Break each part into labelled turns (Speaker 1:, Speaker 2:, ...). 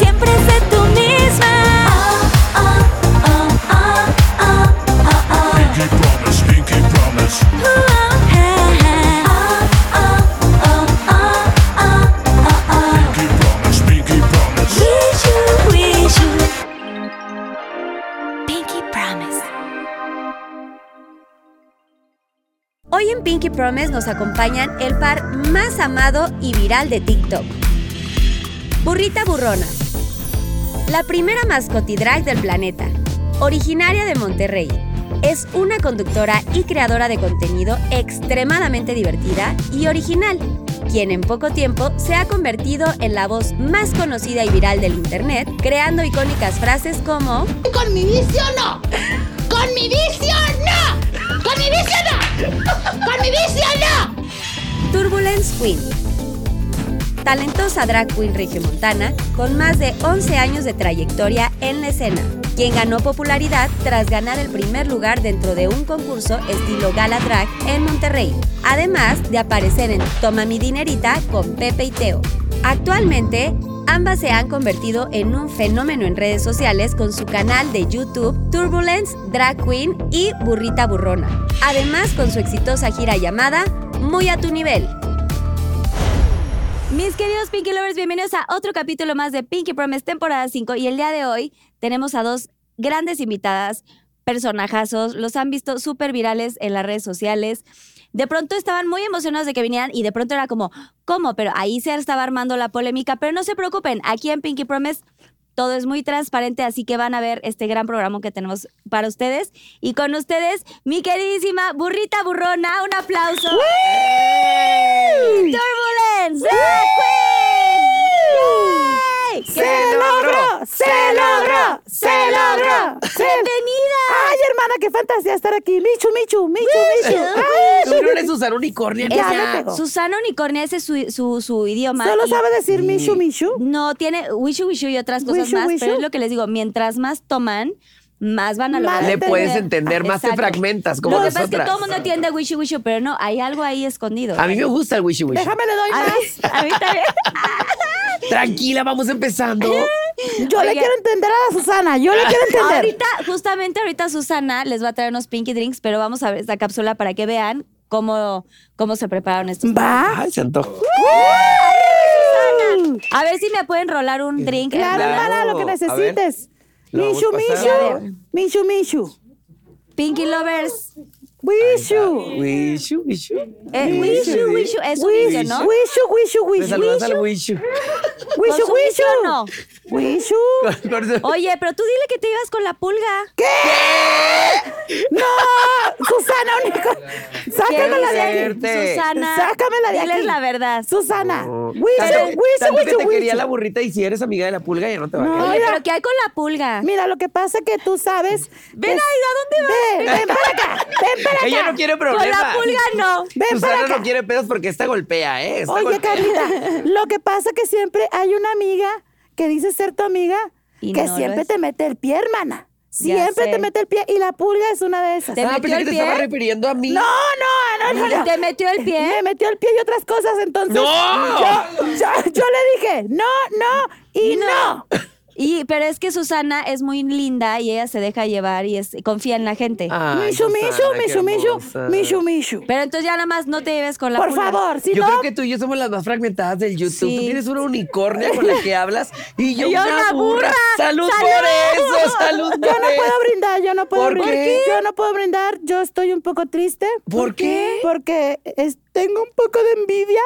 Speaker 1: siempre sé tú misma. Oh, oh, oh, oh, oh, oh, oh.
Speaker 2: Pinky promise, Pinky promise.
Speaker 1: Uh, oh, ah, ah. Oh, oh, oh, oh, oh, oh.
Speaker 2: Pinky promise, Pinky promise.
Speaker 1: Wish you, wish you. Pinky Promise.
Speaker 3: Hoy en Pinky Promise nos acompañan el par más amado y viral de TikTok. Burrita Burrona. La primera mascotidrag del planeta. Originaria de Monterrey. Es una conductora y creadora de contenido extremadamente divertida y original, quien en poco tiempo se ha convertido en la voz más conocida y viral del Internet, creando icónicas frases como
Speaker 4: con mi vicio no. Con mi vicio no. Con mi vicio no. Con mi vicio no.
Speaker 3: Turbulence Queen. Talentosa drag queen regiomontana con más de 11 años de trayectoria en la escena, quien ganó popularidad tras ganar el primer lugar dentro de un concurso estilo gala drag en Monterrey, además de aparecer en Toma mi dinerita con Pepe y Teo. Actualmente, ambas se han convertido en un fenómeno en redes sociales con su canal de YouTube Turbulence, Drag Queen y Burrita Burrona, además con su exitosa gira llamada Muy a tu nivel,
Speaker 1: Mis queridos Pinky Lovers, bienvenidos a otro capítulo más de Pinky Promise temporada 5 y el día de hoy tenemos a dos grandes invitadas, personajazos, los han visto súper virales en las redes sociales. De pronto estaban muy emocionados de que vinieran y de pronto era como, ¿cómo? Pero ahí se estaba armando la polémica, pero no se preocupen, aquí en Pinky Promise todo es muy transparente, así que van a ver este gran programa que tenemos para ustedes. Y con ustedes, mi queridísima burrita burrona, un aplauso. Turbulence, Drag Queen. ¡Yay!
Speaker 5: ¡Se logró! ¡Se logró! ¡Se logró! ¡Se-
Speaker 1: ¡Bienvenida!
Speaker 5: ¡Ay, hermana, qué fantasía estar aquí! ¡Michu, Michu, Michu, Michu!
Speaker 6: Tuvieron es usar unicornio.
Speaker 5: Ya
Speaker 6: niña.
Speaker 5: me pegó.
Speaker 3: Susana Unicornia, ese es su, su, su idioma.
Speaker 5: Solo
Speaker 3: y-
Speaker 5: sabe decir Michu, Michu.
Speaker 3: No, tiene wishu wishu y otras cosas
Speaker 5: Wishu,
Speaker 3: más,
Speaker 5: wishu.
Speaker 3: pero es lo que les digo, mientras más toman, más van a
Speaker 5: Más
Speaker 3: lograr.
Speaker 6: Le
Speaker 5: entender.
Speaker 6: puedes entender más, te
Speaker 3: Exacto.
Speaker 6: fragmentas como
Speaker 3: Lo que pasa es que
Speaker 6: nosotras.
Speaker 3: todo el mundo entiende wishu wishu, pero no, hay algo ahí escondido.
Speaker 6: A mí me gusta el wishy wishy.
Speaker 5: Déjame le doy
Speaker 3: A mí-
Speaker 5: más.
Speaker 3: a mí también.
Speaker 6: Tranquila, vamos empezando.
Speaker 5: Yo le
Speaker 3: Oiga.
Speaker 5: quiero entender a la Susana. Yo le quiero entender.
Speaker 3: Ahorita, justamente ahorita Susana les va a traer unos pinky drinks, pero vamos a ver esta cápsula para que vean cómo, cómo se prepararon estos.
Speaker 5: Va.
Speaker 6: Ay, se antojó.
Speaker 3: A ver si me pueden rolar un drink.
Speaker 5: Claro,
Speaker 6: Claro.
Speaker 5: hermana, lo que
Speaker 6: A ver,
Speaker 5: necesites.
Speaker 6: lo vamos
Speaker 5: Michu,
Speaker 6: pasando.
Speaker 5: Michu. Michu, Michu.
Speaker 3: Pinky lovers.
Speaker 5: Wishu.
Speaker 6: Wishy wishy.
Speaker 3: Eh, wishu wishu es un
Speaker 5: Wishu,
Speaker 3: niño, ¿no?
Speaker 5: wishu, wishu,
Speaker 6: Me
Speaker 5: wishu.
Speaker 6: saludas al wishy.
Speaker 3: ¿Con
Speaker 5: Wishu,
Speaker 3: su
Speaker 5: wishu.
Speaker 3: wishu o no?
Speaker 5: Wishu.
Speaker 3: Oye, pero tú dile que te ibas con la pulga.
Speaker 5: No, Susana, único. Sácamela de
Speaker 3: ¿Qué
Speaker 5: aquí.
Speaker 3: dicen?
Speaker 6: aquí.
Speaker 3: Susana,
Speaker 5: Sácamela de
Speaker 3: diles
Speaker 5: aquí.
Speaker 3: la verdad.
Speaker 5: Susana,
Speaker 6: Tanto-
Speaker 5: Wishu, Wishu,
Speaker 6: tanto que
Speaker 5: Wishu,
Speaker 6: te quería la
Speaker 5: Wishu.
Speaker 6: burrita y si eres amiga de la pulga ya no te va
Speaker 5: No.
Speaker 6: a
Speaker 3: Oye,
Speaker 5: Mira.
Speaker 3: pero ¿qué hay con la pulga?
Speaker 5: Mira, lo que pasa es que tú sabes.
Speaker 3: Ven
Speaker 5: que-
Speaker 3: ahí, ¿a dónde vas?
Speaker 5: Ven, ven para acá, ven para acá.
Speaker 6: querer. Ella no quiere
Speaker 3: Con la
Speaker 6: problemas.
Speaker 3: pulga no.
Speaker 5: Ven para
Speaker 6: Susana
Speaker 5: acá.
Speaker 6: no quiere pedos porque esta golpea, ¿eh? Esta
Speaker 5: Oye,
Speaker 6: golpea.
Speaker 5: Carlita, lo que pasa es que siempre hay una amiga que dice ser tu amiga
Speaker 3: Y
Speaker 5: que
Speaker 3: no lo
Speaker 5: siempre
Speaker 3: es.
Speaker 5: te mete el pie, hermana.
Speaker 3: Ya
Speaker 5: Siempre
Speaker 3: sé.
Speaker 5: te mete el pie y la pulga es una de esas.
Speaker 3: Te-
Speaker 6: Ah,
Speaker 3: metió
Speaker 6: pensé
Speaker 3: el
Speaker 6: que te
Speaker 3: pie?
Speaker 6: estaba refiriendo a mí.
Speaker 5: No, no, no, no, no.
Speaker 3: ¿Te metió el pie?
Speaker 5: Me metió el pie y otras cosas, entonces.
Speaker 6: ¡No!
Speaker 5: Yo, yo- yo le dije, no, no y no.
Speaker 3: Y, pero es que Susana es muy linda y ella se deja llevar y es, confía en la gente.
Speaker 5: Ah.
Speaker 6: Ay,
Speaker 5: Mishu, mishu,
Speaker 6: Susana, qué
Speaker 5: mishu, mishu,
Speaker 6: hermosa.
Speaker 5: mishu, mishu.
Speaker 3: Pero entonces ya nada más no te lleves con la
Speaker 5: Por
Speaker 3: pulga.
Speaker 5: favor, si
Speaker 6: yo
Speaker 5: no,
Speaker 6: creo que tú y yo somos las más fragmentadas del YouTube.
Speaker 3: Sí.
Speaker 6: Tú tienes una unicornia con la que hablas y yo,
Speaker 3: Y yo
Speaker 6: una,
Speaker 3: una burra.
Speaker 6: burra. ¡Salud,
Speaker 3: ¡Salud!
Speaker 6: por eso! ¡Salud
Speaker 5: Yo
Speaker 6: por
Speaker 5: no
Speaker 6: eso!
Speaker 5: puedo brindar, yo no puedo
Speaker 6: ¿Por
Speaker 5: brindar.
Speaker 6: qué?
Speaker 5: Yo no puedo brindar, yo estoy un poco triste.
Speaker 6: ¿Por qué?
Speaker 5: Porque es- tengo un poco de envidia,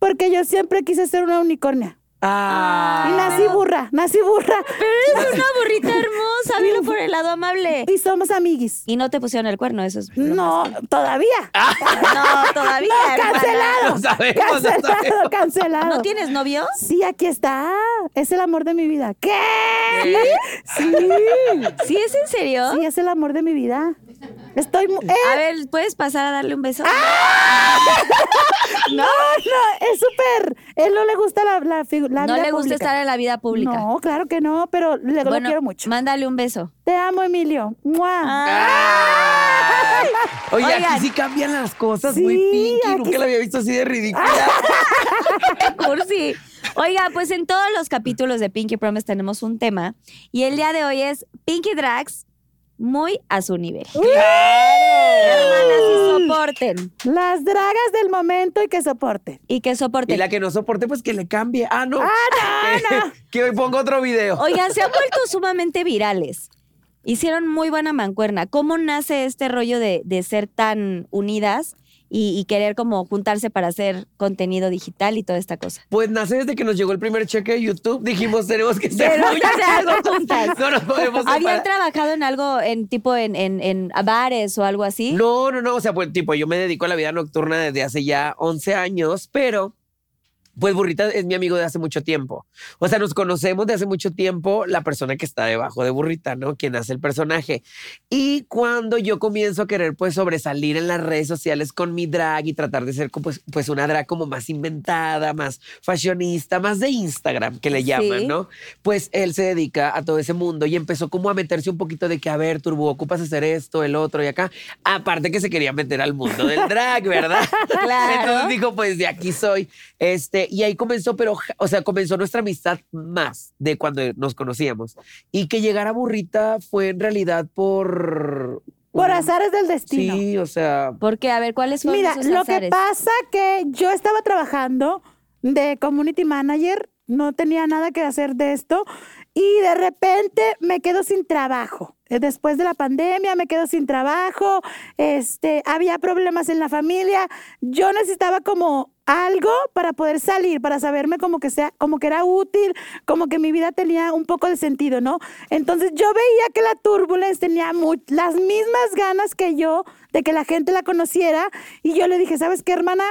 Speaker 5: porque yo siempre quise ser una unicornia.
Speaker 6: Ah.
Speaker 5: Y nací burra, nací burra.
Speaker 3: Pero eres una burrita hermosa, velo por el lado amable.
Speaker 5: Y somos amiguis.
Speaker 3: Y no te pusieron el cuerno, eso es. lo
Speaker 5: No,
Speaker 6: Ah,
Speaker 5: todavía.
Speaker 3: más- No, todavía.
Speaker 5: No,
Speaker 3: hermana.
Speaker 5: cancelado.
Speaker 6: No sabemos, no
Speaker 5: Cancelado,
Speaker 6: sabemos.
Speaker 5: cancelado.
Speaker 3: ¿No tienes novio?
Speaker 5: Sí, aquí está. Es el amor de mi vida. ¿Qué? Sí.
Speaker 3: ¿Sí es en serio?
Speaker 5: Sí, es el amor de mi vida. Estoy. mu- ¡Eh!
Speaker 3: A ver, ¿puedes pasar a darle un beso?
Speaker 5: Ah, No, no, es súper. Él no le gusta la, la figu- la
Speaker 3: no
Speaker 5: vida
Speaker 3: le gusta
Speaker 5: pública.
Speaker 3: estar en la vida pública.
Speaker 5: No, claro que no, pero le lo
Speaker 3: Bueno, Ah.
Speaker 5: quiero mucho.
Speaker 3: Mándale un beso.
Speaker 5: Te amo, Emilio. ¡Mua! Ah.
Speaker 6: Ay. Oye,
Speaker 3: Oigan.
Speaker 6: aquí sí cambian las cosas
Speaker 5: Sí,
Speaker 6: muy pinky.
Speaker 5: aquí
Speaker 6: Nunca la había visto así de ridícula.
Speaker 3: Ah, Cursi. Oiga, pues en todos los capítulos de Pinky Promise tenemos un tema. Y el día de hoy es Pinky Drags muy a su nivel. Hermanas y soporten.
Speaker 5: Las dragas del momento y que soporten.
Speaker 3: Y que
Speaker 6: Y
Speaker 3: soporten.
Speaker 6: la que no soporte, pues que le cambie. Ah, no. que, que hoy pongo otro video.
Speaker 3: Oigan, se han vuelto sumamente virales. Hicieron muy buena mancuerna. ¿Cómo nace este rollo de, de ser tan unidas y, y querer como juntarse para hacer contenido digital y toda esta cosa?
Speaker 6: Pues nace desde que nos llegó el primer cheque de YouTube. Dijimos, tenemos que ser
Speaker 3: Tenemos
Speaker 6: muy
Speaker 3: que hacer algo juntas.
Speaker 6: No nos podemos
Speaker 3: ¿Habían
Speaker 6: separar.
Speaker 3: trabajado en algo, en tipo en, en, en bares o algo así?
Speaker 6: No, no, no. O sea, pues tipo, yo me dedico a la vida nocturna desde hace ya 11 años, pero pues Burrita es mi amigo de hace mucho tiempo. O sea, nos conocemos de hace mucho tiempo la persona que está debajo de Burrita, ¿no? Quien hace el personaje. Y cuando yo comienzo a querer pues sobresalir en las redes sociales con mi drag y tratar de ser como, pues, pues una drag como más inventada, más fashionista, más de Instagram, que le llaman,
Speaker 3: Sí.
Speaker 6: ¿no? Pues él se dedica a todo ese mundo y empezó como a meterse un poquito de que, a ver, Turbo, ocupas hacer esto, el otro y acá. Aparte que se quería meter al mundo del drag, ¿verdad?
Speaker 3: Claro.
Speaker 6: Entonces dijo, pues de aquí soy. Este, y ahí comenzó, pero, ja- o sea, comenzó nuestra amistad más de cuando nos conocíamos. Y que llegara Burrita fue en realidad por...
Speaker 5: Por
Speaker 6: un-
Speaker 5: azares del destino.
Speaker 6: Sí, o sea,
Speaker 3: Porque, a ver, ¿cuáles son
Speaker 5: Mira,
Speaker 3: esos
Speaker 5: lo que
Speaker 3: azares?
Speaker 5: pasa que yo estaba trabajando de community manager, no tenía nada que hacer de esto y de repente me quedo sin trabajo. Eh, Después de la pandemia me quedo sin trabajo, este, había problemas en la familia, yo necesitaba como algo para poder salir, para saberme como que sea, como que era útil, como que mi vida tenía un poco de sentido, ¿no? Entonces yo veía que la Turbulence tenía mu- las mismas ganas que yo de que la gente la conociera y yo le dije, ¿sabes qué, hermana?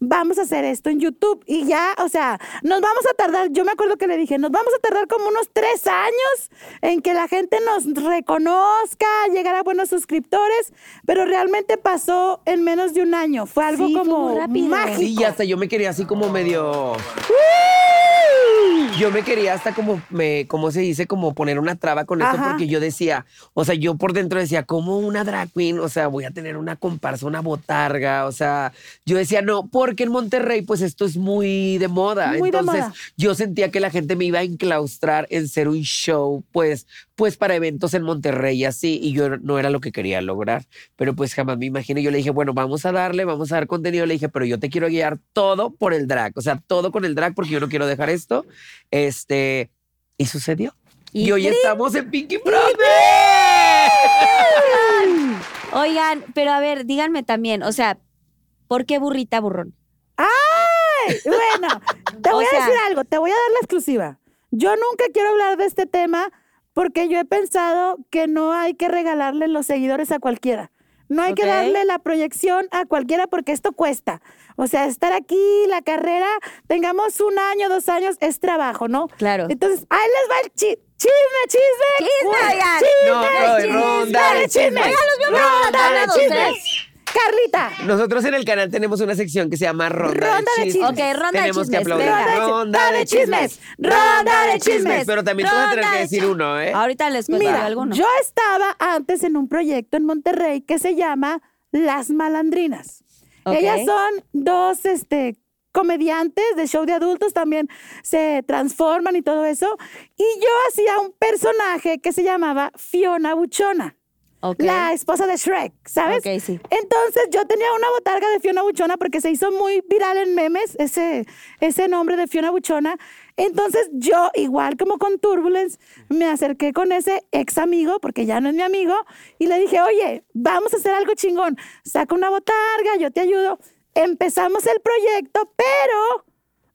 Speaker 5: Vamos a hacer esto en YouTube y ya, o sea, nos vamos a tardar, yo me acuerdo que le dije, nos vamos a tardar como unos tres años en que la gente nos reconozca, llegar a buenos suscriptores, pero realmente pasó en menos de un año, fue algo
Speaker 3: Sí, fue
Speaker 5: como
Speaker 3: muy rápido.
Speaker 5: mágico.
Speaker 6: sí, y hasta yo me quería así como medio... Yo me quería hasta como, me, ¿cómo se dice? Como poner una traba con esto
Speaker 5: Ajá.
Speaker 6: porque yo decía, o sea, yo por dentro decía, como una drag queen? O sea, voy a tener una comparsa, una botarga, o sea, yo decía, no, porque en Monterrey pues esto es muy de moda.
Speaker 5: Muy de
Speaker 6: Entonces
Speaker 5: moda.
Speaker 6: yo sentía que la gente me iba a enclaustrar en ser un show, pues, pues para eventos en Monterrey y así, y yo no era lo que quería lograr, pero pues jamás me imaginé. Yo le dije, bueno, vamos a darle, vamos a dar contenido, le dije, pero yo te quiero guiar todo por el drag, o sea, todo con el drag porque yo no quiero dejar esto. Este, y sucedió. Y, hoy estamos en Pinky Promise.
Speaker 3: Oigan, pero a ver, díganme también, o sea, ¿por qué burrita burrón?
Speaker 5: Bueno, te
Speaker 3: O
Speaker 5: voy
Speaker 3: sea-
Speaker 5: a decir algo, te voy a dar la exclusiva. Yo nunca quiero hablar de este tema porque yo he pensado que no hay que regalarle los seguidores a cualquiera. No hay
Speaker 3: Ok.
Speaker 5: que darle la proyección a cualquiera porque esto cuesta. O sea, estar aquí, la carrera, tengamos un año, dos años, es trabajo, ¿no?
Speaker 3: Claro.
Speaker 5: Entonces, ahí les va el chi- chisme, chisme.
Speaker 3: Chisme, oigan.
Speaker 6: No, no, de ronda de chismes.
Speaker 3: Oigan, los miembros
Speaker 6: Ronda
Speaker 3: van a dar
Speaker 6: de
Speaker 3: a dos,
Speaker 6: chismes.
Speaker 3: tres.
Speaker 5: Carlita,
Speaker 6: Nosotros en el canal tenemos una sección que se llama Ronda,
Speaker 5: Ronda de
Speaker 6: de Chismes.
Speaker 5: chismes.
Speaker 3: Ok, ronda de
Speaker 6: tenemos
Speaker 3: chismes,
Speaker 6: que aplaudir.
Speaker 3: venga.
Speaker 6: Ronda de chismes. Ronda de chismes. Pero también tú vas a tener
Speaker 3: Ronda
Speaker 6: que
Speaker 3: de
Speaker 6: decir
Speaker 3: chismes.
Speaker 6: uno, ¿eh?
Speaker 3: Ahorita les cuento
Speaker 5: Mira,
Speaker 3: alguno.
Speaker 5: yo estaba antes en un proyecto en Monterrey que se llama Las Malandrinas.
Speaker 3: Ok.
Speaker 5: Ellas son dos este, comediantes de show de adultos, también se transforman y todo eso. Y yo hacía un personaje que se llamaba Fiona Buchona,
Speaker 3: Ok.
Speaker 5: la esposa de Shrek, ¿sabes?
Speaker 3: Ok, sí.
Speaker 5: Entonces yo tenía una botarga de Fiona Buchona porque se hizo muy viral en memes ese, ese nombre de Fiona Buchona. Entonces yo, igual como con Turbulence, me acerqué con ese ex amigo, porque ya no es mi amigo, y le dije, oye, vamos a hacer algo chingón. Saca una botarga, yo te ayudo. Empezamos el proyecto, pero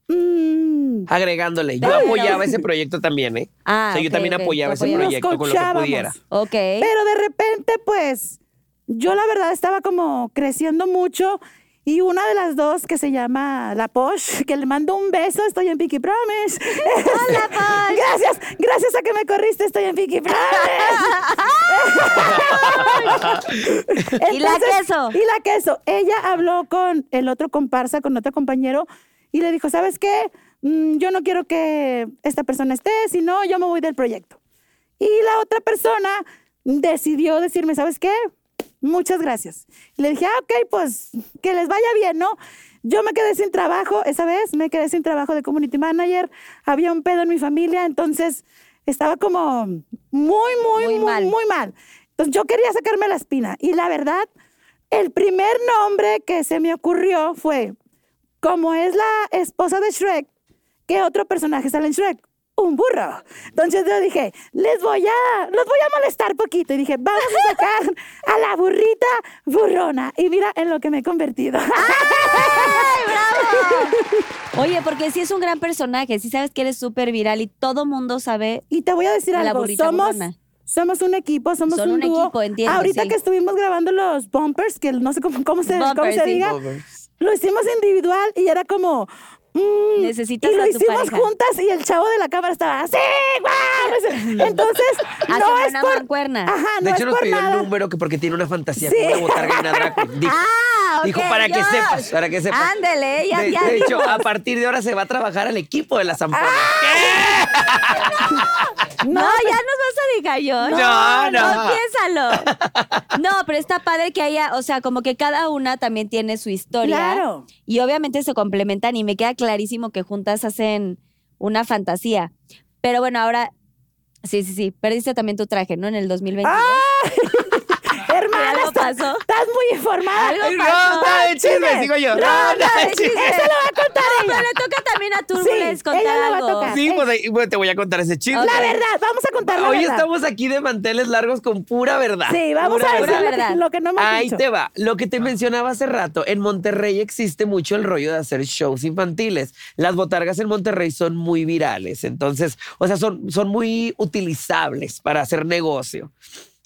Speaker 5: Mm,
Speaker 6: Agregándole, yo
Speaker 3: Pero-
Speaker 6: apoyaba ese proyecto también, ¿eh?
Speaker 3: Ah,
Speaker 6: o sea, yo
Speaker 3: ok,
Speaker 6: también
Speaker 3: ok,
Speaker 6: apoyaba ese
Speaker 3: apoyaba.
Speaker 5: Nos
Speaker 6: proyecto con lo que
Speaker 5: colchábamos.
Speaker 6: pudiera.
Speaker 3: Ok.
Speaker 5: Pero de repente, pues, yo la verdad estaba como creciendo mucho. Y una de las dos, que se llama La Posh, que le mando un beso, estoy en Pinky Promise. ¡Hola, Posh! Gracias, gracias a que me corriste, estoy en Pinky Promise.
Speaker 3: Y la queso.
Speaker 5: Y la queso. Ella habló con el otro comparsa, con otro compañero, y le dijo, ¿sabes qué? Mm, yo no quiero que esta persona esté, si no, yo me voy del proyecto. Y la otra persona decidió decirme, ¿sabes qué? Muchas gracias. Y le dije, ah, ok, pues que les vaya bien, ¿no? Yo me quedé sin trabajo, esa vez me quedé sin trabajo de community manager, había un pedo en mi familia, entonces estaba como muy, muy,
Speaker 3: Muy
Speaker 5: muy, muy
Speaker 3: mal.
Speaker 5: mal. Entonces yo quería sacarme la espina. Y la verdad, el primer nombre que se me ocurrió fue, como es la esposa de Shrek, ¿qué otro personaje sale en Shrek? Un burro. Entonces yo dije, les voy a, los voy a molestar poquito. Y dije, vamos a sacar a la burrita burrona. Y mira en lo que me he convertido.
Speaker 3: ¡Ah! Oye, porque sí es un gran personaje, sí sabes que eres súper viral y todo mundo sabe.
Speaker 5: y te voy a decir
Speaker 3: A la
Speaker 5: algo,
Speaker 3: burrita
Speaker 5: somos,
Speaker 3: burrona.
Speaker 5: somos un equipo, somos
Speaker 3: Son un
Speaker 5: dúo.
Speaker 3: equipo, entiendo,
Speaker 5: Ahorita
Speaker 3: sí.
Speaker 5: que estuvimos grabando los bumpers, que no sé cómo, cómo se, cómo
Speaker 3: Bumpers,
Speaker 5: se
Speaker 3: sí.
Speaker 5: diga, lo hicimos individual y era como... mm,
Speaker 3: Necesitas
Speaker 5: y lo
Speaker 3: a tu
Speaker 5: hicimos
Speaker 3: pareja.
Speaker 5: juntas y el chavo de la cámara estaba así, guau. Entonces,
Speaker 3: Hacen
Speaker 5: no es
Speaker 3: buena
Speaker 5: por...
Speaker 3: mancuerna.
Speaker 5: Ajá,
Speaker 6: De
Speaker 5: no
Speaker 6: hecho,
Speaker 5: es
Speaker 6: nos
Speaker 5: por
Speaker 6: pidió
Speaker 5: nada.
Speaker 6: el número que porque tiene una fantasía
Speaker 5: Sí.
Speaker 6: con una botarga y una drag queen. Dijo,
Speaker 3: Ah, ok,
Speaker 6: dijo, para que
Speaker 3: Josh.
Speaker 6: sepas, para que sepas.
Speaker 3: Ándele, ya,
Speaker 6: de,
Speaker 3: ya.
Speaker 6: de hecho, a partir de ahora se va a trabajar el equipo de la
Speaker 5: Ah,
Speaker 6: zampona.
Speaker 3: No, pues, ya nos vas a dejar yo.
Speaker 6: No, no.
Speaker 3: piénsalo. No, pero está padre que haya, o sea, como que cada una también tiene su historia.
Speaker 5: Claro.
Speaker 3: Y obviamente se complementan y me queda clarísimo que juntas hacen una fantasía. Pero bueno, ahora, sí, sí, sí, perdiste también tu traje, ¿no? En el 2022.
Speaker 5: Hermana,
Speaker 3: Algo
Speaker 5: estás,
Speaker 3: pasó.
Speaker 5: estás muy informada.
Speaker 3: Algo
Speaker 6: Ay,
Speaker 3: pasó.
Speaker 6: ronda de chismes,
Speaker 5: chismes.
Speaker 6: digo yo.
Speaker 3: Ronda de chismes.
Speaker 5: Eso lo va a contar
Speaker 3: No,
Speaker 5: ella.
Speaker 3: pero le toca también a Turbulence
Speaker 5: Sí,
Speaker 3: contar
Speaker 5: ella lo va a
Speaker 3: algo.
Speaker 5: tocar.
Speaker 6: Sí, pues ahí- bueno, te voy a contar ese chisme.
Speaker 3: Ok.
Speaker 5: La verdad, vamos a contar la
Speaker 6: Hoy
Speaker 5: verdad.
Speaker 6: estamos aquí de manteles largos con pura verdad.
Speaker 5: Sí, vamos
Speaker 6: Pura
Speaker 5: a
Speaker 6: verdad.
Speaker 5: decir lo
Speaker 3: verdad.
Speaker 5: que, lo que no hemos
Speaker 6: Ahí
Speaker 5: dicho. Ah.
Speaker 6: te va. Lo que te mencionaba hace rato, en Monterrey existe mucho el rollo de hacer shows infantiles. Las botargas en Monterrey son muy virales, entonces, o sea, son, son muy utilizables para hacer negocio.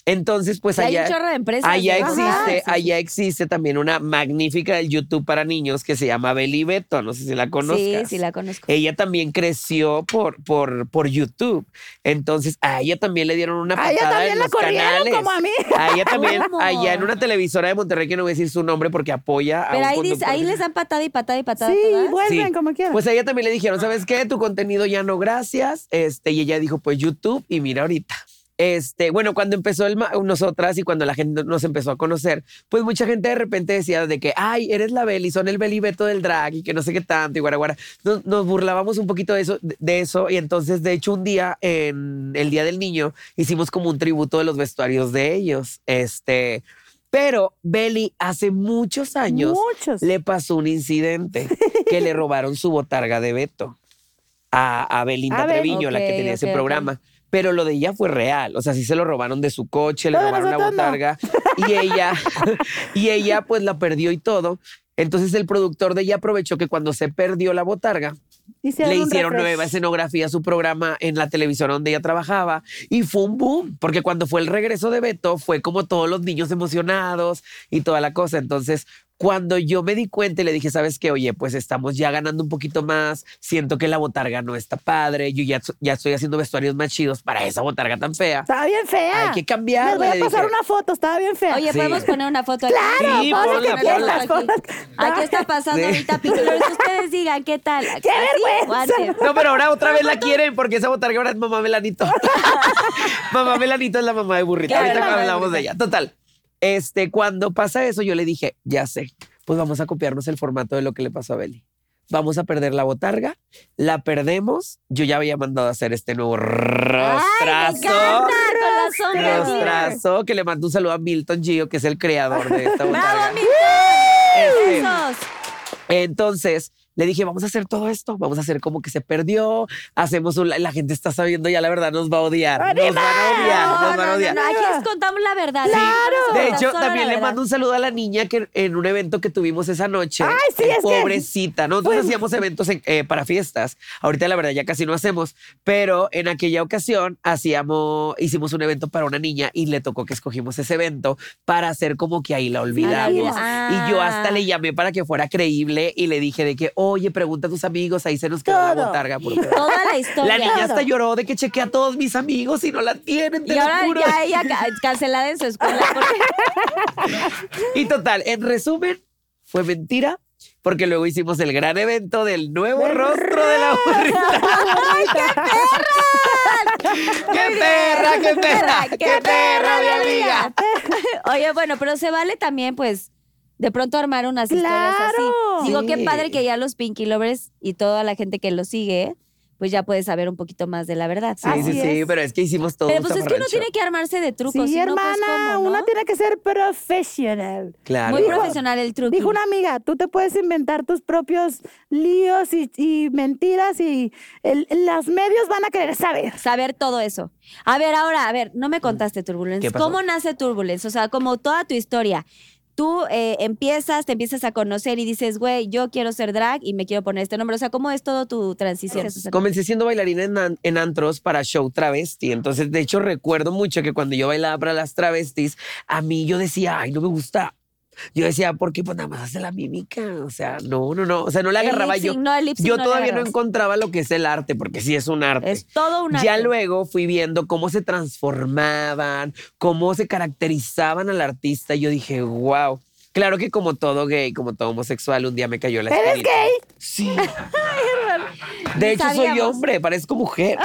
Speaker 6: Entonces, pues
Speaker 3: Y hay un
Speaker 6: allá,
Speaker 3: chorro de empresas,
Speaker 6: allá
Speaker 3: ¿no?
Speaker 6: existe,
Speaker 3: Ajá, sí, sí.
Speaker 6: allá existe también una magnífica del YouTube para niños que se llama Beli Beto, no sé si la
Speaker 3: Sí,
Speaker 6: conozcas Eh,
Speaker 3: sí, la conozco.
Speaker 6: ella también creció por, por, por YouTube. Entonces, a ella también le dieron una
Speaker 5: A
Speaker 6: patada
Speaker 5: ella Ah, también
Speaker 6: en
Speaker 5: la
Speaker 6: los
Speaker 5: corrieron,
Speaker 6: canales.
Speaker 5: como a mí.
Speaker 6: A ella también,
Speaker 3: ¿Cómo?
Speaker 6: allá en una televisora de Monterrey, que no voy a decir su nombre porque apoya a
Speaker 3: Pero
Speaker 6: un
Speaker 3: ahí, dice-
Speaker 6: conductor.
Speaker 3: ahí les dan patada y patada y patada.
Speaker 5: Sí,
Speaker 3: ¿verdad?
Speaker 5: vuelven
Speaker 6: Sí.
Speaker 5: como quieran.
Speaker 6: Pues a ella también le dijeron, ¿sabes qué? Tu contenido ya no, gracias. Este, y ella dijo, pues YouTube, y mira ahorita. Este, bueno, cuando empezó el ma- nosotras y cuando la gente nos empezó a conocer, pues mucha gente de repente decía de que, ay, eres la Beli, son el Beli Beto del drag y que no sé qué tanto y guara guara. Nos, nos burlábamos un poquito de eso, de eso y entonces de hecho un día en el Día del Niño hicimos como un tributo de los vestuarios de ellos. Este, pero Beli hace muchos años
Speaker 5: Muchos.
Speaker 6: le pasó un incidente que le robaron su botarga de Beto a, a Belinda
Speaker 5: A ver,
Speaker 6: Treviño, la que
Speaker 3: ok,
Speaker 6: tenía
Speaker 3: ok,
Speaker 6: ese
Speaker 3: ok.
Speaker 6: programa. Pero lo de ella fue real, o sea, sí se lo robaron de su coche, le
Speaker 5: Lo de
Speaker 6: robaron la
Speaker 5: nosotros no.
Speaker 6: botarga y ella y ella pues la perdió y todo. Entonces el productor de ella aprovechó que cuando se perdió la botarga,
Speaker 5: Hicieron
Speaker 6: le
Speaker 5: un
Speaker 6: hicieron
Speaker 5: refresh.
Speaker 6: nueva escenografía a su programa en la televisión donde ella trabajaba y fue un boom, porque cuando fue el regreso de Beto fue como todos los niños emocionados y toda la cosa. Entonces, cuando yo me di cuenta y le dije, ¿sabes qué? Oye, pues estamos ya ganando un poquito más, siento que la botarga no está padre, yo ya, ya estoy haciendo vestuarios más chidos para esa botarga tan fea.
Speaker 5: Estaba bien fea.
Speaker 6: Hay que cambiarle,
Speaker 5: Les voy a
Speaker 6: dije.
Speaker 5: pasar una foto, estaba bien fea.
Speaker 3: Oye,
Speaker 6: Sí.
Speaker 3: ¿podemos poner una foto aquí?
Speaker 5: Claro,
Speaker 6: Sí,
Speaker 5: ponla,
Speaker 6: ponla,
Speaker 5: que
Speaker 3: ponla.
Speaker 5: quieras,
Speaker 3: ¿A
Speaker 5: ponla.
Speaker 3: qué está pasando
Speaker 6: Sí.
Speaker 3: ahorita, Pixelores? Ustedes digan, ¿qué tal? ¿Así o
Speaker 5: vergüenza!
Speaker 3: antes?
Speaker 6: No, pero ahora otra vez la quieren porque esa botarga ahora es mamá Melanito. mamá Melanito es la mamá de burrito.
Speaker 3: Claro,
Speaker 6: Ahorita
Speaker 3: la mamá de
Speaker 6: hablamos de
Speaker 3: burrito.
Speaker 6: ella. Total. Este, cuando pasa eso, yo le dije, ya sé, pues vamos a copiarnos el formato de lo que le pasó a Beli. Vamos a perder la botarga, la perdemos. Yo ya había mandado a hacer este nuevo
Speaker 3: ¡Ay, me encanta! Con
Speaker 6: rostrazo.
Speaker 3: la sombra aquí.
Speaker 6: Rostrazo, que le mando un saludo a Milton Gio, que es el creador de esta botarga.
Speaker 3: ¡Bravo, mis
Speaker 6: Este,
Speaker 3: besos!
Speaker 6: entonces, le dije, vamos a hacer todo esto, vamos a hacer como que se perdió, hacemos un, la gente está sabiendo ya la verdad, nos va a odiar, nos van a odiar,
Speaker 3: No, no,
Speaker 6: nos van a
Speaker 3: no,
Speaker 6: odiar.
Speaker 3: no, aquí les contamos la verdad.
Speaker 6: Sí.
Speaker 3: Solo la
Speaker 6: De
Speaker 3: verdad,
Speaker 6: hecho,
Speaker 3: solo la
Speaker 6: también le
Speaker 3: verdad.
Speaker 6: mando un saludo a la niña que en un evento que tuvimos esa noche.
Speaker 5: Ay, sí,
Speaker 6: eh,
Speaker 5: es que-
Speaker 6: Pobrecita, ¿no? Nosotros
Speaker 5: Pues-
Speaker 6: hacíamos eventos en- eh, para fiestas. Ahorita, la verdad, ya casi no hacemos. Pero en aquella ocasión hacíamos, hicimos un evento para una niña y le tocó que escogimos ese evento para hacer como que ahí la olvidamos.
Speaker 3: Ah.
Speaker 6: Y yo hasta le llamé para que fuera creíble y le dije de que, oye, pregunta a tus amigos, ahí se nos quedó la
Speaker 5: Todo.
Speaker 6: botarga. por-
Speaker 3: Toda la
Speaker 6: La
Speaker 3: historia.
Speaker 6: niña hasta lloró de que chequeé a todos mis amigos y no la tienen, te
Speaker 3: y
Speaker 6: lo
Speaker 3: ahora
Speaker 6: juro.
Speaker 3: ya ella ca- cancelada en su escuela. porque-
Speaker 6: Y total, en resumen, fue mentira, porque luego hicimos el gran evento del nuevo rostro de la burrita. ¡Qué perra! ¡Qué perra! ¡Qué perra, mi amiga!
Speaker 3: Oye, bueno, pero se vale también, pues, de pronto armar unas historias
Speaker 5: ¡Claro!
Speaker 3: así. Digo, qué
Speaker 6: Sí.
Speaker 3: padre que ya los Pinky Lovers y toda la gente que los sigue, pues ya puede saber un poquito más de la verdad.
Speaker 6: Sí,
Speaker 5: Así
Speaker 6: sí, sí,
Speaker 5: es.
Speaker 6: pero es que hicimos todo
Speaker 3: Pero
Speaker 6: un
Speaker 3: pues es que uno
Speaker 6: zafarrancho.
Speaker 3: tiene que armarse de trucos.
Speaker 5: sí,
Speaker 3: si no, pues,
Speaker 5: hermana,
Speaker 3: ¿cómo, no?
Speaker 5: uno tiene que ser profesional.
Speaker 6: Claro.
Speaker 3: Muy
Speaker 5: Dijo-
Speaker 3: profesional el truco.
Speaker 5: Dijo una amiga, tú te puedes inventar tus propios líos y, y mentiras y el- los medios van a querer saber.
Speaker 3: Saber todo eso. A ver, ahora, a ver, no me contaste Turbulence.
Speaker 6: Mm. ¿Qué pasó?
Speaker 3: ¿Cómo nace Turbulence? O sea, como toda tu historia. Tú eh, empiezas, te empiezas a conocer y dices, güey, yo quiero ser drag y me quiero poner este nombre. O sea, ¿cómo es todo tu transición? Susana?
Speaker 6: Comencé siendo bailarina en, an- en antros para show travesti. Entonces, de hecho, recuerdo mucho que cuando yo bailaba para las travestis, a mí yo decía, ay, no me gusta. Yo decía, ¿por qué? Pues nada más hace la mímica. O sea, no, no, no. O sea, no la
Speaker 3: El
Speaker 6: agarraba
Speaker 3: lip
Speaker 6: yo.
Speaker 3: sync, no, el lip sync
Speaker 6: yo
Speaker 3: no le
Speaker 6: todavía no
Speaker 3: agarrabas.
Speaker 6: encontraba lo que es el arte, porque sí es un arte.
Speaker 3: Es todo una.
Speaker 6: Ya luego fui viendo cómo se transformaban, cómo se caracterizaban al artista. Y yo dije, wow. Claro que como todo gay, como todo homosexual, un día me cayó la
Speaker 5: ¿Eres
Speaker 6: espinita.
Speaker 5: gay?
Speaker 6: Sí. De hecho, soy
Speaker 3: Sabíamos. Ah,
Speaker 6: hombre, parezco mujer.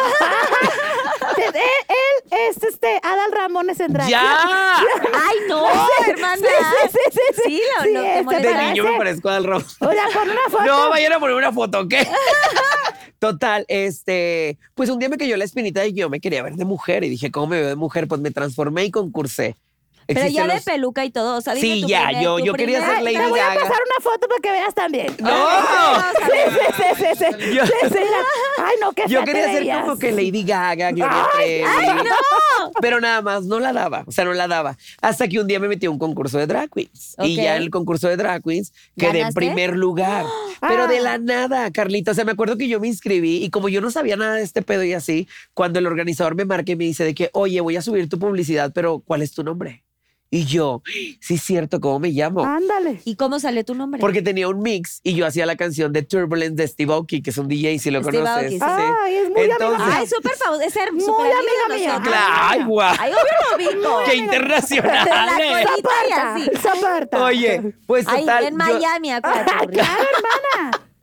Speaker 5: Te- él, él es este, Adal Ramones en drag.
Speaker 6: ¡Ya!
Speaker 3: ¡Ay, no, hermana!
Speaker 5: Sí, sí, sí, sí, sí.
Speaker 3: Sí, lo- lo- te
Speaker 5: este,
Speaker 3: molesta.
Speaker 6: De niño me
Speaker 5: parece-
Speaker 6: parezco al rojo.
Speaker 5: O sea, con una foto.
Speaker 6: No, vayan a poner una foto, ¿qué? Total, este, pues un día me cayó la espinita y yo me quería ver de mujer y dije, ¿cómo me veo de mujer? Pues me transformé y concursé.
Speaker 3: Pero ya
Speaker 6: Existen
Speaker 3: de
Speaker 6: los-
Speaker 3: peluca y todo. O sea, dime
Speaker 6: Sí,
Speaker 3: tu
Speaker 6: ya,
Speaker 3: primer-
Speaker 6: yo-
Speaker 3: tu
Speaker 6: yo quería
Speaker 3: primer-
Speaker 6: ser
Speaker 5: Te
Speaker 6: Lady
Speaker 5: voy a
Speaker 6: Gaga.
Speaker 5: pasar una foto para que veas también.
Speaker 6: ¡No!
Speaker 5: Sí, sí, sí, sí, sí.
Speaker 6: Yo-
Speaker 5: Sí, sí, la- Ay, no, qué fea
Speaker 6: Yo
Speaker 5: te
Speaker 6: quería ser
Speaker 5: veías.
Speaker 6: como que Lady Gaga, Gloria Trevi. Pero nada más, no la daba. O sea, no la daba. Hasta que un día me metí a un concurso de drag queens. Y
Speaker 3: Ok.
Speaker 6: ya en el concurso de drag queens quedé en
Speaker 3: ¿Ganaste?
Speaker 6: primer lugar. Pero
Speaker 5: Ah.
Speaker 6: de la nada, Carlita. O sea, me acuerdo que yo me inscribí y como yo no sabía nada de este pedo y así, cuando el organizador me marca y me dice de que, oye, voy a subir tu publicidad, pero ¿cuál es tu nombre? Y yo, sí es cierto, ¿cómo me llamo?
Speaker 3: Ah,
Speaker 5: Ándale.
Speaker 3: ¿Y cómo salió tu nombre?
Speaker 6: Porque tenía un mix y yo hacía la canción de Turbulence de Steve Aoki, que es un DJ, si lo
Speaker 3: Steve
Speaker 6: conoces.
Speaker 3: Aoki, sí.
Speaker 5: Ay, es muy amigo mío.
Speaker 3: Ay, súper famoso. Es ser
Speaker 5: Muy
Speaker 3: súper amiga
Speaker 5: amiga
Speaker 3: de
Speaker 5: mía.
Speaker 3: nosotros.
Speaker 6: Claro, ay, guau.
Speaker 3: Ay, obvio lo ubico.
Speaker 6: ¡Qué
Speaker 3: La
Speaker 6: internacional!
Speaker 3: colita y
Speaker 5: Zaparta,
Speaker 3: así.
Speaker 5: Zaparta.
Speaker 6: Oye, pues
Speaker 3: Ahí,
Speaker 6: total,
Speaker 3: en
Speaker 6: yo-
Speaker 3: Miami, acuérdate. burrito.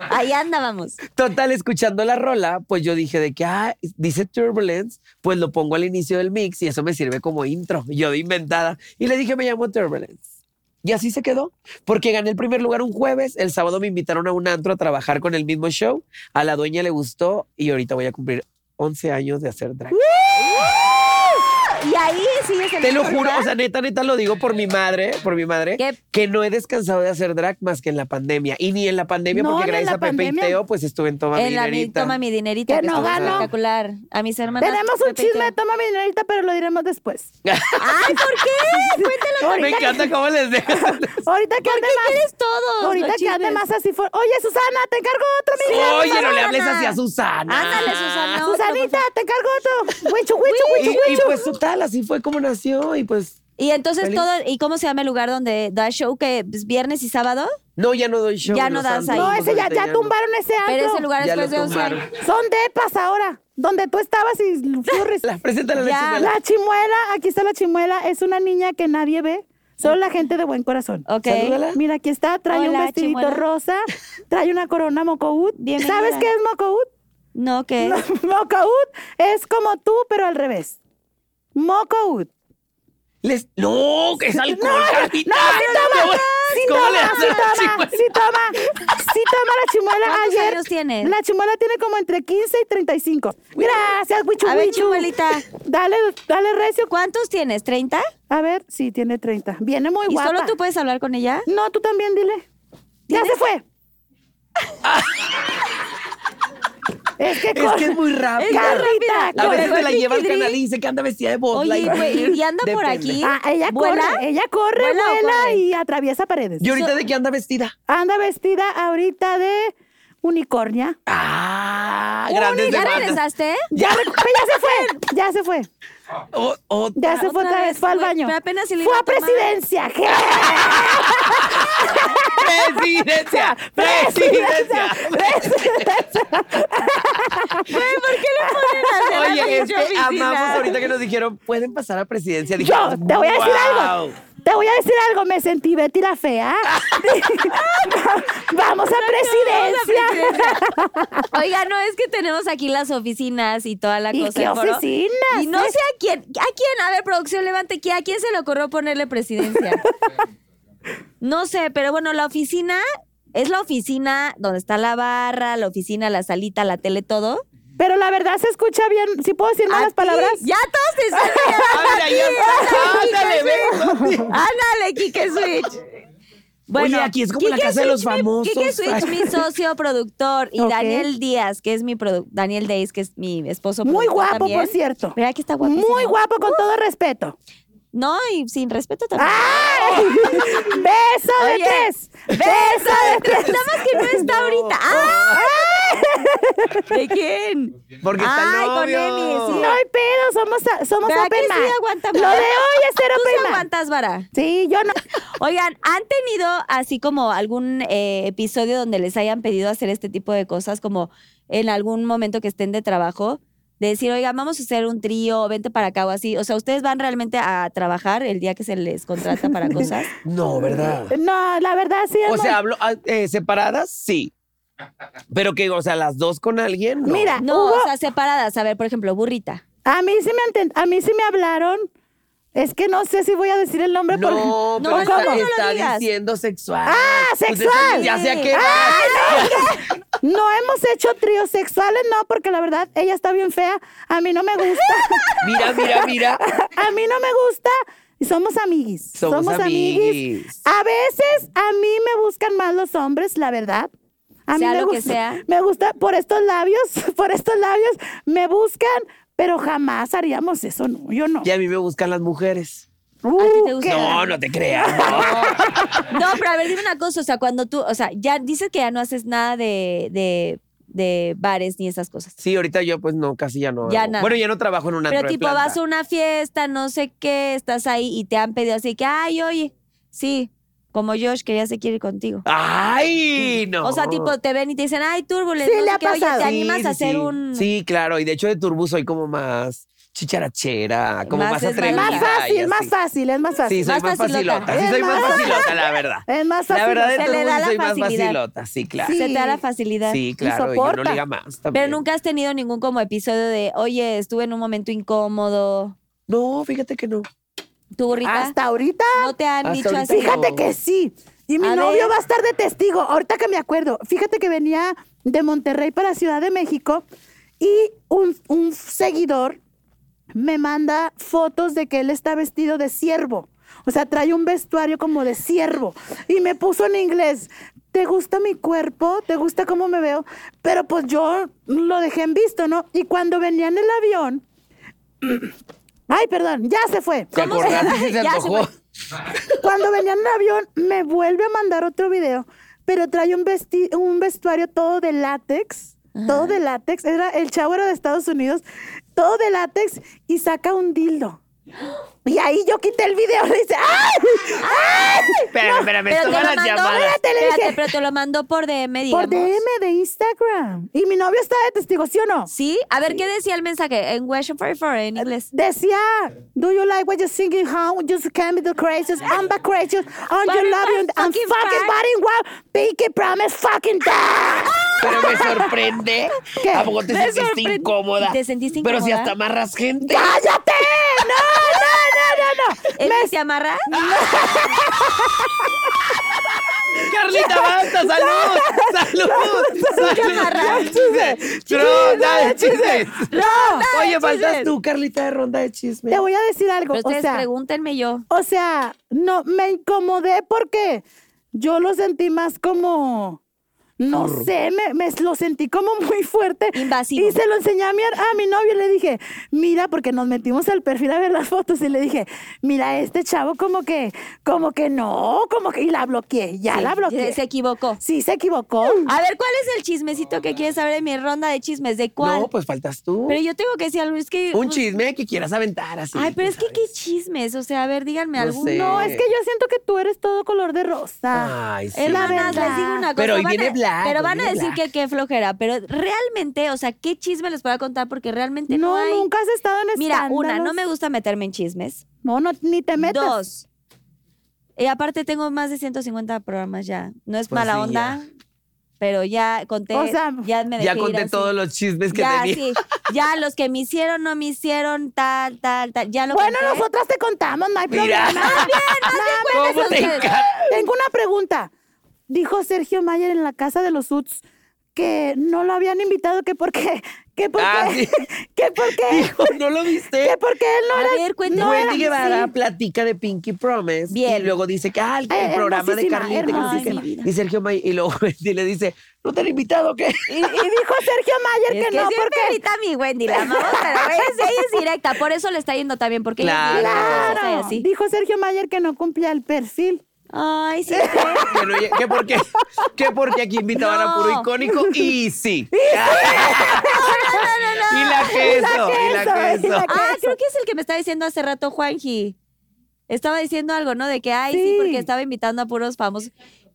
Speaker 3: Ahí andábamos.
Speaker 6: total, escuchando la rola, pues yo dije de que, ah, dice Turbulence, pues lo pongo al inicio del mix y eso me sirve como intro. Yo de inventada. Y le dije, me llamo Turbulence. Y así se quedó, porque gané el primer lugar un jueves, el sábado me invitaron a un antro a trabajar con el mismo show, a la dueña le gustó y ahorita voy a cumplir 11 años de hacer drag.
Speaker 3: Y ahí sí es el
Speaker 6: Te lo
Speaker 3: mejor
Speaker 6: juro,
Speaker 3: lugar.
Speaker 6: o sea, neta, neta, lo digo por mi madre, por mi madre,
Speaker 3: ¿Qué?
Speaker 6: que no he descansado de hacer drag más que en la pandemia. Y ni en la pandemia,
Speaker 5: No,
Speaker 6: porque
Speaker 5: ni en
Speaker 6: gracias
Speaker 5: la
Speaker 6: a Pepe
Speaker 5: pandemia.
Speaker 6: y Teo, pues estuve en Toma
Speaker 3: en la mi-
Speaker 6: Minerita.
Speaker 3: toma mi dinerita.
Speaker 5: Que
Speaker 3: que
Speaker 5: no
Speaker 3: estuvo
Speaker 5: gano.
Speaker 3: Espectacular. A mis hermanas.
Speaker 5: Tenemos un
Speaker 3: Pepe y Teo.
Speaker 5: chisme, toma mi dinerita, pero lo diremos después.
Speaker 3: Ay, ¿por qué? Cuéntalo.
Speaker 6: Me
Speaker 5: Ahorita,
Speaker 6: encanta cómo les dejan.
Speaker 5: ahorita que ande más.
Speaker 3: ¿Quieres todo?
Speaker 5: Ahorita que ande más así. fu- Oye, Susana, te encargo otro, mi hija.
Speaker 6: Oye, no le
Speaker 3: Susana.
Speaker 6: hables así a Susana.
Speaker 3: Ándale, Susana. otro,
Speaker 5: Susanita,
Speaker 3: por favor.
Speaker 5: te encargo otro. Huichu, huichu,
Speaker 6: Y,
Speaker 5: huichu,
Speaker 6: y
Speaker 5: huichu.
Speaker 6: pues total, así fue como nació. Y pues,
Speaker 3: Y entonces
Speaker 6: Feliz.
Speaker 3: todo, ¿y cómo se llama el lugar donde da show que pues, viernes y sábado?
Speaker 6: no, ya no doy show.
Speaker 3: Ya
Speaker 6: en
Speaker 3: no
Speaker 6: los
Speaker 3: das
Speaker 6: antros,
Speaker 3: ahí.
Speaker 5: No,
Speaker 6: pues,
Speaker 5: ese ya,
Speaker 6: ahorita
Speaker 5: ya
Speaker 6: no.
Speaker 5: tumbaron ese antro.
Speaker 3: Pero ese lugar
Speaker 6: Ya
Speaker 3: después
Speaker 6: lo
Speaker 3: de 11
Speaker 6: tumbaron.
Speaker 3: años.
Speaker 5: Son depas ahora, donde tú estabas y furries.
Speaker 6: La presentan a la
Speaker 3: Ya.
Speaker 6: chimuela.
Speaker 5: La chimuela, aquí está la chimuela, es una niña que nadie ve, solo la gente de buen corazón.
Speaker 3: Ok.
Speaker 6: Salúdala.
Speaker 5: Mira, aquí está, trae un
Speaker 3: Hola,
Speaker 5: vestidito
Speaker 3: Chimuela.
Speaker 5: rosa, trae una corona mocout.
Speaker 3: Bienvenida.
Speaker 5: ¿Sabes qué es mocout?
Speaker 3: No, que
Speaker 5: mocout es como tú, pero al revés. Mocout.
Speaker 6: Les- No, que es alcohol, Carlita.
Speaker 5: sí toma, sí
Speaker 6: ¿Cómo le
Speaker 5: toma,
Speaker 6: haces
Speaker 5: sí
Speaker 6: a la
Speaker 5: toma,
Speaker 6: chimuela?
Speaker 5: sí toma, sí toma la chimuela
Speaker 3: ¿Cuántos
Speaker 5: ayer.
Speaker 3: años tienes?
Speaker 5: La chimuela tiene como entre 15 y 35. Gracias, Wichu
Speaker 3: A ver,
Speaker 5: Wichu.
Speaker 3: chimuelita.
Speaker 5: Dale, dale recio.
Speaker 3: ¿Cuántos tienes? ¿30?
Speaker 5: A ver, sí, tiene 30. Viene muy
Speaker 3: ¿Y
Speaker 5: guapa.
Speaker 3: solo tú puedes hablar con ella?
Speaker 5: No, tú también dile. Ya se fue. Es que,
Speaker 6: Es que es muy rápida.
Speaker 5: Carlita,
Speaker 6: A veces
Speaker 3: Corre,
Speaker 6: te la lleva al
Speaker 3: Kikiri.
Speaker 6: canal y dice que anda vestida de voz.
Speaker 3: Oye, güey, y anda por aquí.
Speaker 5: Ah, ella
Speaker 3: ¿Vuela?
Speaker 5: corre, ella corre,
Speaker 3: ¿Vuela
Speaker 5: vuela,
Speaker 3: o corre?
Speaker 5: y atraviesa paredes.
Speaker 6: ¿Y ahorita de qué anda vestida?
Speaker 5: Anda vestida ahorita de unicornia.
Speaker 6: Ah,
Speaker 3: Uni, ¿Ya
Speaker 6: grandes demandas.
Speaker 3: regresaste?
Speaker 5: Ya, recu- ya se fue, ya se fue,
Speaker 6: O- o-
Speaker 5: ya se fue otra vez, fue al
Speaker 3: güey,
Speaker 5: baño.
Speaker 3: pero apenas si le
Speaker 5: fue
Speaker 3: iba
Speaker 5: a,
Speaker 3: a tomar.
Speaker 5: presidencia. ¿qué?
Speaker 6: ¡Presidencia! ¡Presidencia! Oye, es que amamos ahorita que nos dijeron, pueden pasar a presidencia.
Speaker 5: Yo
Speaker 6: Dijimos,
Speaker 5: te voy a decir algo.
Speaker 6: "Wow".
Speaker 5: Te voy a decir algo, me sentí Betty la fea. Vamos a presidencia.
Speaker 3: Oiga, no, es que tenemos aquí las oficinas y toda la
Speaker 5: ¿Y
Speaker 3: cosa.
Speaker 5: qué
Speaker 3: el foro.
Speaker 5: oficinas? ¿eh?
Speaker 3: Y no
Speaker 5: Es-
Speaker 3: sé a quién, a quién, a ver, producción, levante aquí, ¿a quién se le ocurrió ponerle presidencia? No sé, pero bueno, la oficina es la oficina donde está la barra, la oficina, la salita, la tele, todo.
Speaker 5: Pero la verdad se escucha bien. ¿Sí puedo decir
Speaker 3: ¿A
Speaker 5: malas
Speaker 3: ti?
Speaker 5: palabras?
Speaker 3: Ya todos te están
Speaker 6: Ah,
Speaker 3: señalando a
Speaker 6: mira, ya
Speaker 3: ti.
Speaker 6: está. Ándale, ve.
Speaker 3: Ándale, Kike Switch.
Speaker 6: Oye, aquí es como la casa de los
Speaker 3: Switch, mi-
Speaker 6: famosos.
Speaker 3: Kike Switch, mi socio productor, y
Speaker 5: Ok.
Speaker 3: Daniel Díaz, que es mi produ- Daniel Days, que es mi esposo
Speaker 5: Muy
Speaker 3: productor
Speaker 5: guapo,
Speaker 3: también.
Speaker 5: por cierto.
Speaker 3: Mira que está guapo.
Speaker 5: Muy guapo, con todo respeto.
Speaker 3: No, y sin respeto también.
Speaker 5: ¡Ay! ¡Beso de
Speaker 3: Oye,
Speaker 5: tres! ¡Beso de tres!
Speaker 3: Nada más que no está ahorita. ¡Ah! ¿De quién?
Speaker 6: Porque está el
Speaker 3: Ay, con
Speaker 6: novio.
Speaker 3: Emi, sí.
Speaker 5: No hay pedo, somos, somos
Speaker 3: ¿Verdad que
Speaker 5: open
Speaker 3: sí
Speaker 5: mind.
Speaker 3: aguanta
Speaker 5: Lo de
Speaker 3: vara?
Speaker 5: hoy es ser
Speaker 3: Tú sí
Speaker 5: open mind.
Speaker 3: aguantas, Vara.
Speaker 5: Sí, yo no.
Speaker 3: Oigan, ¿han tenido así como algún eh, episodio donde les hayan pedido hacer este tipo de cosas, como en algún momento que estén de trabajo? De decir, oigan, vamos a hacer un trío, vente para acá o así. O sea, ¿ustedes van realmente a trabajar el día que se les contrata para cosas?
Speaker 6: No, ¿verdad?
Speaker 5: No, la verdad sí.
Speaker 6: O
Speaker 5: amor.
Speaker 6: sea, hablo ah, eh, separadas, sí. Pero que, o sea, las dos con alguien. no.
Speaker 5: Mira,
Speaker 3: No,
Speaker 5: hubo-
Speaker 3: o sea, separadas. A ver, por ejemplo, burrita.
Speaker 5: a mí sí me enten- a mí sí me hablaron. Es que no sé si voy a decir el nombre porque
Speaker 6: No,
Speaker 3: No,
Speaker 6: pero
Speaker 3: no,
Speaker 6: está,
Speaker 3: no lo
Speaker 6: está
Speaker 3: digas.
Speaker 6: diciendo sexual.
Speaker 5: ¡Ah,
Speaker 6: Pues
Speaker 5: sexual!
Speaker 6: entonces ya sea que.
Speaker 5: no hemos hecho tríos sexuales, no, porque la verdad ella está bien fea. A mí no me gusta.
Speaker 6: Mira, mira, mira.
Speaker 5: a mí no me gusta. Y somos amiguis.
Speaker 6: Somos
Speaker 5: amiguis.
Speaker 6: amiguis.
Speaker 5: A veces a mí me buscan más los hombres, la verdad. A mí
Speaker 3: Sea
Speaker 5: me
Speaker 3: lo que
Speaker 5: gusta-
Speaker 3: sea.
Speaker 5: Me gusta por estos labios, por estos labios me buscan, pero jamás haríamos eso, no, yo no.
Speaker 6: Y a mí me buscan las mujeres.
Speaker 5: Uh,
Speaker 3: ¿A ti te gusta?
Speaker 5: qué-
Speaker 6: No, no te creas. no.
Speaker 3: No, pero a ver, dime una cosa. O sea, cuando tú, o sea, ya dices que ya no haces nada de, de, de bares ni esas cosas.
Speaker 6: Sí, ahorita yo, pues no, casi ya no.
Speaker 3: Ya
Speaker 6: hago.
Speaker 3: nada.
Speaker 6: Bueno, ya no trabajo en una
Speaker 3: Pero tipo, vas a una fiesta, no sé qué, estás ahí y te han pedido así que, ay, oye, sí, como Josh quería se quiere ir contigo.
Speaker 6: ¡Ay! No.
Speaker 3: Mm. O sea, tipo, te ven y te dicen, ay, Turbulence,
Speaker 5: Sí,
Speaker 3: no
Speaker 5: le
Speaker 3: sé
Speaker 5: ha
Speaker 3: qué, oye,
Speaker 5: pasado.
Speaker 3: ¿te
Speaker 6: Sí,
Speaker 3: animas
Speaker 6: sí,
Speaker 3: a hacer
Speaker 6: sí.
Speaker 3: un...?
Speaker 6: Sí, claro. Y de hecho, de Turbo soy como más chicharachera, como
Speaker 3: Más
Speaker 6: más, atrevida.
Speaker 3: desmadre.
Speaker 5: Más
Speaker 3: Ay,
Speaker 6: y
Speaker 5: fácil, más
Speaker 6: así.
Speaker 5: fácil, es más fácil.
Speaker 6: Sí, soy
Speaker 3: Más
Speaker 6: más,
Speaker 3: facilota.
Speaker 6: facilota. Sí, soy
Speaker 5: Es
Speaker 6: más
Speaker 5: más-
Speaker 6: facilota, la verdad.
Speaker 5: Es más
Speaker 6: La
Speaker 5: fácil.
Speaker 6: verdad, de
Speaker 3: Se
Speaker 6: Turbo
Speaker 3: le da la
Speaker 6: soy más
Speaker 3: facilidad.
Speaker 6: facilota. Sí, claro.
Speaker 3: Se
Speaker 5: sí.
Speaker 3: te da la facilidad.
Speaker 6: Sí, claro. Y, yo no
Speaker 5: soporta.
Speaker 6: liga más también.
Speaker 3: Pero nunca has tenido ningún como episodio de, oye, estuve en un momento incómodo,
Speaker 6: No, fíjate que no.
Speaker 3: tu burrita,
Speaker 5: Hasta ahorita,
Speaker 3: no te han
Speaker 6: hasta
Speaker 3: dicho
Speaker 6: ahorita
Speaker 3: así.
Speaker 5: fíjate que sí. Y mi
Speaker 3: A
Speaker 5: novio
Speaker 3: ver.
Speaker 5: va a estar de testigo, ahorita que me acuerdo. Fíjate que venía de Monterrey para Ciudad de México y un, un seguidor me manda fotos de que él está vestido de ciervo. O sea, trae un vestuario como de ciervo. Y me puso en inglés, ¿te gusta mi cuerpo? ¿Te gusta cómo me veo? Pero pues yo lo dejé en visto, ¿no? Y cuando venía en el avión... Ay, perdón, ya se fue.
Speaker 6: ¿Te
Speaker 3: ¿Cómo se
Speaker 6: acordaste
Speaker 3: llama?
Speaker 6: si se
Speaker 3: Ya se
Speaker 6: antojó?
Speaker 5: Cuando venía en el avión, me vuelve a mandar otro video, pero trae un, vesti- un vestuario todo de látex. Todo de látex. Era, el chavo era de Estados Unidos. Todo de látex y saca un dildo. Y ahí yo quité el video. Le dice, ¡ay! ¡Ay!
Speaker 6: Espérame, espérame,
Speaker 3: Pero te lo
Speaker 6: todas las
Speaker 3: mandó,
Speaker 6: llamadas.
Speaker 5: Espérate, le
Speaker 3: espérate,
Speaker 5: dije.
Speaker 3: pero te lo mandó por DM, digamos.
Speaker 5: Por DM de Instagram. Y mi novio está de testigo, ¿sí o no?
Speaker 3: ¿Sí? A ver, ¿qué decía el mensaje? En Western for en inglés.
Speaker 5: Decía, do you like what you're singing? How you can be the craziest? I'm the craziest.
Speaker 3: But
Speaker 5: And you
Speaker 3: in
Speaker 5: love
Speaker 3: my
Speaker 5: you. I'm
Speaker 3: fucking
Speaker 5: fucking
Speaker 3: back."
Speaker 5: body. Wow. Pinky promise fucking die.
Speaker 6: Pero me sorprende.
Speaker 5: ¿Qué?
Speaker 6: ¿A poco te
Speaker 3: Me
Speaker 6: sentiste
Speaker 3: sorprende.
Speaker 6: incómoda?
Speaker 3: ¿Te sentiste
Speaker 6: Pero si
Speaker 3: incómoda?
Speaker 6: hasta amarras gente.
Speaker 5: ¡Cállate! ¡No, no, no, no, no!
Speaker 3: ¿Él se amarra?
Speaker 6: Carlita, basta, salud, salud,
Speaker 3: amarrar,
Speaker 6: salud. Chismes, Ronda de chismes. Oye, faltas
Speaker 3: chismes.
Speaker 6: tú, Carlita, de ronda de chismes.
Speaker 5: Te voy a decir algo.
Speaker 3: Pero
Speaker 5: O
Speaker 3: ustedes
Speaker 5: sea,
Speaker 3: pregúntenme yo.
Speaker 5: o sea, no, me incomodé porque yo lo sentí más como. No
Speaker 6: Arr.
Speaker 5: sé, me, me lo sentí como muy fuerte.
Speaker 3: Invasivo.
Speaker 5: Y se lo enseñé a mi, her- a mi novio y le dije, mira, porque nos metimos al perfil a ver las fotos y le dije, mira, este chavo como que, como que no, como que, y la bloqueé, ya
Speaker 3: Sí,
Speaker 5: la bloqueé.
Speaker 3: Se equivocó.
Speaker 5: Sí, se equivocó.
Speaker 3: A ver, ¿cuál es el chismecito que quieres saber en mi ronda de chismes? ¿De cuál?
Speaker 6: No, pues faltas tú.
Speaker 3: Pero yo tengo que decir algo, es que... pues,
Speaker 6: Un chisme que quieras aventar así.
Speaker 3: Ay, pero es que
Speaker 6: ¿sabes?
Speaker 3: qué chismes, o sea, a ver, díganme
Speaker 6: No
Speaker 3: alguno.
Speaker 6: sé.
Speaker 5: No, es que yo siento que tú eres todo color de rosa.
Speaker 6: Ay, sí.
Speaker 5: Es la
Speaker 3: Hermanas,
Speaker 5: verdad.
Speaker 3: les digo una cosa.
Speaker 6: Pero hoy
Speaker 3: van a-
Speaker 6: viene Black,
Speaker 3: pero
Speaker 6: hoy
Speaker 3: van a
Speaker 6: viene
Speaker 3: decir
Speaker 6: Black.
Speaker 3: que qué flojera. Pero realmente, o sea, ¿qué chisme les voy a contar? Porque realmente no,
Speaker 5: no,
Speaker 3: hay...
Speaker 5: nunca has estado en
Speaker 3: Mira,
Speaker 5: escándalos.
Speaker 3: una, no me gusta meterme en chismes.
Speaker 5: No, no, ni te metas.
Speaker 3: Dos. Y aparte tengo más de 150 programas ya. No es
Speaker 6: Pues
Speaker 3: mala
Speaker 6: sí,
Speaker 3: onda, pero ya conté...
Speaker 5: O sea,
Speaker 3: ya me
Speaker 6: Ya
Speaker 3: dejé ir
Speaker 6: conté
Speaker 3: así.
Speaker 6: todos los chismes que
Speaker 3: ya,
Speaker 6: tenía.
Speaker 3: sí. Ya los que me hicieron, no me hicieron, tal, tal, tal. Ya lo
Speaker 5: Bueno,
Speaker 3: conté.
Speaker 5: nosotras te contamos, no hay
Speaker 6: Mira.
Speaker 5: problema. No,
Speaker 6: ¿Cómo te
Speaker 3: ustedes.
Speaker 6: encanta?
Speaker 5: Tengo una pregunta. Dijo Sergio Mayer en la casa de los Uts que no lo habían invitado, que porque, que porque,
Speaker 6: Ah, sí.
Speaker 5: que porque,
Speaker 6: Dijo, ¿no lo
Speaker 5: que
Speaker 6: viste?
Speaker 5: porque él no
Speaker 3: A
Speaker 5: era.
Speaker 3: ver, cuéntame.
Speaker 5: no era-
Speaker 6: Wendy Guevara
Speaker 5: sí.
Speaker 6: platica de Pinky Promise
Speaker 3: Bien.
Speaker 6: y luego dice que ah, el,
Speaker 5: Eh,
Speaker 6: programa de
Speaker 5: hermosísima,
Speaker 6: Carlita que no sé
Speaker 5: hermosísima.
Speaker 6: qué. y Sergio May y luego Wendy le dice no te han invitado que
Speaker 5: Y, y dijo Sergio Mayer
Speaker 3: Es
Speaker 5: que,
Speaker 3: que
Speaker 5: no,
Speaker 3: siempre
Speaker 5: porque.
Speaker 3: grita mi Wendy, la amamos, pero es- ella es directa, por eso le está yendo también, porque ella es directa,
Speaker 6: Claro.
Speaker 3: o sea, y
Speaker 5: Claro.
Speaker 3: así.
Speaker 5: Dijo Sergio Mayer que no cumplía el perfil.
Speaker 3: Ay, sí. creo.
Speaker 6: que, no lle- que porque que porque aquí invitaban a puro
Speaker 3: No.
Speaker 6: icónico y sí Ah, y la queso y la
Speaker 5: queso, y la
Speaker 6: queso
Speaker 3: Ah, creo que es el que me estaba diciendo hace rato Juanji. Estaba diciendo algo, ¿no? De que, ay, sí,
Speaker 5: Sí.
Speaker 3: porque estaba invitando a puros famosos.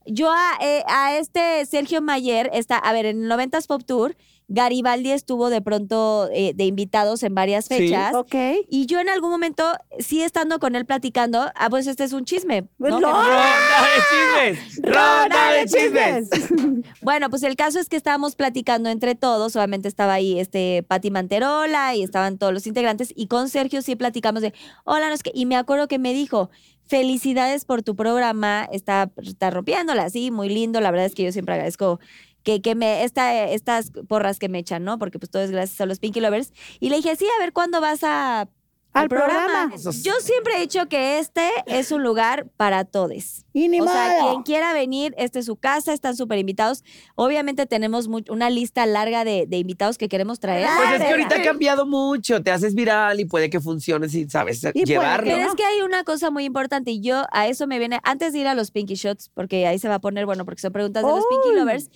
Speaker 3: Yo a, eh, a este Sergio Mayer, está, a ver, en el 90s Pop Tour, Garibaldi estuvo de pronto eh, de invitados en varias
Speaker 6: Sí.
Speaker 3: fechas.
Speaker 5: Ok.
Speaker 3: Y yo en algún momento, sí estando con él platicando, ah, pues este es un chisme. ¿no?
Speaker 5: No.
Speaker 6: ronda de chismes ronda de chismes
Speaker 3: Bueno, pues el caso es que estábamos platicando entre todos, solamente estaba ahí este Pati Manterola y estaban todos los integrantes y con Sergio sí platicamos de, hola, no es que, y me acuerdo que me dijo, felicidades por tu programa, está, está rompiéndola, sí, muy lindo, la verdad es que yo siempre agradezco que, que me, esta, estas porras que me echan, ¿no? Porque pues todo es gracias a los Pinky Lovers. Y le dije, sí, a ver, ¿cuándo vas a...
Speaker 5: Al programa.
Speaker 3: Yo siempre he dicho que este es un lugar para todos.
Speaker 5: Y ni
Speaker 3: O sea,
Speaker 5: modo.
Speaker 3: quien quiera venir, esta es su casa, están súper invitados. Obviamente tenemos mu- una lista larga de, de invitados que queremos traer.
Speaker 6: pues es que
Speaker 5: Claro.
Speaker 6: ahorita ha cambiado mucho te haces viral y puede que funcione sin sabes
Speaker 5: puede
Speaker 6: llevarlo
Speaker 3: Pero es que hay una cosa muy importante y yo a eso me viene, antes de ir a los Pinky Shots, porque ahí se va a poner, bueno, porque son preguntas de los Pinky
Speaker 5: ¡Uy!
Speaker 3: Lovers.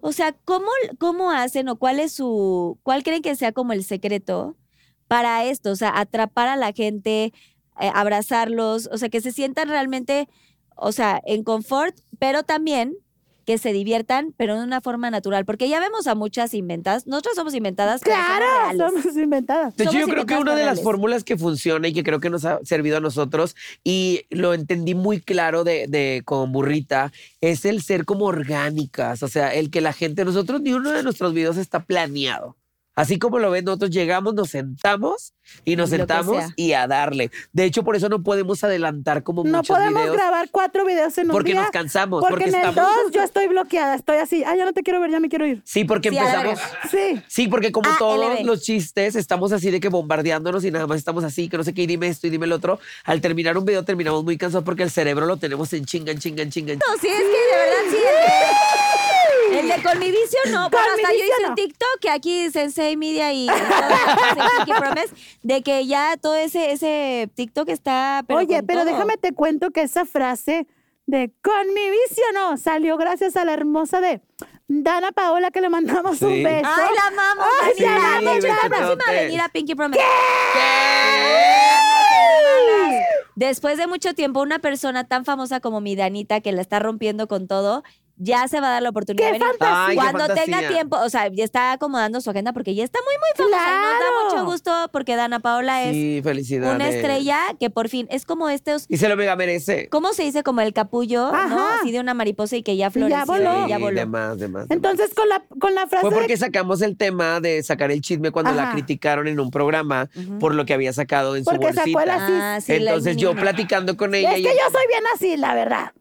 Speaker 3: O sea, ¿cómo, ¿cómo hacen o cuál es su, cuál creen que sea como el secreto para esto? O sea, atrapar a la gente, eh, abrazarlos, o sea, que se sientan realmente, o sea, en confort, pero también que se diviertan, pero de una forma natural, porque ya vemos a muchas inventadas, nosotras somos inventadas, pero somos
Speaker 5: Claro,
Speaker 3: reales.
Speaker 5: somos inventadas.
Speaker 6: De hecho,
Speaker 3: Somos
Speaker 6: yo creo que
Speaker 3: inventadas
Speaker 6: una de las
Speaker 3: reales.
Speaker 6: fórmulas que funciona y que creo que nos ha servido a nosotros y lo entendí muy claro de, de- con Burrita es el ser como orgánicas, o sea, el que la gente, nosotros ni uno de nuestros videos está planeado. Así como lo ven, nosotros llegamos, nos sentamos y nos
Speaker 3: Lo que
Speaker 6: sentamos
Speaker 3: sea.
Speaker 6: y a darle. De hecho, por eso no podemos adelantar como
Speaker 5: No
Speaker 6: muchos
Speaker 5: podemos
Speaker 6: videos
Speaker 5: grabar cuatro videos en un
Speaker 6: porque
Speaker 5: día.
Speaker 6: nos cansamos,
Speaker 5: Porque,
Speaker 6: porque,
Speaker 5: en el
Speaker 6: estamos.
Speaker 5: 2 yo estoy bloqueada, estoy así. Ah, ya no te quiero ver, ya me quiero ir.
Speaker 6: Sí, porque
Speaker 3: Sí, a la
Speaker 6: empezamos.
Speaker 5: Sí.
Speaker 6: Sí, porque como
Speaker 3: Ah,
Speaker 6: todos
Speaker 3: LB.
Speaker 6: los chistes, estamos así de que bombardeándonos y nada más estamos así, que no sé qué, y dime esto y dime el otro. Al terminar un video terminamos muy cansados porque el cerebro lo tenemos en chinga, en chinga, en chinga. en chinga.
Speaker 3: No, sí, es que de verdad sí. el de- El de con mi vicio no, pero
Speaker 5: Con mi
Speaker 3: hasta yo
Speaker 5: vicio
Speaker 3: hice
Speaker 5: no.
Speaker 3: un TikTok que aquí Sensei Media y Sensei Promise de que ya todo ese, ese TikTok está. Pero
Speaker 5: Oye,
Speaker 3: con
Speaker 5: pero
Speaker 3: todo.
Speaker 5: déjame te cuento que esa frase de con mi vicio no salió gracias a la hermosa de Dana Paola que le mandamos
Speaker 6: Sí.
Speaker 5: un beso.
Speaker 3: Ay, la amamos.
Speaker 5: Ay,
Speaker 3: Dani, la
Speaker 5: sí,
Speaker 3: amamos.
Speaker 6: beso
Speaker 3: la próxima a
Speaker 6: enorme.
Speaker 3: venir a Pinky Promise.
Speaker 5: Ay.
Speaker 3: Después de mucho tiempo, una persona tan famosa como mi Danita, que la está rompiendo con todo, ya se va a dar la oportunidad
Speaker 5: ¡Qué
Speaker 3: de venir.
Speaker 6: fantasía! Ay, qué
Speaker 3: Cuando tenga
Speaker 6: fantasía.
Speaker 3: tiempo, o sea, ya está acomodando su agenda porque ya está muy, muy famosa. Y nos da
Speaker 5: ¡Claro!
Speaker 3: mucho gusto porque Dana Paola es
Speaker 6: Sí, felicidades.
Speaker 3: pues, una estrella que por fin es como estos.
Speaker 6: Y se lo mega merece.
Speaker 3: ¿Cómo se dice? Como el capullo, ¿no?
Speaker 5: Ajá.
Speaker 3: Así de una mariposa y que ya floreció.
Speaker 5: Ya voló.
Speaker 3: y ya
Speaker 6: Sí,
Speaker 3: voló.
Speaker 6: de más, de más, de más.
Speaker 5: Entonces con la con la frase
Speaker 6: Fue
Speaker 5: de
Speaker 6: porque sacamos el tema de sacar el chisme cuando la
Speaker 5: Ajá.
Speaker 6: criticaron en un programa por lo que había sacado en
Speaker 5: porque
Speaker 6: su bolsita.
Speaker 5: sacó el así.
Speaker 3: Ah, sí, la
Speaker 6: Entonces yo
Speaker 3: niña.
Speaker 6: platicando con
Speaker 5: Y
Speaker 6: ella
Speaker 5: es que yo soy bien así, la verdad.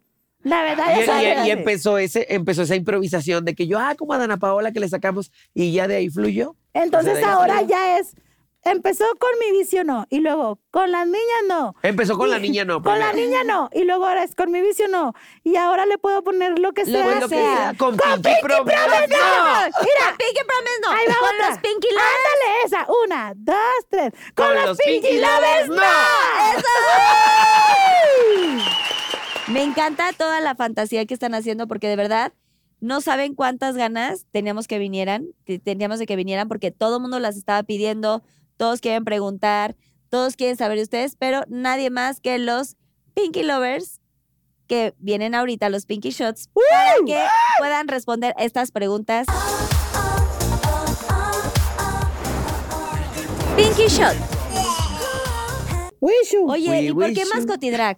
Speaker 5: La verdad
Speaker 6: Y,
Speaker 5: yo soy
Speaker 6: y-
Speaker 5: bien así.
Speaker 6: y empezó, ese, empezó esa improvisación de que yo, ah, como a Dana Paola que le sacamos y ya de ahí fluyó.
Speaker 5: Entonces
Speaker 6: O sea, de ahí
Speaker 5: ahora
Speaker 6: fluyó.
Speaker 5: ya es empezó con mi vicio no, y luego con las niñas no.
Speaker 6: Empezó con la niña, no.
Speaker 5: Con la
Speaker 6: primero.
Speaker 5: niña no, y luego ahora es con mi vicio no, y ahora le puedo poner lo que
Speaker 6: Luego
Speaker 5: sea.
Speaker 6: es lo que
Speaker 5: sea.
Speaker 6: sea. Con Pinky
Speaker 5: Pinky
Speaker 6: Promise,
Speaker 5: Promise,
Speaker 6: no.
Speaker 5: vámonos. Mira,
Speaker 3: Con Pinky Promise no.
Speaker 5: ahí va
Speaker 3: Con
Speaker 5: otra.
Speaker 3: los Pinky Lovers.
Speaker 5: Ándale, esa. Una, dos, tres. Con,
Speaker 6: Con
Speaker 5: las
Speaker 6: los
Speaker 5: Pinky,
Speaker 6: Pinky
Speaker 5: Lovers,
Speaker 6: Lovers,
Speaker 5: no.
Speaker 6: no.
Speaker 3: Me encanta toda la fantasía que están haciendo porque de verdad no saben cuántas ganas teníamos que vinieran, que teníamos de que vinieran porque todo el mundo las estaba pidiendo, todos quieren preguntar, todos quieren saber de ustedes, pero nadie más que los Pinky Lovers que vienen ahorita los Pinky Shots para que puedan responder estas preguntas.
Speaker 7: Pinky Shot.
Speaker 5: Wish you.
Speaker 3: Oye,
Speaker 6: We
Speaker 3: ¿y por qué
Speaker 6: wish you-
Speaker 3: mascotidrag?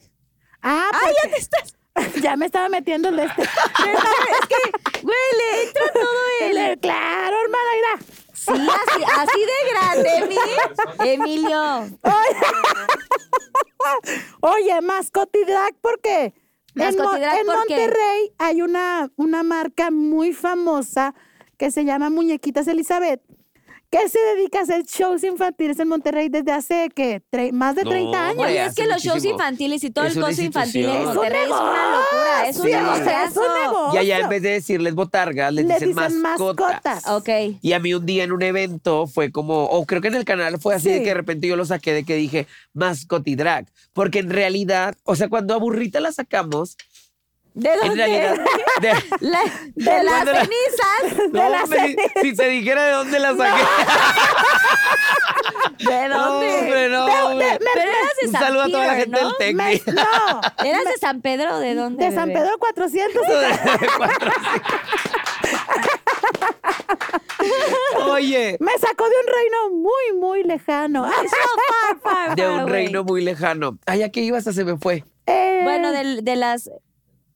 Speaker 5: Ah, ya te estás. ya me estaba metiendo el de este.
Speaker 3: Güey, le entra todo el...
Speaker 5: El- claro, hermana, mira.
Speaker 3: Sí, así, así de grande, Emi. Emilio.
Speaker 5: Oye, Mascotidrag, porque en, Mo-
Speaker 3: Mascotidrag,
Speaker 5: en
Speaker 3: ¿por qué?
Speaker 5: Monterrey hay una, una marca muy famosa que se llama Muñequitas Elizabeth, que se dedica a hacer shows infantiles en Monterrey desde hace, ¿qué? Tre- más de
Speaker 6: No,
Speaker 5: 30 años.
Speaker 6: güey,
Speaker 3: Oye, es
Speaker 6: hace
Speaker 3: que los shows
Speaker 6: muchísimo.
Speaker 3: infantiles y todo
Speaker 6: Es
Speaker 3: el
Speaker 6: una
Speaker 3: costo infantil en
Speaker 6: institución.
Speaker 3: Monterrey es una locura, es un
Speaker 5: Sí, o sea, es un
Speaker 3: negocio.
Speaker 5: negocio.
Speaker 6: Y allá en vez de decirles botargas, les,
Speaker 5: Les
Speaker 6: dicen,
Speaker 5: dicen
Speaker 6: mascotas.
Speaker 5: mascotas.
Speaker 3: Ok.
Speaker 6: Y a mí un día en un evento fue como, o creo que en el canal fue así de
Speaker 5: Sí.
Speaker 6: que de repente yo lo saqué de que dije mascotidrag. Porque en realidad, o sea, cuando a Burrita la sacamos,
Speaker 3: ¿De
Speaker 6: en
Speaker 3: dónde?
Speaker 6: realidad. de-
Speaker 3: La- de las
Speaker 6: ¿Cuándo la-
Speaker 3: cenizas.
Speaker 6: no, hombre, si, si te dijera de dónde la saqué.
Speaker 3: ¿De
Speaker 6: No,
Speaker 3: dónde?
Speaker 6: hombre, no, hombre.
Speaker 3: Pero eras de
Speaker 6: Un
Speaker 3: San
Speaker 6: saludo a toda la
Speaker 3: Peter,
Speaker 6: gente
Speaker 3: ¿no?
Speaker 6: del Tec.
Speaker 5: Me-
Speaker 6: mi-
Speaker 5: no,
Speaker 3: ¿Eras de San Pedro o de dónde?
Speaker 5: de San
Speaker 3: bebé?
Speaker 5: Pedro 400.
Speaker 6: Cuatro, sí. Oye,
Speaker 5: Me sacó de un reino muy, muy lejano.
Speaker 3: So far, far,
Speaker 6: de
Speaker 3: far
Speaker 6: un
Speaker 3: away.
Speaker 6: reino muy lejano. Ay, ¿a qué ibas? Hasta se me fue.
Speaker 5: Eh,
Speaker 3: Bueno, del- de, las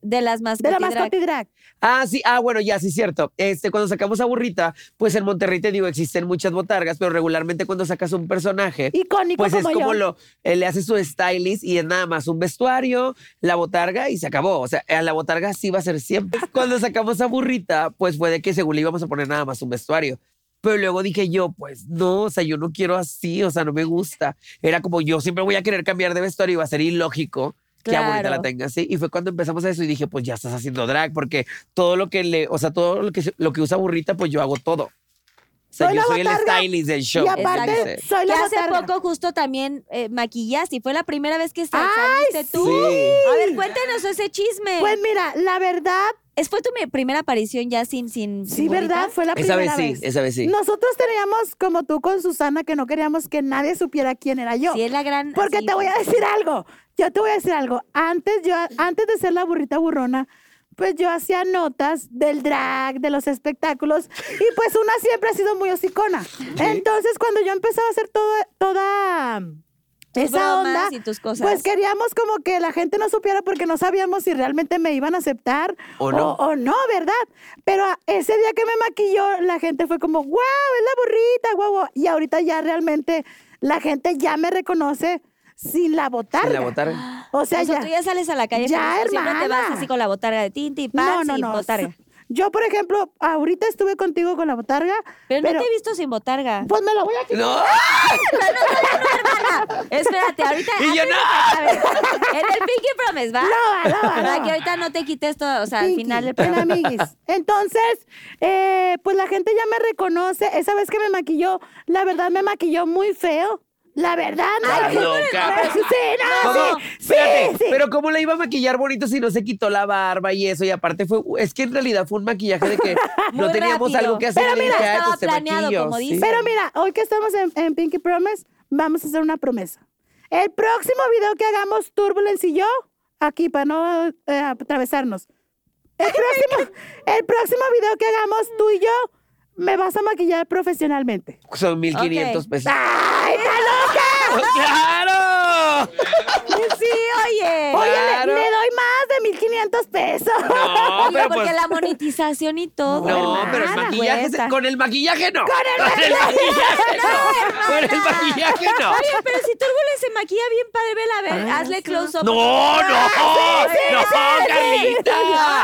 Speaker 3: de las
Speaker 5: de la
Speaker 3: mascotidrag.
Speaker 5: Mascotidrag.
Speaker 6: Ah, sí, ah, bueno, ya, sí, cierto. Este, cuando sacamos a Burrita, pues en Monterrey te digo, existen muchas botargas, pero regularmente cuando sacas un personaje,
Speaker 5: Icónico
Speaker 6: pues
Speaker 5: como
Speaker 6: es
Speaker 5: yo.
Speaker 6: como lo, eh, le haces su stylist y es nada más un vestuario, la botarga y se acabó. O sea, a la botarga sí va a ser siempre. Cuando sacamos a Burrita, pues fue de que según le íbamos a poner nada más un vestuario. Pero luego dije yo, pues no, o sea, yo no quiero así, o sea, no me gusta. Era como yo siempre voy a querer cambiar de vestuario y va a ser ilógico que a Burrita
Speaker 3: Claro.
Speaker 6: la tenga así. Y fue cuando empezamos a eso y dije, pues ya estás haciendo drag, porque todo lo que le, o sea, todo lo que, se- lo que usa Burrita, pues yo hago todo. O sea,
Speaker 5: Soy
Speaker 6: yo
Speaker 5: la
Speaker 6: soy el
Speaker 5: botarga
Speaker 6: stylist del show.
Speaker 5: y aparte,
Speaker 6: entonces.
Speaker 5: soy
Speaker 3: Que
Speaker 5: la
Speaker 3: hace
Speaker 5: botarga.
Speaker 3: poco justo también eh, maquillaste y fue la primera vez que sa-
Speaker 5: ¡Ay,
Speaker 3: saliste tú.
Speaker 6: sí!
Speaker 3: A ver, cuéntanos ese chisme.
Speaker 5: Pues mira, la verdad,
Speaker 3: Es fue tu mi- primera aparición ya sin sin
Speaker 5: sí,
Speaker 3: sin
Speaker 5: verdad,
Speaker 3: gorrita?
Speaker 5: fue la
Speaker 6: Esa
Speaker 5: primera
Speaker 6: vez sí, esa vez sí.
Speaker 5: Nosotros teníamos, como tú con Susana, que no queríamos que nadie supiera quién era yo.
Speaker 3: Sí es la gran
Speaker 5: Porque
Speaker 3: así,
Speaker 5: te voy a decir algo. Yo te voy a decir algo. Antes, yo, antes de ser la burrita burrona, pues yo hacía notas del drag, de los espectáculos, y pues una siempre ha sido muy hocicona. Entonces, cuando yo empezaba a hacer toda, toda
Speaker 3: tus
Speaker 5: esa
Speaker 3: bromas
Speaker 5: onda,
Speaker 3: y tus cosas.
Speaker 5: pues queríamos como que la gente no supiera porque no sabíamos si realmente me iban a aceptar
Speaker 6: O no.
Speaker 5: O, no, ¿verdad? Pero a- ese día que me maquilló, la gente fue como, wow, es la burrita, guau, guau. Y ahorita ya realmente la gente ya me reconoce sin la botarga.
Speaker 6: Sin la botarga.
Speaker 5: O sea,
Speaker 3: O sea,
Speaker 5: ya.
Speaker 3: tú ya sales a la calle,
Speaker 5: Ya,
Speaker 3: pero siempre te vas
Speaker 5: hermana.
Speaker 3: así con la botarga de tinta y
Speaker 5: No,
Speaker 3: pan
Speaker 5: no,
Speaker 3: y
Speaker 5: no.
Speaker 3: botarga.
Speaker 5: Yo, por ejemplo, ahorita estuve contigo con la botarga,
Speaker 3: Pero,
Speaker 5: pero,
Speaker 3: no te he visto sin botarga.
Speaker 5: pues me la voy a quitar.
Speaker 6: No,
Speaker 3: Espérate, ahorita
Speaker 6: y yo no.
Speaker 3: a ver, en el Pinky Promise, ¿va?
Speaker 5: No, no, no.
Speaker 3: Para que ahorita no te quites todo, o sea, al
Speaker 5: Pinky,
Speaker 3: final del
Speaker 5: ven,
Speaker 3: programa.
Speaker 5: amiguis. Entonces, eh, pues la gente ya me reconoce. Esa vez que me maquilló, la verdad me maquilló muy feo. La verdad, no.
Speaker 6: Ay,
Speaker 5: Sí,
Speaker 6: loca.
Speaker 5: no,
Speaker 6: ¿Cómo?
Speaker 5: sí, sí,
Speaker 6: Espérate,
Speaker 5: sí.
Speaker 6: pero ¿cómo la iba a maquillar bonito si no se quitó la barba y eso? Y aparte fue, es que en realidad fue un maquillaje de que no
Speaker 3: Muy
Speaker 6: teníamos
Speaker 3: rápido.
Speaker 6: algo que hacer.
Speaker 3: Pero
Speaker 6: y
Speaker 3: mira,
Speaker 6: dije, ay,
Speaker 3: estaba
Speaker 6: pues te
Speaker 3: planeado,
Speaker 6: maquillo,
Speaker 3: como
Speaker 6: sí.
Speaker 3: dice.
Speaker 5: Pero mira, hoy que estamos en, en Pinky Promise, vamos a hacer una promesa. El próximo video que hagamos, Turbulence y yo, aquí para no eh, atravesarnos. El próximo, el próximo video que hagamos, tú y yo, me vas a maquillar profesionalmente.
Speaker 6: Son 1500 pesos.
Speaker 3: Ah.
Speaker 5: ¡Ay, está loca!
Speaker 6: ¡Claro!
Speaker 3: Sí, oye.
Speaker 5: Oye, le-
Speaker 6: Claro.
Speaker 5: le, doy más de 1500 pesos.
Speaker 6: No,
Speaker 3: Oye,
Speaker 6: pero
Speaker 3: porque
Speaker 6: pues-
Speaker 3: la monetización y todo.
Speaker 6: No,
Speaker 3: hermana,
Speaker 6: pero el maquillaje, se-
Speaker 3: cuesta.
Speaker 6: con el maquillaje no. Con el maquillaje no. Con el maquillaje no.
Speaker 3: Oye, pero si Turbulence se maquilla bien padre, vela, a ver, hazle close up.
Speaker 6: ¡Oh, No, no, no,
Speaker 3: Ah, sí, sí, sí,
Speaker 6: ¡Carlita!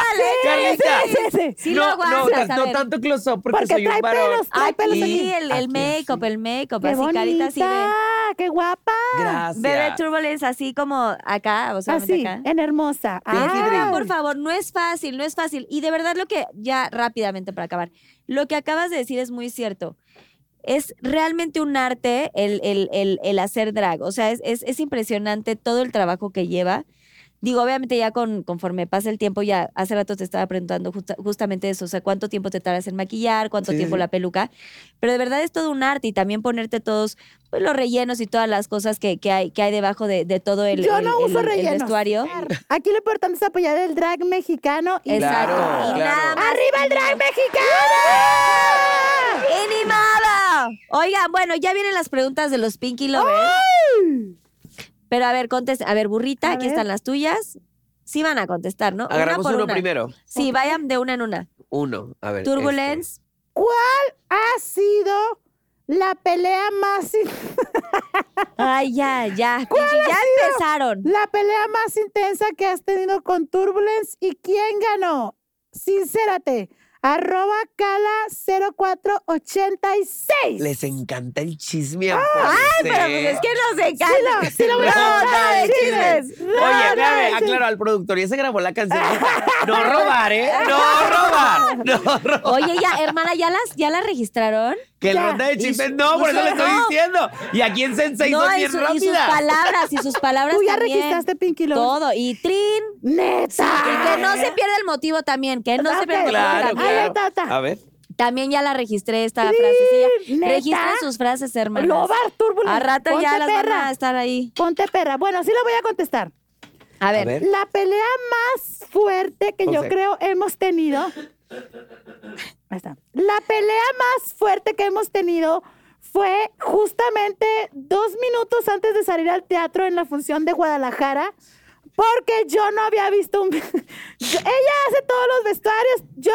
Speaker 3: ¡Dale!
Speaker 6: ¡Carlita!
Speaker 5: Sí, sí, sí.
Speaker 3: Sí lo
Speaker 6: no, no,
Speaker 3: aguantas,
Speaker 6: tan-
Speaker 3: a
Speaker 6: no
Speaker 3: ver.
Speaker 6: tanto close-up porque,
Speaker 5: Porque
Speaker 6: soy un
Speaker 5: trae
Speaker 6: varón.
Speaker 5: pelos, trae pelos
Speaker 3: Aquí
Speaker 5: aquí.
Speaker 3: el, el
Speaker 6: Aquí,
Speaker 3: make-up, ¿eh? el make-up,
Speaker 5: ¡Qué
Speaker 3: así
Speaker 5: bonita!
Speaker 3: carita así de...
Speaker 5: ¡Qué guapa!
Speaker 6: Gracias.
Speaker 3: Bebé Turbulence así como acá,
Speaker 6: Ah,
Speaker 3: o sea,
Speaker 5: Así,
Speaker 3: acá.
Speaker 5: en hermosa.
Speaker 3: Les
Speaker 5: ¡Ah!
Speaker 3: digo, por favor, no es fácil, no es fácil. Y de verdad lo que, ya rápidamente para acabar, lo que acabas de decir es muy cierto. Es realmente un arte el, el- el- el hacer drag. O sea, es, es- es impresionante todo el trabajo que lleva. Digo, obviamente ya con, conforme pasa el tiempo, ya hace rato te estaba preguntando justa- justamente eso, o sea, cuánto tiempo te tardas en maquillar, cuánto
Speaker 6: Sí, sí,
Speaker 3: tiempo
Speaker 6: sí.
Speaker 3: la peluca, pero de verdad es todo un arte y también ponerte todos pues, los rellenos y todas las cosas que, que hay, que hay debajo de, de todo el,
Speaker 5: Yo
Speaker 3: el-
Speaker 5: no
Speaker 3: el-
Speaker 5: uso
Speaker 3: el
Speaker 5: rellenos.
Speaker 3: vestuario.
Speaker 5: Aquí lo importante es apoyar el drag mexicano. Y
Speaker 3: Exacto.
Speaker 6: Claro,
Speaker 3: y
Speaker 6: claro.
Speaker 3: nada más.
Speaker 5: ¡Arriba el drag mexicano!
Speaker 3: ¡Inimada! Oigan, bueno, ya vienen las preguntas de los Pinky Lovers. Pero a ver, contesta. A ver, burrita,
Speaker 5: A
Speaker 3: aquí
Speaker 5: ver.
Speaker 3: están las tuyas. Sí van a contestar, ¿no? Una
Speaker 6: Agarramos
Speaker 3: por
Speaker 6: uno
Speaker 3: una.
Speaker 6: primero. Este.
Speaker 3: Sí, vayan de una en una.
Speaker 6: Uno. A ver.
Speaker 3: Turbulence.
Speaker 5: ¿Cuál ha sido la pelea más in-
Speaker 3: Ay, ya, ya. Pinky, ya empezaron.
Speaker 5: la pelea más intensa que has tenido con Turbulence y quién ganó? Sincérate. Arroba cala 0486.
Speaker 6: este. Les encanta el chisme.
Speaker 3: Ah, Ay, pero pues es que nos encanta.
Speaker 5: Sí lo voy a
Speaker 3: Ronda
Speaker 5: contar,
Speaker 3: de chismes.
Speaker 6: Oye,
Speaker 5: Ronda de
Speaker 6: espérame,
Speaker 5: chismes.
Speaker 6: aclaro al productor. Ya se grabó la canción. No robar, ¿eh? No robar. No robar.
Speaker 3: Oye, ya, hermana, ¿ya las, ya las registraron?
Speaker 6: Que
Speaker 5: Ya.
Speaker 6: la ronda de chismes. No,
Speaker 3: y
Speaker 6: por eso
Speaker 3: su-
Speaker 6: le estoy
Speaker 3: no.
Speaker 6: diciendo. Y aquí en Sensei son
Speaker 3: y,
Speaker 6: bien
Speaker 3: su- y sus
Speaker 6: rápidas.
Speaker 3: palabras, y sus palabras
Speaker 5: Tú ya
Speaker 3: también.
Speaker 5: registraste Pinky Lovers.
Speaker 3: Todo. Y Trin,
Speaker 5: ¡Neta!
Speaker 3: Que, que no se pierda el motivo también, que no se
Speaker 5: Ok.
Speaker 3: pierda el motivo
Speaker 6: Claro,
Speaker 3: también.
Speaker 5: Ay,
Speaker 6: claro.
Speaker 5: ta, ta.
Speaker 6: A ver.
Speaker 3: También ya la registré esta
Speaker 5: Sí,
Speaker 3: frasecilla.
Speaker 5: ¿neta?
Speaker 3: Registren sus frases, hermanas.
Speaker 5: Lobar Turbulence.
Speaker 3: A rato
Speaker 5: Ponte
Speaker 3: ya las
Speaker 5: perra.
Speaker 3: van a estar ahí.
Speaker 5: Ponte perra. Bueno, sí lo voy a contestar.
Speaker 3: A ver.
Speaker 6: A ver.
Speaker 5: La pelea más fuerte que yo
Speaker 6: José.
Speaker 5: creo hemos tenido. Ahí está. La pelea más fuerte que hemos tenido fue justamente dos minutos antes de salir al teatro en la función de Guadalajara. Porque yo no había visto un. Yo- ella hace todos los vestuarios. Yo.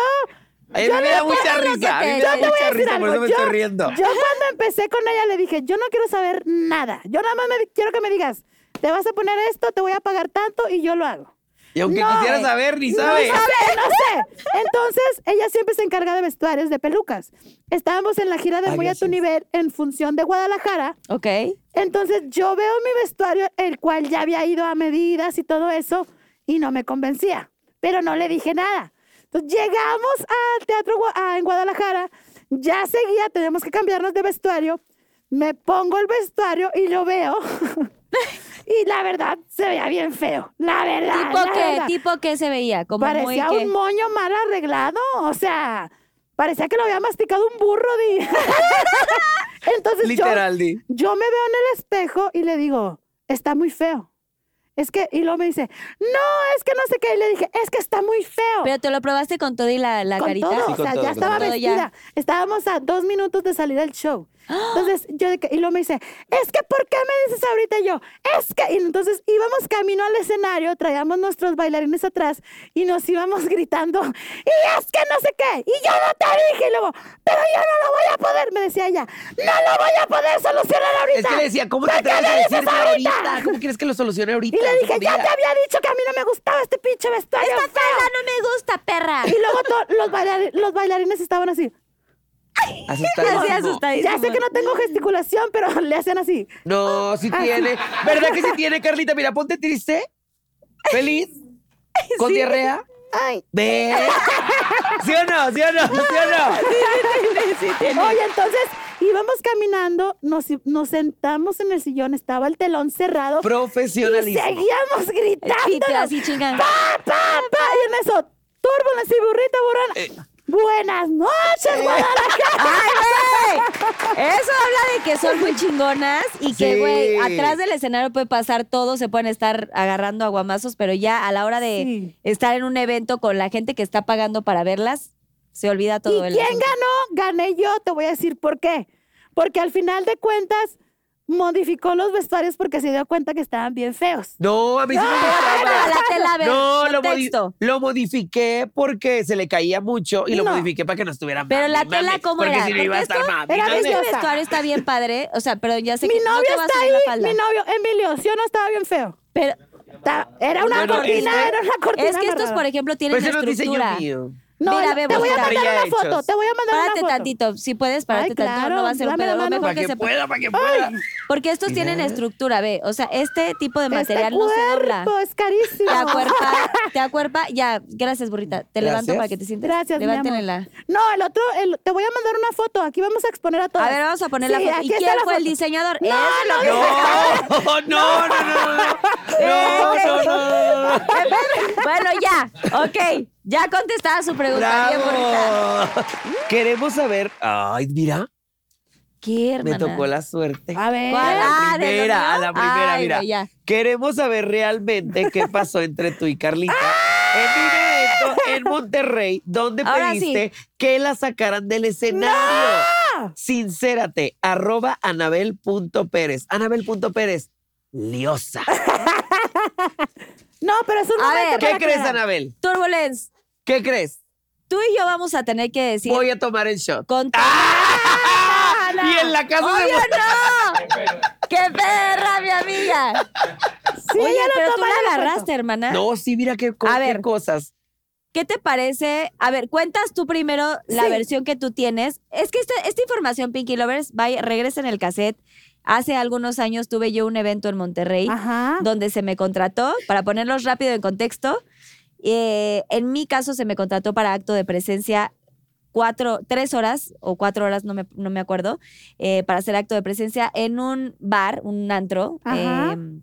Speaker 6: A mí
Speaker 5: yo
Speaker 6: me
Speaker 5: le
Speaker 6: da
Speaker 5: pongo
Speaker 6: mucha
Speaker 5: lo que
Speaker 6: risa. A mí
Speaker 3: te-
Speaker 6: me
Speaker 3: Yo
Speaker 6: da
Speaker 3: te voy a
Speaker 6: mucha
Speaker 5: decir
Speaker 6: risa. Por
Speaker 5: algo,
Speaker 6: eso me
Speaker 5: yo-
Speaker 6: estoy riendo.
Speaker 5: Yo cuando empecé con ella le dije, yo no quiero saber nada. Yo nada más me- quiero que me digas, te vas a poner esto, te voy a pagar tanto y yo lo hago.
Speaker 6: Y aunque
Speaker 5: No,
Speaker 6: quisiera
Speaker 5: eh,
Speaker 6: saber, ni sabe.
Speaker 5: No sabe, no sé. Entonces, ella siempre se encarga de vestuarios, de pelucas. Estábamos en la gira de
Speaker 6: Ay,
Speaker 5: Muy a tu
Speaker 6: gracias.
Speaker 5: nivel en función de Guadalajara.
Speaker 3: Ok.
Speaker 5: Entonces, yo veo mi vestuario, el cual ya había ido a medidas y todo eso, y no me convencía. Pero no le dije nada. Entonces, llegamos al teatro Gua- a- en Guadalajara. Ya seguía, tenemos que cambiarnos de vestuario. Me pongo el vestuario y lo veo. y la verdad, se veía bien feo. La verdad.
Speaker 3: ¿Tipo
Speaker 5: la
Speaker 3: qué?
Speaker 5: verdad.
Speaker 3: ¿Tipo qué se veía? Como muy
Speaker 5: Ah, Parecía
Speaker 3: que...
Speaker 5: un moño mal arreglado, o sea, parecía que lo había masticado un burro. Di. Entonces
Speaker 6: Literal,
Speaker 5: yo,
Speaker 6: di.
Speaker 5: yo me veo en el espejo y le digo, está muy feo. Es que, y luego me dice, no, es que no sé qué. Y le dije, es que está muy feo.
Speaker 3: Pero te lo probaste con todo y la, la
Speaker 5: con
Speaker 3: carita.
Speaker 5: todo,
Speaker 6: Sí,
Speaker 5: o
Speaker 6: con
Speaker 5: sea,
Speaker 6: todo,
Speaker 5: ya
Speaker 6: con
Speaker 5: estaba
Speaker 3: todo. Todo ya.
Speaker 5: vestida. Estábamos a dos minutos de salir del show. Entonces, yo de que, y luego me dice, es que, ¿por qué me dices ahorita Y yo? Es que, y entonces íbamos camino al escenario, traíamos nuestros bailarines atrás y nos íbamos gritando, y es que no sé qué, y yo no te dije, y luego, pero yo no lo voy a poder, me decía ella, no lo voy a poder solucionar ahorita.
Speaker 6: Es que le decía, ¿cómo te
Speaker 5: ¿Por qué
Speaker 6: atreves
Speaker 5: me
Speaker 6: a
Speaker 5: dices
Speaker 6: decirme ahorita? ¿Cómo quieres que lo solucione ahorita?
Speaker 5: Y le dije,
Speaker 6: Un
Speaker 5: ya
Speaker 6: día.
Speaker 5: te había dicho que a mí no me gustaba este pinche vestuario.
Speaker 3: ¡Esta
Speaker 5: feo".
Speaker 3: falda no me gusta, perra!
Speaker 5: Y luego to- los, bailar- los bailarines estaban así.
Speaker 6: Asustadísimo.
Speaker 3: Así asustadísimo.
Speaker 5: Ya sé que no tengo gesticulación, pero le hacen así.
Speaker 6: No, sí
Speaker 5: Ah.
Speaker 6: tiene. ¿Verdad que sí tiene, Carlita? Mira, ponte triste, feliz, con diarrea.
Speaker 5: Ay.
Speaker 6: ¿Ve? ¿Sí o no? ¿Sí o no? ¿Sí o no?
Speaker 5: Oye, entonces íbamos caminando, nos, nos sentamos en el sillón, estaba el telón cerrado. Y
Speaker 6: Profesionalismo.
Speaker 5: seguíamos
Speaker 3: Y te
Speaker 5: gritando.
Speaker 3: así chingan.
Speaker 5: ¡Pa, pa, pa! Y en eso, turbulence y burrito, burrón.
Speaker 6: Eh.
Speaker 5: Buenas noches, Guadalajara.
Speaker 3: ¡Ay, güey! Eso habla de que son muy chingonas y que,
Speaker 6: Sí.
Speaker 3: güey, atrás del escenario puede pasar todo, se pueden estar agarrando aguamazos, pero ya a la hora de
Speaker 5: Sí.
Speaker 3: estar en un evento con la gente que está pagando para verlas, se olvida todo
Speaker 5: ¿Y
Speaker 3: el
Speaker 5: quién
Speaker 3: asunto.
Speaker 5: ganó? Gané yo, te voy a decir por qué. Porque al final de cuentas, modificó los vestuarios porque se dio cuenta que estaban bien feos.
Speaker 6: No, a mí sí me
Speaker 3: Ah,
Speaker 6: gustaba.
Speaker 3: bueno, la tela, a ver,
Speaker 6: No, lo, modi-
Speaker 3: contexto.
Speaker 6: lo modifiqué porque se le caía mucho y lo
Speaker 5: No.
Speaker 6: modifiqué para que no estuviera mal.
Speaker 3: Pero la tela, ¿cómo
Speaker 6: porque
Speaker 3: era?
Speaker 6: si no iba a
Speaker 3: Porque
Speaker 6: estar
Speaker 3: esto
Speaker 6: mal.
Speaker 5: era
Speaker 3: Este
Speaker 5: Maravillosa.
Speaker 3: vestuario está bien padre, o sea, pero ya sé
Speaker 5: Mi
Speaker 3: que no
Speaker 5: novio
Speaker 3: te vas
Speaker 5: está
Speaker 3: a subir
Speaker 5: ahí,
Speaker 3: la falda.
Speaker 5: mi novio, Emilio, ¿sí o no estaba bien feo?
Speaker 3: Pero,
Speaker 5: Está- era una
Speaker 6: Bueno,
Speaker 5: cortina,
Speaker 6: este-
Speaker 5: era una cortina.
Speaker 3: Es que estos,
Speaker 5: amarrada.
Speaker 3: por ejemplo, tienen
Speaker 6: Pero ese no es diseño
Speaker 3: estructura.
Speaker 6: mío.
Speaker 5: No,
Speaker 3: Mira,
Speaker 5: no,
Speaker 3: ve,
Speaker 5: te voy a
Speaker 3: Bojita.
Speaker 5: mandar una
Speaker 6: Ya
Speaker 5: foto,
Speaker 6: hechos.
Speaker 5: te voy a mandar
Speaker 3: Párate
Speaker 5: una foto.
Speaker 3: tantito, si puedes, párate
Speaker 5: Ay,
Speaker 3: tantito. No,
Speaker 5: claro,
Speaker 3: va a ser un
Speaker 5: dame la
Speaker 3: pedo.
Speaker 5: mano.
Speaker 3: mejor
Speaker 6: Para
Speaker 3: que
Speaker 6: que
Speaker 3: se-
Speaker 6: pueda, para que pueda.
Speaker 3: Porque estos
Speaker 6: Mira.
Speaker 3: tienen estructura, ve. O sea, este tipo de
Speaker 5: Este
Speaker 3: material no se dobla.
Speaker 5: cuerpo es carísimo.
Speaker 3: Te acuerpa, te acuerpa. Ya, gracias, burrita. Te levanto
Speaker 6: Gracias.
Speaker 3: para que te sientes.
Speaker 5: Gracias, mi amor.
Speaker 3: Levántenle la.
Speaker 5: No, el otro, el- te voy a mandar una foto. Aquí vamos a exponer a todos.
Speaker 3: A ver, vamos a poner la
Speaker 5: Sí,
Speaker 3: foto.
Speaker 5: aquí
Speaker 3: ¿Y
Speaker 5: está
Speaker 3: quién
Speaker 5: la
Speaker 3: fue el
Speaker 5: foto.
Speaker 3: diseñador?
Speaker 5: No,
Speaker 3: Eso
Speaker 5: no,
Speaker 3: es lo que-
Speaker 6: No, no, no, no, no. No, no, no, no.
Speaker 3: Bueno, ya. Ok. Ya contestada su pregunta. Bien, burrita.
Speaker 6: Bravo. Queremos saber. Ay, mira,
Speaker 3: ¿Qué,
Speaker 6: me
Speaker 3: hermana?
Speaker 6: tocó la suerte.
Speaker 5: A ver.
Speaker 3: ¿Cuál?
Speaker 6: A
Speaker 3: Ah, ¿de lo
Speaker 6: la
Speaker 3: mío?
Speaker 6: primera, a la primera,
Speaker 3: Ay,
Speaker 6: mira.
Speaker 3: güey, ya.
Speaker 6: Queremos saber realmente qué pasó entre tú y Carlita. En un evento en Monterrey, donde
Speaker 3: Ahora
Speaker 6: pediste que la sacaran del escenario. Sincérate, arroba anabel.pérez. Anabel.pérez, liosa.
Speaker 5: No, pero es un
Speaker 3: A
Speaker 5: momento
Speaker 3: ver.
Speaker 6: ¿Qué
Speaker 5: para
Speaker 6: crees,
Speaker 5: aclarar.
Speaker 6: Anabel?
Speaker 3: Turbulence,
Speaker 6: ¿Qué crees?
Speaker 3: tú y yo vamos a tener que decir.
Speaker 6: Voy a tomar el shot.
Speaker 3: con
Speaker 6: ¡Ah! Y en la casa de
Speaker 3: ¡Obvio no! ¡Qué perra, mi amiga!
Speaker 5: Sí,
Speaker 3: Oye,
Speaker 5: ya lo
Speaker 3: pero tú
Speaker 5: tomaré
Speaker 3: la
Speaker 5: la foto.
Speaker 3: agarraste, hermana.
Speaker 6: No, sí, mira qué, co-
Speaker 3: A
Speaker 6: qué
Speaker 3: ver.
Speaker 6: cosas.
Speaker 3: ¿Qué te parece? A ver, cuentas tú primero la
Speaker 5: Sí.
Speaker 3: versión que tú tienes. Es que esta, esta información, Pinky Lovers, vaya, regresa en el cassette. Hace algunos años tuve yo un evento en Monterrey
Speaker 5: Ajá.
Speaker 3: donde se me contrató, para ponerlos rápido en contexto, eh, en mi caso se me contrató para acto de presencia cuatro, tres horas o cuatro horas, no me, no me acuerdo, eh, para hacer acto de presencia en un bar, un antro,
Speaker 5: Ajá.
Speaker 3: eh,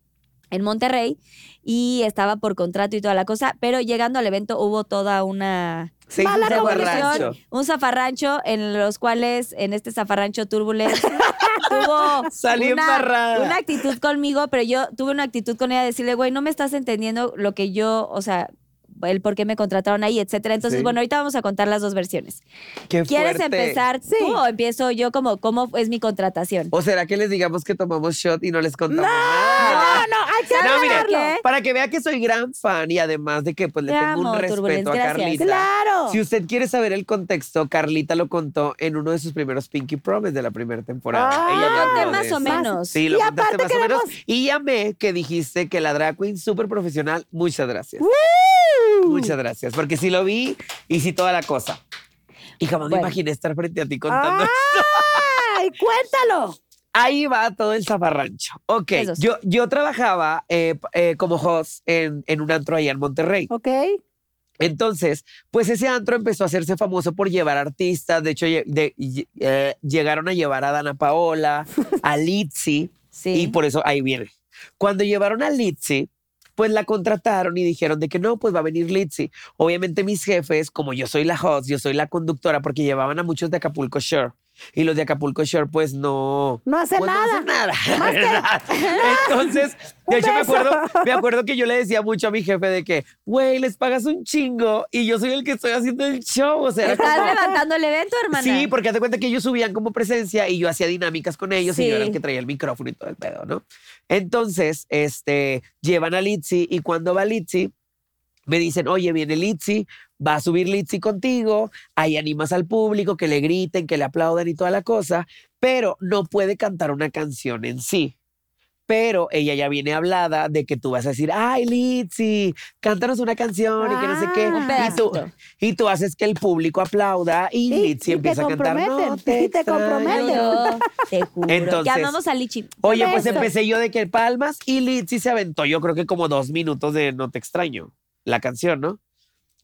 Speaker 3: en Monterrey, y estaba por contrato y toda la cosa, pero llegando al evento hubo toda una
Speaker 6: Se
Speaker 5: Mala
Speaker 6: hizo
Speaker 5: revolución.
Speaker 6: borracho.
Speaker 3: un zafarrancho en los cuales en este zafarrancho turbulence tuvo
Speaker 6: Salí
Speaker 3: una,
Speaker 6: embarrada.
Speaker 3: una actitud conmigo, pero yo tuve una actitud con ella decirle, güey, no me estás entendiendo lo que yo, o sea, el por qué me contrataron ahí, etcétera. Entonces,
Speaker 6: Sí.
Speaker 3: bueno, ahorita vamos a contar las dos versiones.
Speaker 6: Qué
Speaker 3: ¿Quieres
Speaker 6: fuerte.
Speaker 3: empezar
Speaker 5: Sí.
Speaker 3: tú o empiezo yo como cómo es mi contratación?
Speaker 6: ¿O será que les digamos que tomamos shot y no les contamos
Speaker 5: No,
Speaker 6: nada?
Speaker 5: no, hay que
Speaker 6: No, mira,
Speaker 5: aclararlo.
Speaker 3: ¿Qué?
Speaker 6: para que vea que soy gran fan y además de que pues le
Speaker 3: Te
Speaker 6: tengo
Speaker 3: amo,
Speaker 6: un respeto
Speaker 3: Turbulence,
Speaker 6: a
Speaker 3: gracias.
Speaker 6: Carlita.
Speaker 5: Claro.
Speaker 6: Si usted quiere saber el contexto, Carlita lo contó en uno de sus primeros Pinky Promise de la primera temporada.
Speaker 5: Ah,
Speaker 6: Ella
Speaker 5: lo
Speaker 6: habló
Speaker 3: conté
Speaker 6: de
Speaker 3: más o
Speaker 6: eso.
Speaker 3: menos.
Speaker 6: Sí, lo
Speaker 5: Y
Speaker 6: contaste
Speaker 5: aparte
Speaker 6: más o menos.
Speaker 5: queremos-
Speaker 6: Y llamé que dijiste que la drag queen súper profesional. Muchas gracias.
Speaker 5: Uh.
Speaker 6: Muchas gracias. Porque sí lo vi y sí toda la cosa. Y jamás
Speaker 3: Bueno.
Speaker 6: me imaginé estar frente a ti
Speaker 5: Ah.
Speaker 6: contando.
Speaker 5: ¡Ay, cuéntalo!
Speaker 6: Ahí va todo el zafarrancho. Ok,
Speaker 3: Eso sí.
Speaker 6: yo, yo trabajaba eh, eh, como host en, en un antro allá en Monterrey.
Speaker 5: ¿Ok?
Speaker 6: Entonces, pues ese antro empezó a hacerse famoso por llevar artistas. De hecho, lle- de- lle- eh, llegaron a llevar a Dana Paola, a Litzy,
Speaker 3: Sí.
Speaker 6: y por eso ahí viene. Cuando llevaron a Litzy, pues la contrataron y dijeron de que no, pues va a venir Litzy. Obviamente mis jefes, como yo soy la host, yo soy la conductora, porque llevaban a muchos de Acapulco Shore. Y los de Acapulco Shore, pues no...
Speaker 5: No hace
Speaker 6: pues,
Speaker 5: nada.
Speaker 6: No hacen nada. Entonces, de
Speaker 5: Un
Speaker 6: hecho, me
Speaker 5: beso.
Speaker 6: acuerdo, me acuerdo que yo le decía mucho a mi jefe de que, güey, les pagas un chingo y yo soy el que estoy haciendo el show. O sea, era
Speaker 3: Estás
Speaker 6: como-
Speaker 3: levantando el evento, hermana.
Speaker 6: Sí, porque haz de cuenta que ellos subían como presencia y yo hacía dinámicas con ellos y yo era el
Speaker 3: Sí.
Speaker 6: que traía el micrófono y todo el pedo, ¿no? Entonces, este, llevan a Litzy y cuando va Litzy, me dicen, oye, viene Litzy, va a subir Litzy contigo, ahí animas al público, que le griten, que le aplaudan y toda la cosa, pero no puede cantar una canción en sí. Pero ella ya viene hablada de que tú vas a decir, ay, Litzy, cántanos una canción y que no sé qué.
Speaker 5: Ah. Un
Speaker 6: y tú,
Speaker 3: pedacito.
Speaker 6: y tú haces que el público aplauda y
Speaker 5: Sí, y te
Speaker 6: Litzy empieza a cantar.
Speaker 5: comprometen,
Speaker 6: "No te
Speaker 5: y te
Speaker 6: extraño".
Speaker 3: Ay,
Speaker 5: comprometen.
Speaker 3: yo te juro.
Speaker 6: Entonces-
Speaker 3: Llamamos a Lichi.
Speaker 6: Oye, pues
Speaker 5: Eso.
Speaker 6: empecé yo de que palmas y Litzy se aventó, yo creo que como dos minutos de No te extraño, la canción, ¿no?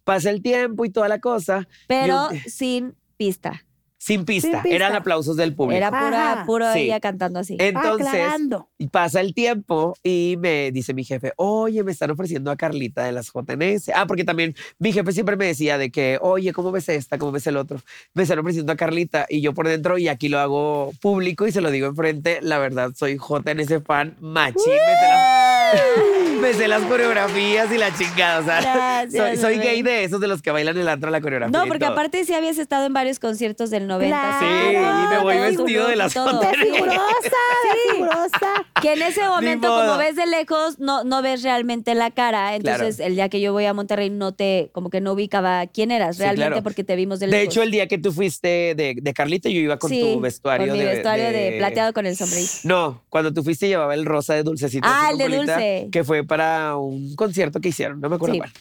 Speaker 6: Pasa el tiempo y toda la cosa,
Speaker 3: Pero
Speaker 6: Yo-
Speaker 3: sin pista.
Speaker 6: sin pista,
Speaker 5: pista.
Speaker 6: eran aplausos del público.
Speaker 3: Era Ah, pura,
Speaker 5: Ajá.
Speaker 3: puro
Speaker 6: Sí.
Speaker 3: ella cantando así.
Speaker 6: Entonces,
Speaker 5: Ah, Aclarando.
Speaker 6: Y pasa el tiempo y me dice mi jefe, oye, me están ofreciendo a Carlita de las JNS. Ah, porque también mi jefe siempre me decía de que, oye, ¿cómo ves esta? ¿Cómo ves el otro? Me están ofreciendo a Carlita y yo por dentro y aquí lo hago público y se lo digo enfrente. La verdad, soy JNS fan machín. Me sé las- Me sé las coreografías y la chingada. O sea,
Speaker 3: Gracias,
Speaker 6: soy, soy
Speaker 3: güey.
Speaker 6: gay de esos de los que bailan el antro la coreografía.
Speaker 3: No,
Speaker 6: y
Speaker 3: porque
Speaker 6: todo.
Speaker 3: aparte sí habías estado en varios conciertos del 90.
Speaker 6: Sí,
Speaker 5: Claro,
Speaker 6: y me voy
Speaker 3: todo
Speaker 5: desfigurosa,
Speaker 6: vestido de
Speaker 3: y
Speaker 6: las
Speaker 3: todo.
Speaker 6: JNS.
Speaker 5: Desfigurosa, desfigurosa.
Speaker 3: Que en ese momento, como
Speaker 6: modo.
Speaker 3: ves de lejos, no, no ves realmente la cara. Entonces, el día que yo voy a Monterrey, no te, como que no ubicaba quién eras
Speaker 6: Sí,
Speaker 3: realmente
Speaker 6: claro.
Speaker 3: porque te vimos de lejos.
Speaker 6: De hecho, el día que tú fuiste de, de Carlita, yo iba con
Speaker 3: Sí,
Speaker 6: tu vestuario.
Speaker 3: Con mi
Speaker 6: de-
Speaker 3: vestuario de, plateado con el sombrerito.
Speaker 6: No, cuando tú fuiste llevaba el rosa de dulcecito.
Speaker 3: Ah,
Speaker 6: así
Speaker 3: el
Speaker 6: con
Speaker 3: de
Speaker 6: bolita,
Speaker 3: dulce.
Speaker 6: Que fue para un concierto que hicieron, no me acuerdo
Speaker 7: Sí.
Speaker 6: cuál.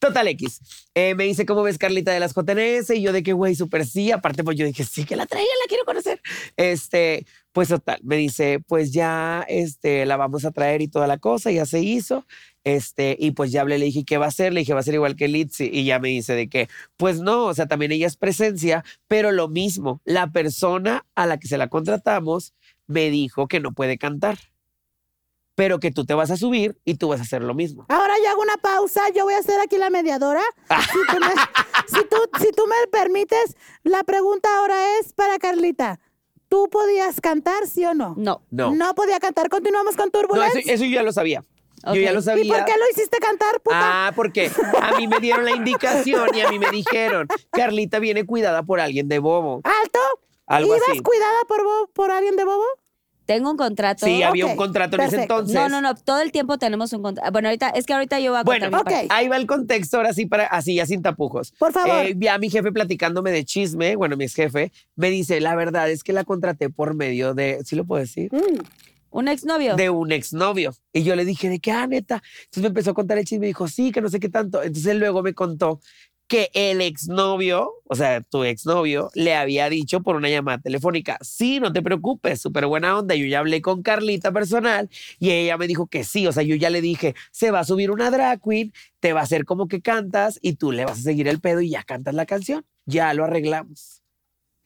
Speaker 6: Total X. Eh, me dice, ¿cómo ves Carlita de las JNS? Y yo de que, güey, súper sí. Aparte, pues yo dije, sí, que la traigan, la quiero conocer. Este, pues total, me dice, pues ya este, la vamos a traer y toda la cosa, ya se hizo. Este, y pues ya hablé, le dije, ¿qué va a ser? Le dije, va a ser igual que Litzy. Y ya me dice de que, pues no, o sea, también ella es presencia, pero lo mismo, la persona a la que se la contratamos me dijo que no puede cantar, pero que tú te vas a subir y tú vas a hacer lo mismo.
Speaker 5: Ahora yo hago una pausa, yo voy a ser aquí la mediadora. Si tú me, si tú- si tú me permites, la pregunta ahora es para Carlita. ¿Tú podías cantar, sí o no?
Speaker 7: No.
Speaker 6: No.
Speaker 5: No podía cantar, continuamos con
Speaker 6: No, eso,
Speaker 5: Turbulence.
Speaker 6: eso yo ya lo sabía. Yo ya lo sabía.
Speaker 5: ¿Y por qué lo hiciste cantar, puta?
Speaker 6: Ah, porque a mí me dieron la indicación y a mí me dijeron, Carlita viene cuidada por alguien de bobo.
Speaker 5: ¿Alto?
Speaker 6: Ah, Algo
Speaker 5: ¿Ibas
Speaker 6: así.
Speaker 5: cuidada por, bo- por alguien de bobo?
Speaker 3: Tengo un contrato.
Speaker 6: Sí, había
Speaker 5: Ok,
Speaker 6: un contrato en ese
Speaker 5: perfecto.
Speaker 6: entonces.
Speaker 3: no, no, no. Todo el tiempo tenemos un contrato. Bueno, ahorita, es que ahorita yo voy a
Speaker 6: Bueno,
Speaker 3: contar mi
Speaker 5: ok.
Speaker 3: parte.
Speaker 6: Ahí va el contexto, ahora sí, para, así ya sin tapujos.
Speaker 5: Por favor.
Speaker 6: Eh, ya mi jefe platicándome de chisme, bueno, mi ex jefe, me dice, la verdad es que la contraté por medio de, ¿sí lo puedo decir?
Speaker 3: Un exnovio.
Speaker 6: De un exnovio. Y yo le dije, ¿de qué, ah, neta? Entonces me empezó a contar el chisme y dijo, sí, que no sé qué tanto. Entonces luego me contó que el exnovio, o sea, tu exnovio, le había dicho por una llamada telefónica, sí, no te preocupes, súper buena onda. Yo ya hablé con Carlita personal y ella me dijo que sí, o sea, yo ya le dije, se va a subir una drag queen, te va a hacer como que cantas y tú le vas a seguir el pedo y ya cantas la canción, ya lo arreglamos.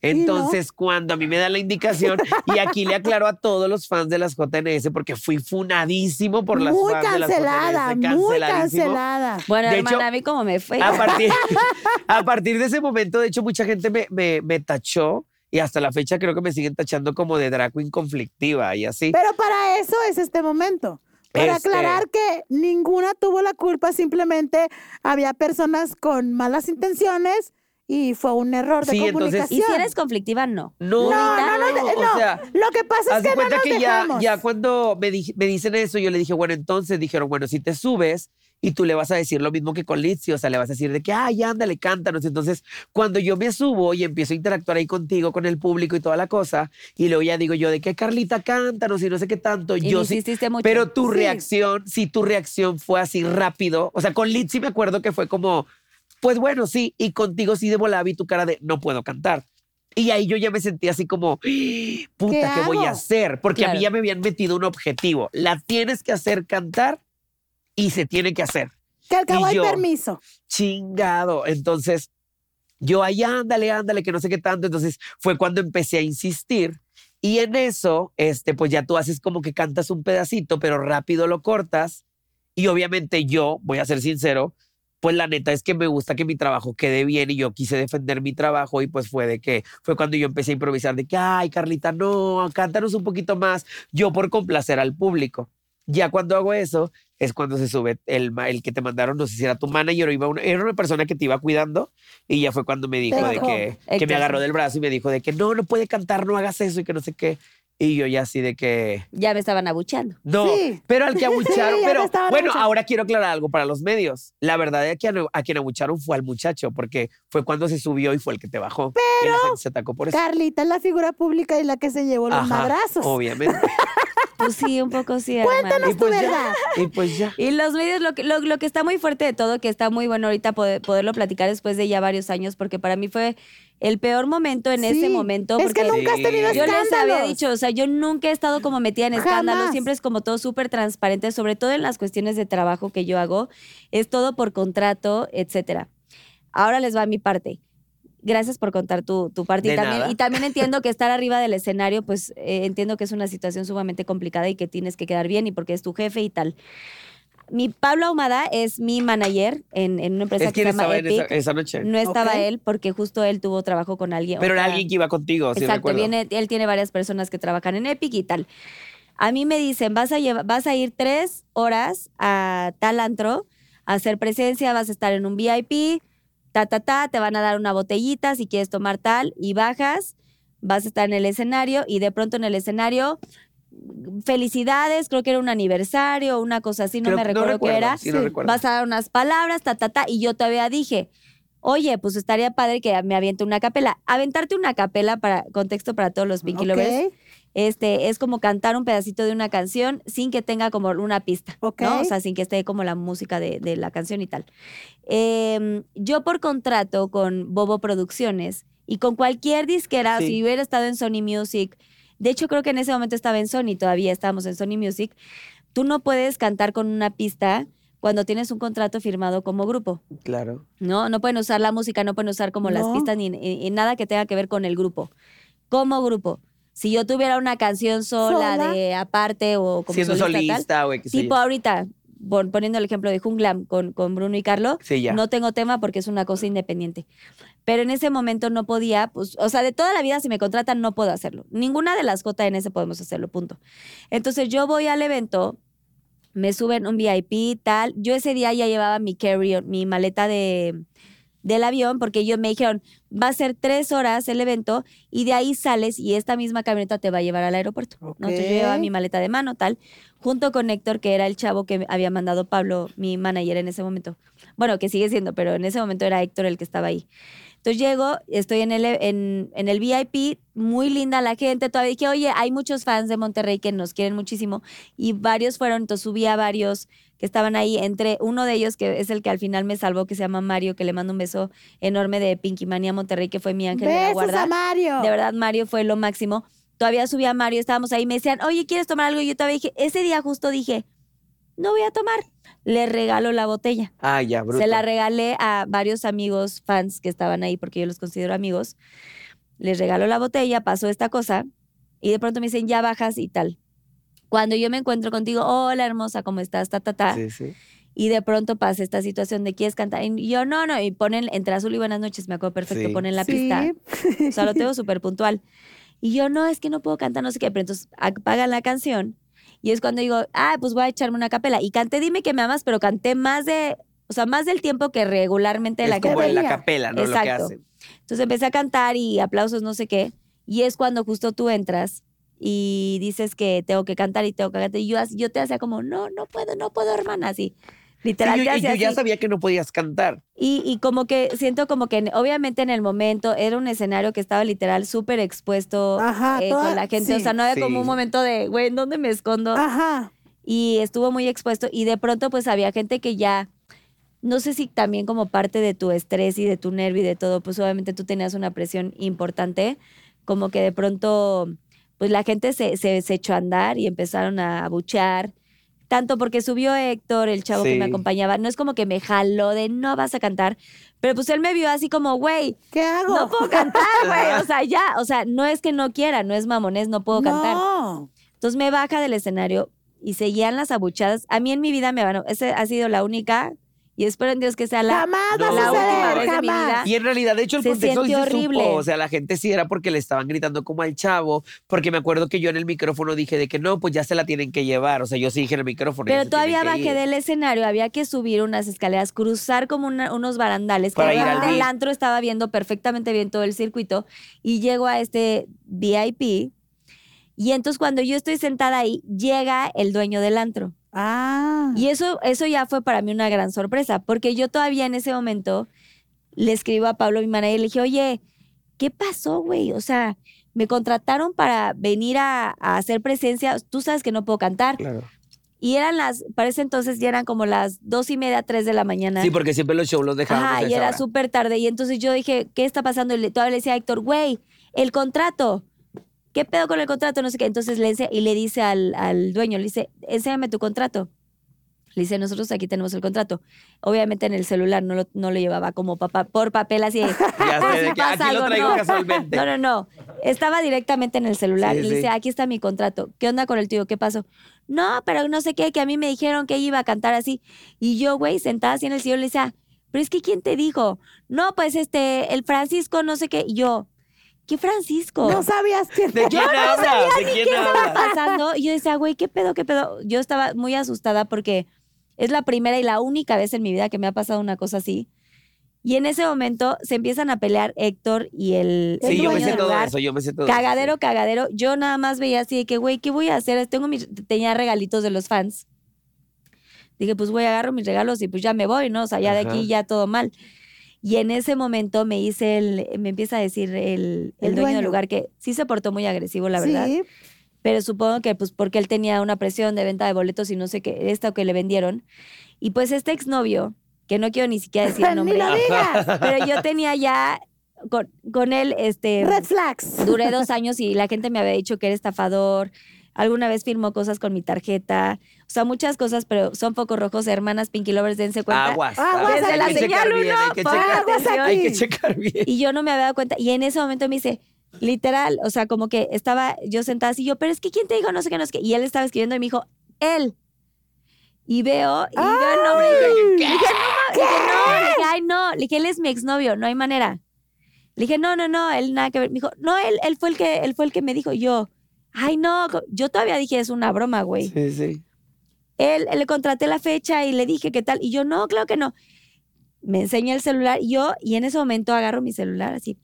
Speaker 5: no.
Speaker 6: Entonces, cuando a mí me da la indicación, y aquí le aclaro a todos los fans de las JNS, porque fui funadísimo por las
Speaker 5: muy
Speaker 6: fans
Speaker 5: cancelada,
Speaker 6: de las JNS,
Speaker 5: muy
Speaker 6: canceladísimo.
Speaker 5: cancelada. ¿eh?
Speaker 3: Bueno,
Speaker 6: de
Speaker 3: hermana,
Speaker 6: hecho-
Speaker 3: a mí como me fue.
Speaker 6: A partir, a partir de ese momento, de hecho, mucha gente me, me, me tachó y hasta la fecha creo que me siguen tachando como de drag queen conflictiva y así.
Speaker 5: Pero para eso es este momento. Para
Speaker 6: Este.
Speaker 5: aclarar que ninguna tuvo la culpa, simplemente había personas con malas intenciones y fue un error de
Speaker 6: Sí, entonces-
Speaker 5: comunicación.
Speaker 3: Y si eres conflictiva, no.
Speaker 5: no,
Speaker 6: No,
Speaker 5: no, no,
Speaker 6: no,
Speaker 5: no,
Speaker 6: o sea,
Speaker 5: lo que pasa
Speaker 6: Haz
Speaker 5: es
Speaker 6: de
Speaker 5: que no
Speaker 6: cuenta
Speaker 5: nos
Speaker 6: que ya,
Speaker 5: dejamos.
Speaker 6: ya cuando me, di- me dicen eso, yo le dije, bueno, entonces dijeron, bueno, si te subes y tú le vas a decir lo mismo que con Litzy, o sea, le vas a decir de que, ay, ándale, cántanos. Entonces, cuando yo me subo y empiezo a interactuar ahí contigo, con el público y toda la cosa, y luego ya digo yo de que, Carlita, cántanos y no sé qué tanto,
Speaker 3: Y
Speaker 6: yo
Speaker 3: me
Speaker 6: sí.
Speaker 3: insististe mucho.
Speaker 6: Pero tu
Speaker 5: Sí.
Speaker 6: reacción, si tu reacción fue así rápido, o sea, con Litzy me acuerdo que fue como, pues bueno, sí, y contigo sí de volada vi tu cara de no puedo cantar. Y ahí yo ya me sentí así como, "Ah, puta, ¿qué, voy
Speaker 5: hago?
Speaker 6: a hacer? Porque a mí
Speaker 3: Claro.
Speaker 6: ya me habían metido un objetivo. La tienes que hacer cantar y se tiene que hacer.
Speaker 5: que al cabo
Speaker 6: y
Speaker 5: hay
Speaker 6: yo.
Speaker 5: permiso.
Speaker 6: Chingado. Entonces, yo ahí ándale, ándale, que no sé qué tanto. Entonces, fue cuando empecé a insistir. Y en eso, este, pues ya tú haces como que cantas un pedacito, pero rápido lo cortas. Y obviamente yo, voy a ser sincero, pues la neta es que me gusta que mi trabajo quede bien y yo quise defender mi trabajo y pues fue de que fue cuando yo empecé a improvisar de que, ay, Carlita, no, cántanos un poquito más, yo por complacer al público. Ya cuando hago eso es cuando se sube el, ma- el que te mandaron, no sé si era tu manager o iba una, era una persona que te iba cuidando y ya fue cuando me dijo de
Speaker 5: bajó.
Speaker 6: que, que me
Speaker 3: Exacto.
Speaker 6: agarró del brazo y me dijo de que no, no puede cantar, no hagas eso y que no sé qué. Y yo ya así de que...
Speaker 3: Ya me estaban abucheando.
Speaker 6: No,
Speaker 5: Sí.
Speaker 6: pero al que abucharon,
Speaker 5: Sí, ya te
Speaker 6: pero
Speaker 5: estaban
Speaker 6: bueno,
Speaker 5: abuchando.
Speaker 6: ahora quiero aclarar algo para los medios. La verdad es que a, a quien abucharon fue al muchacho, porque fue cuando se subió y fue el que te bajó. Pero y la gente se atacó por eso.
Speaker 5: Carlita es la figura pública y la que se llevó los
Speaker 6: pues Ajá,
Speaker 5: madrazos.
Speaker 6: Obviamente.
Speaker 3: Pues sí, un poco sí, hermana.
Speaker 5: Cuéntanos
Speaker 6: Y pues
Speaker 5: tu
Speaker 6: ya,
Speaker 5: verdad.
Speaker 6: Y pues ya.
Speaker 3: Y los medios, lo que, lo, lo que está muy fuerte de todo, que está muy bueno ahorita poder- poderlo platicar después de ya varios años, porque para mí fue el peor momento en ese
Speaker 5: Sí.
Speaker 3: momento.
Speaker 5: Es que
Speaker 3: porque
Speaker 5: nunca has tenido
Speaker 6: Sí.
Speaker 3: yo
Speaker 5: escándalos.
Speaker 3: les había dicho, o sea, yo nunca he estado como metida en escándalos,
Speaker 5: Jamás.
Speaker 3: siempre es como todo súper transparente, sobre todo en las cuestiones de trabajo que yo hago, es todo por contrato, etcétera. Ahora les va mi parte. Gracias por contar tu, tu parte.
Speaker 6: De
Speaker 3: y, también,
Speaker 6: nada.
Speaker 3: y también entiendo que estar arriba del escenario, pues eh, entiendo que es una situación sumamente complicada y que tienes que quedar bien y porque es tu jefe y tal. Mi Pablo Ahumada es mi manager en, en una empresa
Speaker 6: Es
Speaker 3: que
Speaker 6: quien
Speaker 3: se llama
Speaker 6: estaba en esa,
Speaker 3: Epic.
Speaker 6: esa noche.
Speaker 3: No estaba
Speaker 5: Ok.
Speaker 3: él porque justo él tuvo trabajo con alguien.
Speaker 6: pero era
Speaker 3: otra-
Speaker 6: alguien que iba contigo, si
Speaker 3: Exacto,
Speaker 6: recuerdo.
Speaker 3: viene, él tiene varias personas que trabajan en Epic y tal. A mí me dicen, vas a, lleva- vas a ir tres horas a tal antro, a hacer presencia, vas a estar en un VIP, ta, ta, ta, te van a dar una botellita si quieres tomar tal, y bajas, vas a estar en el escenario, y de pronto en el escenario, felicidades, creo que era un aniversario, una cosa así, no
Speaker 6: Creo-
Speaker 3: me recuerdo, qué era.
Speaker 6: sí, no
Speaker 5: Sí,
Speaker 6: recuerdo.
Speaker 3: Vas a dar unas palabras, ta, ta, ta. Y yo todavía dije, oye, pues estaría padre que me aviente una capela. Aventarte una capela para contexto para todos los Pinky Lovers
Speaker 5: Ok.
Speaker 3: este, es como cantar un pedacito de una canción sin que tenga como una pista.
Speaker 5: Ok.
Speaker 3: ¿no? O sea, sin que esté como la música de, de la canción y tal. Eh, yo por contrato con Bobo Producciones y con cualquier disquera,
Speaker 6: Sí.
Speaker 3: si hubiera estado en Sony Music, de hecho creo que en ese momento estaba en Sony, todavía estábamos en Sony Music, tú no puedes cantar con una pista cuando tienes un contrato firmado como grupo.
Speaker 6: Claro.
Speaker 3: No, no pueden usar la música, no pueden usar como las
Speaker 5: No.
Speaker 3: pistas ni, ni- ni nada que tenga que ver con el grupo. Como grupo. Si yo tuviera una canción sola,
Speaker 5: Sola.
Speaker 3: de aparte o como
Speaker 6: Siendo
Speaker 3: solista, tal,
Speaker 6: solista, güey, que sé
Speaker 3: tipo
Speaker 6: yo.
Speaker 3: ahorita, pon- poniendo el ejemplo de Junglam con, con Bruno y Carlo,
Speaker 6: Sí, ya.
Speaker 3: no tengo tema porque es una cosa independiente. Pero en ese momento no podía, pues, o sea, de toda la vida si me contratan no puedo hacerlo. Ninguna de las JNS podemos hacerlo, punto. Entonces yo voy al evento, me suben un VIP, tal. Yo ese día ya llevaba mi carry-on, mi maleta de del avión, porque ellos me dijeron, va a ser tres horas el evento y de ahí sales y esta misma camioneta te va a llevar al aeropuerto. ¿no? Entonces yo llevaba
Speaker 5: Ok.
Speaker 3: mi maleta de mano, tal, junto con Héctor, que era el chavo que había mandado Pablo, mi manager en ese momento. Bueno, que sigue siendo, pero en ese momento era Héctor el que estaba ahí. Entonces llego, estoy en el, en, en el VIP, muy linda la gente. Todavía dije, oye, hay muchos fans de Monterrey que nos quieren muchísimo. Y varios fueron, entonces subí a varios que estaban ahí. Entre uno de ellos, que es el que al final me salvó, que se llama Mario, que le mando un beso enorme de Pinky Mania Monterrey, que fue mi ángel de la
Speaker 5: Besos
Speaker 3: guarda.
Speaker 5: a Mario.
Speaker 3: De verdad, Mario fue lo máximo. Todavía subí a Mario, estábamos ahí, me decían, oye, ¿quieres tomar algo? Y yo todavía dije, ese día justo dije, no voy a tomar. Le regalo la botella.
Speaker 6: Ah, ya, bruto.
Speaker 3: Se la regalé a varios amigos, fans que estaban ahí, porque yo los considero amigos. Les regaló la botella, pasó esta cosa, y de pronto me dicen, ya bajas y tal. Cuando yo me encuentro contigo, hola hermosa, ¿cómo estás? Ta, ta, ta.
Speaker 6: Sí, sí.
Speaker 3: Y de pronto pasa esta situación de quieres cantar. Y yo, no, no. Y ponen, entre azul y buenas noches, me acuerdo perfecto,
Speaker 6: Sí.
Speaker 3: ponen la
Speaker 5: Sí.
Speaker 3: pista. O sea, lo tengo súper puntual. Y yo, no, es que no puedo cantar, no sé qué. Pero entonces apagan la canción. Y es cuando digo, ah, pues voy a echarme una capela. Y canté Dime que me amas, pero canté más de, o sea, más del tiempo que regularmente la
Speaker 6: es como
Speaker 3: canté.
Speaker 6: en la
Speaker 5: debería.
Speaker 6: capela, ¿no? Lo que
Speaker 3: Exacto.
Speaker 6: hacen.
Speaker 3: Entonces empecé a cantar y aplausos, no sé qué. Y es cuando justo tú entras y dices que tengo que cantar y tengo que cantar. Y yo, así- yo te hacía como, no, no puedo, no puedo, hermana, así.
Speaker 6: Sí,
Speaker 3: Literal, te
Speaker 6: yo- y yo,
Speaker 3: hacía
Speaker 6: ya
Speaker 3: así.
Speaker 6: sabía que no podías cantar.
Speaker 3: Y, y como que siento como que en- obviamente en el momento era un escenario que estaba literal súper expuesto
Speaker 5: Ajá,
Speaker 3: eh,
Speaker 5: Ah, toda-
Speaker 3: con la gente. O
Speaker 5: sí, Ah.
Speaker 3: sea, no había como
Speaker 6: sí.
Speaker 3: un momento de, güey, ¿en dónde me escondo?
Speaker 5: Ajá.
Speaker 3: Y estuvo muy expuesto. Y de pronto pues había gente que ya, no sé si también como parte de tu estrés y de tu nervio y de todo, pues obviamente tú tenías una presión importante, como que de pronto pues la gente se, se, se echó a andar y empezaron a abuchar. Tanto porque subió Héctor, el chavo que me
Speaker 6: Sí.
Speaker 3: acompañaba, no es como que me jaló de no vas a cantar, pero pues él me vio así como, güey,
Speaker 5: ¿Qué hago?
Speaker 3: no puedo cantar, güey. O sea, ya, o sea, no es que no quiera, no es mamones, no puedo cantar.
Speaker 5: No.
Speaker 3: Entonces me baja del escenario y seguían las abuchadas. A mí en mi vida me van, esa ha sido la única y espero en Dios que sea la.
Speaker 5: jamás
Speaker 6: No.
Speaker 5: va
Speaker 6: la
Speaker 5: a
Speaker 6: última
Speaker 5: suceder,
Speaker 6: vez
Speaker 3: de mi
Speaker 5: jamás.
Speaker 3: vida.
Speaker 6: Y en realidad, de hecho, el
Speaker 3: Ah, Se
Speaker 6: contexto
Speaker 3: siente
Speaker 6: sí se
Speaker 3: horrible.
Speaker 6: supo. O sea, la gente sí era porque le estaban gritando como al chavo, porque me acuerdo que yo en el micrófono dije de que no, pues ya se la tienen que llevar. O sea, yo sí dije en el micrófono. ya
Speaker 3: Pero
Speaker 6: se
Speaker 3: todavía
Speaker 6: tienen que
Speaker 3: bajé
Speaker 6: ir.
Speaker 3: del escenario, había que subir unas escaleras, cruzar como una- unos barandales.
Speaker 6: Para
Speaker 3: que
Speaker 6: ir
Speaker 3: la
Speaker 6: al
Speaker 3: gente del
Speaker 6: VIP.
Speaker 3: antro estaba viendo perfectamente bien todo el circuito. Y llego a este VIP. Y entonces cuando yo estoy sentada ahí, llega el dueño del antro.
Speaker 5: Ah.
Speaker 3: Y eso, eso ya fue para mí una gran sorpresa, porque yo todavía en ese momento le escribo a Pablo, mi manager, y le dije, oye, ¿qué pasó, güey? O sea, me contrataron para venir a, a hacer presencia, tú sabes que no puedo cantar.
Speaker 6: Claro.
Speaker 3: Y eran las, para ese entonces ya eran como las dos y media, tres de la mañana.
Speaker 6: Sí, porque siempre los shows los dejaban.
Speaker 3: Ajá, y era súper tarde. Y entonces yo dije, ¿qué está pasando? Y le- todavía le decía a Héctor, güey, el contrato. ¿Qué pedo con el contrato? No sé qué. Entonces le ense- y le dice al, al dueño, le dice, enséñame tu contrato. Le dice, nosotros aquí tenemos el contrato. Obviamente en el celular no lo, no lo llevaba como papá, por papel así. de,
Speaker 6: Ya
Speaker 3: "Ah,
Speaker 6: sé,
Speaker 3: si
Speaker 6: de que
Speaker 3: pasa
Speaker 6: aquí lo
Speaker 3: algo",
Speaker 6: traigo
Speaker 3: no.
Speaker 6: casualmente.
Speaker 3: No, no, no. Estaba directamente en el celular
Speaker 6: Sí,
Speaker 3: y le
Speaker 6: sí.
Speaker 3: dice, aquí está mi contrato. ¿Qué onda con el tuyo? ¿Qué pasó? No, pero no sé qué, que a mí me dijeron que iba a cantar así. Y yo, güey, sentada así en el sillón, le decía, pero es que ¿quién te dijo? No, pues este, el Francisco, no sé qué. Y yo, ¿qué Francisco?
Speaker 5: No sabías quién
Speaker 6: ¿De quién habla? ¿De quién
Speaker 3: ¿Qué estaba
Speaker 6: habla?
Speaker 3: pasando? Y yo decía, güey, ¿qué pedo, qué pedo? Yo estaba muy asustada porque es la primera y la única vez en mi vida que me ha pasado una cosa así. Y en ese momento se empiezan a pelear Héctor y el, el
Speaker 6: Sí, yo me
Speaker 3: dueño
Speaker 6: sé
Speaker 3: del
Speaker 6: todo
Speaker 3: lugar.
Speaker 6: eso, yo me sé todo eso,
Speaker 3: Cagadero, cagadero. Yo nada más veía así de que, güey, ¿qué voy a hacer? Tengo mis, tenía regalitos de los fans. Dije, pues, güey, agarro mis regalos y pues ya me voy, ¿no? O sea, ya de
Speaker 6: Ajá.
Speaker 3: aquí ya todo mal. Y en ese momento me dice el, me empieza a decir el, el
Speaker 5: El
Speaker 3: dueño del
Speaker 5: dueño.
Speaker 3: lugar que sí se portó muy agresivo, la verdad.
Speaker 5: Sí. Pues
Speaker 3: pero supongo que pues porque él tenía una presión de venta de boletos y no sé qué, esta o que le vendieron. Y pues este exnovio, que no quiero ni siquiera decir el
Speaker 5: Ni
Speaker 3: nombre,
Speaker 5: lo digas.
Speaker 3: pero yo tenía ya con, con él, este,
Speaker 5: Red flags.
Speaker 3: duré dos años y la gente me había dicho que era estafador. Alguna vez firmó cosas con mi tarjeta. O sea, muchas cosas, pero son focos rojos, hermanas Pinky Lovers,
Speaker 6: Ah,
Speaker 3: dense cuenta.
Speaker 6: Aguas.
Speaker 5: Aguas,
Speaker 6: Hay
Speaker 3: Desde la
Speaker 6: que checar
Speaker 3: señal uno,
Speaker 6: bien, hay que
Speaker 3: pongan
Speaker 6: checar-
Speaker 5: aguas
Speaker 3: atención.
Speaker 6: Hay que
Speaker 5: Sí.
Speaker 6: checar bien.
Speaker 3: Y yo no me había dado cuenta. Y en ese momento me dice, literal, o sea, como que estaba yo sentada así, yo, pero es que ¿quién te dijo? No sé qué, no sé qué. Y él estaba escribiendo y me dijo, él. Y veo, y veo el nombre. y dije, le dije,
Speaker 5: Ay.
Speaker 3: no, ma-". Le dije, no, le dije, ay, no. Le dije, él es mi exnovio, no hay manera. Le dije, no, no, no, él nada que ver. Me dijo, no, él, él fue el que, él fue el que me dijo yo. Ay, no, co- yo todavía dije, es una broma, güey.
Speaker 6: Sí, sí.
Speaker 3: Él, le contraté la fecha y le dije qué tal. Y yo, no, claro que no. Me enseña el celular, y yo, y en ese momento agarro mi celular así.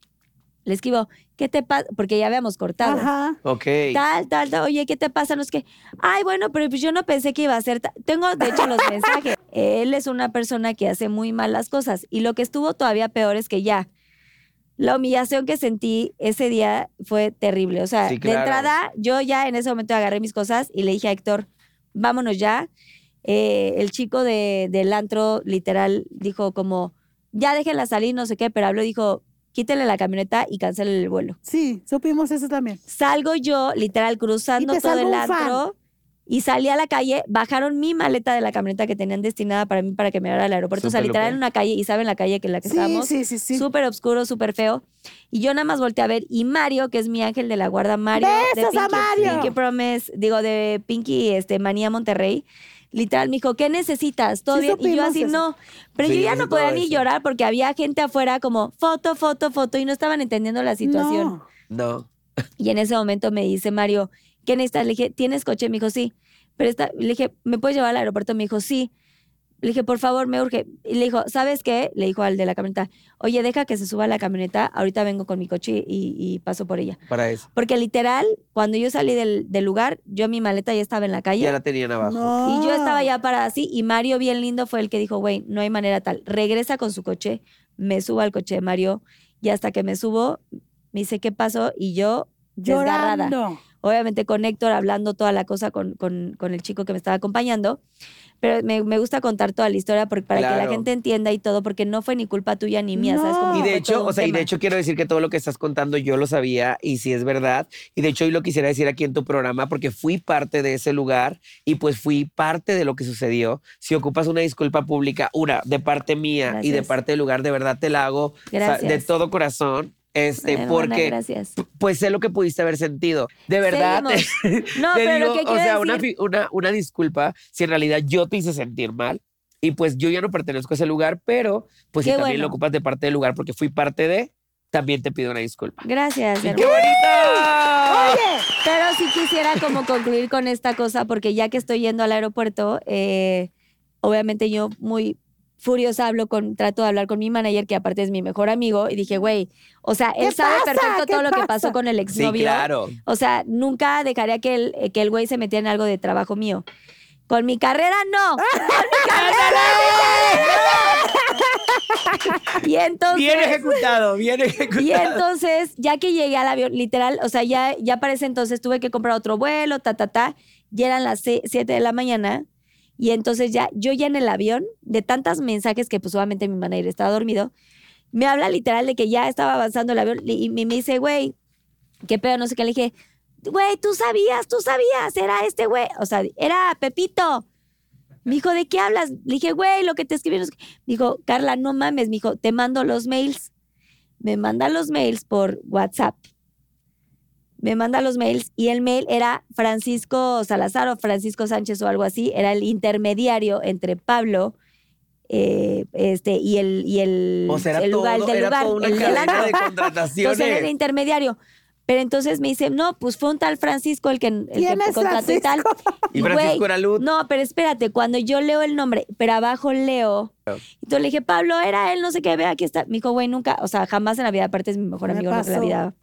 Speaker 3: Le escribo, ¿qué te pasa? Porque ya habíamos cortado.
Speaker 5: Ajá.
Speaker 6: Ok.
Speaker 3: Tal, tal, tal. Oye, ¿qué te pasa? No es que, ay, bueno, pero pues yo no pensé que iba a ser. ta-". Tengo, de hecho, los mensajes. Él es una persona que hace muy malas cosas. Y lo que estuvo todavía peor es que ya. La humillación que sentí ese día fue terrible. O sea,
Speaker 6: Sí, claro.
Speaker 3: de entrada, yo ya en ese momento agarré mis cosas y le dije a Héctor, vámonos ya. Eh, el chico de- del antro literal dijo como, ya déjenla salir, no sé qué, pero habló y dijo, quítenle la camioneta y cancelen el vuelo.
Speaker 5: Sí, supimos eso también.
Speaker 3: Salgo yo, literal, cruzando
Speaker 5: Y te
Speaker 3: todo
Speaker 5: salva
Speaker 3: el
Speaker 5: un fan.
Speaker 3: antro y salí a la calle, bajaron mi maleta de la camioneta que tenían destinada para mí para que me llevara al aeropuerto. o sea,
Speaker 6: Súper
Speaker 3: literal
Speaker 6: loco.
Speaker 3: en una calle, y saben la calle que en la que
Speaker 5: Sí,
Speaker 3: estábamos.
Speaker 5: sí, sí, sí.
Speaker 3: Súper oscuro, súper feo. Y yo nada más volteé a ver. Y Mario, que es mi ángel de la guarda, Mario. de
Speaker 5: ¡Besos a
Speaker 3: Pinky-
Speaker 5: Mario!
Speaker 3: Pinky Promise, digo, de Pinky este, Manía Monterrey. Literal, me dijo, ¿qué necesitas? ¿Todo
Speaker 5: Sí
Speaker 3: bien? Y yo
Speaker 5: supimos
Speaker 3: así,
Speaker 5: eso.
Speaker 3: no. Pero
Speaker 6: Sí,
Speaker 3: yo
Speaker 6: yo
Speaker 3: ya
Speaker 6: sé
Speaker 3: no
Speaker 6: todo
Speaker 3: podía ni
Speaker 6: eso.
Speaker 3: llorar porque había gente afuera como foto, foto, foto y no estaban entendiendo la situación.
Speaker 5: No.
Speaker 6: No.
Speaker 3: Y en ese momento me dice Mario, ¿qué necesitas? Le dije, ¿tienes coche? Me dijo, sí. Pero está, le dije, ¿me puedes llevar al aeropuerto? Me dijo, sí. Le dije, por favor, me urge. Y le dijo, ¿sabes qué? Le dijo al de la camioneta, oye, deja que se suba a la camioneta, ahorita vengo con mi coche y, y paso por ella.
Speaker 6: Para eso.
Speaker 3: Porque literal, cuando yo salí del, del lugar, yo mi maleta ya estaba en la calle.
Speaker 6: Ya la tenían abajo.
Speaker 5: No.
Speaker 3: Y yo estaba ya parada así y Mario bien lindo fue el que dijo, güey, no hay manera tal. Regresa con su coche, me subo al coche de Mario y hasta que me subo, me dice, ¿qué pasó? Y yo desgarrada.
Speaker 5: llorando.
Speaker 3: obviamente con Héctor hablando toda la cosa con, con- con el chico que me estaba acompañando, pero me, me gusta contar toda la historia porque, para que
Speaker 6: Claro.
Speaker 3: la gente entienda y todo, porque no fue ni culpa tuya ni mía, ¿sabes?
Speaker 5: No.
Speaker 3: Como
Speaker 6: Y
Speaker 3: que
Speaker 6: de
Speaker 3: fue todo
Speaker 6: hecho,
Speaker 3: un
Speaker 6: o sea, y de
Speaker 3: tema.
Speaker 6: hecho quiero decir que todo lo que estás contando yo lo sabía y si es verdad. Y de hecho hoy lo quisiera decir aquí en tu programa porque fui parte de ese lugar y pues fui parte de lo que sucedió. Si ocupas una disculpa pública, una de parte mía y de
Speaker 3: Gracias.
Speaker 6: parte del lugar, de verdad te la hago o sea,
Speaker 3: Gracias.
Speaker 6: de todo corazón. Este,
Speaker 3: Hermana,
Speaker 6: porque
Speaker 3: gracias.
Speaker 6: pues sé lo que pudiste haber sentido. De verdad.
Speaker 3: Seguimos. No,
Speaker 6: te
Speaker 3: pero
Speaker 6: digo,
Speaker 3: lo que
Speaker 6: o
Speaker 3: quiero
Speaker 6: sea, una,
Speaker 3: decir,
Speaker 6: fi- una, una disculpa si en realidad yo te hice sentir mal y pues yo ya no pertenezco a ese lugar, pero pues si
Speaker 3: Qué
Speaker 6: también
Speaker 3: bueno.
Speaker 6: lo ocupas de parte del lugar porque fui parte de, también te pido una disculpa.
Speaker 3: gracias,
Speaker 6: ¡Y
Speaker 3: hermana.
Speaker 6: ¡Qué bonito!
Speaker 3: Pero sí quisiera como concluir con esta cosa, porque ya que estoy yendo al aeropuerto, eh, obviamente yo muy furiosa hablo con, trato de hablar con mi manager, que aparte es mi mejor amigo, y dije, güey, o sea, él
Speaker 5: ¿Qué
Speaker 3: sabe
Speaker 5: pasa?
Speaker 3: perfecto
Speaker 5: ¿Qué
Speaker 3: todo lo que
Speaker 5: pasa?
Speaker 3: pasó con el
Speaker 6: Sí,
Speaker 3: exnovio.
Speaker 6: claro.
Speaker 3: O sea, nunca dejaría que el, eh, que el güey se metiera en algo de trabajo mío. Con mi carrera, no.
Speaker 5: Ah,
Speaker 3: Con mi carrera, no. Y entonces.
Speaker 6: Bien ejecutado, bien
Speaker 3: Y
Speaker 6: ejecutado.
Speaker 3: entonces, ya que llegué al avión, literal, o sea, ya, ya para ese entonces tuve que comprar otro vuelo, ta, ta, ta. Ya eran las 7 de la mañana. Y entonces ya, yo ya en el avión, de tantos mensajes que pues obviamente mi manager estaba dormido, me habla literal de que ya estaba avanzando el avión y me, me dice, güey, qué pedo, no sé qué. Le dije, güey, tú sabías, tú sabías, era este güey. O sea, era Pepito. Me dijo, ¿de qué hablas? Le dije, güey, lo que te escribí. no sé qué". Me dijo, Carla, no mames. Me dijo, te mando los mails. Me manda los mails por WhatsApp. Me manda los mails y el mail era Francisco Salazar o Francisco Sánchez o algo así. Era el intermediario entre Pablo eh, este, y el, y el,
Speaker 6: o sea, era,
Speaker 3: el
Speaker 6: todo,
Speaker 3: lugar del
Speaker 6: era
Speaker 3: lugar,
Speaker 6: toda una
Speaker 3: el del
Speaker 6: cadena
Speaker 3: antro.
Speaker 6: de
Speaker 3: Entonces él era
Speaker 6: contrataciones.
Speaker 3: intermediario. Pero entonces me dice, no, pues fue un tal Francisco el que, el que
Speaker 5: ¿Quién
Speaker 3: te
Speaker 5: es
Speaker 3: contrató y tal.
Speaker 5: Francisco?
Speaker 6: Y Francisco
Speaker 3: Güey,
Speaker 6: era luz.
Speaker 3: No, pero espérate, cuando yo leo el nombre, pero abajo leo. Entonces le dije, Pablo, era él, no sé qué, ve, aquí está. Me dijo, güey, nunca, o sea, jamás en la vida, aparte es mi mejor
Speaker 5: Me
Speaker 3: amigo, nunca en la
Speaker 5: pasó.
Speaker 3: vida.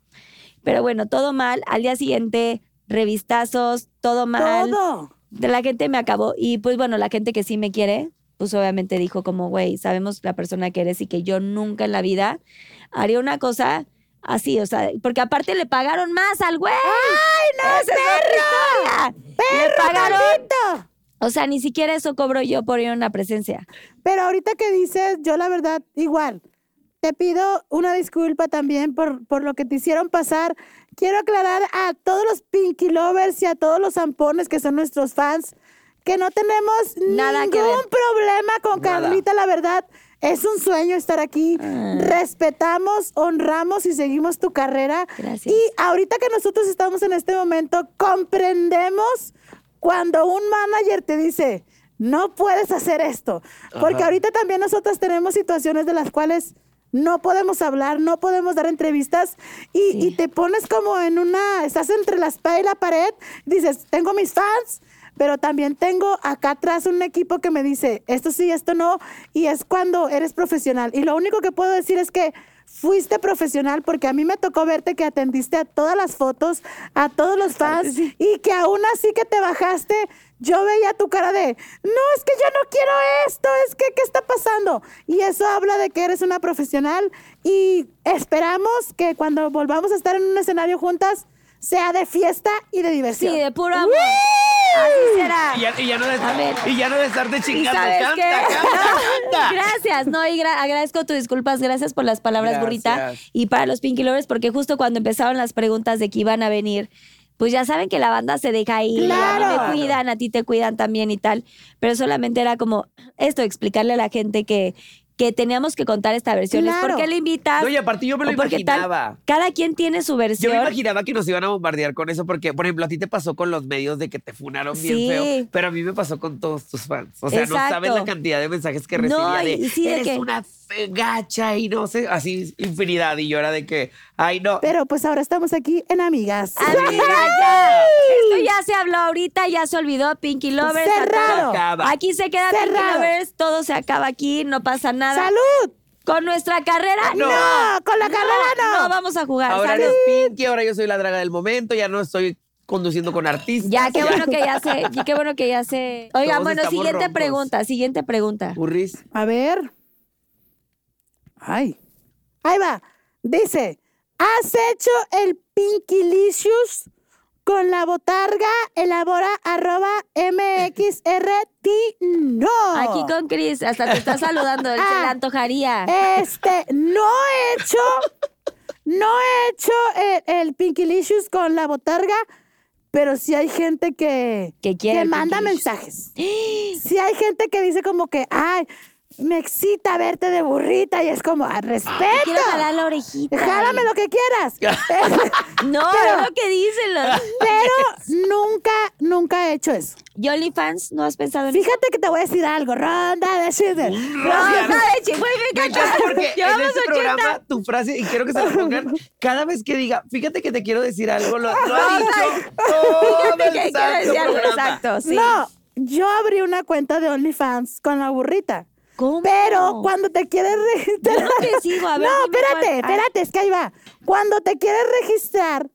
Speaker 3: Pero bueno, todo mal. Al día siguiente, revistazos, todo mal.
Speaker 5: Todo.
Speaker 3: De La gente me acabó. Y pues bueno, la gente que sí me quiere, pues obviamente dijo como, güey, sabemos la persona que eres y que yo nunca en la vida haría una cosa Así, o sea, porque aparte le pagaron más al güey.
Speaker 5: ¡Ay, no,
Speaker 3: Esa es otra historia.
Speaker 5: ¡Perro
Speaker 3: Le pagaron.
Speaker 5: maldito!
Speaker 3: O sea, ni siquiera eso cobro yo por ir a una presencia.
Speaker 5: Pero ahorita que dices, yo la verdad, igual, te pido una disculpa también por, por lo que te hicieron pasar. Quiero aclarar a todos los Pinky Lovers y a todos los zampones que son nuestros fans que no tenemos
Speaker 3: Nada que
Speaker 5: ningún
Speaker 3: ver.
Speaker 5: problema con
Speaker 6: Nada.
Speaker 5: Carlita, la verdad. Es un sueño estar aquí.
Speaker 3: Ah.
Speaker 5: Respetamos, honramos y seguimos tu carrera.
Speaker 3: Gracias.
Speaker 5: Y ahorita que nosotros estamos en este momento, comprendemos cuando un manager te dice, no puedes hacer esto. Porque
Speaker 6: Ajá.
Speaker 5: ahorita también nosotras tenemos situaciones de las cuales no podemos hablar, no podemos dar entrevistas y,
Speaker 3: Sí.
Speaker 5: y te pones como en una, estás entre la espada y la pared, dices, tengo mis fans. Pero también tengo acá atrás un equipo que me dice, esto sí, esto no, y es cuando eres profesional. Y lo único que puedo decir es que fuiste profesional porque a mí me tocó verte que atendiste a todas las fotos, a todos los fans y que aún así que te bajaste, yo veía tu cara de, no, es que yo no quiero esto, es que, ¿qué está pasando? Y eso habla de que eres una profesional y esperamos que cuando volvamos a estar en un escenario juntas, sea de fiesta y de
Speaker 3: Sí,
Speaker 5: diversión.
Speaker 3: de puro amor.
Speaker 5: ¡Wii!
Speaker 3: Así será.
Speaker 6: Y ya, y ya no de,
Speaker 3: A ver.
Speaker 6: y ya no de estarte
Speaker 3: ¿Y
Speaker 6: chingando.
Speaker 3: sabes
Speaker 6: canta,
Speaker 3: qué?
Speaker 6: canta, canta.
Speaker 3: Gracias, no, y gra- agradezco tus disculpas, gracias por las palabras, burrita.
Speaker 6: Gracias.
Speaker 3: Y para los Pinky Lovers, porque justo cuando empezaron las preguntas de que iban a venir, pues ya saben que la banda se deja ir, a mí
Speaker 5: ¡Claro!
Speaker 3: me cuidan, a ti te cuidan también y tal. Pero solamente era como esto, explicarle a la gente que, que teníamos que contar esta versión. Es,
Speaker 5: ¡Claro!
Speaker 3: ¿Por qué le invitas?
Speaker 6: No, y aparte yo me lo
Speaker 3: ¿O por qué tal?
Speaker 6: imaginaba.
Speaker 3: Cada quien tiene su
Speaker 6: Yo
Speaker 3: versión.
Speaker 6: me imaginaba que nos iban a bombardear con eso porque, por ejemplo, a ti te pasó con los medios de que te funaron bien
Speaker 3: Sí.
Speaker 6: feo, pero a mí me pasó con todos tus fans. O sea, no
Speaker 3: Exacto.
Speaker 6: sabes la cantidad de mensajes que
Speaker 3: No,
Speaker 6: recibía
Speaker 3: y
Speaker 6: de,
Speaker 3: sí, de
Speaker 6: eres
Speaker 3: que-
Speaker 6: una fe- gacha y no sé, así infinidad. Y yo era de que, ay, no.
Speaker 5: Pero pues ahora estamos aquí en Amigas.
Speaker 3: Amiga, ya. Esto ya se habló ahorita, ya se olvidó Pinky Lovers. a todos.
Speaker 5: Cerrado.
Speaker 6: Acaba.
Speaker 3: Aquí se queda Pinky
Speaker 5: Cerrado.
Speaker 3: Lovers, todo se acaba aquí, no pasa nada.
Speaker 5: ¡Salud!
Speaker 3: Con nuestra carrera,
Speaker 6: No.
Speaker 3: no.
Speaker 5: ¡No! ¡Con la carrera no!
Speaker 3: No vamos a jugar.
Speaker 6: ahora
Speaker 3: Salud.
Speaker 6: eres Pinky, ahora yo soy la draga del momento, ya no estoy conduciendo con artistas.
Speaker 3: Ya, qué bueno que ya sé, qué bueno que ya sé. Oigan,
Speaker 6: Todos
Speaker 3: bueno,
Speaker 6: estamos
Speaker 3: siguiente
Speaker 6: roncos.
Speaker 3: pregunta, siguiente pregunta.
Speaker 6: Burris.
Speaker 5: A ver. Ay. Ahí va. Dice, ¿has hecho el Pinkylicious con la botarga? Elabora arroba mxrt. No.
Speaker 3: Aquí con Chris, hasta te está saludando, él se
Speaker 5: Ah.
Speaker 3: le antojaría.
Speaker 5: Este, no he hecho, no he hecho el, el Pinkylicious con la botarga, pero sí hay gente que,
Speaker 3: Que quiere el
Speaker 5: manda
Speaker 3: Pinkylicious.
Speaker 5: mensajes. Sí hay gente que dice como que, ay, me excita verte de burrita y es como, "Ah,
Speaker 3: Quiero
Speaker 5: respeto,
Speaker 3: jalar la orejita.
Speaker 5: jálame lo que quieras.
Speaker 3: No,
Speaker 5: Pero-
Speaker 3: es lo que dicen los
Speaker 5: pero nunca, nunca he hecho eso.
Speaker 3: Yoli fans, ¿no has pensado en
Speaker 5: Fíjate que te voy a decir algo, ronda de Schindler.
Speaker 3: No, no, de chi- güey, me
Speaker 6: Me encanta
Speaker 3: encanta.
Speaker 6: porque en
Speaker 3: Llevamos
Speaker 6: este
Speaker 3: 80.
Speaker 6: programa tu frase, y quiero que se lo pongan, cada vez que diga, fíjate que te quiero decir algo, lo, lo ha dicho todo
Speaker 3: Fíjate
Speaker 6: el
Speaker 3: que hay que
Speaker 6: santo
Speaker 3: decir algo,
Speaker 6: programa.
Speaker 3: Exacto, sí.
Speaker 5: No, yo abrí una cuenta de OnlyFans con la burrita.
Speaker 3: ¿Cómo?
Speaker 5: Pero cuando te quieres registrar.
Speaker 3: no te sigo, a ver,
Speaker 5: No,
Speaker 3: dime cuál-
Speaker 5: espérate, espérate, es que ahí va. Cuando te quieres registrar,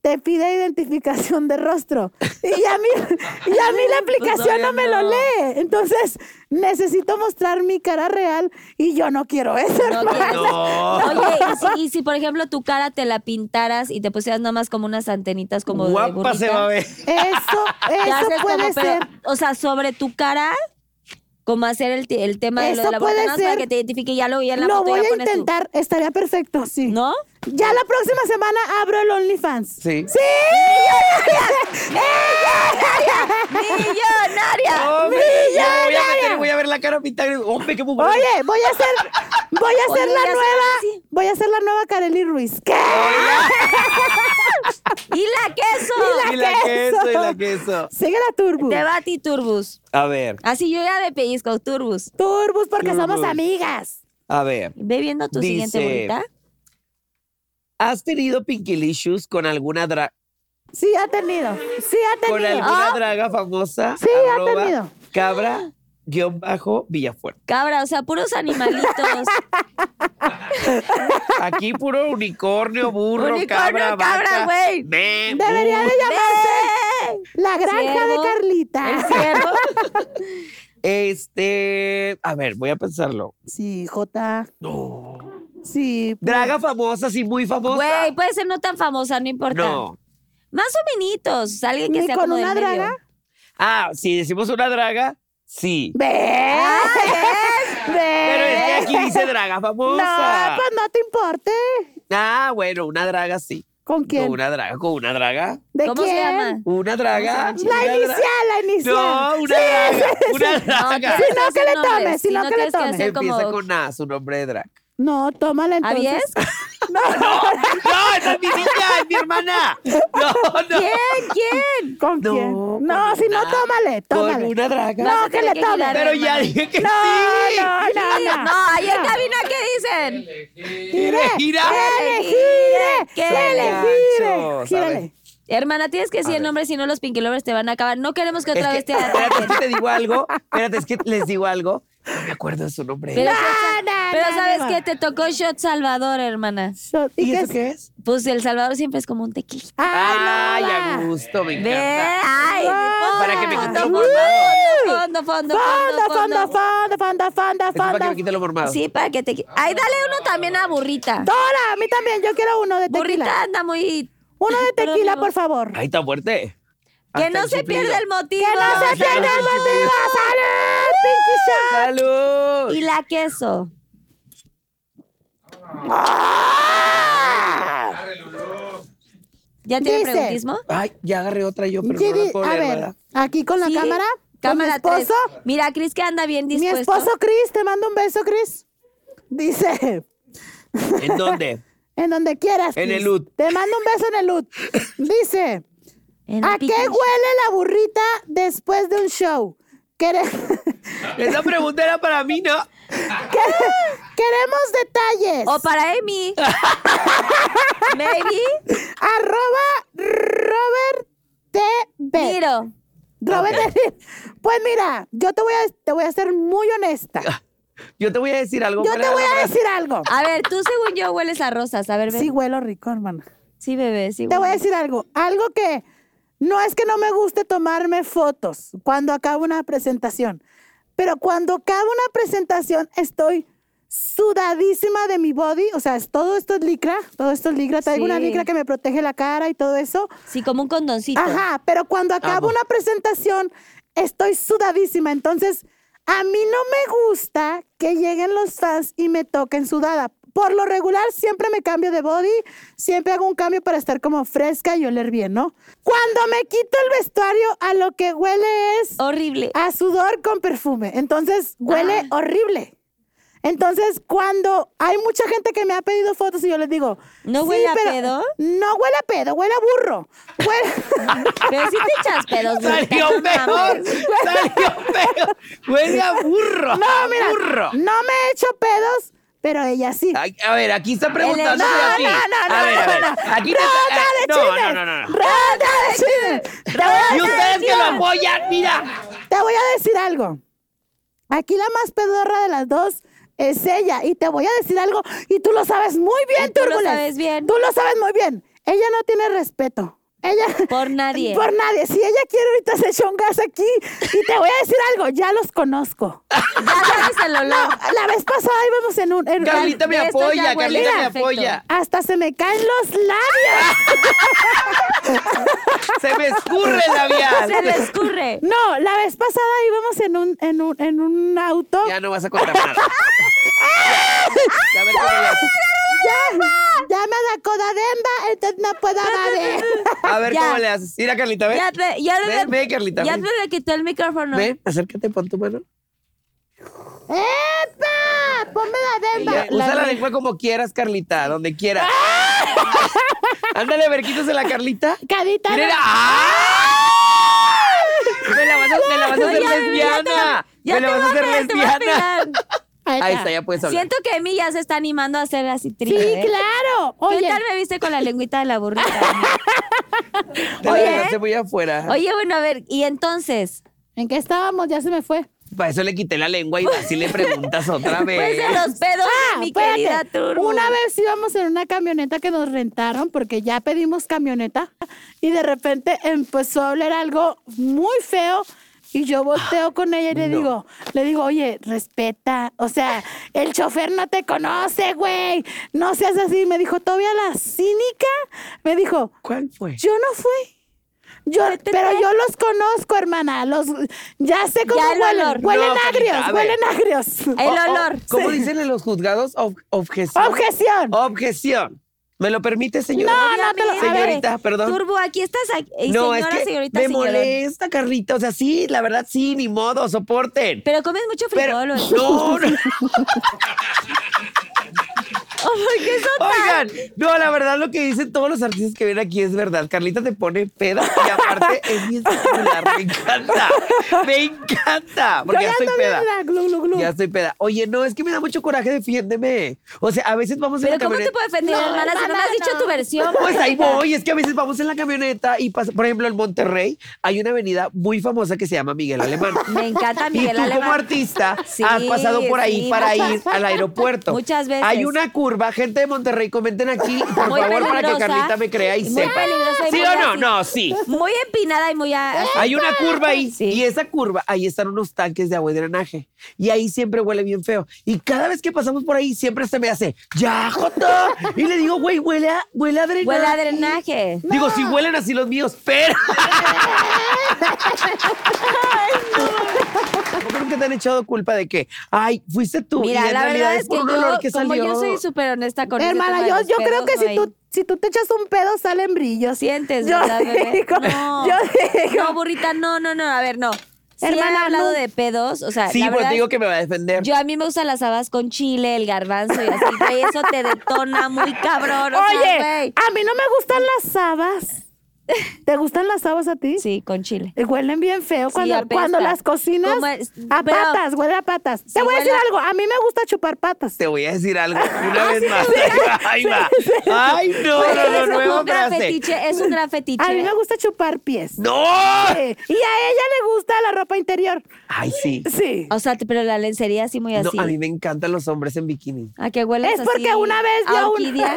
Speaker 5: te pide identificación de rostro. Y a mí, y a mí
Speaker 3: Pues
Speaker 5: la aplicación
Speaker 6: todavía
Speaker 5: no me lo
Speaker 6: no.
Speaker 5: lee. Entonces, necesito mostrar mi cara real y yo no quiero eso.
Speaker 3: No
Speaker 5: hermano.
Speaker 3: quieres.
Speaker 6: No.
Speaker 3: Oye, y si, y si, por ejemplo tu cara te la pintaras y te pusieras nada más como unas antenitas como de
Speaker 6: Guapa
Speaker 3: burrita,
Speaker 6: se va a ver.
Speaker 5: Eso,
Speaker 3: te
Speaker 5: eso
Speaker 3: haces
Speaker 5: puede
Speaker 3: como, pero,
Speaker 5: ser.
Speaker 3: o sea, sobre tu cara, como hacer el, ti- el tema de lo
Speaker 5: Eso
Speaker 3: de la
Speaker 5: puede
Speaker 3: burrita, nada más para
Speaker 5: ser.
Speaker 3: que te identifique y ya lo vi en la
Speaker 5: Lo
Speaker 3: foto,
Speaker 5: voy
Speaker 3: ya
Speaker 5: a
Speaker 3: pones tu-
Speaker 5: intentar, estaría perfecto, sí.
Speaker 3: ¿No?
Speaker 5: Ya la próxima semana abro el OnlyFans.
Speaker 6: Sí.
Speaker 5: ¡Sí!
Speaker 3: ¡Millonaria!
Speaker 6: Hombre, ya Oh, me voy a meter y voy a ver la cara pintada. y, "Oh, Hombre, qué burro.
Speaker 5: Oye, voy a hacer, voy a hacer
Speaker 3: Oye,
Speaker 5: la
Speaker 3: ya sabes,
Speaker 5: nueva,
Speaker 3: sí.
Speaker 5: voy a hacer la nueva Kareli Ruiz. ¿Qué?
Speaker 3: ¡Y la queso!
Speaker 6: y la queso, y la queso.
Speaker 5: Sigue la Turbus.
Speaker 3: Te va a ti, Turbus.
Speaker 6: A ver,
Speaker 3: Así yo ya de pellizco, Turbus.
Speaker 5: Turbus, porque somos
Speaker 6: Turbus.
Speaker 5: amigas.
Speaker 6: a ver.
Speaker 3: Ve viendo tu siguiente
Speaker 6: Dice-
Speaker 3: burrita.
Speaker 6: ¿Has tenido Pinkylicious con alguna dra-
Speaker 5: Sí ha tenido, sí ha
Speaker 6: con
Speaker 5: tenido.
Speaker 6: alguna draga famosa?
Speaker 5: Sí, ha
Speaker 6: Arroba
Speaker 5: tenido.
Speaker 6: Cabra guión bajo Villafuerte.
Speaker 3: Cabra, o sea, puros animalitos.
Speaker 6: Aquí puro unicornio, burro,
Speaker 3: Unicornio,
Speaker 6: cabra,
Speaker 3: cabra,
Speaker 6: vaca.
Speaker 3: güey.
Speaker 6: me,
Speaker 5: Debería de llamarse la granja
Speaker 3: Ciervo.
Speaker 5: de Carlita.
Speaker 3: El ciervo.
Speaker 6: Este, a ver, voy a pensarlo.
Speaker 5: Sí, Jota.
Speaker 6: No.
Speaker 5: Sí.
Speaker 6: Draga famosa, sí, muy famosa.
Speaker 3: Güey, puede ser no tan famosa, no importa.
Speaker 6: No.
Speaker 3: Más o menitos, o sea, alguien que
Speaker 5: ¿Ni
Speaker 3: sea
Speaker 5: con
Speaker 3: como del
Speaker 5: una
Speaker 3: medio.
Speaker 5: draga?
Speaker 6: Ah, si decimos una draga, sí.
Speaker 5: ¿Ves?
Speaker 3: eh.
Speaker 5: ¿Ves?
Speaker 6: Pero es que aquí dice draga
Speaker 5: No,
Speaker 6: famosa.
Speaker 5: pues no te importe.
Speaker 6: Ah, bueno, una draga sí.
Speaker 5: ¿Con
Speaker 6: Con
Speaker 5: quién?
Speaker 6: una draga, con una draga.
Speaker 5: ¿De
Speaker 3: ¿Cómo
Speaker 5: quién?
Speaker 3: se llama?
Speaker 6: Una draga.
Speaker 3: ¿Cómo se
Speaker 5: La
Speaker 6: una dra-
Speaker 5: inicial, la inicial.
Speaker 6: No, una draga. Una draga.
Speaker 5: Si
Speaker 3: tienes
Speaker 5: no, que
Speaker 3: hacer
Speaker 5: le tome,
Speaker 3: nombres,
Speaker 5: si no, que le
Speaker 3: tienes
Speaker 5: tome.
Speaker 3: hacer
Speaker 6: Empieza
Speaker 3: pues, como-
Speaker 6: con A, su nombre de drag.
Speaker 5: No, tómala entonces.
Speaker 3: ¿Avies?
Speaker 5: No,
Speaker 6: ¡No, esa es mi niña, es mi hermana! ¡No, no!
Speaker 3: ¿Quién? ¿Quién?
Speaker 5: ¿Con
Speaker 6: No, pues
Speaker 5: quién?
Speaker 6: con
Speaker 5: No, si no,
Speaker 6: una-
Speaker 5: tómale,
Speaker 6: Con
Speaker 5: tómale.
Speaker 6: una draga.
Speaker 5: No, que le
Speaker 3: Tiene que
Speaker 5: tome.
Speaker 3: girar.
Speaker 6: Pero ya dije que
Speaker 5: No,
Speaker 6: sí.
Speaker 5: no, no, no.
Speaker 3: No, ahí en cabina, ¿qué dicen?
Speaker 5: Gire,
Speaker 6: Gira.
Speaker 5: que le gire,
Speaker 3: Que
Speaker 5: que le
Speaker 6: le
Speaker 5: gire.
Speaker 6: gancho,
Speaker 5: Gírale.
Speaker 6: ¿sabes?
Speaker 3: Hermana, tienes que decir el nombre, si no los Pinky Lovers te van a acabar. No queremos que otra vez
Speaker 6: Es que,
Speaker 3: te ataquen.
Speaker 6: espérate, es que te digo algo. Espérate, es que les digo algo. No me acuerdo de su nombre.
Speaker 3: Pero,
Speaker 5: No, no,
Speaker 3: pero
Speaker 5: no,
Speaker 3: sabes
Speaker 5: no.
Speaker 3: que te tocó Shot Salvador, hermana.
Speaker 5: So- ¿Y,
Speaker 6: ¿Y
Speaker 5: qué
Speaker 6: eso
Speaker 5: es?
Speaker 6: qué es?
Speaker 3: Pues El Salvador siempre es como un tequila.
Speaker 5: Ah,
Speaker 6: ¡Ay,
Speaker 5: no,
Speaker 6: a
Speaker 5: va.
Speaker 6: gusto! Me
Speaker 3: Ve,
Speaker 6: encanta.
Speaker 3: ay,
Speaker 5: Ah.
Speaker 6: Para que me quite
Speaker 3: fondo,
Speaker 6: lo
Speaker 3: fondo,
Speaker 6: mormado.
Speaker 3: fondo, fondo,
Speaker 5: Fonda,
Speaker 3: fondo,
Speaker 5: fonda,
Speaker 3: fondo.
Speaker 5: fonda, fonda, fonda,
Speaker 6: Esto es para que
Speaker 5: fonda.
Speaker 6: me quite lo mormado.
Speaker 3: Sí, para que te... Ay, dale uno también a Burrita.
Speaker 5: Dora, a mí también, yo quiero uno de
Speaker 3: Burrita
Speaker 5: tequila.
Speaker 3: anda muy...
Speaker 5: Uno de
Speaker 3: Perdón,
Speaker 5: tequila,
Speaker 3: mi voz.
Speaker 5: por favor.
Speaker 6: ¡Ay, tan fuerte!
Speaker 3: Que
Speaker 6: Hasta
Speaker 3: no
Speaker 6: el
Speaker 3: se
Speaker 6: soplido.
Speaker 3: pierda el motivo.
Speaker 5: ¡No se pierda el motivo! ¡Salud, Pinky Shot!
Speaker 6: ¡Salud!
Speaker 3: Y la queso. ¿Ya tiene
Speaker 5: ¡Ah! Dice,
Speaker 3: preguntismo?
Speaker 6: Ay, ya agarré otra yo, pero
Speaker 5: Sí,
Speaker 6: no
Speaker 5: di-
Speaker 6: la puedo
Speaker 5: a
Speaker 6: leer,
Speaker 5: ver,
Speaker 6: ¿verdad?
Speaker 5: aquí con la
Speaker 3: Sí.
Speaker 5: cámara,
Speaker 3: Cámara
Speaker 5: con mi
Speaker 3: tres.
Speaker 5: esposo,
Speaker 3: Mira, Cris que anda bien
Speaker 5: mi
Speaker 3: dispuesto.
Speaker 5: esposo Chris, te mando un beso, Chris. Dice,
Speaker 6: ¿En dónde?
Speaker 5: en donde quieras.
Speaker 6: En
Speaker 5: Chris.
Speaker 6: el UT.
Speaker 5: Te mando un beso en el UT. Dice,
Speaker 3: En
Speaker 5: ¿a qué
Speaker 3: Picnic.
Speaker 5: huele la burrita después de un show? Quere-
Speaker 6: Esa pregunta era para mí, ¿no?
Speaker 5: quere- Queremos detalles.
Speaker 3: O para Amy. Maybe.
Speaker 5: Arroba Robert TV.
Speaker 3: Miro.
Speaker 5: Robert TV. Pues mira, yo te voy a, te voy a ser muy honesta.
Speaker 6: Yo te voy a decir algo.
Speaker 5: Yo
Speaker 6: pero
Speaker 5: te voy
Speaker 6: ahora-
Speaker 5: a decir algo.
Speaker 3: Ah, A ver, Ah, tú según yo hueles a rosas. A ver, ven.
Speaker 5: Sí,
Speaker 3: Sí,
Speaker 5: huelo rico, hermana.
Speaker 3: bebé, sí.
Speaker 5: Te voy a
Speaker 3: huele.
Speaker 5: decir algo, algo que no es que no me guste tomarme fotos cuando acabo una presentación, pero cuando acabo una presentación estoy sudadísima de mi body, o sea, es- todo esto es licra, todo esto es licra, traigo una
Speaker 3: Sí.
Speaker 5: licra que me protege la cara y todo eso.
Speaker 3: Sí, como un condoncito.
Speaker 5: Ajá, pero cuando
Speaker 3: Ah,
Speaker 5: acabo
Speaker 6: Amo.
Speaker 5: una presentación estoy sudadísima, entonces a mí no me gusta que lleguen los fans y me toquen sudada. Por lo regular siempre me cambio de body, siempre hago un cambio para estar como fresca y oler bien, ¿no? Cuando me quito el vestuario a lo que huele es
Speaker 3: Horrible.
Speaker 5: a sudor con perfume, entonces huele
Speaker 3: Ah.
Speaker 5: horrible. Entonces, cuando hay mucha gente que me ha pedido fotos y yo les digo,
Speaker 3: ¿No
Speaker 5: "Sí,
Speaker 3: huele a
Speaker 5: pero-
Speaker 3: pedo?
Speaker 5: No huele a pedo, huele a burro. Huele-
Speaker 3: Pero sí te echas pedos. Lupita,
Speaker 6: Salió
Speaker 3: no
Speaker 6: peor.
Speaker 3: mames.
Speaker 6: Salió peor. Huele a burro.
Speaker 5: No, mira,
Speaker 6: a Ah, burro.
Speaker 5: no me he hecho pedos, pero ella sí.
Speaker 6: Ay, a ver, aquí está preguntando
Speaker 5: No,
Speaker 6: a ti.
Speaker 5: no, no,
Speaker 6: a ver,
Speaker 5: no,
Speaker 6: a ver.
Speaker 5: no,
Speaker 6: Aquí te
Speaker 5: ¡Rata
Speaker 6: está- eh,
Speaker 5: de
Speaker 6: no,
Speaker 5: chismes!
Speaker 6: no, no, no, no.
Speaker 5: ¡Rata de chismes! Te voy a
Speaker 6: Y ustedes que
Speaker 5: decir-
Speaker 6: lo apoyan, mira.
Speaker 5: Te voy a decir algo. Aquí la más pedorra de las dos es ella. Y te voy a decir algo. Y tú lo sabes muy bien,
Speaker 3: Y tú lo
Speaker 5: Turbulence.
Speaker 3: sabes bien.
Speaker 5: Tú lo sabes muy bien. Ella no tiene respeto. Ella.
Speaker 3: Por nadie.
Speaker 5: Por nadie. Si ella quiere, ahorita se echa un gas aquí. Y te voy a decir algo. Ya los conozco.
Speaker 3: Ya sabes el olor.
Speaker 5: No, la vez pasada íbamos en un. en-
Speaker 6: Carlita me
Speaker 3: de esto ya
Speaker 6: apoya,
Speaker 3: huele
Speaker 6: Carlita me
Speaker 3: perfecto.
Speaker 6: apoya.
Speaker 5: hasta se me caen los labios.
Speaker 6: Se me escurre el labial.
Speaker 3: Se le escurre.
Speaker 5: No, la vez pasada íbamos en un, en un, en un auto.
Speaker 6: Ya no vas a contar nada. Ya me lo-
Speaker 5: Ya, ya me da coda demba, entonces no puedo hablar.
Speaker 6: A ver
Speaker 3: Ya.
Speaker 6: cómo le haces. Mira, Carlita, ven.
Speaker 3: Ya, te- ya, le-
Speaker 6: Ven, ven, Carlita,
Speaker 3: ya
Speaker 6: ven.
Speaker 3: te le quitó el micrófono.
Speaker 6: Ven, acércate, pon tu mano.
Speaker 5: ¡Epa! Ponme la demba.
Speaker 6: Ya, usa la lengua como quieras, Carlita, donde quieras. Ándale, a ver, quítasela, Carlita.
Speaker 5: Carita,
Speaker 6: Mira,
Speaker 5: no-
Speaker 6: mira. ¡Ah! Me la vas a, me la vas a
Speaker 3: No,
Speaker 6: hacer
Speaker 3: ya, bebé, ya te
Speaker 6: lesbiana.
Speaker 3: va- ya
Speaker 6: me la
Speaker 3: te
Speaker 6: vas a
Speaker 3: va
Speaker 6: hacer
Speaker 3: pegar, te va a
Speaker 6: lesbiana.
Speaker 3: pegar.
Speaker 6: Ahí está, ya puedes hablar.
Speaker 3: Siento que Emi ya se está animando a hacer así
Speaker 5: Sí,
Speaker 3: triste. ¿eh?
Speaker 5: claro.
Speaker 3: ¿Qué
Speaker 5: Oye,
Speaker 3: tal me viste con la lengüita de la burrita?
Speaker 6: Te la
Speaker 3: Oye.
Speaker 6: dejaste muy afuera.
Speaker 3: Oye, bueno, a ver, y entonces,
Speaker 5: ¿en qué estábamos? Ya se me fue.
Speaker 6: Para eso le quité la lengua y así le preguntas otra
Speaker 3: pues
Speaker 6: vez.
Speaker 3: de los pedos de mi
Speaker 5: Ah, espérate.
Speaker 3: querida Turbo.
Speaker 5: Una vez íbamos en una camioneta que nos rentaron porque ya pedimos camioneta y de repente empezó a oler algo muy feo Y yo volteo con ella y le
Speaker 6: No.
Speaker 5: digo, le digo, oye, respeta. O sea, el chofer no te conoce, güey. No seas así. Me dijo, todavía la cínica. Me dijo,
Speaker 6: ¿Cuál fue?
Speaker 5: yo no fui. Yo, pero yo los conozco, hermana. Los, ya sé cómo
Speaker 3: Ya el
Speaker 5: huelen.
Speaker 3: olor. Eh,
Speaker 5: Huelen
Speaker 6: No,
Speaker 5: agrios,
Speaker 6: Carita, a ver.
Speaker 5: huelen agrios.
Speaker 3: El olor.
Speaker 6: Oh, ¿Cómo
Speaker 5: Sí.
Speaker 6: dicen en los juzgados? Ob- objeción.
Speaker 5: Objeción.
Speaker 6: Oh, Objeción. ¿me lo permite, señora?
Speaker 5: No, no te lo- a ver,
Speaker 6: Señorita, perdón.
Speaker 3: Turbo, aquí estás. Aquí, eh,
Speaker 6: no,
Speaker 3: señora,
Speaker 6: es que
Speaker 3: señorita,
Speaker 6: me
Speaker 3: señorón.
Speaker 6: molesta, Carlita. O sea, sí, la verdad, sí, ni modo, soporten.
Speaker 3: Pero comes mucho
Speaker 6: Pero,
Speaker 3: frijol. oye.
Speaker 6: no, no.
Speaker 3: Oh, ¿por qué son tan-
Speaker 6: Oigan, no, la verdad lo que dicen todos los artistas que vienen aquí es verdad. Carlita te pone peda y aparte es bien singular. Me encanta. Me encanta. Porque
Speaker 5: Yo
Speaker 6: ya
Speaker 5: ya
Speaker 6: estoy
Speaker 5: ando bien,
Speaker 6: peda.
Speaker 5: la glu, glu, glu.
Speaker 6: Ya estoy peda. Oye, no, es que me da mucho coraje, defiéndeme. O sea, a veces vamos en
Speaker 3: Pero
Speaker 6: la
Speaker 3: ¿cómo
Speaker 6: camioneta.
Speaker 3: te puedo defender,
Speaker 5: No,
Speaker 3: hermana, si no me has
Speaker 5: hermana,
Speaker 3: dicho
Speaker 5: no.
Speaker 3: tu versión?
Speaker 6: Pues ahí voy, es que a veces vamos en la camioneta y pasa, por ejemplo, en Monterrey hay una avenida muy famosa que se llama Miguel Alemán.
Speaker 3: Me encanta Miguel
Speaker 6: y tú como
Speaker 3: Alemán.
Speaker 6: artista
Speaker 3: Sí,
Speaker 6: has pasado por ahí
Speaker 3: sí,
Speaker 6: para
Speaker 3: muchas-
Speaker 6: ir al aeropuerto.
Speaker 3: muchas veces.
Speaker 6: Hay una curva, gente de Monterrey, comenten aquí, por
Speaker 3: Muy
Speaker 6: favor, para que
Speaker 3: peligrosa,
Speaker 6: Carlita me crea y
Speaker 3: muy
Speaker 6: sepa.
Speaker 3: peligrosa y
Speaker 6: ¿Sí
Speaker 3: muy
Speaker 6: o no?
Speaker 3: así.
Speaker 6: No, sí.
Speaker 3: Muy empinada y muy... a- así.
Speaker 6: Hay una curva ahí
Speaker 3: Sí.
Speaker 6: y esa curva, ahí están unos tanques de agua y drenaje y ahí siempre huele bien feo. Y cada vez que pasamos por ahí siempre se me hace, ¡ya, Joto! Y le digo, güey, huele a, huele a drenaje.
Speaker 3: Huele a drenaje.
Speaker 6: Digo, si huelen así los míos, pero... Yo creo que te han echado culpa de que, ay, fuiste tú. y
Speaker 3: Mira,
Speaker 6: en
Speaker 3: la
Speaker 6: realidad
Speaker 3: verdad
Speaker 6: es
Speaker 3: es que
Speaker 6: por un olor que
Speaker 3: yo, como
Speaker 6: salió.
Speaker 3: yo soy súper honesta con ese
Speaker 5: Hermana,
Speaker 3: tema de
Speaker 5: yo,
Speaker 3: los
Speaker 5: yo creo
Speaker 3: pedos,
Speaker 5: que
Speaker 3: no
Speaker 5: si
Speaker 3: hay-
Speaker 5: tú, si tú te echas un pedo, salen brillos.
Speaker 3: Sientes,
Speaker 5: yo
Speaker 3: ¿verdad, bebé?
Speaker 5: digo,
Speaker 3: No.
Speaker 5: yo digo.
Speaker 3: No, burrita, no, no, no, a ver, no. Si
Speaker 5: Hermana,
Speaker 3: he hablado
Speaker 5: no.
Speaker 3: de pedos, o sea,
Speaker 6: sí,
Speaker 3: la
Speaker 6: pues
Speaker 3: verdad,
Speaker 6: te digo que me va a defender.
Speaker 3: yo a mí me gustan las habas con chile, el garbanzo y así, güey, eso te detona muy cabrón, o sea,
Speaker 5: Oye,
Speaker 3: güey.
Speaker 5: a mí no me gustan las habas. ¿Te gustan las habas a ti?
Speaker 3: Sí, con chile.
Speaker 5: Eh, Huelen bien feo
Speaker 3: Sí,
Speaker 5: cuando,
Speaker 3: apesta.
Speaker 5: cuando las cocinas.
Speaker 3: Como es-
Speaker 5: a
Speaker 3: pero-
Speaker 5: patas, huele a patas. Te voy a
Speaker 3: huele
Speaker 5: decir
Speaker 3: a-
Speaker 5: algo, a mí me gusta chupar patas.
Speaker 6: Te voy a decir algo una vez más. Ahí va. Ay, no, no, no,
Speaker 3: Es
Speaker 6: nueva
Speaker 3: un gran
Speaker 6: frase.
Speaker 3: fetiche, es un gran fetiche.
Speaker 5: A mí me gusta chupar pies.
Speaker 6: ¡No!
Speaker 5: Eh, Y a ella le gusta la ropa interior.
Speaker 6: Ay, sí.
Speaker 5: Sí.
Speaker 3: O sea, te- pero la lencería así muy
Speaker 6: No,
Speaker 3: así.
Speaker 6: a mí me encantan los hombres en bikini.
Speaker 3: ¿A qué hueles
Speaker 5: Es porque
Speaker 3: así
Speaker 5: una vez
Speaker 3: a
Speaker 5: yo un-
Speaker 3: orquídea?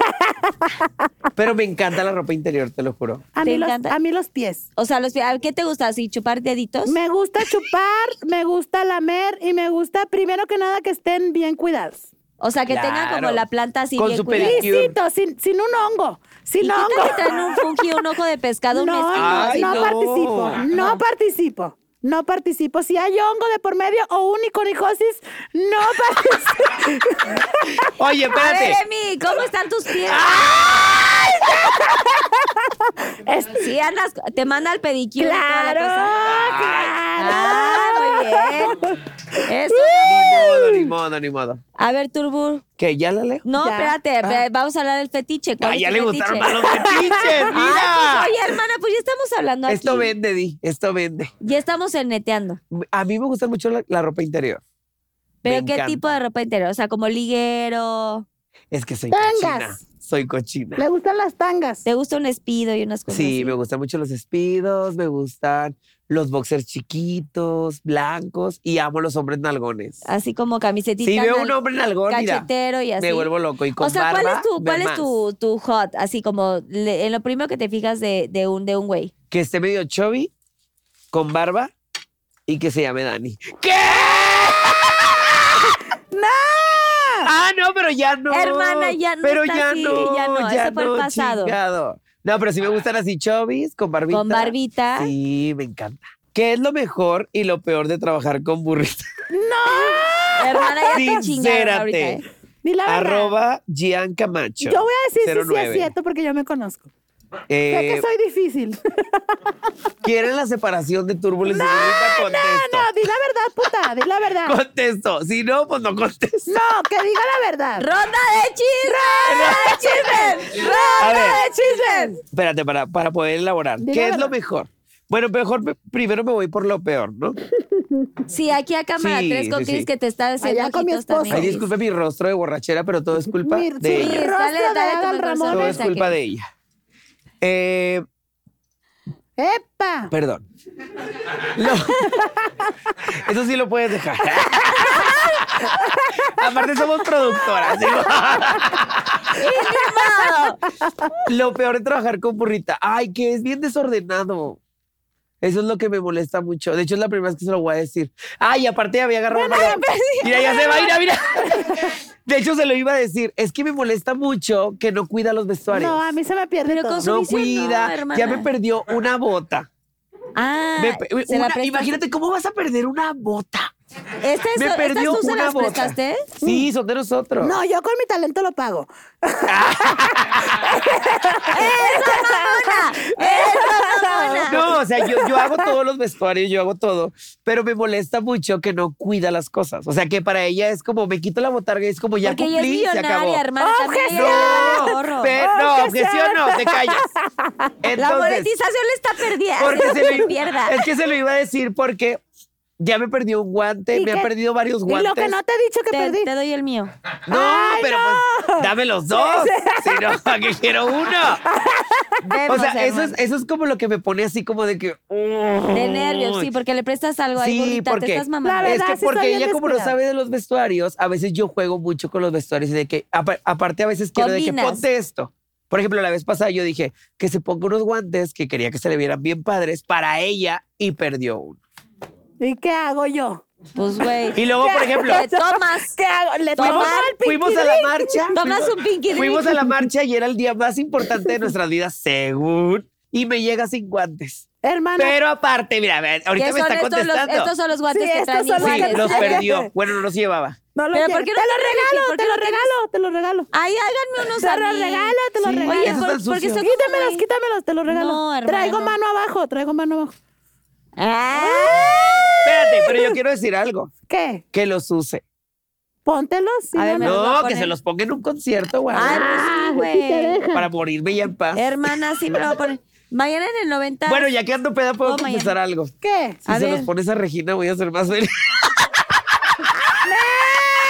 Speaker 6: Pero me encanta la ropa interior, te lo juro.
Speaker 5: A
Speaker 3: ¿Te
Speaker 5: mí, los,
Speaker 3: encanta?
Speaker 5: a mí los pies.
Speaker 3: O sea, los, ¿a ¿qué te gusta así? ¿Chupar deditos?
Speaker 5: Me gusta chupar, me gusta lamer y me gusta, primero que nada, que estén bien cuidados.
Speaker 3: O sea, que tengan como
Speaker 6: Claro.
Speaker 3: la planta así
Speaker 6: Con
Speaker 3: bien
Speaker 6: su
Speaker 3: cuidada.
Speaker 6: pedicure.
Speaker 5: Lisito, sin, sin un hongo.
Speaker 3: ¿Y
Speaker 5: Sin
Speaker 3: qué
Speaker 5: hongo.
Speaker 3: tal que traen un fungi, un ojo de pescado,
Speaker 5: No,
Speaker 3: un
Speaker 5: no,
Speaker 3: esquilo? así?
Speaker 5: no
Speaker 6: no.
Speaker 5: participo. No participo. No participo. Si hay hongo de por medio o uniconicosis, no participo.
Speaker 6: Oye,
Speaker 3: A ver,
Speaker 6: espérate.
Speaker 3: Emi, ¿cómo están tus pies? Sí, andas, te manda el pedicure y toda
Speaker 5: claro,
Speaker 3: la cosa.
Speaker 5: claro.
Speaker 3: Ah, muy bien. Eso.
Speaker 6: Ni modo, ni modo.
Speaker 3: A ver, Turbur.
Speaker 6: ¿Qué? ¿Ya la leo?
Speaker 3: No,
Speaker 5: Ya. Ah.
Speaker 3: espérate, espérate, vamos a hablar del fetiche. ¿Cuál
Speaker 6: Ah,
Speaker 3: es
Speaker 6: ya
Speaker 3: tu
Speaker 6: le
Speaker 3: fetiche?
Speaker 6: gustaron más los fetiches,
Speaker 3: Ay, pues,
Speaker 6: mira.
Speaker 3: oye, hermana, pues ya estamos hablando aquí.
Speaker 6: Esto vende, Di, esto vende.
Speaker 3: Ya estamos en neteando.
Speaker 6: A mí me gusta mucho la, la ropa interior.
Speaker 3: ¿Pero
Speaker 6: Me
Speaker 3: qué
Speaker 6: encanta.
Speaker 3: tipo de ropa interior? O sea, como liguero.
Speaker 6: Es que soy
Speaker 5: Tangas.
Speaker 6: cochina. Soy cochina.
Speaker 5: Le gustan las tangas.
Speaker 3: ¿Te gusta un espido y unas cosas
Speaker 6: Sí,
Speaker 3: pues, así?
Speaker 6: me gustan mucho los espidos, me gustan los boxers chiquitos, blancos y amo los hombres nalgones.
Speaker 3: Así como camisetita.
Speaker 6: Si veo un
Speaker 3: nal-
Speaker 6: hombre nalgón, mira,
Speaker 3: Cachetero y así.
Speaker 6: me vuelvo loco y con
Speaker 3: O sea, ¿cuál
Speaker 6: barba,
Speaker 3: es tu,
Speaker 6: ve
Speaker 3: cuál es
Speaker 6: más.
Speaker 3: tu, tu hot? Así como le- en lo primero que te fijas de, de un de un güey.
Speaker 6: que esté medio chubby, con barba y que se llame Dani. ¿Qué?
Speaker 5: ¡No!
Speaker 6: Ah, no, pero ya no.
Speaker 3: Hermana, ya no
Speaker 6: Pero
Speaker 3: está
Speaker 6: ya,
Speaker 3: así,
Speaker 6: no,
Speaker 3: ya no, ese fue el
Speaker 6: no,
Speaker 3: pasado.
Speaker 6: chingado. No, pero sí me gustan así chovis con barbita.
Speaker 3: Con barbita.
Speaker 6: Sí, me encanta. ¿Qué es lo mejor y lo peor de trabajar con burrita?
Speaker 3: Hermana, ya te chingaron ahorita.
Speaker 6: Sincérate.
Speaker 3: ¿eh?
Speaker 5: Di la verdad.
Speaker 6: Arroba Gian Camacho.
Speaker 5: Yo voy a decir si sí es
Speaker 6: 09.
Speaker 5: cierto porque yo me conozco.
Speaker 6: Eh,
Speaker 5: Sé que soy difícil.
Speaker 6: ¿Quieren la separación de Turbulence? y Burrita? Contesto.
Speaker 5: No, di la verdad, puta, di la verdad.
Speaker 6: Contesto. Si no, pues no contesto.
Speaker 5: No, que diga la verdad.
Speaker 3: ¡Ronda de chismes! ¡Ronda de chismes!
Speaker 6: A ver.
Speaker 3: ¡Ronda de chismes!
Speaker 6: Espérate, para, para poder elaborar.
Speaker 5: Di la
Speaker 6: ¿Qué es
Speaker 5: verdad.
Speaker 6: lo mejor? Bueno, mejor primero me voy por lo peor, ¿no?
Speaker 3: Sí, aquí a cámara
Speaker 6: Sí,
Speaker 3: 3 con
Speaker 6: sí,
Speaker 3: Cris
Speaker 6: sí.
Speaker 3: que te está haciendo
Speaker 5: Allá con mi
Speaker 3: ojitos
Speaker 5: esposo.
Speaker 3: también.
Speaker 6: Ay,
Speaker 3: Cris.
Speaker 6: disculpe mi rostro de borrachera, pero todo es culpa
Speaker 5: Mi-
Speaker 6: de
Speaker 5: sí,
Speaker 3: Sí,
Speaker 6: ella.
Speaker 5: rostro
Speaker 3: dale,
Speaker 5: de
Speaker 3: dale tu
Speaker 5: Adal
Speaker 3: corazón,
Speaker 6: Todo
Speaker 5: Ramones.
Speaker 6: es
Speaker 3: saque.
Speaker 6: culpa de ella. Eh,
Speaker 5: ¡Epa!
Speaker 6: perdón. Lo- Eso sí lo puedes dejar. Aparte somos productoras. digo. Lo peor de trabajar con burrita. Ay, que es bien desordenado. Eso es lo que me molesta mucho. De hecho, es la primera vez que se lo voy a decir. Ay, aparte ya había agarrado. para- Mira, ya se va, mira, mira. De hecho, se lo iba a decir. Es que me molesta mucho que no cuida los vestuarios.
Speaker 5: No, a mí se me pierde
Speaker 3: Pero
Speaker 5: todo.
Speaker 3: con su-
Speaker 6: no
Speaker 3: visión, no,
Speaker 6: cuida. ya
Speaker 3: hermana.
Speaker 6: me perdió una bota.
Speaker 3: Ah,
Speaker 6: Me pe-
Speaker 3: se
Speaker 6: una-
Speaker 3: la prestaste.
Speaker 6: imagínate cómo vas a perder una bota.
Speaker 3: Esta es-
Speaker 6: Me
Speaker 3: ¿Estas
Speaker 6: perdió
Speaker 3: tú se
Speaker 6: una
Speaker 3: las
Speaker 6: bota.
Speaker 3: prestaste?
Speaker 6: Sí, son de nosotros.
Speaker 5: No, yo con mi talento lo pago.
Speaker 6: No, o sea, yo, yo hago todos los vestuarios, yo hago todo, pero me molesta mucho que no cuida las cosas. O sea, que para ella es como, me quito la botarga y es como, ya
Speaker 3: Porque ella es
Speaker 6: cumplí, se acabó.
Speaker 3: millonaria, hermana.
Speaker 5: ¡Oh,
Speaker 3: también ella vale gorro.
Speaker 6: No, pero, no, objeción no, te callas.
Speaker 3: La
Speaker 6: Entonces,
Speaker 3: monetización le está perdida.
Speaker 6: porque se
Speaker 3: le
Speaker 6: lo-
Speaker 3: pierda.
Speaker 6: es que se lo iba a decir porque ya me perdió un guante,
Speaker 5: ¿Y
Speaker 6: me ha
Speaker 5: qué?
Speaker 6: perdido varios
Speaker 5: Y
Speaker 6: guantes.
Speaker 5: lo que no te he dicho que
Speaker 3: Te,
Speaker 5: perdí.
Speaker 3: te doy el mío.
Speaker 6: No, pero pues dame los dos. si no, ¿a qué quiero uno?
Speaker 3: Vemos,
Speaker 6: O sea, eso es,
Speaker 3: hermana.
Speaker 6: eso es como lo que me pone así como de que...
Speaker 3: De nervios, sí, porque le prestas algo ahí,
Speaker 6: Sí,
Speaker 3: burrita,
Speaker 6: porque-
Speaker 3: te estás mamando.
Speaker 5: La
Speaker 6: Es
Speaker 5: verdad,
Speaker 6: que
Speaker 5: sí está
Speaker 6: porque
Speaker 5: bien
Speaker 6: ella como no
Speaker 5: descuidada.
Speaker 6: sabe de los vestuarios, a veces yo juego mucho con los vestuarios y de que apa- aparte a veces quiero de que
Speaker 3: Combinas.
Speaker 6: ponte esto. Por ejemplo, la vez pasada yo dije que se ponga unos guantes que quería que se le vieran bien padres para ella y perdió uno.
Speaker 5: ¿Y qué hago yo?
Speaker 3: Pues, güey.
Speaker 6: Y luego, por ejemplo,
Speaker 3: Te tomas.
Speaker 5: ¿Qué hago? Le tomo
Speaker 6: fuimos,
Speaker 5: al pinky
Speaker 6: fuimos a
Speaker 5: drink.
Speaker 6: la marcha.
Speaker 3: Tomas
Speaker 6: fuimos-
Speaker 3: un pinky drink.
Speaker 6: Fuimos a la marcha y era el día más importante de nuestras vidas, según. Y me llega sin guantes.
Speaker 5: Hermana,
Speaker 6: Pero aparte, mira, a ver, ahorita
Speaker 3: ¿Qué
Speaker 6: me
Speaker 3: son
Speaker 6: está
Speaker 3: estos, los,
Speaker 6: contestando.
Speaker 3: estos son los guantes
Speaker 5: Sí,
Speaker 3: que
Speaker 5: estos
Speaker 3: traen
Speaker 5: son los
Speaker 3: iguales.
Speaker 6: sí, los
Speaker 5: guantes.
Speaker 6: perdió. Bueno, no los llevaba.
Speaker 5: no lo
Speaker 3: ¿Pero
Speaker 5: quiero.
Speaker 3: por qué no
Speaker 5: te
Speaker 3: lo
Speaker 5: lo
Speaker 3: tienes? ¿Por
Speaker 5: regalo,
Speaker 3: qué
Speaker 5: te
Speaker 3: no
Speaker 5: lo
Speaker 3: tienes?
Speaker 5: regalo, te lo regalo.
Speaker 3: Ay, háganme unos
Speaker 5: Te
Speaker 3: a
Speaker 5: lo
Speaker 3: mí.
Speaker 5: regalo, te lo
Speaker 6: Sí,
Speaker 5: regalo.
Speaker 3: Oye,
Speaker 6: Esos
Speaker 3: por-
Speaker 6: están
Speaker 3: porque
Speaker 6: sucios.
Speaker 3: son como
Speaker 5: Quítamelos,
Speaker 3: muy-
Speaker 5: quítamelos, te lo regalo.
Speaker 3: No, hermana,
Speaker 5: traigo
Speaker 3: no.
Speaker 5: mano abajo, traigo mano abajo.
Speaker 3: Ah.
Speaker 6: Espérate, pero yo quiero decir algo.
Speaker 5: ¿Qué?
Speaker 6: Que los use.
Speaker 5: Póntelos. sí,
Speaker 3: A ver,
Speaker 5: no,
Speaker 3: me
Speaker 5: no.
Speaker 3: los voy a
Speaker 6: No, que
Speaker 3: poner.
Speaker 6: se los ponga en un concierto, güey.
Speaker 3: Ay,
Speaker 6: Ah,
Speaker 3: pues sí, güey.
Speaker 6: Para morirme ya en paz.
Speaker 3: Hermana, sí me lo voy a poner. Mañana en el 90.
Speaker 6: Bueno, ya que ando peda, puedo
Speaker 3: Oh, mañana.
Speaker 6: confesar algo. Si
Speaker 5: ¿Qué?
Speaker 3: A
Speaker 6: se
Speaker 3: ver.
Speaker 6: los pones a Regina, voy a ser más feliz.
Speaker 3: O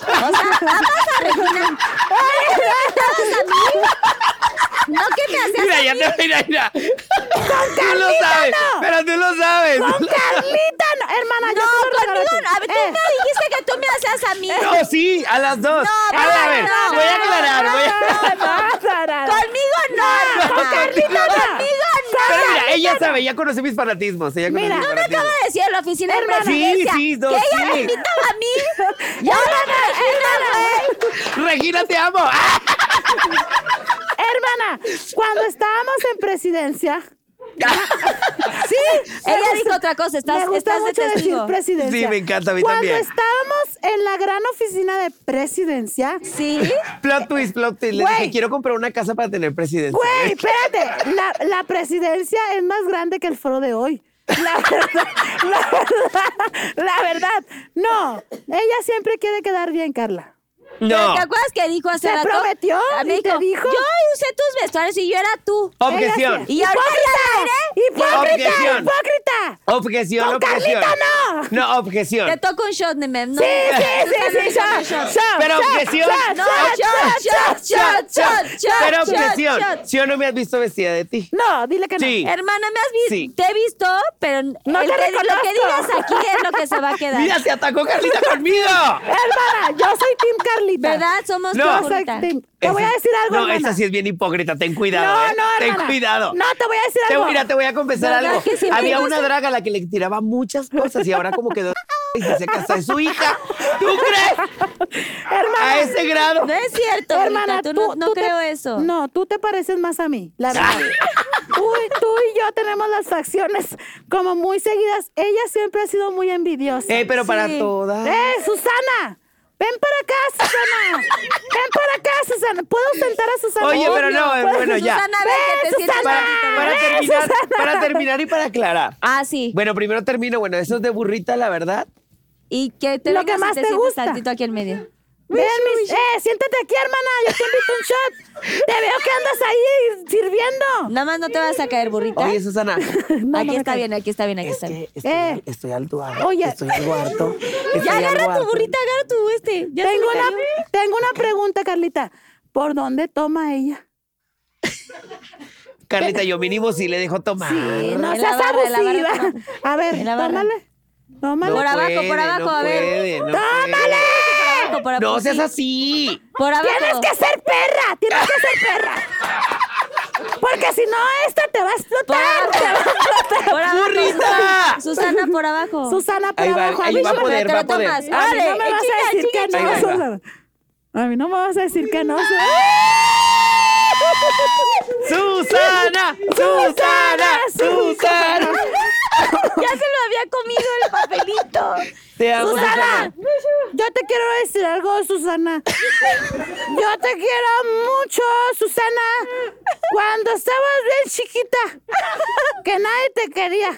Speaker 3: sea, amas a Regina. ¿No me tratabas a mí? No que me hacías.
Speaker 6: Mira, ya no, mira, mira. Tú lo sabes, pero tú lo sabes.
Speaker 5: Carlita, no, hermana, yo
Speaker 3: No,
Speaker 5: te lo regalo.
Speaker 3: conmigo. no. A
Speaker 5: a ti.
Speaker 3: ver, tú
Speaker 5: Eh,
Speaker 3: me dijiste que tú me hacías a mí.
Speaker 6: No, sí, a las dos.
Speaker 3: No,
Speaker 6: a, la- a ver,
Speaker 3: no,
Speaker 6: voy a
Speaker 3: no,
Speaker 6: aclarar, voy a...
Speaker 5: no, no, no, no.
Speaker 3: Conmigo no.
Speaker 6: No,
Speaker 3: hermana.
Speaker 6: Carlita, no.
Speaker 3: Conmigo no.
Speaker 6: Pero mira, ella sabe, ya conoce mis fanatismos. Ella conoce
Speaker 5: Mira,
Speaker 6: mis
Speaker 5: no
Speaker 3: me acaba
Speaker 6: fanatismos.
Speaker 3: de decir en la oficina de
Speaker 6: Hermana, sí,
Speaker 3: presidencia
Speaker 6: sí, no,
Speaker 3: que ella
Speaker 6: sí.
Speaker 3: me invitaba a mí. Y ahora me güey.
Speaker 6: Regina, te amo. ¡Ah!
Speaker 5: Hermana, cuando estábamos en presidencia, sí,
Speaker 3: Ella dijo otra cosa. Estás,
Speaker 5: me gusta
Speaker 3: estás de
Speaker 5: mucho decir
Speaker 3: testigo.
Speaker 5: presidencia.
Speaker 6: Sí, me encanta, a mí
Speaker 5: Cuando
Speaker 6: también.
Speaker 5: estábamos en la gran oficina de presidencia,
Speaker 3: Sí.
Speaker 6: Plot twist, plot twist. Le
Speaker 5: Güey.
Speaker 6: dije, quiero comprar una casa para tener presidente.
Speaker 5: güey, espérate, la, la presidencia es más grande que el foro de hoy. La verdad, la verdad, la verdad. No, ella siempre quiere quedar bien, Carla.
Speaker 6: No.
Speaker 3: ¿Te acuerdas que dijo hace
Speaker 5: Se
Speaker 3: rato?
Speaker 5: prometió,
Speaker 3: Ah, me
Speaker 5: y te dijo. Oh,
Speaker 3: Yo usé tus vestuarios y yo era tú.
Speaker 6: Objeción.
Speaker 3: Y ahora ya al aire,
Speaker 5: ¡Hipócrita!
Speaker 6: Objeción.
Speaker 5: ¡Hipócrita!
Speaker 6: Objeción,
Speaker 5: ¡Con
Speaker 6: objeción.
Speaker 5: Carlita,
Speaker 6: no! No, objeción.
Speaker 3: te toco un shot, Nemem. No,
Speaker 5: Sí, sí, sí, sí, shot, shot,
Speaker 6: Pero
Speaker 5: shot,
Speaker 6: objeción.
Speaker 5: shot,
Speaker 3: No,
Speaker 5: shot,
Speaker 3: shot, shot, shot, shot, shot,
Speaker 6: Pero
Speaker 3: shot,
Speaker 6: objeción.
Speaker 3: shot.
Speaker 6: Si o no me has visto vestida de ti.
Speaker 5: No, dile que no.
Speaker 6: Sí.
Speaker 3: Hermana, me has visto.
Speaker 6: Sí.
Speaker 3: Te he visto, pero
Speaker 5: No
Speaker 3: el
Speaker 5: te
Speaker 3: que- lo que
Speaker 5: reconozco.
Speaker 3: digas aquí es lo que se va a quedar.
Speaker 6: Mira, se atacó Carlita conmigo.
Speaker 5: Hermana, yo soy Team Carlita.
Speaker 3: ¿Verdad? Somos
Speaker 6: No.
Speaker 3: no,
Speaker 5: Yo soy team- Te voy a
Speaker 6: Esa-
Speaker 5: decir algo,
Speaker 6: No,
Speaker 5: hermana.
Speaker 6: esa sí es bien hipócrita. Ten cuidado.
Speaker 5: No,
Speaker 6: ¿eh?
Speaker 5: no,
Speaker 6: Ten
Speaker 5: hermana.
Speaker 6: cuidado.
Speaker 5: No, te voy a decir
Speaker 6: Te,
Speaker 5: algo.
Speaker 6: mira, te voy a confesar
Speaker 3: ¿Verdad
Speaker 6: algo.
Speaker 3: que siempre
Speaker 6: Había
Speaker 3: yo
Speaker 6: una
Speaker 3: soy-
Speaker 6: draga a la que le tiraba muchas cosas y ahora como quedó y se casa de su hija. ¿Tú crees?
Speaker 5: Hermana,
Speaker 6: A ese grado.
Speaker 3: No es cierto,
Speaker 5: hermana,
Speaker 3: hermana. Tú, no, no
Speaker 5: te-
Speaker 3: creo eso.
Speaker 5: No, tú te pareces más a mí, la verdad. tú, y- tú y yo tenemos las facciones como muy seguidas. Ella siempre ha sido muy envidiosa.
Speaker 6: Eh, pero para
Speaker 3: Sí.
Speaker 6: todas.
Speaker 5: ¡Eh, Susana! ¡Ven para acá, Susana! ¡Ven para acá, Susana! ¿Puedo sentar a Susana?
Speaker 6: Oye, pero no, eh,
Speaker 5: Obvio, ¿puedo?
Speaker 6: bueno, ya.
Speaker 3: Susana, ve que te
Speaker 5: Ven,
Speaker 3: sientes
Speaker 5: Susana.
Speaker 6: Para,
Speaker 3: bonita.
Speaker 6: para
Speaker 5: ¡Eh,
Speaker 6: terminar,
Speaker 5: Susana!
Speaker 6: para terminar y para aclarar.
Speaker 3: Ah, sí.
Speaker 6: Bueno, primero termino. Bueno, eso es de burrita, la verdad.
Speaker 3: Y que te
Speaker 5: Lo que
Speaker 3: vengas y
Speaker 5: más
Speaker 3: te,
Speaker 5: te
Speaker 3: sientas
Speaker 5: gusta.
Speaker 3: tantito aquí en medio.
Speaker 5: Ven, mis- eh, siéntate aquí, hermana. Yo te invito un shot. Te veo que andas ahí sirviendo.
Speaker 3: Nada más no te vas a caer, burrita.
Speaker 6: Oye, Susana.
Speaker 5: no, no
Speaker 3: aquí
Speaker 5: me
Speaker 3: está
Speaker 5: caigo.
Speaker 3: bien, aquí está bien, aquí
Speaker 6: Es
Speaker 3: está bien.
Speaker 6: que estoy,
Speaker 5: Eh.
Speaker 6: estoy alto,
Speaker 5: Oye.
Speaker 6: estoy algo harto. estoy
Speaker 3: Ya
Speaker 6: algo
Speaker 3: agarra
Speaker 6: harto.
Speaker 3: tu burrita, agarra tu este. Ya se
Speaker 5: Tengo
Speaker 3: me
Speaker 5: una,
Speaker 3: cayó.
Speaker 5: tengo una pregunta, Carlita. ¿Por dónde toma ella?
Speaker 6: Carlita, yo mínimo sí le dejo tomar.
Speaker 5: Sí, no
Speaker 3: En la
Speaker 5: seas
Speaker 3: barra, en la barra
Speaker 5: abusiva.
Speaker 3: toma.
Speaker 5: A ver,
Speaker 3: En la barra.
Speaker 5: tómale. Tómale.
Speaker 3: Por abajo, por abajo,
Speaker 6: no
Speaker 3: a ver.
Speaker 6: puede, no
Speaker 3: Por abajo, por
Speaker 6: puede. No
Speaker 3: abajo,
Speaker 6: seas
Speaker 3: sí.
Speaker 6: así.
Speaker 3: Por abajo.
Speaker 5: Tienes que ser perra, tienes que ser perra. Porque si no, esta te va a explotar.
Speaker 3: Por abajo.
Speaker 6: ¡Burrita!
Speaker 3: Susana, por abajo.
Speaker 5: Susana, por
Speaker 6: Pues, Ahí va,
Speaker 5: abajo. a
Speaker 6: ahí
Speaker 5: mí
Speaker 6: va
Speaker 5: no
Speaker 6: a
Speaker 5: me-
Speaker 6: poder,
Speaker 3: te
Speaker 6: va
Speaker 3: lo
Speaker 6: a poder.
Speaker 3: tomas.
Speaker 5: a mí no me
Speaker 3: Órale,
Speaker 5: vas
Speaker 3: chinga,
Speaker 5: a decir que
Speaker 6: eh, chinga,
Speaker 5: no,
Speaker 6: chinga.
Speaker 5: Susana. A mí no me vas a decir que no.
Speaker 6: ¡Susana! ¡Susana! ¡Susana!
Speaker 3: Ya se lo había comido el papelito.
Speaker 6: Te amo,
Speaker 5: Susana,
Speaker 6: Susana.
Speaker 5: yo te quiero decir algo, Susana. Yo te quiero mucho, Susana. Cuando estabas bien chiquita, que nadie te quería.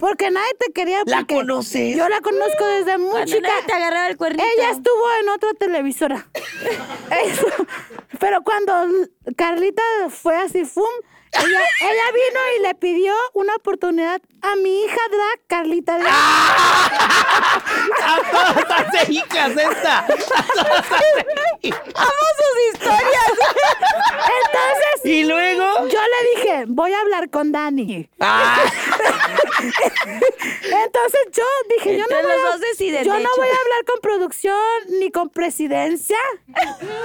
Speaker 5: Porque nadie te quería.
Speaker 6: ¿La
Speaker 5: porque
Speaker 6: conoces?
Speaker 5: Yo la conozco desde muy
Speaker 3: Cuando
Speaker 5: chica.
Speaker 3: nadie te agarraba el cuernito.
Speaker 5: Ella estuvo en otra televisora. Eso. Pero cuando Carlita fue así, ¡fum! Ella, ella vino y le pidió una oportunidad a mi hija drag, Carlita Drag.
Speaker 3: ¡Ah!
Speaker 6: ¡A Ah, todas las hijas esta! ¡A todas las hijas!
Speaker 5: sus historias! Entonces,
Speaker 6: Y luego.
Speaker 5: yo le dije, voy a hablar con Dani.
Speaker 6: ¡Ah!
Speaker 5: Entonces yo dije, yo no,
Speaker 3: Entre
Speaker 5: voy
Speaker 3: los
Speaker 5: a,
Speaker 3: dos deciden,
Speaker 5: yo
Speaker 3: de
Speaker 5: no
Speaker 3: hecho.
Speaker 5: voy a hablar con producción ni con presidencia.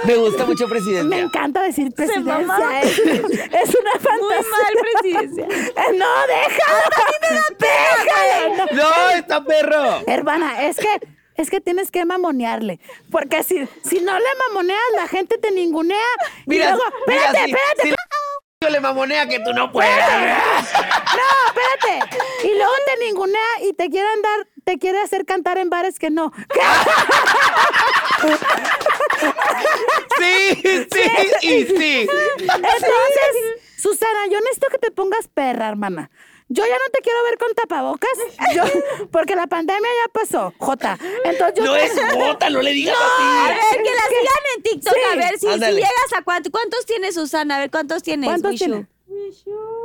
Speaker 6: Me gusta mucho presidente.
Speaker 5: Me encanta decir
Speaker 3: mamaron.
Speaker 5: presidencia. Es, es una
Speaker 3: Muy
Speaker 5: fantasía.
Speaker 3: mal, presidencia.
Speaker 5: Eh, No, déjala. Déjala, no.
Speaker 6: ¡No, está perro!
Speaker 5: Hermana, es que es que tienes que mamonearle. Porque si, si no le mamoneas, la gente te ningunea. y
Speaker 6: Mira,
Speaker 5: luego,
Speaker 6: mira,
Speaker 5: espérate,
Speaker 6: si-
Speaker 5: espérate,
Speaker 6: si la- yo le mamonea que tú no puedes.
Speaker 5: No, espérate. Y luego te ningunea y te quiere andar, te quiere hacer cantar en bares que no.
Speaker 6: Sí, sí y sí.
Speaker 5: Entonces, Susana, yo necesito que te pongas perra, hermana. Yo ya no te quiero ver con tapabocas, yo- porque la pandemia ya pasó, Jota. Entonces yo
Speaker 6: No
Speaker 5: te-
Speaker 6: es bota, no le digas
Speaker 3: A
Speaker 6: así.
Speaker 3: ver, que la sigan en TikTok.
Speaker 5: Sí.
Speaker 3: a ver si, si
Speaker 6: Ándale.
Speaker 3: llegas a cuánto. ¿Cuántos tiene Susana? A ver, ¿cuántos tienes,
Speaker 5: ¿Cuántos
Speaker 3: Wishu?
Speaker 5: tiene?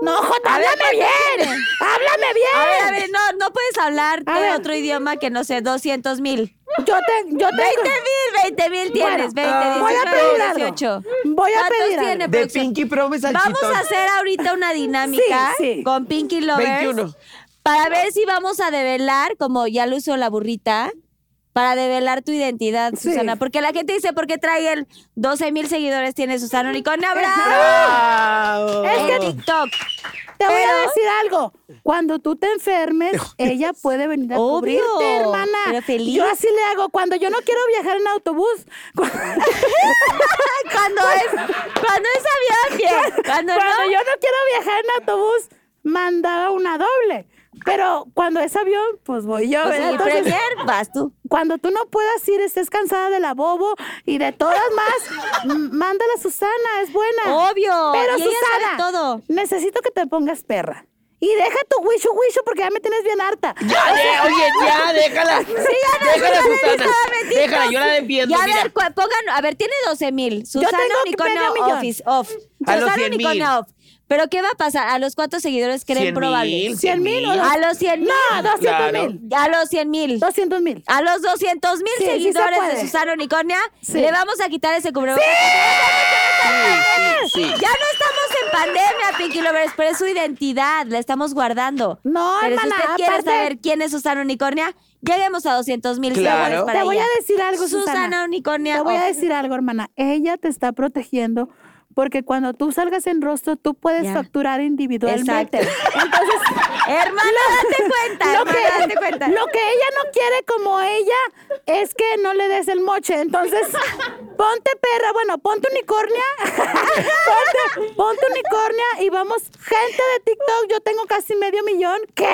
Speaker 5: No, Jota,
Speaker 3: A ver,
Speaker 5: háblame
Speaker 3: ¿cuántos
Speaker 5: bien.
Speaker 3: tiene?
Speaker 5: Háblame bien.
Speaker 3: A ver, a ver, no, no puedes hablar
Speaker 5: Eh. A
Speaker 3: de
Speaker 5: ver.
Speaker 3: otro idioma que no sé, 200 mil.
Speaker 5: Yo te, yo
Speaker 3: 20
Speaker 5: tengo-
Speaker 3: mil, 20 mil tienes, 20,
Speaker 5: ah, voy a
Speaker 3: 19,
Speaker 5: pedir algo.
Speaker 3: 18.
Speaker 5: Voy a
Speaker 3: ¿Cuántos
Speaker 5: pedir algo.
Speaker 3: tiene
Speaker 6: De
Speaker 3: producción?
Speaker 6: Pinky Promise al
Speaker 3: Vamos
Speaker 6: chitón.
Speaker 3: a hacer ahorita una dinámica
Speaker 5: Sí, sí.
Speaker 3: con Pinky Lovers
Speaker 6: 21.
Speaker 3: para ver si vamos a develar, como ya lo hizo la burrita, para develar tu identidad,
Speaker 5: Sí.
Speaker 3: Susana. Porque la gente dice, ¿por qué trae el 12 mil seguidores tiene Susana Unicornia? ¡Bravo!
Speaker 6: Bravo.
Speaker 5: Es que-
Speaker 3: En TikTok.
Speaker 5: Te voy a
Speaker 3: Pero-
Speaker 5: decir algo. Cuando tú te enfermes, ella puede venir a
Speaker 3: Obvio,
Speaker 5: cubrirte, hermana.
Speaker 3: pero feliz.
Speaker 5: Yo así le hago. Cuando yo no quiero viajar en autobús, cu-
Speaker 3: Cuando es, cuando es avión, bien. Cuando,
Speaker 5: cuando
Speaker 3: no,
Speaker 5: yo no quiero viajar en autobús, mandaba una doble. Pero cuando es avión, pues voy yo.
Speaker 3: pues,
Speaker 5: ¿verdad?
Speaker 3: el
Speaker 5: Entonces,
Speaker 3: premier, vas tú.
Speaker 5: cuando tú no puedas ir, estés cansada de la bobo y de todas más, m- mándala a Susana, es buena.
Speaker 3: Obvio.
Speaker 5: Pero
Speaker 3: y ella sabe
Speaker 5: Susana,
Speaker 3: todo.
Speaker 5: necesito que te pongas perra. Y deja tu wishu wishu porque ya me tienes bien harta.
Speaker 6: Ya, de- oye, ya, déjala. déjala, Susana. Déjala, yo la defiendo.
Speaker 3: Y a
Speaker 6: mira.
Speaker 3: ver, cu- pongan, a ver, tiene 12 mil. Susana
Speaker 5: tengo que
Speaker 3: Unicornia
Speaker 5: medio millón.
Speaker 3: Office, off.
Speaker 6: A los
Speaker 3: Susana
Speaker 6: 100,000.
Speaker 3: Unicornia off. Pero ¿qué va a pasar? ¿A los cuántos seguidores creen
Speaker 6: 100,000,
Speaker 3: probables?
Speaker 6: 100,000.
Speaker 5: mil o dos-
Speaker 3: A los 100 mil.
Speaker 5: No, 200
Speaker 6: Claro.
Speaker 5: mil.
Speaker 3: A los 100 mil.
Speaker 5: 200 mil.
Speaker 3: A los 200 mil
Speaker 5: Sí, sí se
Speaker 3: seguidores de
Speaker 5: puede.
Speaker 3: Susana Unicornia,
Speaker 5: Sí.
Speaker 3: le vamos a quitar ese cubrebocas.
Speaker 6: Sí, sí, sí.
Speaker 3: Ya no estamos en pandemia, Pinky Lovers, pero es su identidad, la estamos guardando.
Speaker 5: No,
Speaker 3: pero
Speaker 5: hermana,
Speaker 3: si usted quiere
Speaker 5: aparte-
Speaker 3: saber quién es Susana Unicornia, lleguemos a 200 mil
Speaker 6: Claro.
Speaker 3: seguidores para
Speaker 5: Te voy
Speaker 3: ella.
Speaker 5: a decir algo, Susana.
Speaker 3: Unicornia
Speaker 5: Te voy a
Speaker 3: off.
Speaker 5: decir algo, hermana. Ella te está protegiendo porque cuando tú salgas en rostro, tú puedes
Speaker 3: Ya.
Speaker 5: facturar individualmente.
Speaker 3: Exacto. Entonces, hermana, date cuenta,
Speaker 5: Lo
Speaker 3: hermana,
Speaker 5: que,
Speaker 3: date cuenta.
Speaker 5: lo que ella no quiere como ella es que no le des el moche. Entonces, ponte perra, bueno, ponte unicornia. ponte, ponte unicornia y vamos, gente de TikTok, yo tengo casi medio millón. ¿Qué?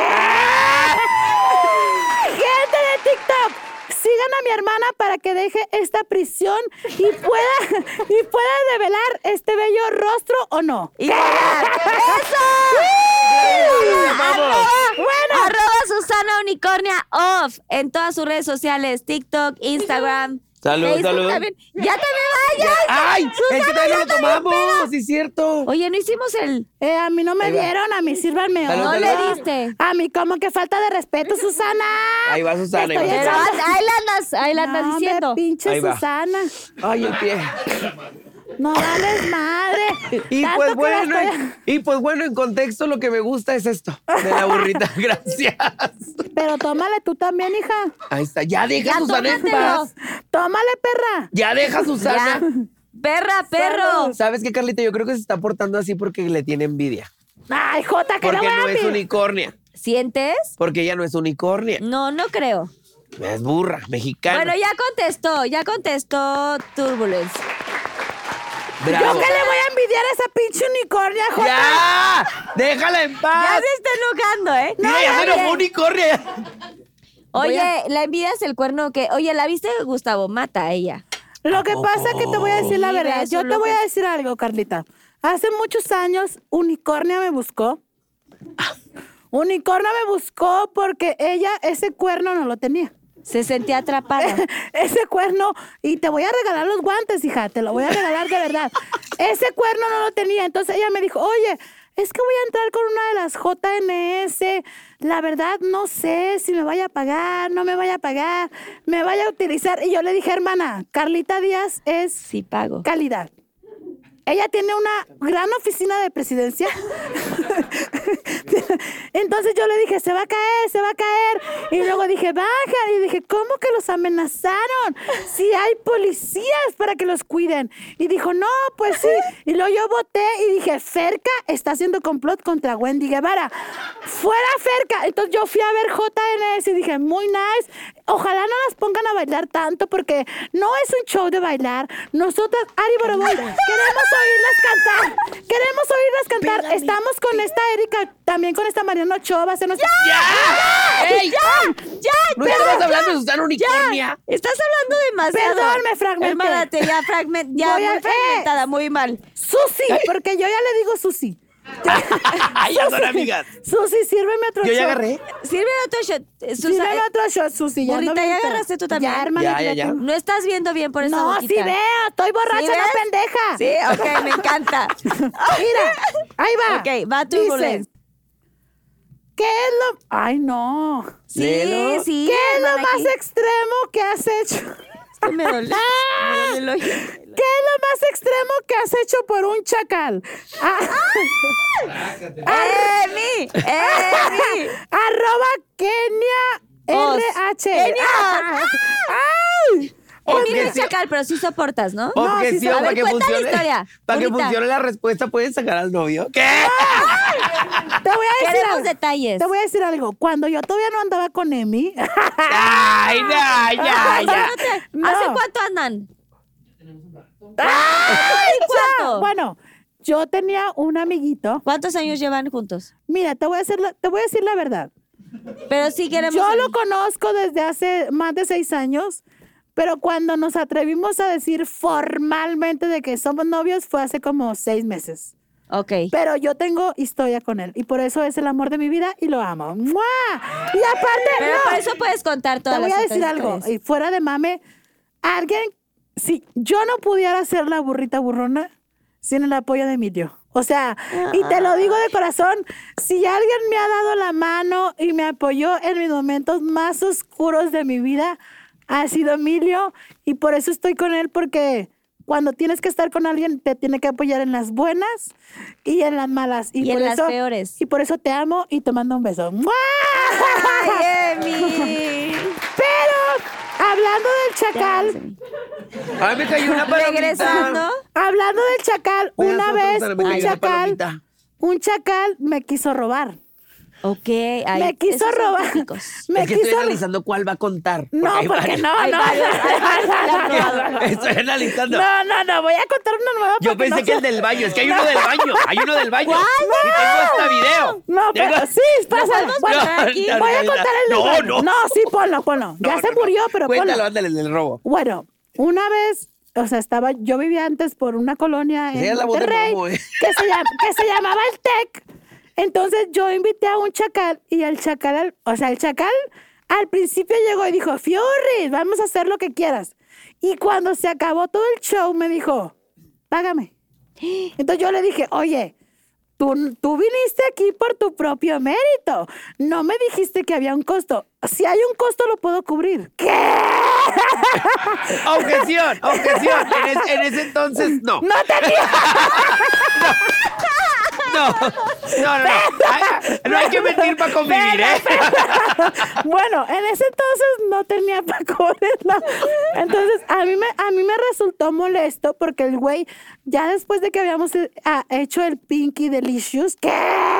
Speaker 5: gente de TikTok. Sigan a mi hermana para que deje esta prisión y pueda, y pueda develar este bello rostro o no.
Speaker 3: Y volar.
Speaker 6: ¡Sí,
Speaker 3: Arroba,
Speaker 6: vamos!
Speaker 5: Bueno.
Speaker 3: arroba Susana Unicornia Off en todas sus redes sociales, TikTok, Instagram.
Speaker 6: Salud,
Speaker 3: Facebook
Speaker 6: salud.
Speaker 3: también. ¡Ya te me vayas!
Speaker 6: ¡Ay! Es que todavía no lo tomamos, sí es cierto.
Speaker 3: Oye, no hicimos el...
Speaker 5: Eh, a mí no me
Speaker 6: Ahí va.
Speaker 5: dieron, a mí sírvanme.
Speaker 6: Salud,
Speaker 5: otra.
Speaker 6: No le
Speaker 3: diste.
Speaker 5: A mí como que falta de respeto, Susana.
Speaker 6: Ahí va Susana, ahí
Speaker 5: Estoy
Speaker 6: va
Speaker 3: Pero
Speaker 6: Susana.
Speaker 3: ahí la andas, ahí la andas
Speaker 5: No, hombre,
Speaker 3: diciendo.
Speaker 5: pinche
Speaker 6: Ahí va.
Speaker 5: Susana.
Speaker 6: Ay, el pie.
Speaker 5: No vales madre.
Speaker 6: Y
Speaker 5: Tanto
Speaker 6: pues
Speaker 5: que
Speaker 6: bueno,
Speaker 5: la
Speaker 6: en-
Speaker 5: estoy-
Speaker 6: y pues bueno, en contexto lo que me gusta es esto de la burrita. Gracias.
Speaker 5: Pero tómale tú también, hija.
Speaker 6: Ahí está. Ya deja
Speaker 3: Ya
Speaker 6: a Susana en
Speaker 3: tómatelo.
Speaker 6: paz.
Speaker 5: Tómale, perra.
Speaker 6: Ya deja a
Speaker 3: Ya.
Speaker 6: Susana.
Speaker 3: Perra, perro.
Speaker 6: ¿Sabes qué, Carlita? Yo creo que se está portando así porque le tiene envidia.
Speaker 5: Ay, Jota, que
Speaker 6: Porque
Speaker 5: no
Speaker 6: no
Speaker 5: va a
Speaker 6: es
Speaker 5: mí.
Speaker 6: unicornia.
Speaker 3: ¿Sientes?
Speaker 6: Porque ella no es unicornia.
Speaker 3: No, no creo.
Speaker 6: Es burra, mexicana.
Speaker 3: Bueno, ya contestó, ya contestó Turbulence.
Speaker 5: Yo
Speaker 6: Bravo.
Speaker 5: que le voy a envidiar a esa pinche unicornia, Jota.
Speaker 6: ¡Ya! ¡Déjala en
Speaker 5: Ah.
Speaker 3: Ya
Speaker 6: paz!
Speaker 3: se está enojando, ¿eh?
Speaker 6: Mira, ya se enojó
Speaker 3: bien.
Speaker 6: unicornia.
Speaker 3: Oye, la envidia es el cuerno que. Oye, ¿la viste Gustavo? Mata a ella.
Speaker 5: Lo que pasa es que te voy a decir la
Speaker 3: Sí, ve,
Speaker 5: verdad.
Speaker 3: eso
Speaker 5: Yo
Speaker 3: es
Speaker 5: te
Speaker 3: lo
Speaker 5: voy
Speaker 3: que-
Speaker 5: a decir algo, Carlita. Hace muchos años, Unicornia me buscó. Unicornia me buscó porque ella ese cuerno no lo tenía.
Speaker 3: Se sentía atrapada.
Speaker 5: Ese cuerno, y te voy a regalar los guantes, hija, te lo voy a regalar de verdad. Ese cuerno no lo tenía, entonces ella me dijo, oye, es que voy a entrar con una de las JNS, la verdad no sé si me vaya a pagar, no me vaya a pagar, me vaya a utilizar. Y yo le dije, hermana, Carlita Díaz es
Speaker 3: Sí, pago.
Speaker 5: calidad. Ella tiene una gran oficina de presidencia. Entonces yo le dije, se va a caer, se va a caer. Y luego dije, baja. Y dije, ¿cómo que los amenazaron? Si hay policías para que los cuiden. Y dijo, no, pues sí. Y luego yo voté y dije, Ferca está haciendo complot contra Wendy Guevara. Fuera Ferca. Entonces yo fui a ver JNS y dije, muy nice. Ojalá no las pongan a bailar tanto porque no es un show de bailar. Nosotras, Ari Boroboy, queremos oírlas cantar. Queremos oírlas cantar. Estamos con esta Erika, también con esta Mariana Ochoa. Va a ser nuestra...
Speaker 6: ¡Ya! ¡Ey!
Speaker 5: ¡Ya! ¡Ya!
Speaker 6: No estamos hablando de usar unicornia.
Speaker 3: Estás hablando demasiado.
Speaker 5: Perdón, me fragmenté.
Speaker 3: Hermana, te ya, fragmen- ya
Speaker 5: Voy a-
Speaker 3: muy
Speaker 5: ¡Eh!
Speaker 3: fragmentada, muy mal.
Speaker 5: Susi, porque yo ya le digo Susi.
Speaker 6: Ay, ya son amigas.
Speaker 5: Susi, sírveme otro
Speaker 6: Yo ya
Speaker 5: shot.
Speaker 6: agarré.
Speaker 3: Sirve otro shot. eh, Susa,
Speaker 5: Sírveme
Speaker 3: eh,
Speaker 5: otro shot, Susi. Ya
Speaker 3: Burrita,
Speaker 5: no
Speaker 3: ¿ya
Speaker 5: me interesa.
Speaker 3: agarraste tú también?
Speaker 5: Ya, hermana.
Speaker 6: Ya, ya, ya.
Speaker 5: tengo.
Speaker 3: no estás viendo bien por esa
Speaker 5: No, sí
Speaker 3: boquita.
Speaker 5: veo. Estoy borracha,
Speaker 3: ¿Sí
Speaker 5: no
Speaker 3: ves?
Speaker 5: pendeja.
Speaker 3: Sí, ok, me encanta.
Speaker 5: Ah, Mira, ahí va.
Speaker 3: Ok, va
Speaker 5: Dice,
Speaker 3: Turbulence.
Speaker 5: ¿Qué es lo...? Ay, no.
Speaker 3: Sí,
Speaker 6: Léelo.
Speaker 3: sí.
Speaker 5: ¿Qué es lo
Speaker 3: hermana,
Speaker 5: más
Speaker 3: aquí.
Speaker 5: extremo que has hecho?
Speaker 3: Es que me dolió. Me dolió el ojo.
Speaker 5: ¿Qué es lo más extremo que has hecho por un chacal? Ah,
Speaker 3: ¡Emi! ¡Emi!
Speaker 5: arroba Kenia
Speaker 3: Os.
Speaker 5: RH.
Speaker 3: Kenia.
Speaker 5: ah, ¡Ay!
Speaker 3: Emi no es
Speaker 6: sí.
Speaker 3: chacal, pero sí soportas, ¿no?
Speaker 5: No, sí,
Speaker 6: Objeción,
Speaker 5: a ver,
Speaker 6: para que
Speaker 3: cuenta la
Speaker 6: funcione.
Speaker 3: historia,
Speaker 6: Para que
Speaker 3: Lupita.
Speaker 6: funcione la respuesta, pueden sacar al novio. ¿Qué?
Speaker 5: Te voy a decir
Speaker 3: Queremos
Speaker 5: algo.
Speaker 3: detalles.
Speaker 5: Te voy a decir algo. Cuando yo todavía no andaba con Emi.
Speaker 6: Ay, no, ya,
Speaker 3: Ay,
Speaker 6: ya.
Speaker 3: no te-
Speaker 5: No.
Speaker 3: ¿Hace cuánto andan?
Speaker 5: ¡Ay,
Speaker 3: ¿Cuánto?
Speaker 5: Bueno, yo tenía un amiguito.
Speaker 3: ¿Cuántos años llevan juntos?
Speaker 5: Mira, te voy a decir la, te voy a decir la verdad.
Speaker 3: Pero sí queremos.
Speaker 5: Yo lo
Speaker 3: saber.
Speaker 5: conozco desde hace más de seis años, pero cuando nos atrevimos a decir formalmente de que somos novios fue hace como seis meses.
Speaker 3: Ok.
Speaker 5: Pero yo tengo historia con él y por eso es el amor de mi vida y lo amo. ¡Mua! Y aparte,
Speaker 3: Pero
Speaker 5: no,
Speaker 3: por eso puedes contar
Speaker 5: te
Speaker 3: todas
Speaker 5: voy
Speaker 3: las
Speaker 5: a decir
Speaker 3: otras
Speaker 5: algo.
Speaker 3: historias.
Speaker 5: Y fuera de mame, alguien, si yo no pudiera ser la burrita burrona sin el apoyo de Emilio. O sea, y te lo digo de corazón, si alguien me ha dado la mano y me apoyó en mis momentos más oscuros de mi vida, ha sido Emilio. Y por eso estoy con él, porque cuando tienes que estar con alguien, te tiene que apoyar en las buenas y en las malas. Y,
Speaker 3: Y en
Speaker 5: por
Speaker 3: las
Speaker 5: eso-
Speaker 3: peores.
Speaker 5: Y por eso te amo y te mando un beso. ¡Mua!
Speaker 3: ¡Ay, Emi!
Speaker 5: Pero hablando del chacal,
Speaker 3: Emi.
Speaker 6: Ay, me cayó una palomita.
Speaker 3: Regresando.
Speaker 5: hablando del chacal,
Speaker 6: Me das
Speaker 5: una
Speaker 6: otro,
Speaker 5: vez
Speaker 6: Sara, me
Speaker 5: un
Speaker 6: cayó una
Speaker 5: chacal,
Speaker 6: palomita.
Speaker 5: un chacal me quiso robar.
Speaker 3: Ok. ay,
Speaker 5: me quiso
Speaker 3: esos son
Speaker 5: robar.
Speaker 3: típicos.
Speaker 5: Me
Speaker 6: es que
Speaker 5: quiso
Speaker 6: estoy analizando cuál va a contar.
Speaker 5: No,
Speaker 6: hay
Speaker 5: porque
Speaker 6: varios.
Speaker 5: no,
Speaker 3: Hay
Speaker 5: no.
Speaker 3: varios, hay varios, la probada.
Speaker 6: Estoy analizando.
Speaker 5: No, no, no, voy a contar una nueva
Speaker 6: Yo
Speaker 5: porque
Speaker 6: pensé
Speaker 5: no
Speaker 6: que
Speaker 5: sé-
Speaker 6: el del baño. Es que hay uno del baño. Hay uno del baño. Y tengo hasta video.
Speaker 5: No,
Speaker 6: Tengo-
Speaker 5: pero sí, pasa.
Speaker 3: podemos
Speaker 5: Bueno,
Speaker 3: contar aquí?
Speaker 5: Voy a contar el del
Speaker 6: No,
Speaker 5: baño.
Speaker 6: no.
Speaker 5: No, sí, ponlo, ponlo. Ya
Speaker 6: No,
Speaker 5: se
Speaker 6: no, no.
Speaker 5: murió, pero
Speaker 6: Cuéntalo,
Speaker 5: ponlo.
Speaker 6: ándale, el del robo.
Speaker 5: Bueno, una vez, o sea, estaba, yo vivía antes por una colonia
Speaker 6: Esa es
Speaker 5: en
Speaker 6: la voz de
Speaker 5: Monterrey
Speaker 6: Momo, ¿eh?
Speaker 5: que, se llam- que se llamaba el TEC. Entonces yo invité a un chacal y el chacal, al- o sea, el chacal al principio llegó y dijo, Fiorri, vamos a hacer lo que quieras. Y cuando se acabó todo el show me dijo, págame. Entonces yo le dije, oye, tú, tú viniste aquí por tu propio mérito. No me dijiste que había un costo. Si hay un costo, lo puedo cubrir. ¿Qué?
Speaker 6: Objeción, objeción. En, es- en ese entonces, no.
Speaker 5: No tenía.
Speaker 6: No, no, no. no. Ay, No hay que mentir para convivir, ¿eh?
Speaker 5: Bueno, en ese entonces no tenía tacones. ¿no? Entonces, a mí, me, a mí me resultó molesto porque el güey, ya después de que habíamos eh, ah, hecho el Pinky Delicious, ¿qué?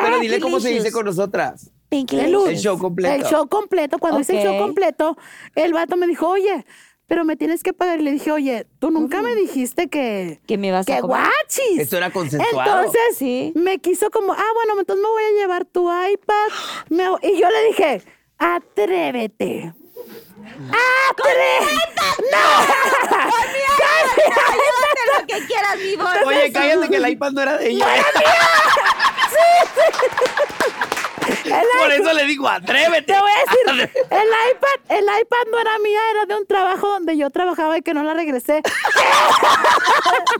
Speaker 6: Pero dile cómo se dice con nosotras.
Speaker 3: Pinky
Speaker 5: El
Speaker 3: Lou.
Speaker 5: lunes.
Speaker 6: El show completo.
Speaker 5: El show completo. Cuando hice el show
Speaker 3: Ok.
Speaker 5: completo, el vato me dijo, oye, pero me tienes que pagar. Y le dije, oye, tú nunca me dijiste que...
Speaker 3: Que me ibas a
Speaker 5: ¡Que
Speaker 3: comer.
Speaker 5: guachis!
Speaker 6: Eso era consensuado.
Speaker 5: Entonces,
Speaker 3: Sí.
Speaker 5: me quiso como, ah, bueno, entonces me voy a llevar tu iPad. Me voy- y yo le dije, atrévete. ¡Atrévete! ¡No!
Speaker 3: Llévate lo que quieras, mi amor.
Speaker 6: Oye, cállate que el iPad no era de ella. Por eso le digo, atrévete.
Speaker 5: Te voy a decir, el iPad, el iPad no era mía, era de un trabajo donde yo trabajaba y que no la regresé.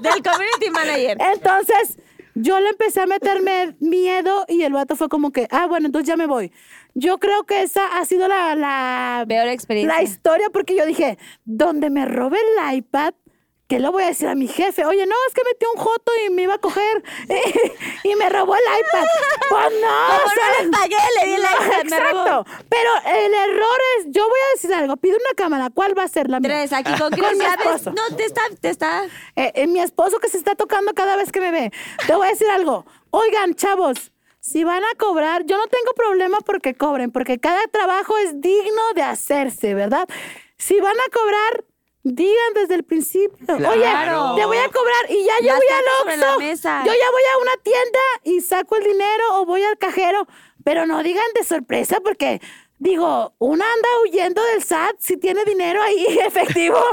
Speaker 3: Del community manager.
Speaker 5: Entonces, yo le empecé a meterme miedo y el vato fue como que, ah, bueno, entonces ya me voy. Yo creo que esa ha sido la, la
Speaker 3: Peor experiencia.
Speaker 5: La historia, porque yo dije, donde me robe el iPad, ¿qué le voy a decir a mi jefe? Oye, no, es que metí un joto y me iba a coger y me robó el iPad. Pues no,
Speaker 3: Como
Speaker 5: o sea,
Speaker 3: no le pagué, le di el
Speaker 5: no,
Speaker 3: iPad, me robó.
Speaker 5: Exacto. Pero el error es, yo voy a decir algo, pido una cámara, ¿cuál va a ser la mía?
Speaker 3: Tres, aquí con
Speaker 5: Con mi
Speaker 3: Cristian.
Speaker 5: esposo.
Speaker 3: No, te está, te está.
Speaker 5: Eh, eh, mi esposo que se está tocando cada vez que me ve. Te voy a decir algo. Oigan, chavos, si van a cobrar, yo no tengo problema porque cobren, porque cada trabajo es digno de hacerse, ¿verdad? Si van a cobrar, digan desde el principio.
Speaker 6: Claro.
Speaker 5: Oye, te voy a cobrar y ya yo
Speaker 3: Ya
Speaker 5: voy
Speaker 3: está sobre
Speaker 5: al
Speaker 3: la
Speaker 5: Oxxo.
Speaker 3: mesa.
Speaker 5: Yo ya voy a una tienda y saco el dinero o voy al cajero, pero no digan de sorpresa porque... Digo, una anda huyendo del SAT si tiene dinero ahí efectivo,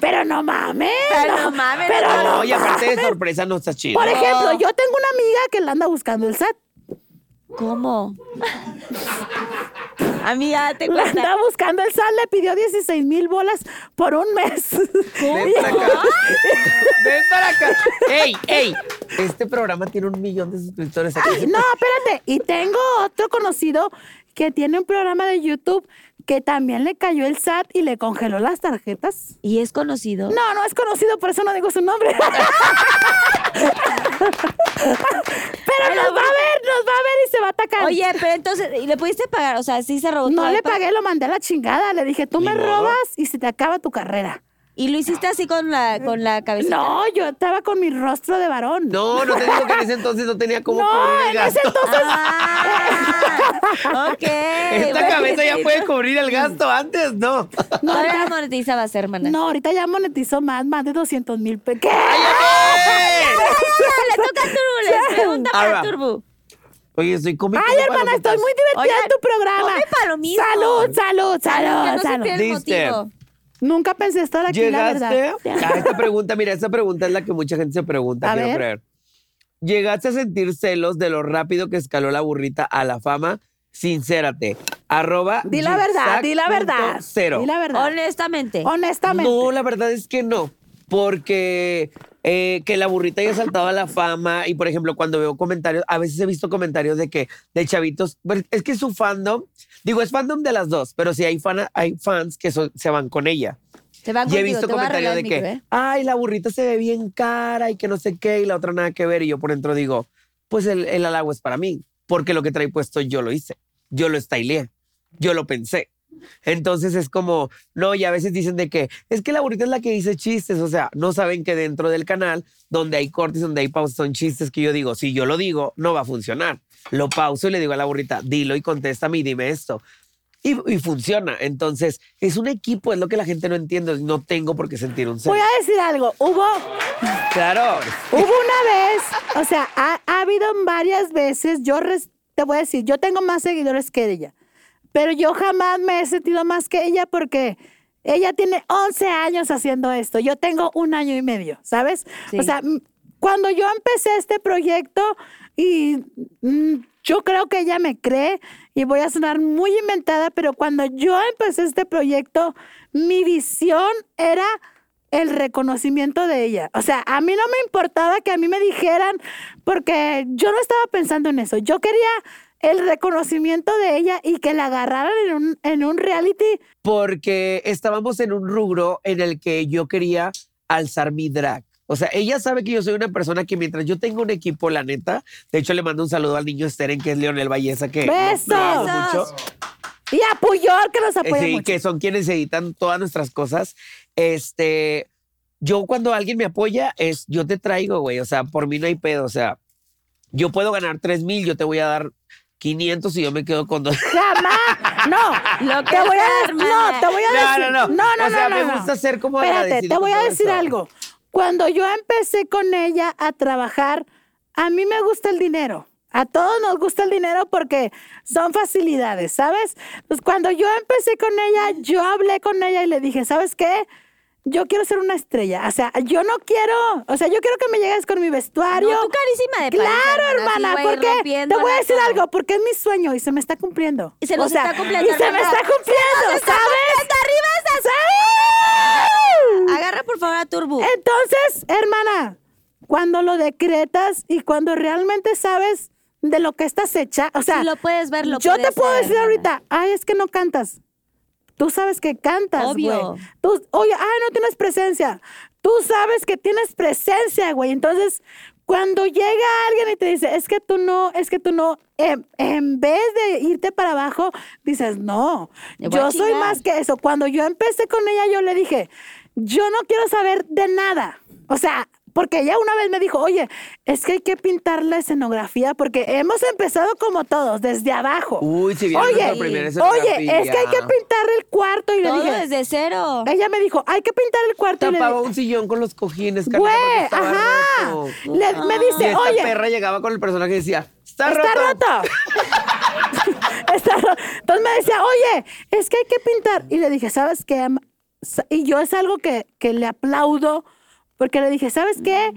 Speaker 5: pero no mames.
Speaker 3: Pero no mames,
Speaker 5: Pero
Speaker 3: no.
Speaker 5: no
Speaker 6: Oye, aparte de
Speaker 5: mames.
Speaker 6: sorpresa, no está chido.
Speaker 5: Por ejemplo, yo tengo una amiga que la anda buscando el SAT.
Speaker 3: ¿Cómo? Amiga, te
Speaker 5: La
Speaker 3: cuenta.
Speaker 5: anda buscando el SAT, le pidió 16 mil bolas por un mes.
Speaker 6: Ven para acá. Ven para acá. ¡Ey, ey! Este programa tiene un millón de suscriptores aquí.
Speaker 5: Ay, no, espérate. Y tengo otro conocido que tiene un programa de YouTube que también le cayó el SAT y le congeló las tarjetas.
Speaker 3: ¿Y es conocido?
Speaker 5: No, no es conocido, por eso no digo su nombre. Pero nos va a ver, nos va a ver y se va a atacar.
Speaker 3: Oye, pero entonces, ¿y ¿le pudiste pagar? O sea, sí se robó tu
Speaker 5: no le
Speaker 3: iPad?
Speaker 5: pagué, lo mandé a la chingada. Le dije, tú
Speaker 6: Ni
Speaker 5: me
Speaker 6: modo.
Speaker 5: robas y se te acaba tu carrera.
Speaker 3: ¿Y lo hiciste así con la, con la cabeza?
Speaker 5: No, yo estaba con mi rostro de varón.
Speaker 6: Pues No, no te digo que en ese entonces no tenía cómo
Speaker 5: No,
Speaker 6: cubrir el
Speaker 5: en ese
Speaker 6: gasto.
Speaker 5: entonces.
Speaker 3: Ah, ok.
Speaker 6: Esta cabeza ya puede
Speaker 3: puede
Speaker 6: cubrir el gasto antes, no.
Speaker 3: No, Todavía no monetizabas, hermana.
Speaker 5: No, ahorita ya monetizó más, más de 200 mil pesos. ¿Qué?
Speaker 3: Ah, le toca a Turbules. Pregunta para
Speaker 6: Ahora.
Speaker 3: Turbo.
Speaker 6: Oye, estoy cómico.
Speaker 5: Ay, hermana, estoy muy divertida
Speaker 3: Oigan,
Speaker 5: en tu programa.
Speaker 3: come palomitas.
Speaker 5: Salud, salud,
Speaker 3: Que
Speaker 5: salud,
Speaker 3: no se
Speaker 5: salud.
Speaker 3: pierda el
Speaker 6: Diste.
Speaker 3: motivo.
Speaker 5: Nunca pensé estar aquí, la
Speaker 6: Llegaste.
Speaker 5: verdad.
Speaker 6: Ah, esta pregunta, mira, esta pregunta es la que mucha gente se pregunta,
Speaker 5: A
Speaker 6: quiero
Speaker 5: ver.
Speaker 6: creer. ¿Llegaste a sentir celos de lo rápido que escaló la burrita a la fama? Sincérate. Arroba.
Speaker 5: Di la verdad, di la verdad.
Speaker 6: Cero.
Speaker 5: Di la verdad.
Speaker 3: Honestamente.
Speaker 5: Honestamente.
Speaker 6: No, la verdad es que no. Porque eh, que la burrita haya saltado a la fama y, por ejemplo, cuando veo comentarios, a veces he visto comentarios de que, de chavitos, bueno, es que su fandom, digo, es fandom de las dos, pero sí hay, fan, hay fans que son- se van con ella.
Speaker 3: Te van
Speaker 6: Y he
Speaker 3: Ah, contigo,
Speaker 6: visto
Speaker 3: te voy a
Speaker 6: comentarios
Speaker 3: arreglar
Speaker 6: de
Speaker 3: el
Speaker 6: que,
Speaker 3: micro, ¿eh?
Speaker 6: ay, la burrita se ve bien cara y que no sé qué, y la otra nada que ver. Y yo por dentro digo, pues el, el halago es para mí, porque lo que trae puesto yo lo hice, yo lo estileé, yo lo pensé. Entonces es como, no, y a veces dicen de que es que la burrita es la que dice chistes, o sea, no saben que dentro del canal, donde hay cortes, donde hay pausas, son chistes que yo digo, si yo lo digo, no va a funcionar. Lo pauso y le digo a la burrita, dilo y contéstame y dime esto y, y funciona. Entonces, es un equipo, es lo que la gente no entiende. No tengo por qué sentir un
Speaker 5: Voy
Speaker 6: celo.
Speaker 5: a decir algo. Hubo,
Speaker 6: Claro.
Speaker 5: hubo una vez, o sea, ha, ha habido varias veces. Yo res- te voy a decir, yo tengo más seguidores que ella. Pero yo jamás me he sentido más que ella porque ella tiene 11 años haciendo esto. Yo tengo un año y medio, ¿sabes?
Speaker 3: Sí.
Speaker 5: O sea, mm, cuando yo empecé este proyecto y mm, yo creo que ella me cree y voy a sonar muy inventada, pero cuando yo empecé este proyecto, mi visión era el reconocimiento de ella. O sea, a mí no me importaba que a mí me dijeran porque yo no estaba pensando en eso. Yo quería el reconocimiento de ella y que la agarraran en un, en un reality.
Speaker 6: Porque estábamos en un rubro en el que yo quería alzar mi drag. O sea, ella sabe que yo soy una persona que mientras yo tengo un equipo, la neta, de hecho le mando un saludo al niño Steren, que es Leonel Valleza, que lo- lo amo
Speaker 5: ¡Besos!
Speaker 6: mucho.
Speaker 5: Y a Puyol, que nos apoya
Speaker 6: Eh, sí,
Speaker 5: mucho.
Speaker 6: que son quienes editan todas nuestras cosas. Este, yo cuando alguien me apoya, es yo te traigo, güey. O sea, por mí no hay pedo. O sea, yo puedo ganar 3 mil, yo te voy a dar 500 y yo me quedo con dos.
Speaker 5: Jamás. No,
Speaker 3: Lo
Speaker 5: te
Speaker 3: que
Speaker 5: voy a
Speaker 3: sea,
Speaker 5: decir. No,
Speaker 3: hermana.
Speaker 5: te voy a
Speaker 6: No,
Speaker 5: decir.
Speaker 6: no, no.
Speaker 5: No, no,
Speaker 6: O sea,
Speaker 5: no,
Speaker 6: me
Speaker 5: no.
Speaker 6: gusta ser como
Speaker 5: Espérate,
Speaker 6: agradecido
Speaker 5: te voy
Speaker 6: con
Speaker 5: a
Speaker 6: todo
Speaker 5: decir
Speaker 6: eso.
Speaker 5: algo. Cuando yo empecé con ella a trabajar, a mí me gusta el dinero. A todos nos gusta el dinero porque son facilidades, ¿sabes? Pues cuando yo empecé con ella, yo hablé con ella y le dije, ¿sabes qué? Yo quiero ser una estrella. O sea, yo no quiero, o sea, yo quiero que me llegues con mi vestuario.
Speaker 3: No, tú carísima de
Speaker 5: Claro,
Speaker 3: pareja,
Speaker 5: hermana,
Speaker 3: así, güey,
Speaker 5: porque te
Speaker 3: rompiéndola
Speaker 5: voy a decir
Speaker 3: todo.
Speaker 5: algo, porque es mi sueño y se me está cumpliendo.
Speaker 3: Y se nos
Speaker 5: O sea,
Speaker 3: está cumpliendo,
Speaker 5: Y se me
Speaker 3: hermana.
Speaker 5: está cumpliendo,
Speaker 3: Se nos está
Speaker 5: ¿sabes?
Speaker 3: cumpliendo, arriba esas-
Speaker 5: ¡Sí!
Speaker 3: Agarra por favor a Turbo.
Speaker 5: Entonces, hermana, cuando lo decretas y cuando realmente sabes de lo que estás hecha, o sea,
Speaker 3: Si lo puedes ver, lo
Speaker 5: yo te
Speaker 3: puedes
Speaker 5: puedo
Speaker 3: ver,
Speaker 5: decir
Speaker 3: hermana.
Speaker 5: ahorita, ay, es que no cantas. Tú sabes que cantas, güey.
Speaker 3: Obvio.
Speaker 5: Tú, oye, ay, no tienes presencia. Tú sabes que tienes presencia, güey. Entonces, cuando llega alguien y te dice, es que tú no, es que tú no, em- en vez de irte para abajo, dices, no,
Speaker 3: Le voy a
Speaker 5: yo soy
Speaker 3: chingar.
Speaker 5: más que eso. Cuando yo empecé con ella, yo le dije, yo no quiero saber de nada. O sea, porque ella una vez me dijo, oye, es que hay que pintar la escenografía porque hemos empezado como todos, desde abajo.
Speaker 6: Uy, si bien
Speaker 5: oye,
Speaker 6: nuestra primera
Speaker 5: oye, es que hay que
Speaker 6: escenografía.
Speaker 5: pintar el cuarto y le
Speaker 3: Todo
Speaker 5: dije,
Speaker 3: desde cero.
Speaker 5: ella me dijo, hay que pintar el cuarto. y le
Speaker 6: Tapaba
Speaker 5: dije,
Speaker 6: un sillón con los cojines, Carlita,
Speaker 5: Güey,
Speaker 6: porque estaba
Speaker 5: ajá.
Speaker 6: roto.
Speaker 5: Le-
Speaker 3: Ah.
Speaker 5: me
Speaker 6: Y
Speaker 5: dice,
Speaker 6: esta
Speaker 5: oye,
Speaker 6: perra llegaba con el personaje y decía, está,
Speaker 5: está roto. Está roto. Entonces me decía, oye, es que hay que pintar. Y le dije, ¿sabes qué? am- sa- Y yo es algo que, que le aplaudo, porque le dije, ¿sabes qué?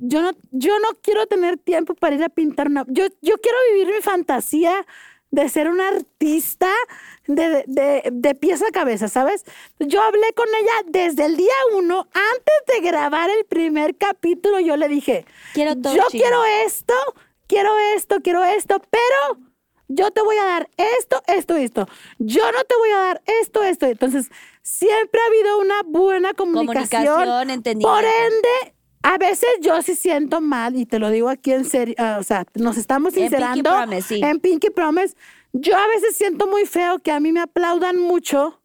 Speaker 5: Yo no, yo no quiero tener tiempo para ir a pintar una... Yo, yo quiero vivir mi fantasía de ser una artista de, de, de pies a cabeza, ¿sabes? Yo hablé con ella desde el día uno, antes de grabar el primer capítulo, yo le dije,
Speaker 3: Quiero todo
Speaker 5: yo
Speaker 3: chido.
Speaker 5: quiero esto, quiero esto, quiero esto, pero yo te voy a dar esto, esto, y esto. Yo no te voy a dar esto, esto. Entonces, siempre ha habido una buena comunicación.
Speaker 3: Comunicación, entendimiento.
Speaker 5: Por ende, a veces yo sí siento mal, y te lo digo aquí en serio, ah, o sea, nos estamos
Speaker 3: En Pinky
Speaker 5: sincerando.
Speaker 3: Promise, sí.
Speaker 5: en Pinky Promise. Yo a veces siento muy feo que a mí me aplaudan mucho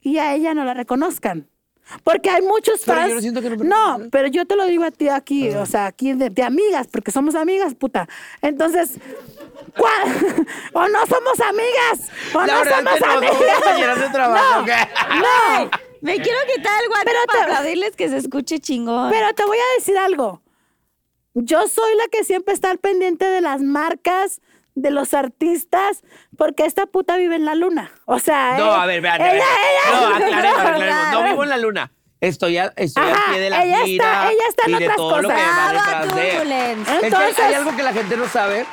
Speaker 5: y a ella no la reconozcan. Porque hay muchos
Speaker 6: Pero
Speaker 5: fans.
Speaker 6: yo no siento que no me reconozcan.
Speaker 5: pero yo te lo digo a ti aquí, o sea, aquí de, de amigas, porque somos amigas, puta. Entonces, ¿cuál- o no somos amigas, o
Speaker 6: La
Speaker 5: no
Speaker 6: verdad
Speaker 5: somos
Speaker 6: es que no, somos
Speaker 5: amigas.
Speaker 6: compañeras de trabajo,
Speaker 5: No,
Speaker 6: ¿qué?
Speaker 5: no,
Speaker 3: Me quiero quitar el guante
Speaker 5: Pero
Speaker 3: para
Speaker 5: te-
Speaker 3: aplaudirles que se escuche chingón.
Speaker 5: Pero te voy a decir algo. Yo soy la que siempre está al pendiente de las marcas, de los artistas, porque esta puta vive en la luna. O sea,
Speaker 6: No,
Speaker 5: eh,
Speaker 6: a ver, vean.
Speaker 5: ella-
Speaker 6: vean.
Speaker 5: ella-
Speaker 6: no, aclaremos, aclaremos. No
Speaker 5: claro.
Speaker 6: vivo en la luna. Estoy, a- estoy
Speaker 5: Ajá,
Speaker 6: al pie de la
Speaker 5: ella está-
Speaker 6: gira
Speaker 5: ella está en
Speaker 6: y de
Speaker 5: otras
Speaker 6: todo lo que
Speaker 5: cosas.
Speaker 6: va
Speaker 3: Bravo,
Speaker 6: detrás de-
Speaker 3: Turbulence.
Speaker 6: Es que
Speaker 5: Entonces-
Speaker 6: hay algo que la gente no sabe.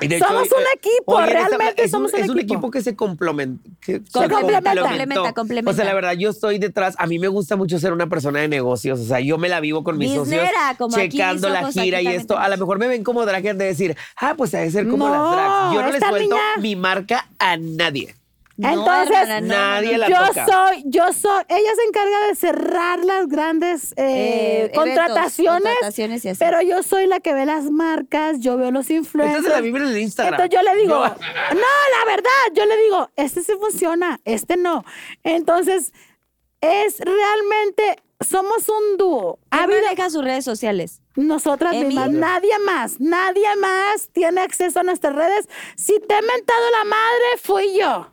Speaker 6: Y de hecho,
Speaker 5: Somos un
Speaker 6: eh,
Speaker 5: equipo,
Speaker 6: en esta-
Speaker 5: realmente
Speaker 6: es
Speaker 5: somos un
Speaker 6: Es un
Speaker 5: equipo.
Speaker 6: equipo que se complementa. que se
Speaker 5: complementa.
Speaker 3: Complementa, complementa.
Speaker 6: O sea, la verdad, yo estoy detrás. A mí me gusta mucho ser una persona de negocios. O sea, yo me la vivo con mis
Speaker 3: Biznera,
Speaker 6: socios,
Speaker 3: como aquí
Speaker 6: checando la
Speaker 3: somos,
Speaker 6: gira
Speaker 3: aquí
Speaker 6: y
Speaker 3: también
Speaker 6: esto. A lo mejor me ven como dragger de decir, ah, pues hay que ser como
Speaker 5: No,
Speaker 6: las drags. Yo no les
Speaker 5: esta
Speaker 6: suelto
Speaker 5: niña-
Speaker 6: mi marca a nadie.
Speaker 3: No,
Speaker 5: Entonces,
Speaker 3: hermana, no,
Speaker 6: nadie
Speaker 3: no,
Speaker 6: la
Speaker 5: yo
Speaker 6: toca.
Speaker 5: soy, yo soy, ella se encarga de cerrar las grandes eh,
Speaker 3: Eh,
Speaker 5: contrataciones,
Speaker 3: eventos, contrataciones y así.
Speaker 5: pero yo soy la que ve las marcas, yo veo los influencers.
Speaker 6: Esta se la viven en el Instagram.
Speaker 5: Entonces yo le digo, no.
Speaker 6: No.
Speaker 5: la verdad, yo le digo, este sí funciona, este no. Entonces, es realmente, somos un dúo. Ha
Speaker 3: ¿Quién
Speaker 5: habido
Speaker 3: maneja sus redes sociales?
Speaker 5: nosotras
Speaker 3: Emi.
Speaker 5: mismas, nadie más, nadie más tiene acceso a nuestras redes. Si te he mentado la madre, fui yo.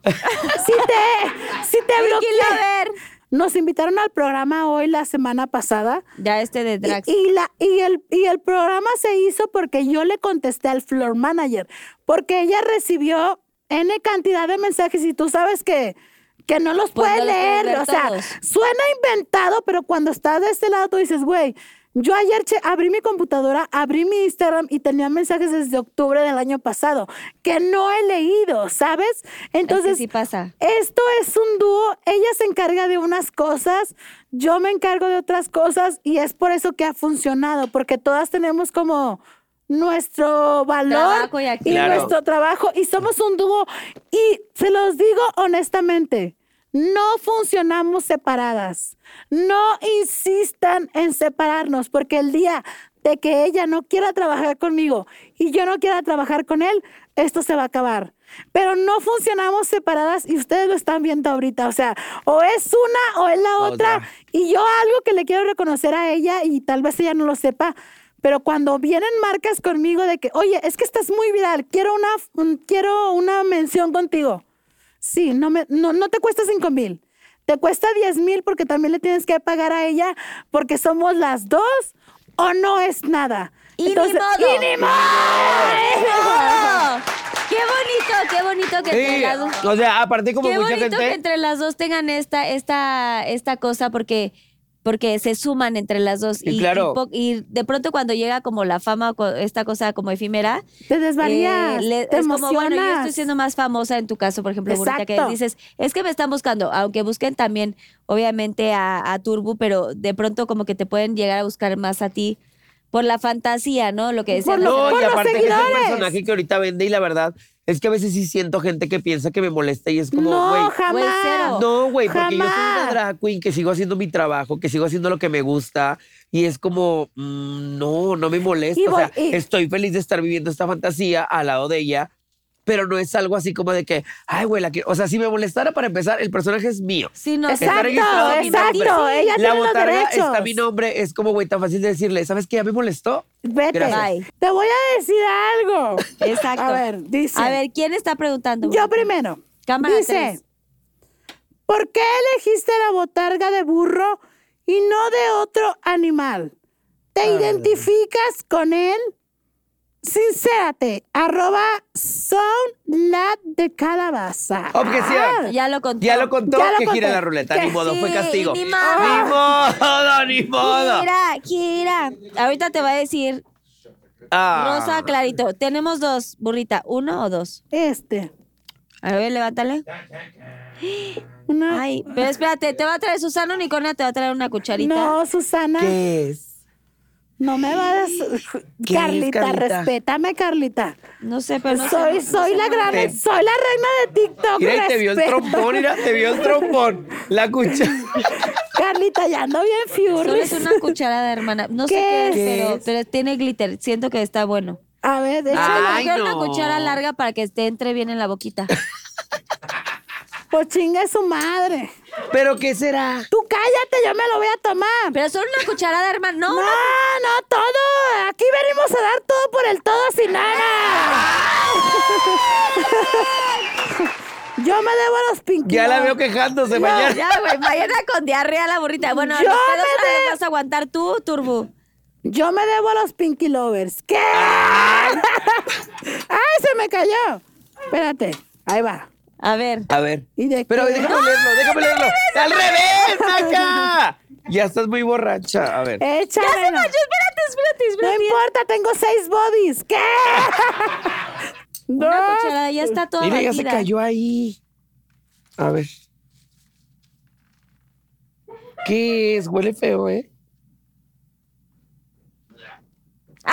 Speaker 5: si te, si te
Speaker 3: Pinky
Speaker 5: bloqueé.
Speaker 3: Lover.
Speaker 5: Nos invitaron al programa hoy la semana pasada.
Speaker 3: Ya este de Drax.
Speaker 5: Y, y la, y, el, y el programa se hizo porque yo le contesté al floor manager, porque ella recibió N cantidad de mensajes y tú sabes que, que no los
Speaker 3: Pues
Speaker 5: puede
Speaker 3: no los puedes
Speaker 5: leer.
Speaker 3: ver
Speaker 5: O sea,
Speaker 3: todos.
Speaker 5: suena inventado, pero cuando estás de este lado tú dices, güey, yo ayer che- abrí mi computadora, abrí mi Instagram y tenía mensajes desde octubre del año pasado que no he leído, ¿sabes? Entonces,
Speaker 3: este sí pasa.
Speaker 5: esto es un dúo, ella se encarga de unas cosas, yo me encargo de otras cosas y es por eso que ha funcionado, porque todas tenemos como nuestro valor
Speaker 3: Trabajo y
Speaker 5: y
Speaker 3: actividad.
Speaker 6: Claro.
Speaker 5: nuestro trabajo y somos un dúo y se los digo honestamente, No funcionamos separadas. No insistan en separarnos, porque el día de que ella no quiera trabajar conmigo y yo no quiera trabajar con él, esto se va a acabar. Pero no funcionamos separadas y ustedes lo están viendo ahorita. O sea, o es una o es la otra.
Speaker 6: otra.
Speaker 5: Y yo algo que le quiero reconocer a ella, y tal vez ella no lo sepa, pero cuando vienen marcas conmigo de que, oye, es que estás muy viral, quiero una, un- quiero una mención contigo. Sí, no, me, no, no te cuesta 5 mil. Te cuesta 10 mil porque también le tienes que pagar a ella porque somos las dos o no es nada.
Speaker 3: Y ni modo.
Speaker 5: ¡y ni modo!
Speaker 3: ¡Oh! ¡Qué bonito, qué bonito que entre las dos!
Speaker 6: o sea, aparte como
Speaker 3: Qué
Speaker 6: mucha
Speaker 3: bonito
Speaker 6: gente...
Speaker 3: que entre las dos tengan esta, esta, esta cosa porque, porque se suman entre las dos.
Speaker 6: Y claro.
Speaker 3: y po- y de pronto cuando llega como la fama, co- esta cosa como efímera,
Speaker 5: Te desvarías,
Speaker 3: eh, le-
Speaker 5: te
Speaker 3: es
Speaker 5: emocionas.
Speaker 3: como, bueno, yo estoy siendo más famosa en tu caso, por ejemplo, Burrita, que
Speaker 5: Exacto.
Speaker 3: dices, es que me están buscando, aunque busquen también, obviamente, a, a Turbo, pero de pronto como que te pueden llegar a buscar más a ti por la fantasía, ¿no? Lo que decían.
Speaker 5: Por lo-
Speaker 3: hace-
Speaker 6: No,
Speaker 5: por
Speaker 6: y
Speaker 5: los
Speaker 6: aparte que es un
Speaker 5: seguidores.
Speaker 6: personaje que ahorita vende y la verdad es que a veces sí siento gente que piensa que me molesta y es como,
Speaker 5: no,
Speaker 6: güey,
Speaker 3: güey,
Speaker 5: jamás.
Speaker 3: cero.
Speaker 6: No, güey, porque yo soy una
Speaker 5: Jamás.
Speaker 6: drag queen que sigo haciendo mi trabajo, que sigo haciendo lo que me gusta y es como, mm, no, no me molesta.
Speaker 5: Y
Speaker 6: o sea,
Speaker 5: voy- y-
Speaker 6: estoy feliz de estar viviendo esta fantasía al lado de ella, pero no es algo así como de que, ay, güey, la quiero- o sea, si me molestara para empezar, el personaje es mío.
Speaker 3: Sí, no,
Speaker 6: Está
Speaker 5: Exacto,
Speaker 6: registrado mi nombre.
Speaker 5: exacto. Ella
Speaker 6: la
Speaker 5: tiene los
Speaker 6: botarga
Speaker 5: derechos.
Speaker 6: está mi nombre, es como, güey, tan fácil de decirle, ¿sabes qué? Ya me molestó.
Speaker 5: Vete.
Speaker 6: Gracias.
Speaker 3: Bye.
Speaker 5: Te voy a decir algo.
Speaker 3: Exacto.
Speaker 5: A ver, dice.
Speaker 3: A ver, ¿quién está preguntando?
Speaker 5: Yo
Speaker 3: Burrita?
Speaker 5: primero.
Speaker 3: Cámara
Speaker 5: Dice,
Speaker 3: tres.
Speaker 5: ¿por qué elegiste la botarga de burro y no de otro animal? ¿Te
Speaker 6: Ah.
Speaker 5: identificas con él? Sincérate, arroba son la de calabaza. Ah,
Speaker 6: Objeción.
Speaker 3: Ya lo contó.
Speaker 6: Ya lo contó,
Speaker 5: Ya lo
Speaker 6: que gira
Speaker 5: conté.
Speaker 6: la ruleta.
Speaker 5: Que
Speaker 6: Ni modo, fue
Speaker 3: sí,
Speaker 6: castigo.
Speaker 3: y ni
Speaker 6: Ni modo, ni modo.
Speaker 3: Kira, Kira. Ahorita te va a decir
Speaker 6: Ah.
Speaker 3: Rosa Clarito. Tenemos dos, burrita. ¿Uno o dos?
Speaker 5: Este.
Speaker 3: A ver, levántale.
Speaker 5: Una-
Speaker 3: Ay, pero espérate, te va a traer Susana Unicornia, te va a traer una cucharita.
Speaker 5: no, Susana,
Speaker 6: ¿Qué es?
Speaker 5: no me vas.
Speaker 6: ¿Qué es,
Speaker 5: Carlita,
Speaker 6: Carlita?
Speaker 5: respétame, Carlita.
Speaker 3: No sé, pero no
Speaker 5: soy,
Speaker 3: sé.
Speaker 5: soy la gran,
Speaker 6: Te-
Speaker 5: soy la reina de TikTok.
Speaker 6: Mira, y te vio el
Speaker 5: respeta.
Speaker 6: trompón, mira, te vio el trompón. La cuchara.
Speaker 5: Carlita, ya ando bien
Speaker 3: Solo es
Speaker 5: furris.
Speaker 3: una cucharada, hermana. No sé
Speaker 5: ¿Qué
Speaker 3: qué es,
Speaker 5: es?
Speaker 3: pero, pero tiene glitter. Siento que está bueno.
Speaker 5: A ver, échala.
Speaker 6: Ay,
Speaker 3: Quiero una
Speaker 6: no.
Speaker 3: cuchara larga para que te entre bien en la boquita.
Speaker 6: Ah.
Speaker 5: Pues chinga su madre.
Speaker 6: ¿Pero qué será?
Speaker 5: Tú cállate, yo me lo voy a tomar.
Speaker 3: Pero solo una cucharada, hermana. No,
Speaker 5: No, no todo. Aquí venimos a dar todo por el todo sin nada. Yo me debo a los pinquitos.
Speaker 6: Ya la veo quejándose
Speaker 3: No,
Speaker 6: mañana.
Speaker 3: ya, güey, mañana con diarrea la burrita. Bueno,
Speaker 5: Yo
Speaker 3: los pedos
Speaker 5: me
Speaker 3: la
Speaker 5: de-
Speaker 3: vas a aguantar tú, Turbo.
Speaker 5: Yo me debo a los Pinky Lovers. ¿Qué? ¡Ay, se me cayó! Espérate, ahí va.
Speaker 3: A ver.
Speaker 6: A ver.
Speaker 5: ¿Y de
Speaker 6: Pero
Speaker 5: qué?
Speaker 6: déjame leerlo, déjame leerlo. ¡Al revés, acá! Ya estás muy borracha. A ver.
Speaker 3: Ya se
Speaker 5: Échamelo.
Speaker 3: manchó, espérate, espérate,
Speaker 5: No
Speaker 3: espérate.
Speaker 5: importa, tengo seis bodies. ¿Qué? No.
Speaker 3: Una cucharada, ya está toda
Speaker 6: Mira, ya se
Speaker 3: batida.
Speaker 6: cayó ahí. A ver. ¿Qué es? Huele feo, ¿eh?
Speaker 3: ¡Ah!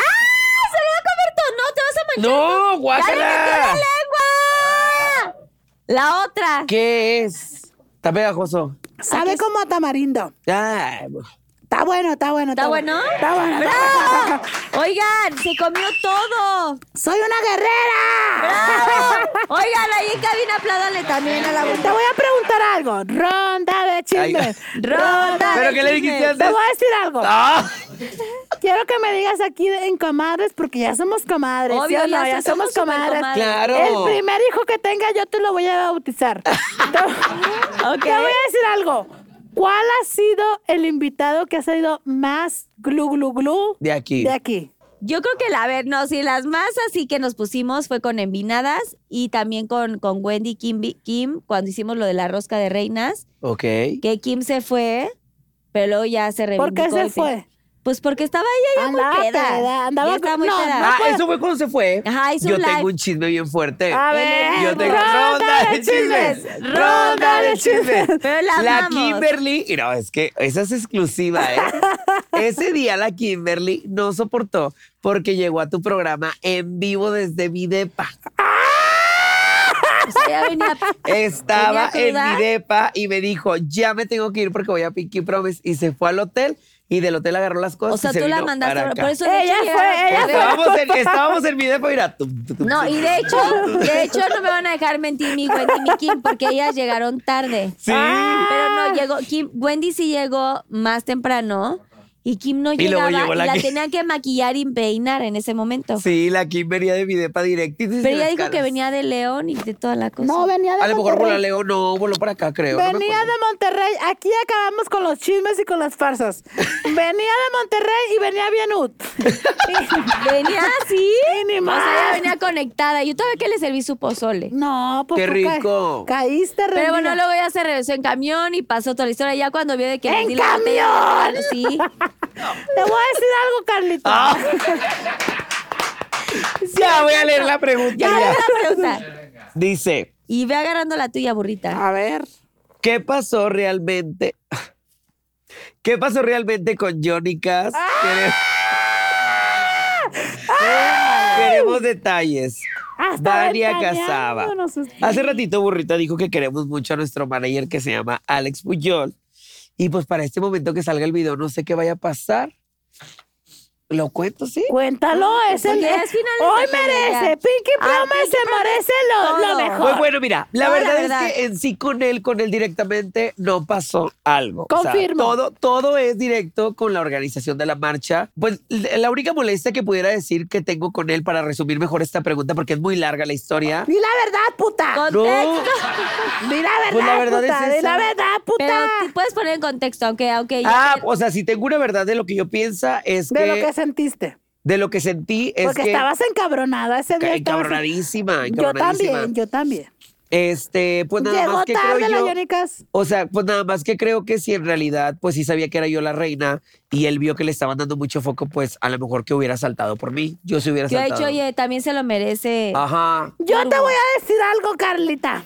Speaker 3: ¡Se lo va a comer todo! ¡No, te vas a manchar!
Speaker 6: ¡No,
Speaker 3: ¡Ya le metió la
Speaker 6: guácala!
Speaker 3: lengua! La otra.
Speaker 6: ¿Qué es? Está pegajoso.
Speaker 5: Sabe como a tamarindo.
Speaker 6: Ah,
Speaker 5: Está bueno, está bueno.
Speaker 3: ¿Está bueno?
Speaker 5: Está bueno. está bueno.
Speaker 3: ¡Bravo! Oigan, se comió todo.
Speaker 5: Soy una guerrera.
Speaker 3: ¡Bravo! Oigan, ahí en cabina apládale también a la
Speaker 5: Te
Speaker 3: burrita.
Speaker 5: voy a preguntar algo. Ronda de chismes. Ronda
Speaker 6: ¿Pero
Speaker 5: de
Speaker 6: qué le
Speaker 5: chismes.
Speaker 6: dijiste antes?
Speaker 5: Te voy a decir algo.
Speaker 6: ¡Ah!
Speaker 5: Quiero que me digas aquí de- en comadres, porque ya somos comadres. ¿sí
Speaker 3: Obvio,
Speaker 5: o no?
Speaker 3: ya
Speaker 5: ya,
Speaker 3: so- somos
Speaker 5: somos comadres.
Speaker 3: supercomadres.
Speaker 6: Claro.
Speaker 5: El primer hijo que tenga, yo te lo voy a bautizar. te,
Speaker 3: Ok.
Speaker 5: te voy a decir algo. ¿Cuál ha sido el invitado que ha salido más glu glu glu
Speaker 6: De aquí.
Speaker 5: de aquí?
Speaker 3: Yo creo que la, a ver, no, sí, las más así que nos pusimos fue con Envinadas y también con, con Wendy Kim, Kim cuando hicimos lo de la rosca de reinas,
Speaker 6: Ok.
Speaker 3: que Kim se fue, pero luego ya se
Speaker 5: ¿Por
Speaker 3: reivindicó.
Speaker 5: qué se
Speaker 3: y
Speaker 5: fue?
Speaker 3: Pues porque estaba ella ya
Speaker 5: Andaba
Speaker 3: muy peda.
Speaker 5: peda, andaba
Speaker 3: ya estaba muy
Speaker 5: no,
Speaker 3: peda.
Speaker 5: no.
Speaker 6: Ah,
Speaker 5: puedo.
Speaker 6: eso fue cuando se fue.
Speaker 3: Ajá, hizo
Speaker 6: Yo
Speaker 3: un live.
Speaker 6: tengo un chisme bien fuerte.
Speaker 5: A ver.
Speaker 6: Yo tengo
Speaker 5: ronda de
Speaker 3: chismes,
Speaker 6: Ronda de chismes.
Speaker 3: Pero la amamos.
Speaker 6: Kimberly, y no, es que esa es exclusiva, ¿eh? Ese día la Kimberly no soportó porque llegó a tu programa en vivo desde mi depa.
Speaker 3: O sea, ya venía-
Speaker 6: Estaba
Speaker 3: Venía
Speaker 6: en
Speaker 3: cruda.
Speaker 6: mi depa y me dijo, ya me tengo que ir porque voy a Pinky Promise. Y se fue al hotel y del hotel agarró las cosas.
Speaker 3: o sea,
Speaker 6: y se
Speaker 3: tú la
Speaker 6: vino
Speaker 3: mandaste.
Speaker 6: para
Speaker 3: a-
Speaker 6: acá.
Speaker 3: Por eso de
Speaker 5: Ella
Speaker 3: hecho
Speaker 5: fue,
Speaker 3: llegaron-
Speaker 5: ella fue.
Speaker 6: Estábamos en, estábamos en mi depa y era... tum, tum, tum,
Speaker 3: No,
Speaker 6: tum.
Speaker 3: y de hecho, de hecho no me van a dejar mentir mi Wendy y mi Kim porque ellas llegaron tarde.
Speaker 6: Sí.
Speaker 3: Pero no llegó Kim, Wendy sí llegó más temprano y Kim no
Speaker 6: Y luego
Speaker 3: llegaba
Speaker 6: llegó
Speaker 3: y
Speaker 6: la
Speaker 3: la
Speaker 6: Kim.
Speaker 3: tenían que maquillar y peinar en ese momento.
Speaker 6: Sí, la Kim venía de mi depa directo. y se
Speaker 3: Pero
Speaker 6: las
Speaker 3: ella dijo que
Speaker 6: caras.
Speaker 3: venía de León y de toda la cosa.
Speaker 5: No, venía de
Speaker 6: A lo mejor voló a
Speaker 5: Monterrey.
Speaker 6: Leo, no, voló para acá, creo. no me
Speaker 5: Venía
Speaker 6: acuerdo.
Speaker 5: de Monterrey. Aquí acabamos con los chismes y con las farsas. venía de Monterrey y venía bien ut.
Speaker 3: venía así.
Speaker 5: Y ni
Speaker 3: O
Speaker 5: más.
Speaker 3: sea, ella venía conectada. Yo todavía que le serví su pozole.
Speaker 5: No, pues
Speaker 6: Qué
Speaker 5: tú ca-
Speaker 6: rico.
Speaker 5: caíste
Speaker 3: Pero
Speaker 5: rendida.
Speaker 3: bueno, luego ya se regresó en camión y pasó toda la historia. Ya cuando vio de que...
Speaker 5: ¡En
Speaker 3: les di la botella de alcohol, Sí.
Speaker 5: Te voy a decir algo, Carlita.
Speaker 6: Ah. ya voy a leer la pregunta.
Speaker 3: Ya,
Speaker 6: mira.
Speaker 3: ya, la pregunta.
Speaker 6: Dice,
Speaker 3: Y ve agarrando la tuya, burrita.
Speaker 5: A ver.
Speaker 6: ¿qué pasó realmente? ¿Qué pasó realmente con Johnny Cass? Quere- Queremos detalles.
Speaker 5: Hasta
Speaker 6: Dania
Speaker 5: ventaneando
Speaker 6: Casaba.
Speaker 5: nos-
Speaker 6: Hace ratito Burrita dijo que queremos mucho a nuestro manager que se llama Alex Puyol. Y pues para este momento que salga el video, no sé qué vaya a pasar. ¿Lo cuento, sí?
Speaker 5: Cuéntalo, es el.
Speaker 3: Porque es finales de
Speaker 5: Hoy
Speaker 3: febrero.
Speaker 5: merece. Pinky
Speaker 3: Ah,
Speaker 5: Promise
Speaker 3: Pinky
Speaker 5: se merece lo, lo
Speaker 3: todo.
Speaker 5: mejor.
Speaker 6: Pues bueno, mira, la,
Speaker 3: No, la
Speaker 6: verdad,
Speaker 3: verdad.
Speaker 6: es que en sí con él, con él directamente, no pasó algo. O sea,
Speaker 5: Confirmo.
Speaker 6: todo, todo es directo con la organización de la marcha. Pues l- la única molestia que pudiera decir que tengo con él para resumir mejor esta pregunta, porque es muy larga la historia.
Speaker 5: Di la verdad, puta.
Speaker 3: Con-
Speaker 6: No,
Speaker 5: Di la verdad,
Speaker 6: Pues la verdad
Speaker 5: puta.
Speaker 6: es
Speaker 5: Di la
Speaker 6: esa.
Speaker 5: verdad, puta.
Speaker 3: Pero tú puedes poner en contexto, aunque, aunque ya-
Speaker 6: Ah, o sea, si tengo una verdad de lo que yo piensa es
Speaker 5: de
Speaker 6: que,
Speaker 5: lo que sentiste.
Speaker 6: de lo que sentí es
Speaker 5: Porque
Speaker 6: que
Speaker 5: estabas encabronada ese día.
Speaker 6: Ca-
Speaker 5: estabas-
Speaker 6: encabronadísima,
Speaker 5: Yo
Speaker 6: encabronadísima.
Speaker 5: también, yo también.
Speaker 6: Este, pues nada
Speaker 5: Llegó
Speaker 6: más que
Speaker 5: tarde
Speaker 6: creo
Speaker 5: la
Speaker 6: yo.
Speaker 5: Yónicas.
Speaker 6: O sea, pues nada más que creo que si en realidad, pues sí sabía que era yo la reina y él vio que le estaban dando mucho foco, pues a lo mejor que hubiera saltado por mí. Yo se hubiera
Speaker 3: yo he
Speaker 6: saltado.
Speaker 3: dicho, oye, también se lo merece.
Speaker 5: Ah.
Speaker 6: Ajá.
Speaker 5: Yo te voy a decir algo, Carlita.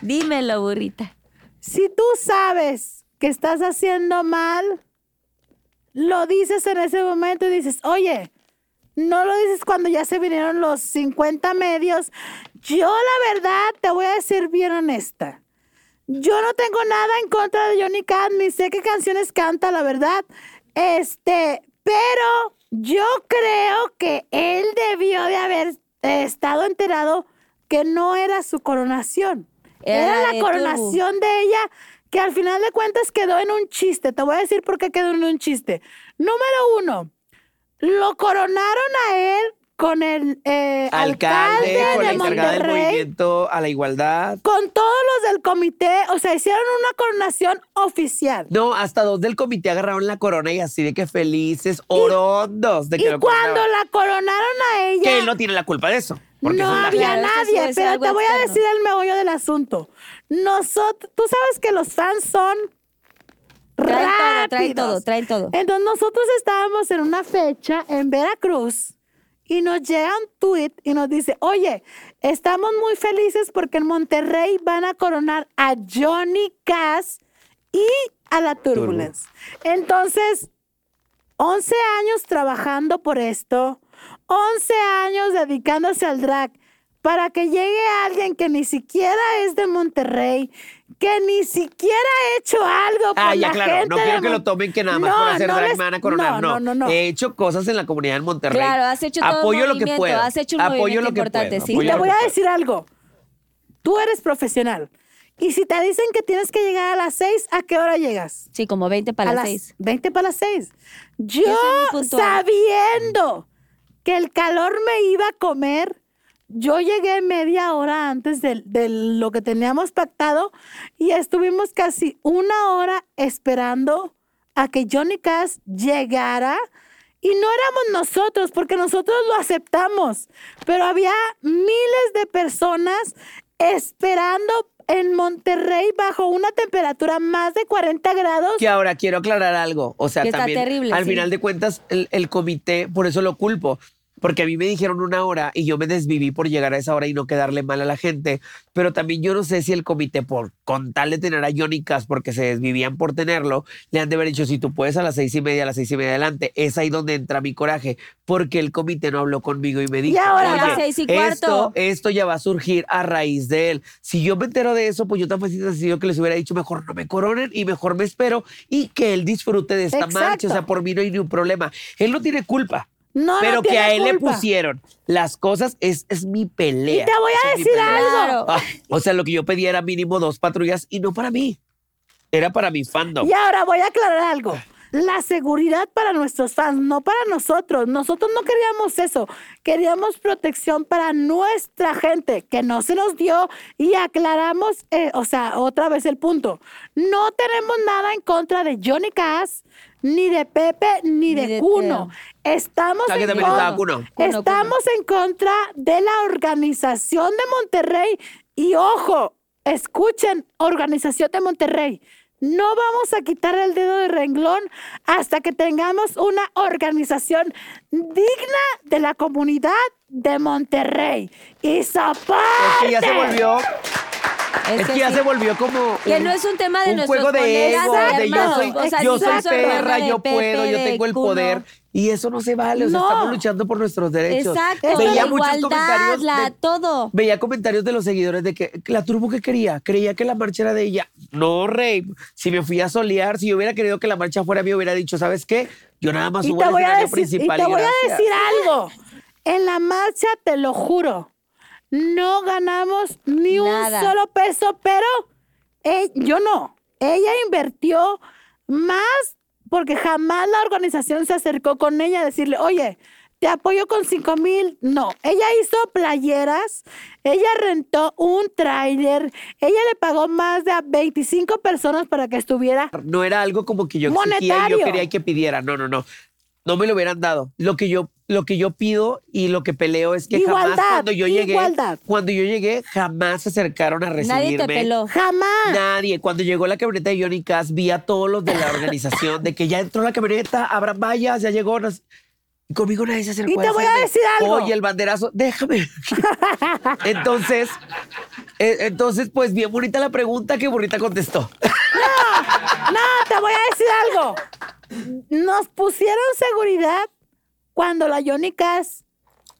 Speaker 3: Dímelo, burrita.
Speaker 5: Si tú sabes que estás haciendo mal, lo dices en ese momento y dices, oye, no lo dices cuando ya se vinieron los 50 medios. Yo la verdad te voy a decir bien honesta. Yo no tengo nada en contra de Johnny Cash, ni sé qué canciones canta, la verdad. Este, pero yo creo que él debió de haber eh, estado enterado que no era su coronación.
Speaker 3: Era
Speaker 5: Era,
Speaker 3: de
Speaker 5: la
Speaker 3: Turbo.
Speaker 5: coronación de ella, que al final de cuentas quedó en un chiste. Te voy a decir por qué quedó en un chiste. Número uno, lo coronaron a él con el eh, alcalde,
Speaker 6: Alcalde, con la
Speaker 5: de
Speaker 6: encargada del
Speaker 5: Monterrey
Speaker 6: movimiento a la igualdad.
Speaker 5: con todos los del comité, o sea, hicieron una coronación oficial.
Speaker 6: No, hasta dos del comité agarraron la corona y así de que felices, orondos de que
Speaker 5: y
Speaker 6: lo
Speaker 5: cuando
Speaker 6: coronaban.
Speaker 5: la coronaron a
Speaker 6: Que él
Speaker 5: ella,
Speaker 6: no tiene la culpa de eso. Porque
Speaker 5: no
Speaker 6: eso es la
Speaker 5: había
Speaker 3: Claro, eso sí
Speaker 5: nadie.
Speaker 3: es
Speaker 5: Pero
Speaker 3: algo
Speaker 5: te voy a
Speaker 3: externo.
Speaker 5: decir el meollo del asunto. Nosotros, tú sabes que los fans son
Speaker 3: Traen todo,
Speaker 5: rápidos.
Speaker 3: traen todo, traen todo.
Speaker 5: Entonces nosotros estábamos en una fecha en Veracruz y nos llega un tweet y nos dice, oye, estamos muy felices porque en Monterrey van a coronar a Johnny Cass y a la Turbulence. Entonces, 11 años trabajando por esto, 11 años dedicándose al drag, para que llegue alguien que ni siquiera es de Monterrey, que ni siquiera ha hecho algo por
Speaker 6: Ah, ya,
Speaker 5: la
Speaker 6: claro.
Speaker 5: gente
Speaker 6: No
Speaker 5: de
Speaker 6: quiero que lo
Speaker 5: Mon-
Speaker 6: tomen que nada más por hacer drag
Speaker 5: les-
Speaker 6: me van a coronar. No,
Speaker 5: No, no, no.
Speaker 6: He hecho cosas en la comunidad en Monterrey.
Speaker 3: Claro, has hecho todo
Speaker 6: Apoyo
Speaker 3: un
Speaker 6: lo que
Speaker 3: movimiento,
Speaker 6: puedo.
Speaker 3: has hecho un
Speaker 6: Apoyo
Speaker 3: movimiento
Speaker 6: lo que
Speaker 3: importante,
Speaker 6: puedo,
Speaker 3: sí.
Speaker 6: apoyo
Speaker 5: y te
Speaker 6: lo
Speaker 5: voy
Speaker 6: que
Speaker 5: a
Speaker 6: puedo.
Speaker 5: decir algo. Tú eres profesional. Y si te dicen que tienes que llegar a las 6, ¿a qué hora llegas?
Speaker 3: Sí, como 20 para
Speaker 5: a
Speaker 3: las 6.
Speaker 5: 20 para las 6. Yo,
Speaker 3: soy muy puntual.
Speaker 5: sabiendo que el calor me iba a comer, yo llegué media hora antes de, de lo que teníamos pactado y estuvimos casi una hora esperando a que Johnny Cass llegara. Y no éramos nosotros, porque nosotros lo aceptamos, pero había miles de personas esperando en Monterrey bajo una temperatura más de 40 grados.
Speaker 6: Que ahora quiero aclarar algo. O sea,
Speaker 3: Que está
Speaker 6: también.
Speaker 3: terrible,
Speaker 6: al
Speaker 3: sí.
Speaker 6: final de cuentas, el, el comité, por eso lo culpo. porque a mí me dijeron una hora y yo me desviví por llegar a esa hora y no quedarle mal a la gente, pero también yo no sé si el comité, por con tal de tener a Johnny Cash, porque se desvivían por tenerlo, le han de haber dicho, si tú puedes a las seis y media, a las seis y media adelante, es ahí donde entra mi coraje, porque el comité no habló conmigo y me dijo,
Speaker 5: ahora a
Speaker 6: "Oye,
Speaker 3: las seis y
Speaker 6: esto,
Speaker 3: cuarto".
Speaker 6: esto ya va a surgir a raíz de él. Si yo me entero de eso, pues yo tan fácil decidido que les hubiera dicho, mejor no me coronen y mejor me espero y que él disfrute de esta
Speaker 5: Exacto.
Speaker 6: marcha. O sea, por mí no hay ningún problema. Él no tiene culpa.
Speaker 5: No, no
Speaker 6: pero que
Speaker 5: tiene
Speaker 6: a él le
Speaker 5: culpa.
Speaker 6: pusieron las cosas es, es mi pelea.
Speaker 5: Y te voy a
Speaker 6: Esa es mi
Speaker 5: decir
Speaker 6: pelea.
Speaker 5: algo.
Speaker 6: Ah, o sea, lo que yo pedía era mínimo dos patrullas y no para mí. Era para mi fandom.
Speaker 5: Y ahora voy a aclarar algo. La seguridad para nuestros fans, no para nosotros. Nosotros no queríamos eso. Queríamos protección para nuestra gente, que no se nos dio. Y aclaramos, eh, o sea, otra vez el punto. No tenemos nada en contra de Johnny Cass, ni de Pepe, ni, de,
Speaker 3: de
Speaker 5: Cuno.
Speaker 3: Teo.
Speaker 5: Estamos,
Speaker 6: Ah, que
Speaker 5: en
Speaker 6: también estaba
Speaker 5: contra-
Speaker 6: Cuno.
Speaker 3: Cuno,
Speaker 5: estamos en contra de la organización de Monterrey. Y ojo, escuchen, organización de Monterrey. No vamos a quitar el dedo de renglón hasta que tengamos una organización digna de la comunidad de Monterrey. Y soporte.
Speaker 6: Es que ya se volvió, es, que, ya
Speaker 3: sí.
Speaker 6: se volvió como
Speaker 3: Que
Speaker 6: un-
Speaker 3: no es un tema de
Speaker 6: un
Speaker 3: nuestros
Speaker 6: juego de
Speaker 3: colegas,
Speaker 6: ego,
Speaker 5: de
Speaker 6: de yo
Speaker 5: hermanos.
Speaker 6: soy,
Speaker 5: O sea,
Speaker 6: yo soy
Speaker 5: exacto.
Speaker 6: perra,
Speaker 3: de
Speaker 6: yo
Speaker 3: Pepe,
Speaker 6: puedo, yo
Speaker 3: de
Speaker 6: tengo el
Speaker 3: Cuno.
Speaker 6: poder. Y eso no se vale, o sea,
Speaker 5: No.
Speaker 6: estamos luchando por nuestros derechos.
Speaker 3: Exacto,
Speaker 6: Veía
Speaker 3: la
Speaker 6: muchos
Speaker 3: igualdad,
Speaker 6: comentarios de-
Speaker 3: la todo.
Speaker 6: Veía comentarios de los seguidores de que que la turbo que quería, creía que la marcha era de ella. No, rey, si me fui a solear, si yo hubiera querido que la marcha fuera mía, hubiera dicho, ¿sabes qué? Yo nada más
Speaker 5: Y
Speaker 6: subo
Speaker 5: te
Speaker 6: al
Speaker 5: voy a
Speaker 6: escenario
Speaker 5: decir, y
Speaker 6: principal
Speaker 5: te voy a
Speaker 6: gracias".
Speaker 5: decir algo. En la marcha, te lo juro, no ganamos ni
Speaker 3: Nada.
Speaker 5: un solo peso, pero eh, yo no. Ella invirtió más porque jamás la organización se acercó con ella a decirle, oye, te apoyo con 5 mil. No, ella hizo playeras, ella rentó un tráiler, ella le pagó más de a 25 personas para que estuviera
Speaker 6: No era algo como que yo exigía y yo
Speaker 5: Monetario.
Speaker 6: quería que pidiera. No, no, no. No me lo hubieran dado. Lo que yo, lo que yo pido y lo que peleo es que jamás
Speaker 5: Igualdad,
Speaker 6: cuando yo llegué,
Speaker 5: igualdad.
Speaker 6: cuando yo llegué, jamás se acercaron a recibirme.
Speaker 3: Nadie te peló.
Speaker 5: jamás.
Speaker 6: Nadie. Cuando llegó la camioneta de Johnny Cass, vi a todos los de la organización de que ya entró la camioneta, abran vallas, ya llegó. no sé. Y Conmigo nadie se acercó.
Speaker 5: Y te voy a
Speaker 6: decirme,
Speaker 5: decir algo.
Speaker 6: Oye, el banderazo, déjame. entonces, eh, entonces, pues bien bonita la pregunta que bonita contestó.
Speaker 5: No, te voy a decir algo. Nos pusieron seguridad cuando la Johnny Cass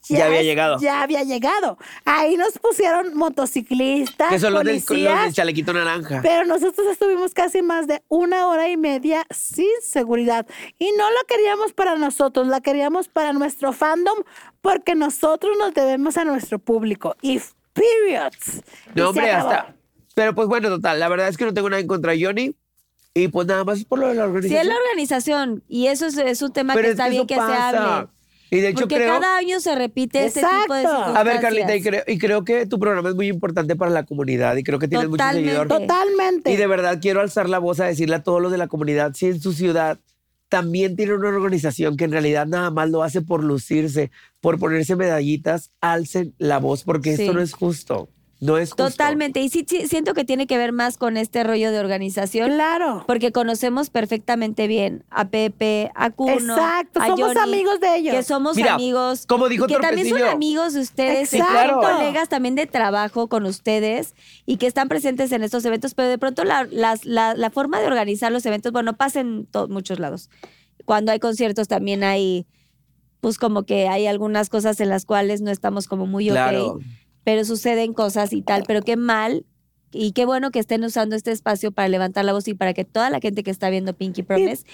Speaker 6: Ya había llegado.
Speaker 5: Ya había llegado. Ahí nos pusieron motociclistas,
Speaker 6: Que son los del, con los del
Speaker 5: policías.
Speaker 6: chalequito naranja.
Speaker 5: Pero nosotros estuvimos casi más de una hora y media sin seguridad. Y no la queríamos para nosotros, la queríamos para nuestro fandom, porque nosotros nos debemos a nuestro público. Y periods. Y se
Speaker 6: No, hombre,
Speaker 5: acabó.
Speaker 6: hasta. Pero pues bueno, total, la verdad es que no tengo nada en contra de Johnny. Y pues nada más es por lo de la
Speaker 3: Si
Speaker 6: organización.
Speaker 3: es la organización, y eso es, es un tema
Speaker 6: Pero
Speaker 3: que
Speaker 6: es
Speaker 3: está
Speaker 6: que
Speaker 3: bien
Speaker 6: eso
Speaker 3: que se
Speaker 6: pasa.
Speaker 3: hable.
Speaker 6: Y de hecho
Speaker 3: Porque
Speaker 6: creo-
Speaker 3: cada año se repite este tipo de
Speaker 5: Exacto.
Speaker 3: circunstancias.
Speaker 6: A ver, Carlita, y creo, y creo que tu programa es muy importante para la comunidad y creo que tienes mucho
Speaker 3: Totalmente.
Speaker 6: seguidor.
Speaker 5: Totalmente.
Speaker 6: Y de verdad quiero alzar la voz a decirle a todos los de la comunidad, si en su ciudad también tienen una organización que en realidad nada más lo hace por lucirse, por ponerse medallitas, alcen la voz porque
Speaker 3: Sí.
Speaker 6: esto no es justo. No es justo.
Speaker 3: Totalmente. Y sí, sí, siento que tiene que ver más con este rollo de organización.
Speaker 5: Claro.
Speaker 3: Porque conocemos perfectamente bien a Pepe, a Cuno,
Speaker 5: Exacto,
Speaker 3: a
Speaker 5: somos
Speaker 3: Johnny,
Speaker 5: amigos de ellos.
Speaker 3: Que somos
Speaker 6: Mira,
Speaker 3: amigos.
Speaker 6: como dijo
Speaker 3: y que también son
Speaker 6: Torpecillo.
Speaker 3: amigos de ustedes, que
Speaker 5: Sí,
Speaker 6: claro.
Speaker 3: son colegas también de trabajo con ustedes y que están presentes en estos eventos, pero de pronto la, las- la- la forma de organizar los eventos, bueno, pasa en to- muchos lados. Cuando hay conciertos también hay, pues como que hay algunas cosas en las cuales no estamos como muy ok
Speaker 6: Claro.
Speaker 3: pero suceden cosas y tal, pero qué mal y qué bueno que estén usando este espacio para levantar la voz y para que toda la gente que está viendo Pinky Promise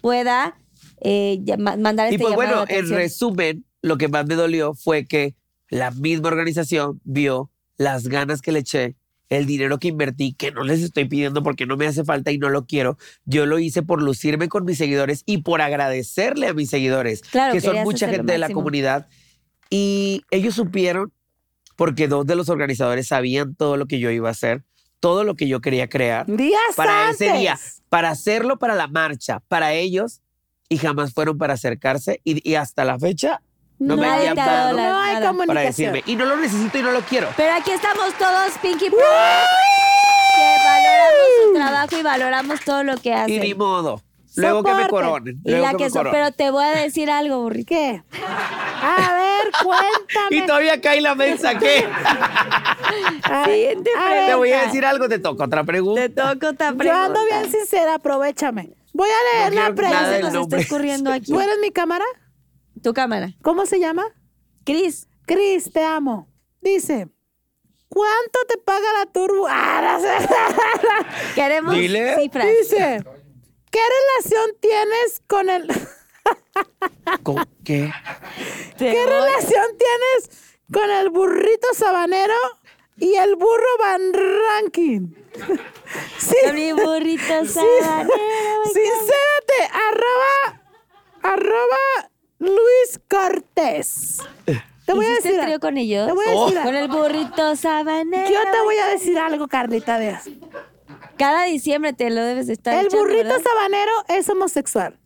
Speaker 3: pueda eh, llama- mandar
Speaker 6: Y
Speaker 3: este
Speaker 6: pues
Speaker 3: llamado
Speaker 6: bueno,
Speaker 3: de
Speaker 6: en
Speaker 3: atención.
Speaker 6: resumen, lo que más me dolió fue que la misma organización vio las ganas que le eché, el dinero que invertí, que no les estoy pidiendo porque no me hace falta y no lo quiero. Yo lo hice por lucirme con mis seguidores y por agradecerle a mis seguidores,
Speaker 3: Claro,
Speaker 6: que son
Speaker 3: querías
Speaker 6: mucha
Speaker 3: hacer lo
Speaker 6: gente de la
Speaker 3: máximo.
Speaker 6: comunidad. Y ellos supieron, porque dos de los organizadores sabían todo lo que yo iba a hacer, todo lo que yo quería crear
Speaker 5: Días
Speaker 6: para
Speaker 5: antes.
Speaker 6: ese día, para hacerlo para la marcha, para ellos, y jamás fueron para acercarse. Y, y hasta la fecha no me
Speaker 3: Nadie
Speaker 6: han
Speaker 3: te ha dado
Speaker 6: llamado
Speaker 3: la-
Speaker 5: No hay
Speaker 3: nada.
Speaker 5: comunicación.
Speaker 6: para decirme, y no lo necesito y no lo quiero.
Speaker 3: Pero aquí estamos todos, Pinky Promise, que valoramos su trabajo y valoramos todo lo que
Speaker 6: Y ni
Speaker 3: hacen.
Speaker 6: modo. Luego que me
Speaker 5: Soporte.
Speaker 6: coronen.
Speaker 3: Y
Speaker 6: luego
Speaker 3: la
Speaker 6: que
Speaker 3: que
Speaker 6: me
Speaker 3: so-
Speaker 6: coronen.
Speaker 3: pero te voy a decir algo, burrito.
Speaker 5: ¿Qué? A ver,
Speaker 6: Y
Speaker 5: cuéntame.
Speaker 6: todavía cae la mensa, ¿qué?
Speaker 5: A-
Speaker 7: Siguiente
Speaker 5: a
Speaker 7: pregunta.
Speaker 6: Te voy a
Speaker 5: ver,
Speaker 6: decir algo, te toco otra pregunta.
Speaker 7: Te toco esta
Speaker 5: Yo
Speaker 7: pregunta.
Speaker 5: ando bien sincera, aprovechame. Voy a leer
Speaker 6: No
Speaker 5: la
Speaker 6: quiero nada del
Speaker 5: pregunta.
Speaker 6: nombre.
Speaker 3: está ocurriendo aquí?
Speaker 5: ¿Tú eres mi cámara?
Speaker 3: Tu cámara.
Speaker 5: ¿Cómo se llama?
Speaker 3: Cris,
Speaker 5: Cris, te amo. Dice, ¿cuánto te paga la turbo? Ah, no sé.
Speaker 3: queremos
Speaker 6: Dile.
Speaker 3: cifras.
Speaker 5: Dice, ¿qué relación tienes con el...
Speaker 6: ¿Con qué?
Speaker 3: Te
Speaker 5: ¿Qué
Speaker 3: voy-
Speaker 5: relación tienes con el burrito sabanero y el burro Van Ranking? Sí.
Speaker 3: Mi burrito
Speaker 5: Sí.
Speaker 3: sabanero.
Speaker 5: Sincérate, arroba, arroba Luis Cortés. Te voy a
Speaker 3: ¿Hiciste
Speaker 5: decir.
Speaker 3: trío
Speaker 5: algo.
Speaker 3: con ellos? Oh.
Speaker 5: Te voy a decir
Speaker 3: Con
Speaker 5: algo.
Speaker 3: el burrito sabanero.
Speaker 5: Yo te voy a decir algo, Carlita Díaz.
Speaker 3: Cada diciembre te lo debes de estar
Speaker 5: El
Speaker 3: echando,
Speaker 5: burrito
Speaker 3: ¿verdad?
Speaker 5: sabanero es homosexual.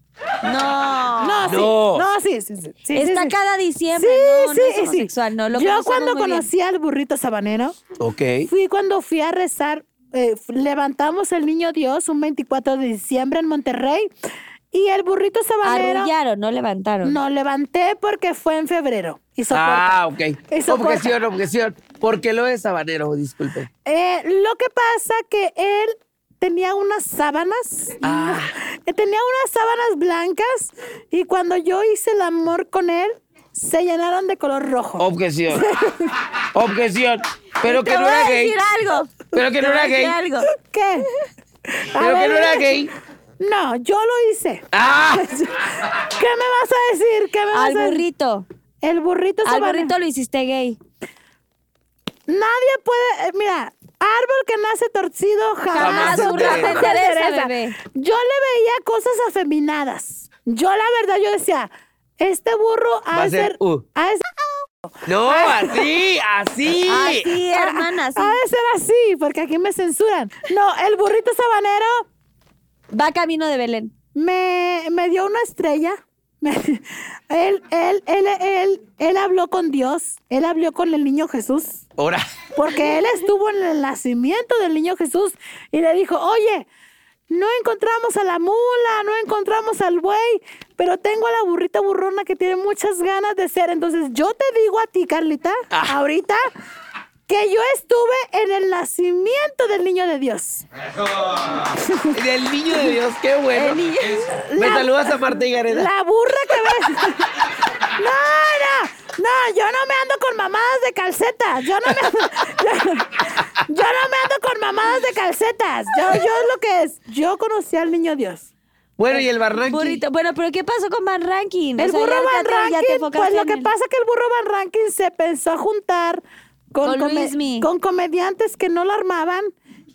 Speaker 3: No.
Speaker 5: No, sí.
Speaker 6: No.
Speaker 5: No, sí, sí, sí. sí,
Speaker 3: Está
Speaker 5: sí, sí.
Speaker 3: cada diciembre, no, no es homosexual, no, lo
Speaker 5: Yo
Speaker 3: conocemos
Speaker 5: cuando
Speaker 3: muy bien.
Speaker 5: conocí al burrito sabanero,
Speaker 6: Ok.
Speaker 5: fui cuando fui a rezar, eh, f- levantamos el niño Dios un 24 de diciembre en Monterrey y el burrito sabanero
Speaker 3: Arrullaron, no levantaron.
Speaker 5: no levanté porque fue en febrero. Y soporta.
Speaker 6: Ah, ok.
Speaker 5: Eso corta.
Speaker 6: objeción, objeción. ¿Por qué lo de sabanero? Disculpe.
Speaker 5: Eh, lo que pasa que él tenía unas sábanas.
Speaker 6: Ah.
Speaker 5: Eh, Tenía unas sábanas blancas y cuando yo hice el amor con él, se llenaron de color rojo.
Speaker 6: Oh. Objeción. objeción. Pero
Speaker 3: Te
Speaker 6: que no
Speaker 3: voy
Speaker 6: era
Speaker 3: a
Speaker 6: gay.
Speaker 3: decir algo.
Speaker 6: Pero que
Speaker 3: Te
Speaker 6: no
Speaker 3: voy a
Speaker 6: era
Speaker 3: decir
Speaker 6: gay.
Speaker 3: algo.
Speaker 5: ¿Qué? A
Speaker 6: Pero que
Speaker 5: ver,
Speaker 6: no era
Speaker 5: dime.
Speaker 6: gay.
Speaker 5: No, yo lo hice.
Speaker 6: Ah,
Speaker 5: ¿Qué me vas a decir? ¿Qué me vas
Speaker 3: Al
Speaker 5: a decir?
Speaker 3: burrito.
Speaker 5: El burrito
Speaker 3: Al
Speaker 5: sabanero.
Speaker 3: burrito lo hiciste gay.
Speaker 5: Nadie puede. eh, mira, árbol que nace torcido jamás,
Speaker 6: Jamás
Speaker 5: su
Speaker 6: otra
Speaker 5: rama
Speaker 6: vez.
Speaker 5: se
Speaker 3: Endereza,
Speaker 5: endereza.
Speaker 3: bebé.
Speaker 5: Yo le veía cosas afeminadas. Yo, la verdad, yo decía: Este burro
Speaker 6: Va
Speaker 5: ha
Speaker 6: a
Speaker 5: de
Speaker 6: ser
Speaker 5: ser.
Speaker 6: U.
Speaker 5: Ha de ser
Speaker 6: no, así, así.
Speaker 3: Así, hermana, sí.
Speaker 5: ha de ser así, porque aquí me censuran. No, el burrito sabanero
Speaker 3: Va camino de Belén.
Speaker 5: me, me dio una estrella. Me- él, él, él, él, él habló con Dios, él habló con el niño Jesús.
Speaker 6: Ahora.
Speaker 5: Porque él estuvo en el nacimiento del niño Jesús y le dijo, oye, no encontramos a la mula, no encontramos al buey, pero tengo a la burrita burrona que tiene muchas ganas de ser. Entonces yo te digo a ti, Carlita, ahorita, que yo estuve en el nacimiento del niño de Dios.
Speaker 6: Del niño de Dios, qué bueno. Me
Speaker 5: La-
Speaker 6: saludas a Marta y Gareda.
Speaker 5: La burra que ves. No, no, no, yo no me ando con mamadas de calcetas. Yo no me ando, yo, yo no me ando con mamadas de calcetas. Yo, yo lo que es, yo conocí al niño Dios.
Speaker 6: Bueno, y el barranco.
Speaker 3: Burrito. Bueno, pero ¿qué pasó con Van Ranking?
Speaker 5: El
Speaker 3: O sea,
Speaker 5: burro
Speaker 3: ya
Speaker 5: Van
Speaker 3: ahorita te- ya te
Speaker 5: Ranking,
Speaker 3: enfocaste
Speaker 5: pues lo
Speaker 3: en
Speaker 5: que
Speaker 3: el-
Speaker 5: pasa que el burro Van Ranking se pensó juntar con,
Speaker 3: Con
Speaker 5: come-
Speaker 3: Luismi.
Speaker 5: con comediantes que no lo armaban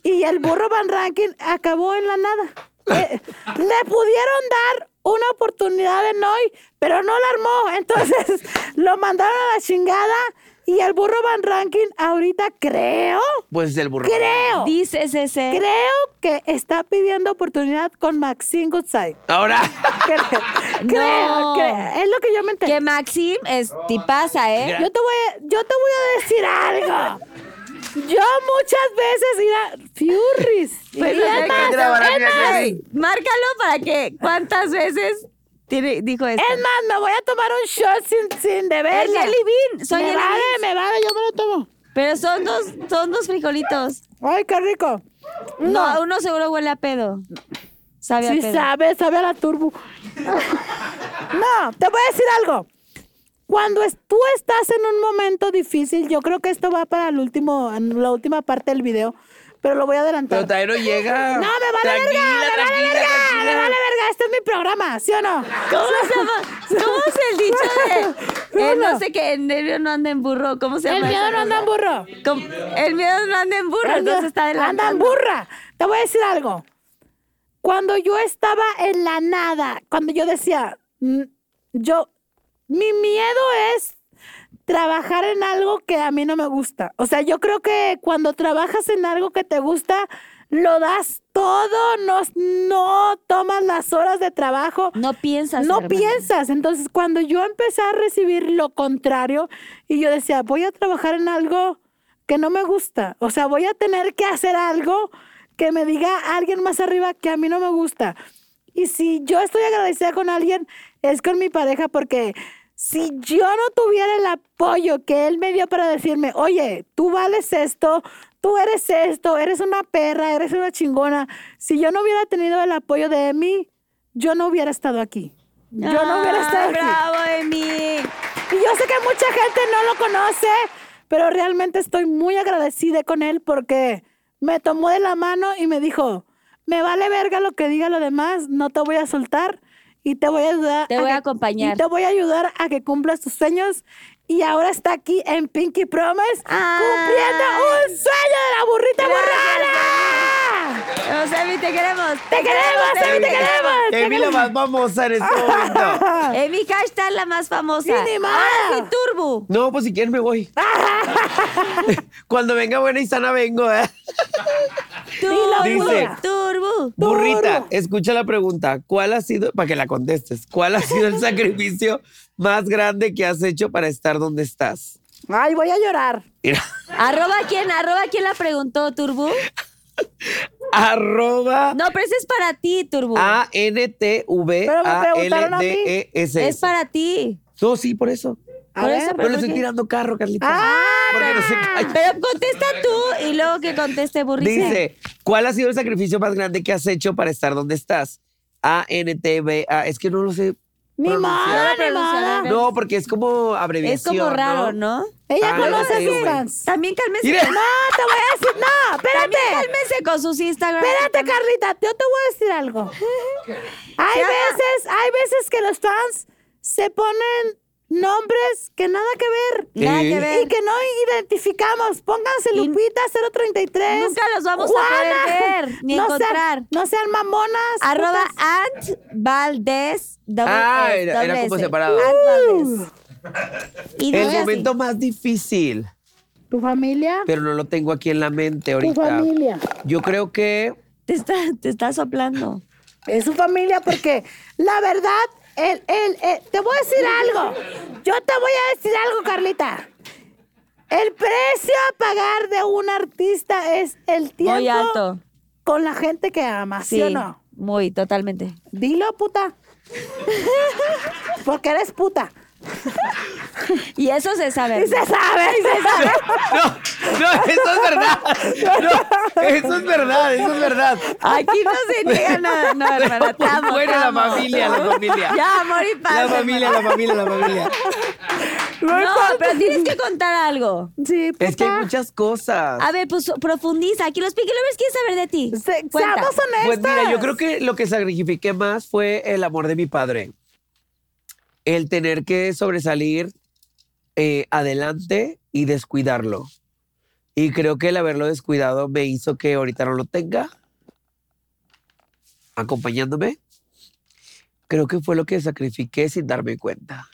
Speaker 5: y el burro Van Ranking acabó en la nada. Eh, le pudieron dar una oportunidad en hoy, pero no la armó. Entonces lo mandaron a la chingada y el burro Van Ranking ahorita creo,
Speaker 6: Pues el burro.
Speaker 5: creo,
Speaker 3: Dice ese.
Speaker 5: creo que está pidiendo oportunidad con Maxine Goodside.
Speaker 6: Ahora.
Speaker 5: Creo, creo, creo. es lo que yo me enteré.
Speaker 3: Que Maxim es tipaza, ¿eh?
Speaker 5: Yo te voy a, yo te voy a decir algo. Yo muchas veces irá Furries.
Speaker 3: Pero
Speaker 5: iría
Speaker 3: ya
Speaker 5: al
Speaker 3: que
Speaker 5: más-
Speaker 6: grabará
Speaker 5: es
Speaker 6: mi
Speaker 5: más,
Speaker 6: acá.
Speaker 3: Márcalo para que cuántas veces tiene- dijo esto.
Speaker 5: es más, me voy a tomar un shot sin, sin deber.
Speaker 3: Es jelly bean, son
Speaker 5: me
Speaker 3: jelly
Speaker 5: vale,
Speaker 3: beans.
Speaker 5: me vale, yo me lo tomo.
Speaker 3: Pero son dos, son dos frijolitos.
Speaker 5: Ay, qué rico.
Speaker 3: No.
Speaker 5: No,
Speaker 3: uno seguro huele a pedo. Sabe a
Speaker 5: si
Speaker 3: pedo.
Speaker 5: sabe, sabe a la turbo. no, te voy a decir algo. Cuando es- tú estás en un momento difícil, yo creo que esto va para el último, en la última parte del video, pero lo voy a adelantar.
Speaker 6: Pero todavía no llega.
Speaker 5: No, me vale
Speaker 6: Tranquila,
Speaker 5: verga, me vale
Speaker 6: tranquila,
Speaker 5: verga, me
Speaker 6: tranquila.
Speaker 5: vale verga, este es mi programa, ¿sí o no?
Speaker 3: ¿Cómo se llama? ¿Cómo es el dicho de en
Speaker 5: Uno.
Speaker 3: no sé qué, en nervio no anda en burro? ¿Cómo se
Speaker 5: El
Speaker 3: llama?
Speaker 5: miedo
Speaker 3: esa
Speaker 5: no anda en
Speaker 3: cosa?
Speaker 5: burro.
Speaker 3: Com- El miedo no anda en burro,
Speaker 5: El miedo
Speaker 3: entonces está adelante.
Speaker 5: Anda en burra. Te voy a decir algo. Cuando yo estaba en la nada, cuando yo decía, mm, yo, mi miedo es trabajar en algo que a mí no me gusta. O sea, yo creo que cuando trabajas en algo que te gusta, lo das todo, no, no tomas las horas de trabajo.
Speaker 3: No piensas.
Speaker 5: No
Speaker 3: hermana.
Speaker 5: piensas. Entonces, cuando yo empecé a recibir lo contrario y yo decía, voy a trabajar en algo que no me gusta, o sea, voy a tener que hacer algo que me diga alguien más arriba que a mí no me gusta. Y si yo estoy agradecida con alguien, es con mi pareja porque si yo no tuviera el apoyo que él me dio para decirme, oye, tú vales esto, tú eres esto, eres una perra, eres una chingona, si yo no hubiera tenido el apoyo de Emi, yo no hubiera estado aquí. Yo no hubiera estado
Speaker 3: Ah,
Speaker 5: aquí.
Speaker 3: ¡Bravo, Emi!
Speaker 5: Y yo sé que mucha gente no lo conoce, pero realmente estoy muy agradecida con él porque me tomó de la mano y me dijo, me vale verga lo que diga lo demás, no te voy a soltar y te voy a ayudar.
Speaker 3: Te voy a
Speaker 5: que-
Speaker 3: acompañar.
Speaker 5: y te voy a ayudar a que cumplas tus sueños. Y ahora está aquí en Pinky Promise
Speaker 3: Ay.
Speaker 5: cumpliendo un sueño de la burrita borrada.
Speaker 3: O sea, Emi, te queremos.
Speaker 5: ¡Te queremos, Emi, te queremos!
Speaker 6: Emi la más famosa en este momento.
Speaker 3: Emi hashtag la más famosa.
Speaker 5: Sí, ni más.
Speaker 3: Ahora sí, Turbo.
Speaker 6: No, pues si quieren me voy. Cuando venga buena y sana vengo, ¿eh?
Speaker 3: Turbo.
Speaker 6: Dice-
Speaker 3: Turbo.
Speaker 6: Burrita, escucha la pregunta. ¿Cuál ha sido, para que la contestes, cuál ha sido el sacrificio más grande que has hecho para estar donde estás?
Speaker 5: Ay, voy a llorar.
Speaker 6: Mira,
Speaker 3: Arroba quién, arroba quién la preguntó, Turbo.
Speaker 6: arroba
Speaker 3: No, pues. pero ese es para ti, Turbo.
Speaker 6: a n t v
Speaker 5: Pero me
Speaker 6: a
Speaker 5: preguntaron
Speaker 6: l
Speaker 5: a mí.
Speaker 6: d e s
Speaker 3: es para ti.
Speaker 6: No, sí, por eso.
Speaker 5: A
Speaker 3: Por
Speaker 5: ver,
Speaker 3: eso,
Speaker 6: Pero
Speaker 3: pero
Speaker 6: le
Speaker 3: ¿por
Speaker 6: estoy
Speaker 3: qué?
Speaker 6: tirando carro, Carlita.
Speaker 5: Ah,
Speaker 6: Porque no se calla.
Speaker 3: Pero contesta tú y luego que conteste burrita.
Speaker 6: Dice, ¿cuál ha sido el sacrificio más grande que has hecho para estar donde estás? A N T B A, es que no lo sé.
Speaker 5: ni
Speaker 6: pronunciar.
Speaker 5: modo, ni
Speaker 3: pronunciaron.
Speaker 5: modo.
Speaker 6: No, porque es como
Speaker 3: es
Speaker 6: abreviación.
Speaker 3: como raro, ¿no?
Speaker 5: Ella
Speaker 6: Ah,
Speaker 5: conoce
Speaker 6: sí,
Speaker 5: a sus
Speaker 6: güey.
Speaker 5: fans. Ah,
Speaker 3: También cálmese.
Speaker 6: Mire.
Speaker 3: No,
Speaker 5: Te voy a decir, no, espérate,
Speaker 3: También cálmese con sus Instagram.
Speaker 5: espérate, Carlita, yo te voy a decir algo. Hay veces, hay veces que los fans se ponen nombres que nada que ver.
Speaker 3: Nada que
Speaker 6: Eh.
Speaker 3: ver.
Speaker 5: Y que no identificamos. Pónganse Lupita 033.
Speaker 3: Nunca los vamos a poder ver, ni
Speaker 5: sean-
Speaker 3: encontrar.
Speaker 5: no sean mamonas.
Speaker 3: Arroba
Speaker 5: putas.
Speaker 3: Ant Valdés. doble
Speaker 6: Ah,
Speaker 3: S,
Speaker 6: era- era
Speaker 3: doble
Speaker 6: como
Speaker 3: S.
Speaker 6: separado. Uh.
Speaker 3: Ant Valdés. Y
Speaker 6: El
Speaker 3: dice así.
Speaker 6: momento más difícil,
Speaker 5: Tu familia.
Speaker 6: pero no lo tengo aquí en la mente
Speaker 5: Tu
Speaker 6: ahorita.
Speaker 5: familia.
Speaker 6: Yo creo que
Speaker 3: Te está, te está soplando.
Speaker 5: Es su familia porque la verdad, él, él, él- te voy a decir algo. Yo te voy a decir algo, Carlita. El precio a pagar de un artista es el tiempo
Speaker 3: Muy alto.
Speaker 5: con la gente que ama, ¿sí,
Speaker 3: Sí,
Speaker 5: o no?
Speaker 3: muy, totalmente.
Speaker 5: Dilo, puta. porque eres puta.
Speaker 3: Y eso se sabe.
Speaker 5: Y se sabe, y se sabe.
Speaker 6: No, no, eso es verdad. No, eso es verdad, eso es verdad.
Speaker 3: Aquí no se niega nada. No, hermana, te amo,
Speaker 6: Bueno,
Speaker 3: te
Speaker 6: pues, la
Speaker 3: amo.
Speaker 6: familia, la familia.
Speaker 3: Ya, amor y paz.
Speaker 5: Ah,
Speaker 6: La familia, la familia, la familia.
Speaker 3: No, pero tienes que contar algo.
Speaker 5: Sí, puta.
Speaker 6: Es que hay muchas cosas.
Speaker 3: A ver, pues profundiza. Aquí los Pinky Lovers quieren saber de ti.
Speaker 5: Se-
Speaker 3: Cuenta.
Speaker 5: seamos honestas.
Speaker 6: Pues mira, yo creo que lo que sacrifiqué más fue el amor de mi padre. El tener que sobresalir eh, adelante y descuidarlo. Y creo que el haberlo descuidado me hizo que ahorita no lo tenga acompañándome. Creo que fue lo que sacrifiqué sin darme cuenta.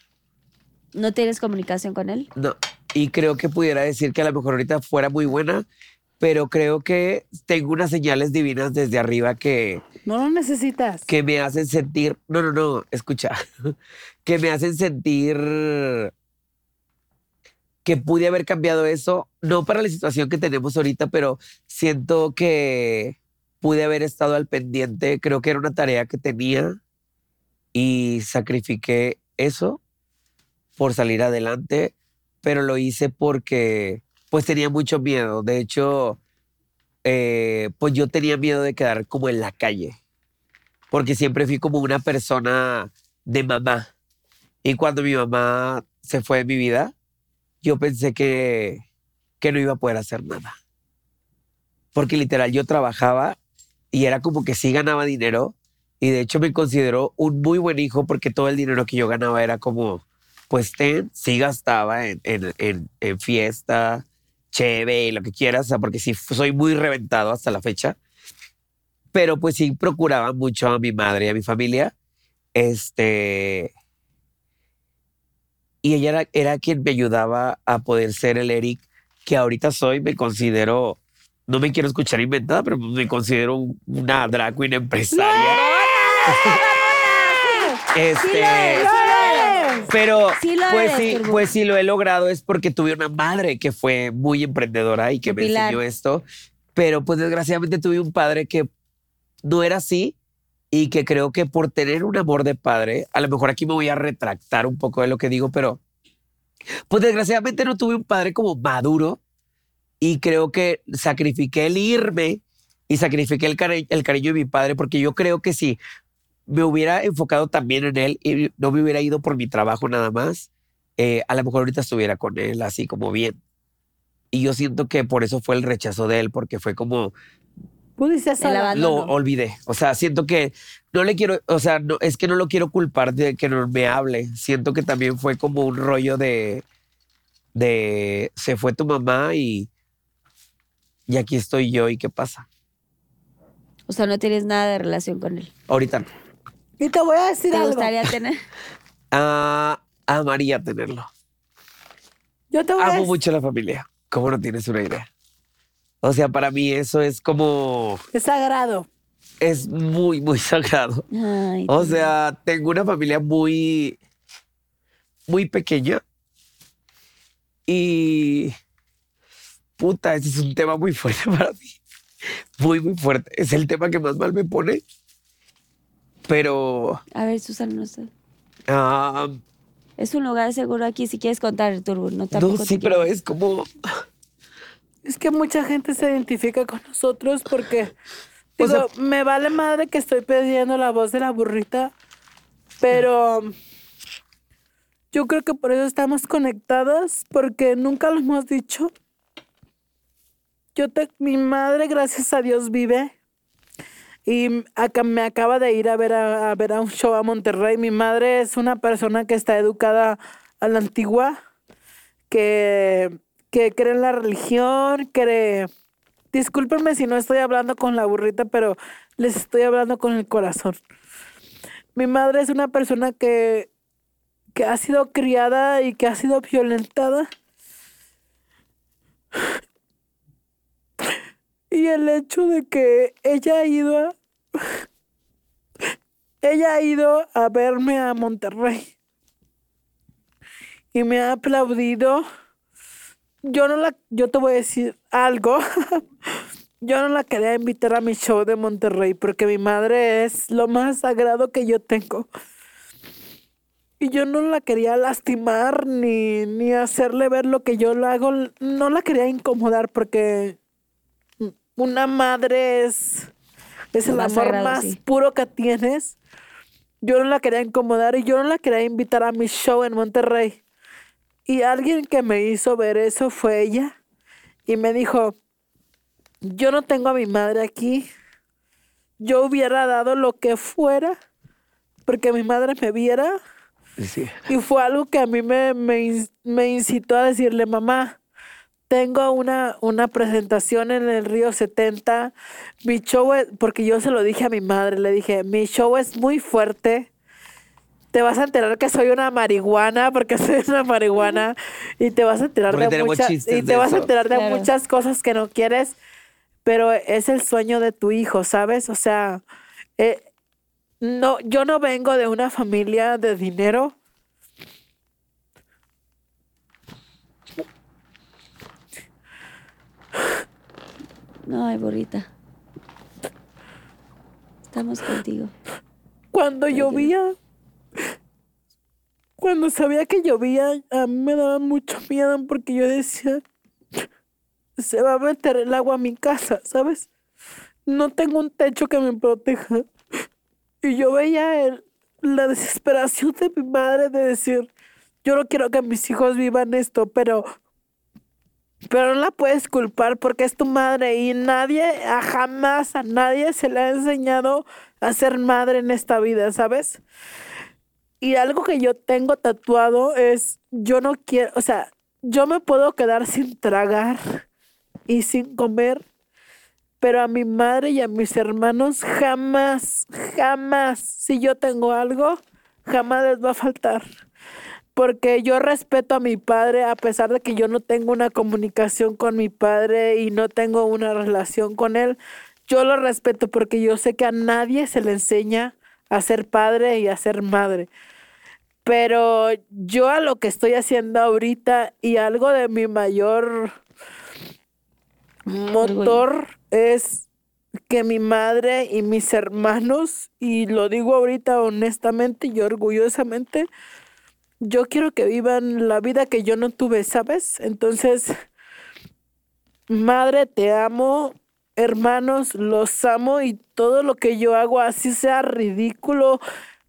Speaker 3: ¿No tienes comunicación con él?
Speaker 6: No. Y creo que pudiera decir que a lo mejor ahorita fuera muy buena, pero creo que tengo unas señales divinas desde arriba que,
Speaker 5: No lo necesitas.
Speaker 6: que me hacen sentir, no, no, no, escucha, que me hacen sentir que pude haber cambiado eso, no para la situación que tenemos ahorita, pero siento que pude haber estado al pendiente, creo que era una tarea que tenía y sacrifiqué eso por salir adelante, pero lo hice porque pues tenía mucho miedo, de hecho, eh, pues yo tenía miedo de quedar como en la calle porque siempre fui como una persona de mamá. Y cuando mi mamá se fue de mi vida, yo pensé que, que no iba a poder hacer nada. Porque literal yo trabajaba y era como que sí ganaba dinero. Y de hecho me consideró un muy buen hijo porque todo el dinero que yo ganaba era como, pues ten, sí gastaba en, en, en- en fiesta, cheve, lo que quieras, o sea, porque sí soy muy reventado hasta la fecha pero pues sí procuraba mucho a mi madre y a mi familia. Este. Y ella era, era quien me ayudaba a poder ser el Eric que ahorita soy. Me considero, no me quiero escuchar inventada, pero pues, me considero un- una drag queen
Speaker 5: ¡Eh!
Speaker 6: empresaria.
Speaker 3: Sí lo
Speaker 6: Este,
Speaker 3: eres, sí lo eres.
Speaker 6: pero
Speaker 3: Sí lo
Speaker 6: pues,
Speaker 3: eres,
Speaker 6: sí,
Speaker 3: Turbo.
Speaker 6: pues sí lo he logrado es porque tuve una madre que fue muy emprendedora y que
Speaker 3: Tu
Speaker 6: me
Speaker 3: pilar.
Speaker 6: enseñó esto. Pero pues desgraciadamente tuve un padre que no era así y que creo que por tener un amor de padre, a lo mejor aquí me voy a retractar un poco de lo que digo, pero pues desgraciadamente no tuve un padre como maduro y creo que sacrifiqué el irme y sacrifiqué el, cari- el cariño de mi padre porque yo creo que si me hubiera enfocado también en él y no me hubiera ido por mi trabajo nada más, eh, a lo mejor ahorita estuviera con él así como bien. Y yo siento que por eso fue el rechazo de él, porque fue como,
Speaker 5: Pudiste sola.
Speaker 3: la-
Speaker 6: lo
Speaker 3: abandono.
Speaker 6: olvidé. O sea, siento que no le quiero, o sea, no, es que no lo quiero culpar de que no me hable. Siento que también fue como un rollo de, de, se fue tu mamá y, y aquí estoy yo y qué pasa. pues-
Speaker 3: O sea, no tienes nada de relación con él.
Speaker 6: Ahorita no.
Speaker 5: Y te voy a decir
Speaker 3: ¿Te
Speaker 5: algo.
Speaker 3: gustaría tener?
Speaker 6: Ah, amaría tenerlo.
Speaker 5: Yo te voy a
Speaker 3: Ah,
Speaker 6: Amo
Speaker 5: decir-
Speaker 6: mucho a la familia. ¿Cómo no tienes una idea? O sea, para mí eso es como,
Speaker 5: Es sagrado.
Speaker 6: es muy, muy sagrado.
Speaker 3: Ay,
Speaker 6: O sea, tengo una familia muy, muy pequeña. Y, puta, ese es un tema muy fuerte para mí. Muy, muy fuerte. Es el tema que más mal me pone. Pero,
Speaker 3: a ver, Susana, no sé.
Speaker 6: ah,
Speaker 3: Es un lugar seguro aquí si quieres contar, Turbo. No,
Speaker 6: no,
Speaker 3: tampoco te
Speaker 6: sí,
Speaker 3: quiero-
Speaker 6: pero es como,
Speaker 5: Es que mucha gente se identifica con nosotros porque,
Speaker 6: O
Speaker 5: digo, me vale madre que estoy pidiendo la voz de la burrita, pero yo creo que por eso estamos conectadas, porque nunca lo hemos dicho. Yo te, mi madre, gracias a Dios, vive. Y acá, me acaba de ir a ver a, a ver a un show a Monterrey. Mi madre es una persona que está educada a la antigua que, que cree en la religión, cree... Discúlpenme si no estoy hablando con la burrita, pero les estoy hablando con el corazón. Mi madre es una persona que, que ha sido criada y que ha sido violentada. Y el hecho de que ella ha ido a- Ella ha ido a verme a Monterrey y me ha aplaudido. Yo no la, yo te voy a decir algo. yo no la quería invitar a mi show de Monterrey porque mi madre es lo más sagrado que yo tengo. Y yo no la quería lastimar ni, ni hacerle ver lo que yo le hago. No la quería incomodar porque una madre es, es
Speaker 3: Lo
Speaker 5: el amor
Speaker 3: más sagrado,
Speaker 5: más
Speaker 3: sí.
Speaker 5: puro que tienes. Yo no la quería incomodar y yo no la quería invitar a mi show en Monterrey. Y alguien que me hizo ver eso fue ella. Y me dijo, yo no tengo a mi madre aquí. Yo hubiera dado lo que fuera porque mi madre me viera.
Speaker 6: sí,
Speaker 5: Y fue algo que a mí me, me, in- me incitó a decirle, mamá, tengo una, una presentación en el Río 70. Mi show es, porque yo se lo dije a mi madre, le dije, mi show es muy fuerte. Te vas a enterar que soy una marihuana, porque soy una marihuana, y te vas a enterar
Speaker 6: Porque
Speaker 5: de
Speaker 6: tenemos
Speaker 5: muchas,
Speaker 6: chistes
Speaker 5: y
Speaker 6: de
Speaker 5: te vas a
Speaker 6: eso.
Speaker 5: enterar de
Speaker 3: Claro.
Speaker 5: muchas cosas que no quieres, pero es el sueño de tu hijo, ¿sabes? O sea, eh, no, yo no vengo de una familia de dinero.
Speaker 3: No, ay, burrita. Estamos contigo.
Speaker 5: Cuando llovía, cuando sabía que llovía, a mí me daba mucho miedo porque yo decía, se va a meter el agua a mi casa, ¿sabes? No tengo un techo que me proteja. Y yo veía el- la desesperación de mi madre de decir, yo no quiero que mis hijos vivan esto, pero... Pero no la puedes culpar porque es tu madre y nadie, a jamás a nadie se le ha enseñado a ser madre en esta vida, ¿sabes? Y algo que yo tengo tatuado es, yo no quiero, o sea, yo me puedo quedar sin tragar y sin comer, pero a mi madre y a mis hermanos jamás, jamás, si yo tengo algo, jamás les va a faltar. Porque yo respeto a mi padre a pesar de que yo no tengo una comunicación con mi padre y no tengo una relación con él. Yo lo respeto porque yo sé que a nadie se le enseña a ser padre y a ser madre. Pero yo a lo que estoy haciendo ahorita y algo de mi mayor motor es que mi madre y mis hermanos, y lo digo ahorita honestamente y orgullosamente, yo quiero que vivan la vida que yo no tuve, ¿sabes? Entonces, madre, te amo, hermanos, los amo y todo lo que yo hago, así sea ridículo,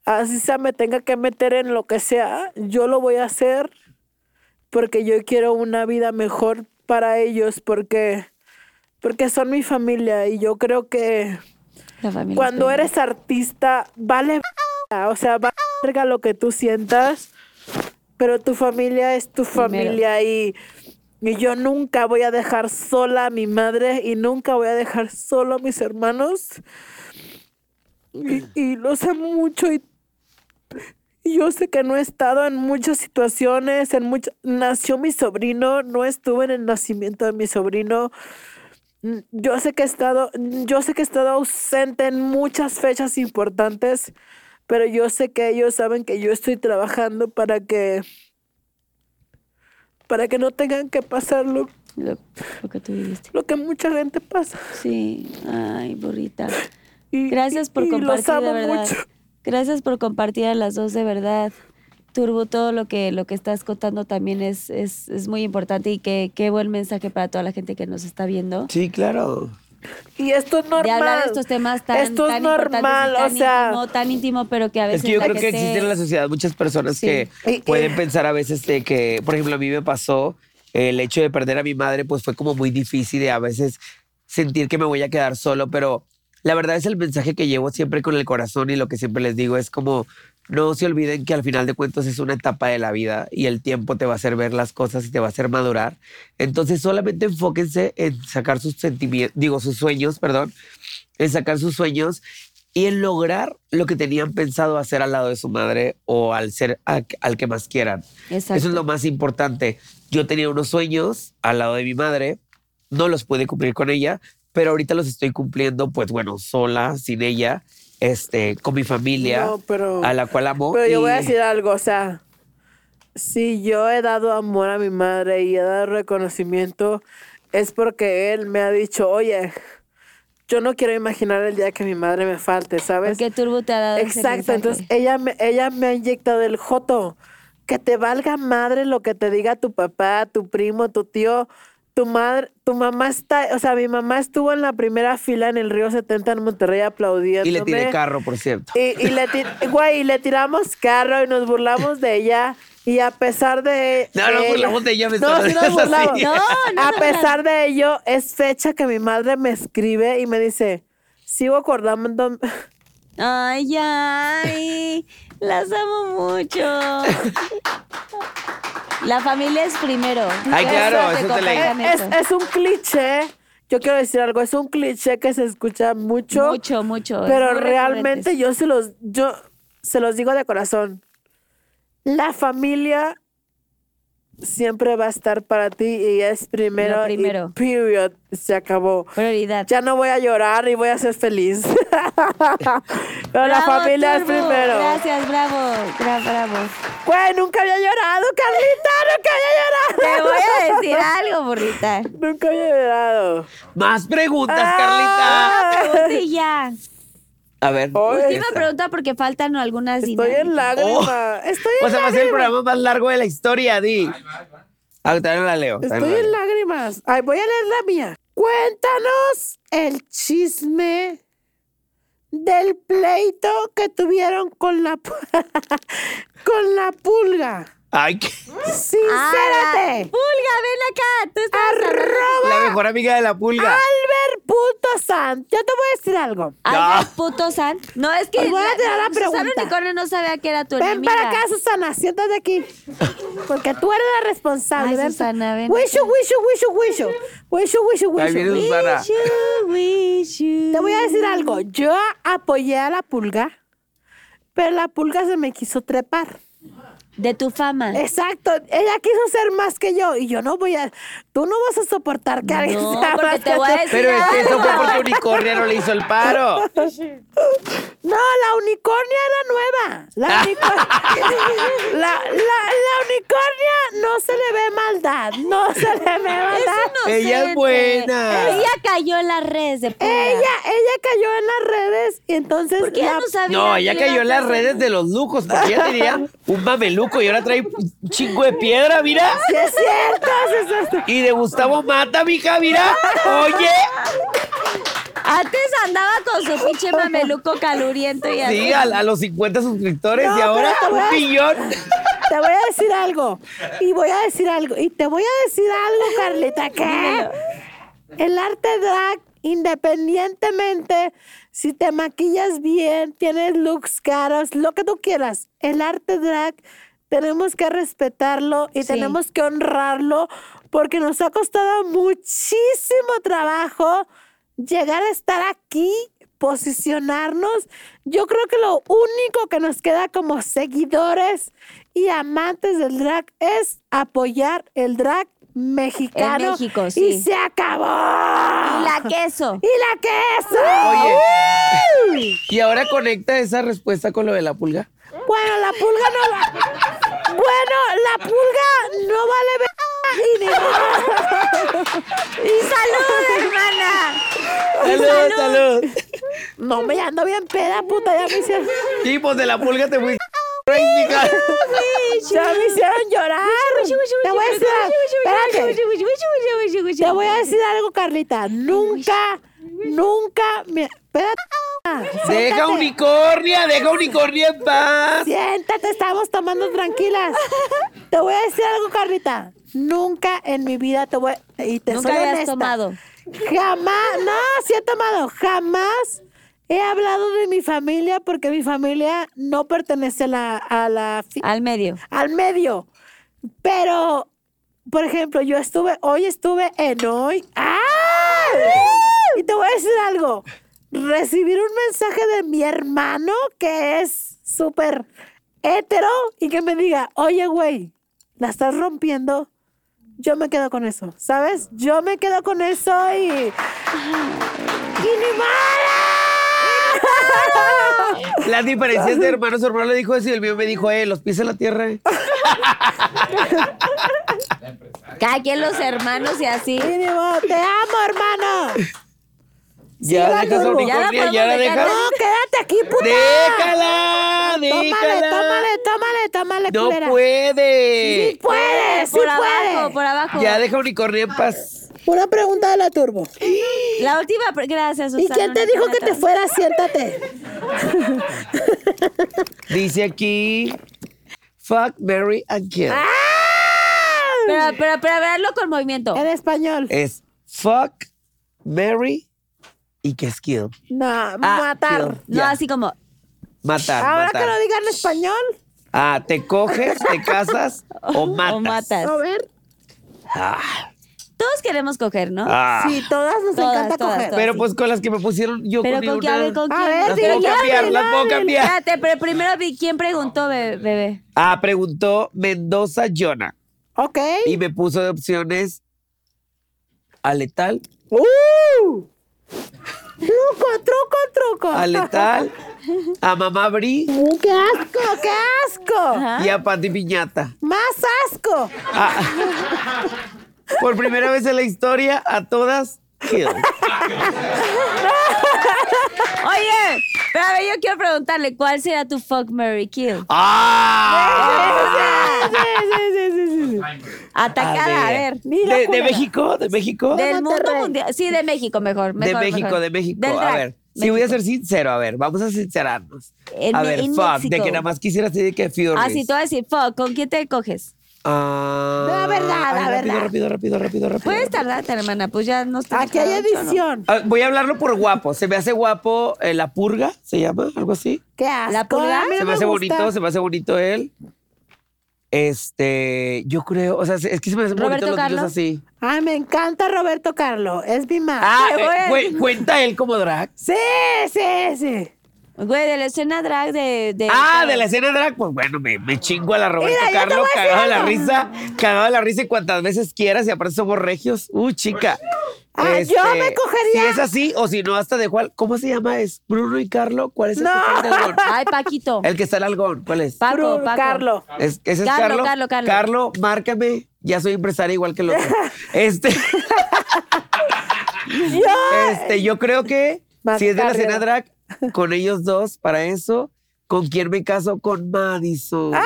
Speaker 5: así sea me tenga que meter en lo que sea, yo lo voy a hacer porque yo quiero una vida mejor para ellos, porque, porque son mi familia y yo creo que
Speaker 3: La familia
Speaker 5: cuando
Speaker 3: es
Speaker 5: eres artista, vale, verga, o sea, valga lo que tú sientas, pero tu familia es tu familia y, y yo nunca voy a dejar sola a mi madre y nunca voy a dejar solo a mis hermanos. Y, y los amo mucho y, y yo sé que no he estado en muchas situaciones, en mucha- nació mi sobrino, no estuve en el nacimiento de mi sobrino. Mm, Yo sé que he estado, yo sé que he estado ausente en muchas fechas importantes, pero yo sé que ellos saben que yo estoy trabajando para que para que no tengan que pasar lo,
Speaker 3: Lo, lo que tú viviste.
Speaker 5: lo que mucha gente pasa.
Speaker 3: Sí, ay, burrita.
Speaker 5: Y-
Speaker 3: Gracias por
Speaker 5: y- y
Speaker 3: compartir,
Speaker 5: los amo
Speaker 3: de verdad.
Speaker 5: mucho.
Speaker 3: Gracias por compartir a las dos, de verdad. Turbo, todo lo que, lo que estás contando también es, es, es muy importante y que- qué buen mensaje para toda la gente que nos está viendo.
Speaker 6: Sí, claro.
Speaker 5: Y esto es normal.
Speaker 3: De hablar de estos temas tan,
Speaker 5: Esto es
Speaker 3: tan importantes y
Speaker 5: normal,
Speaker 3: tan
Speaker 5: o sea,
Speaker 3: íntimo, tan íntimo, pero que a veces
Speaker 6: Es que yo
Speaker 3: la
Speaker 6: creo que
Speaker 3: gente-
Speaker 6: existen en la sociedad muchas personas
Speaker 3: Sí.
Speaker 6: que
Speaker 5: Y- y-
Speaker 6: pueden pensar a veces de que, por ejemplo, a mí me pasó el hecho de perder a mi madre, pues fue como muy difícil y a veces sentir que me voy a quedar solo, pero la verdad es el mensaje que llevo siempre con el corazón y lo que siempre les digo es como no se olviden que al final de cuentas es una etapa de la vida y el tiempo te va a hacer ver las cosas y te va a hacer madurar. Entonces solamente enfóquense en sacar sus sentimientos, digo, sus sueños, perdón, en sacar sus sueños y en lograr lo que tenían pensado hacer al lado de su madre o al ser a- al que más quieran. Eso
Speaker 3: Exacto.
Speaker 6: es lo más importante. Yo tenía unos sueños al lado de mi madre, no los pude cumplir con ella, pero ahorita los estoy cumpliendo, pues bueno, sola, sin ella, este, con mi familia,
Speaker 5: No, pero-
Speaker 6: a la cual amo.
Speaker 5: Pero yo voy a
Speaker 6: y-
Speaker 5: decir algo, o sea, si yo he dado amor a mi madre y he dado reconocimiento, es porque él me ha dicho, oye, yo no quiero imaginar el día que mi madre me falte, ¿sabes?
Speaker 3: Porque Turbo te ha dado ese
Speaker 5: Exacto,
Speaker 3: mensaje.
Speaker 5: entonces ella me, ella me ha inyectado el joto. Que te valga madre lo que te diga tu papá, tu primo, tu tío, tu madre, tu mamá está, o sea, mi mamá estuvo en la primera fila en el Río 70 en Monterrey aplaudiendo.
Speaker 6: y le tiré carro, por cierto.
Speaker 5: Y, y le, ti- güey, y le tiramos carro y nos burlamos de ella. Y a pesar de.
Speaker 6: No, no
Speaker 5: de
Speaker 6: burlamos de ella, me
Speaker 5: No,
Speaker 6: estaba
Speaker 5: sí nos
Speaker 6: riendo así.
Speaker 5: burlamos.
Speaker 3: No, no
Speaker 5: A
Speaker 3: nos
Speaker 5: pesar de ello, es fecha que mi madre me escribe y me dice: Sigo acordando.
Speaker 3: Ay, ay, las amo mucho. La familia es primero.
Speaker 6: Ay, claro,
Speaker 3: Acuérdate,
Speaker 6: eso te leí.
Speaker 3: compartan
Speaker 5: Eh, Es,
Speaker 3: eso.
Speaker 5: es un cliché. Yo quiero decir algo: es un cliché que se escucha mucho.
Speaker 3: Mucho, mucho. es
Speaker 5: Pero
Speaker 3: muy
Speaker 5: realmente
Speaker 3: recurrente.
Speaker 5: yo se los, yo se los digo de corazón. La familia siempre va a estar para ti y es primero.
Speaker 3: Lo
Speaker 5: y
Speaker 3: primero.
Speaker 5: period. Se acabó.
Speaker 3: Prioridad.
Speaker 5: Ya no voy a llorar y voy a ser feliz. Pero la
Speaker 3: Bravo,
Speaker 5: familia
Speaker 3: Turbo.
Speaker 5: es primero.
Speaker 3: Gracias, bravo. Gra- bravo.
Speaker 5: Güey, nunca había llorado, Carlita, nunca había
Speaker 3: Te
Speaker 5: llorado.
Speaker 3: voy a decir algo, burrita.
Speaker 5: Nunca había llorado.
Speaker 6: Más preguntas, Carlita.
Speaker 5: Ah.
Speaker 3: Sí, ya.
Speaker 6: A ver. pues,
Speaker 5: Oye,
Speaker 6: esta.
Speaker 3: Última pregunta porque faltan algunas
Speaker 5: Estoy en
Speaker 3: dinámicas.
Speaker 5: lágrimas. Estoy en
Speaker 6: Oh. O sea, va a ser el
Speaker 5: lágrimas.
Speaker 6: programa más largo de la historia, Di. Ah, todavía no la leo. todavía no
Speaker 5: Estoy
Speaker 6: la
Speaker 5: en
Speaker 6: leo.
Speaker 5: lágrimas. Ay, voy a leer la mía. Cuéntanos el chisme del pleito que tuvieron con la pu- con la pulga.
Speaker 6: Ay, qué-
Speaker 5: Sincérate.
Speaker 3: Ah, Pulga, ven acá. Tú estás
Speaker 5: Arroba
Speaker 6: la mejor amiga de la
Speaker 5: Ah,
Speaker 6: pulga.
Speaker 5: Albert punto san. Yo te voy a decir algo.
Speaker 3: Ay, no. puto San. No, es que
Speaker 5: Os Pues voy a tirar la
Speaker 3: Susana
Speaker 5: pregunta.
Speaker 3: Unicornio no sabía que era tu
Speaker 5: Ven
Speaker 3: enemiga.
Speaker 5: para acá, Susana, siéntate aquí. Porque tú eres la responsable.
Speaker 3: Ay,
Speaker 5: ven pa-
Speaker 3: Susana, ven
Speaker 5: Wishu, wishu, wishu, wishu. Wishu, wishu,
Speaker 6: Ahí
Speaker 5: wishu.
Speaker 6: viene Susana.
Speaker 3: Wish you, wish you.
Speaker 5: Te voy a decir algo. Yo apoyé a la pulga, pero la pulga se me quiso trepar.
Speaker 3: De tu fama.
Speaker 5: Exacto. Ella quiso ser más que yo y yo no voy a. Tú no vas a soportar que alguien
Speaker 3: No,
Speaker 5: sea
Speaker 3: porque
Speaker 5: más
Speaker 3: te
Speaker 5: que
Speaker 3: voy a
Speaker 5: tú.
Speaker 3: decir-
Speaker 6: Pero es
Speaker 5: ah.
Speaker 6: que eso fue porque Unicornia no le hizo el paro.
Speaker 5: No, la unicornia era nueva. La, unicornia, la, la- la unicornia no se le ve maldad. No se le ve maldad.
Speaker 3: Eso no inocente.
Speaker 6: Ella es buena.
Speaker 3: Ella cayó en las redes de pura.
Speaker 5: Ella, ella cayó en las redes y entonces
Speaker 3: Porque ella
Speaker 5: la-
Speaker 3: no sabía.
Speaker 6: No, ella
Speaker 3: que era
Speaker 6: cayó en las
Speaker 3: tan-
Speaker 6: redes de los lujos, porque ella tenía un mameluco y ahora trae un chingo de piedra, mira.
Speaker 5: Sí, es cierto, sí, es cierto.
Speaker 6: Y de Gustavo Mata, mija, mira. Oye.
Speaker 3: Antes andaba con su pinche mameluco caluriento y así.
Speaker 6: Sí, a, a los 50 suscriptores
Speaker 5: No,
Speaker 6: y ahora
Speaker 5: pero te voy
Speaker 6: un
Speaker 5: a-
Speaker 6: millón.
Speaker 5: Te voy a decir algo. Y voy a decir algo. Y te voy a decir algo, Carlita. ¿Qué? El arte drag, independientemente si te maquillas bien, tienes looks caros, lo que tú quieras, el arte drag tenemos que respetarlo y
Speaker 3: Sí.
Speaker 5: tenemos que honrarlo porque nos ha costado muchísimo trabajo llegar a estar aquí, posicionarnos. Yo creo que lo único que nos queda como seguidores y amantes del drag es apoyar el drag mexicano.
Speaker 3: México, sí.
Speaker 5: Y se acabó.
Speaker 3: Y la queso.
Speaker 5: ¡Y la queso!
Speaker 6: Oye. Y ahora conecta esa respuesta con lo de la pulga.
Speaker 5: Bueno, la pulga no va. Bueno, la pulga no vale ver- y ni
Speaker 3: ¡Y salud, hermana!
Speaker 6: Salud, salud.
Speaker 5: No me ando bien peda, puta, ya me hicieron,
Speaker 6: Sí, pues de la pulga te fuiste. mija.
Speaker 5: ya me hicieron llorar. Te voy a decir, algo, espérate, te voy a decir algo, Carlita. Nunca, nunca, me, espérate.
Speaker 6: Deja
Speaker 5: siéntate.
Speaker 6: unicornia, deja unicornia en paz.
Speaker 5: Siéntate, estamos tomando tranquilas. Te voy a decir algo, Carlita. Nunca en mi vida te voy y te
Speaker 3: Nunca
Speaker 5: soy
Speaker 3: habías
Speaker 5: honesta.
Speaker 3: tomado.
Speaker 5: Jamás, no, sí he tomado. Jamás he hablado de mi familia porque mi familia no pertenece a la, a la fi-
Speaker 3: Al medio.
Speaker 5: al medio. Pero, por ejemplo, yo estuve, hoy estuve en hoy. ¡Ah! Y te voy a decir algo. Recibir un mensaje de mi hermano que es súper hétero y que me diga, oye, güey, la estás rompiendo. Yo me quedo con eso, ¿sabes? Yo me quedo con eso y. ¡Y ni madre!
Speaker 6: Las diferencias de hermanos, su hermano le dijo eso y el mío me dijo, eh, los pies en la tierra. eh.
Speaker 3: Cada quien los hermanos y así.
Speaker 5: Y ni modo, ¡Te amo, hermano!
Speaker 6: Ya
Speaker 5: va,
Speaker 6: dejas a
Speaker 5: Turbo.
Speaker 6: unicornia,
Speaker 3: Ya la
Speaker 6: ya la
Speaker 3: podemos dejar.
Speaker 6: dejas.
Speaker 5: No, quédate aquí, puta.
Speaker 6: ¡Déjala!
Speaker 5: Tómale,
Speaker 6: ¡Déjala!
Speaker 5: tómale, tómale, tómale,
Speaker 6: ¡No
Speaker 5: culera.
Speaker 6: puede!
Speaker 5: Sí puede, sí
Speaker 3: por
Speaker 5: puede.
Speaker 3: abajo, por abajo.
Speaker 6: Ya deja unicornio en paz.
Speaker 5: Una pregunta de la turbo.
Speaker 3: La última, pre- gracias,
Speaker 5: ¿Y
Speaker 3: Susana.
Speaker 5: quién te
Speaker 3: una
Speaker 5: dijo que
Speaker 3: cometa.
Speaker 5: te fueras? Siéntate.
Speaker 6: Dice aquí. Fuck Mary again.
Speaker 3: Pero, pero, pero, verlo con movimiento.
Speaker 5: En español.
Speaker 6: Es fuck Mary y que es kill.
Speaker 5: No, matar.
Speaker 3: No,
Speaker 6: ah, ya.
Speaker 3: así como.
Speaker 6: Matar.
Speaker 5: Ahora
Speaker 6: matar.
Speaker 5: que lo diga en español.
Speaker 6: Ah, te coges, te casas o matas.
Speaker 3: "Uh, O matas.
Speaker 5: A ver.
Speaker 6: Ah,
Speaker 3: Todos queremos coger, ¿no?
Speaker 6: ah.
Speaker 5: Sí, todas nos
Speaker 3: Todas,
Speaker 5: encanta
Speaker 3: todas,
Speaker 5: coger.
Speaker 3: todas.
Speaker 6: Pero pues con las que me pusieron yo
Speaker 3: Pero
Speaker 6: con
Speaker 3: con quién, a ver, con
Speaker 5: A
Speaker 3: quién.
Speaker 5: ver,
Speaker 6: Las
Speaker 5: Sí,
Speaker 6: puedo
Speaker 5: Ah, ya,
Speaker 6: cambiar,
Speaker 5: dile,
Speaker 6: las puedo
Speaker 5: dile.
Speaker 6: cambiar.
Speaker 3: Espérate, pero primero vi quién preguntó, be- bebé.
Speaker 6: Ah, preguntó Mendoza Jonah.
Speaker 5: Ok.
Speaker 6: Y me puso de opciones a letal,
Speaker 5: ¡Uh! Truco, truco, truco.
Speaker 6: a letal, a mamá Bri
Speaker 5: Uh, ¡Qué asco, qué asco!
Speaker 6: y a Pati Piñata.
Speaker 5: ¡Más asco!
Speaker 6: Ah, por primera vez en la historia, a todas. Hill.
Speaker 3: Oye, pero a ver, yo quiero preguntarle, ¿cuál será tu fuck Mary Kill?
Speaker 6: ¡Ah!
Speaker 5: Sí, sí, sí, sí, sí, sí.
Speaker 3: Atacada, a ver.
Speaker 5: Mira,
Speaker 6: ¿De, de
Speaker 5: culera.
Speaker 6: México? ¿De México?
Speaker 3: Del mundo
Speaker 5: Monterrey.
Speaker 3: mundial. Sí, de México, mejor.
Speaker 6: De
Speaker 3: mejor,
Speaker 6: México,
Speaker 3: mejor.
Speaker 6: de México.
Speaker 3: Del
Speaker 6: a
Speaker 3: drag.
Speaker 6: ver, sí voy a ser sincero, a ver, vamos a sincerarnos.
Speaker 3: En-
Speaker 6: a ver,
Speaker 3: en
Speaker 6: fuck, de
Speaker 3: México. Ah,
Speaker 6: que nada más quisiera decir que Fiore.
Speaker 3: Así te voy a decir, fuck, ¿con quién te coges?
Speaker 6: Ah,
Speaker 5: La verdad,
Speaker 6: ay,
Speaker 5: la
Speaker 6: rápido,
Speaker 5: verdad.
Speaker 6: Rápido, rápido, rápido, rápido.
Speaker 3: Puedes tardarte, hermana, pues ya no está.
Speaker 5: Aquí hay edición.
Speaker 6: Ah, voy a hablarlo por guapo. Se me hace guapo eh, la purga, se llama, algo así.
Speaker 5: ¿Qué asco?
Speaker 3: ¿La pulga?
Speaker 5: a mí no
Speaker 6: se me, hace
Speaker 5: gusta.
Speaker 6: bonito, se me hace bonito él. Este, yo creo, o sea, es que se me hacen
Speaker 3: Roberto
Speaker 6: bonitos los niños
Speaker 3: Carlos.
Speaker 6: así.
Speaker 5: Ay, me encanta Roberto Carlos. Es mi más.
Speaker 6: Ah,
Speaker 3: Qué
Speaker 6: eh,
Speaker 3: bueno.
Speaker 6: cu- cuenta él como drag.
Speaker 5: Sí, sí, sí.
Speaker 3: Güey, de la escena drag de. de
Speaker 6: Ah, de la escena drag, pues bueno, me, me chingo a la Roberto
Speaker 5: Mira, yo te
Speaker 6: Carlos,
Speaker 5: voy a decir
Speaker 6: cagado de la
Speaker 5: algo.
Speaker 6: risa, cagado de la risa y cuantas veces quieras, y aparte somos regios. Uh, chica. Este,
Speaker 5: Ah, yo me cogería-
Speaker 6: Si es así, o si no, hasta de cuál. ¿Cómo se llama? ¿Es Bruno y Carlo? ¿Cuál es el
Speaker 5: No.
Speaker 6: que está en el algón?
Speaker 3: Ay, Paquito.
Speaker 6: El que está en algón, ¿cuál es?
Speaker 3: Paco,
Speaker 5: Bruno,
Speaker 3: Paco.
Speaker 5: Carlo.
Speaker 6: Es- ¿Ese es
Speaker 3: Carlo,
Speaker 6: Carlo?
Speaker 3: Carlo, Carlo.
Speaker 6: Carlo, márcame, ya soy empresaria igual que el otro. Este,
Speaker 5: eh,
Speaker 6: este, yo creo que
Speaker 8: Más
Speaker 6: si es de la
Speaker 8: carrera.
Speaker 6: cena drag, con ellos dos para eso. ¿Con quién me caso? Con Madison.
Speaker 3: Ah.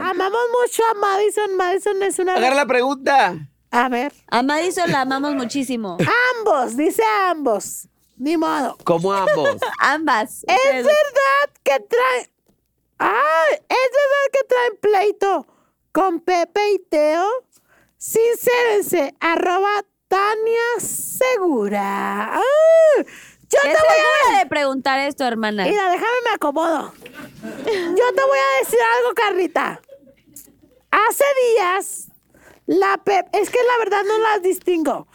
Speaker 5: Amamos mucho a Madison. Madison es una.
Speaker 6: Agarra la pregunta.
Speaker 5: A ver.
Speaker 3: A Madison la amamos muchísimo.
Speaker 5: Ambos, dice ambos. Ni modo.
Speaker 6: Como ambos.
Speaker 3: Ambas.
Speaker 5: Es
Speaker 3: Ustedes-
Speaker 5: verdad que traen. ¡Ay! Es verdad que traen pleito con Pepe y Teo. Sincérense. Arroba Tania Segura. ¡Ay! Yo
Speaker 3: ¿Qué
Speaker 5: te voy a.
Speaker 3: segura de preguntar esto, hermana?
Speaker 5: Mira, déjame me acomodo. Yo te voy a decir algo, Carlita. Hace días, la Pepe. Es que la verdad no las distingo.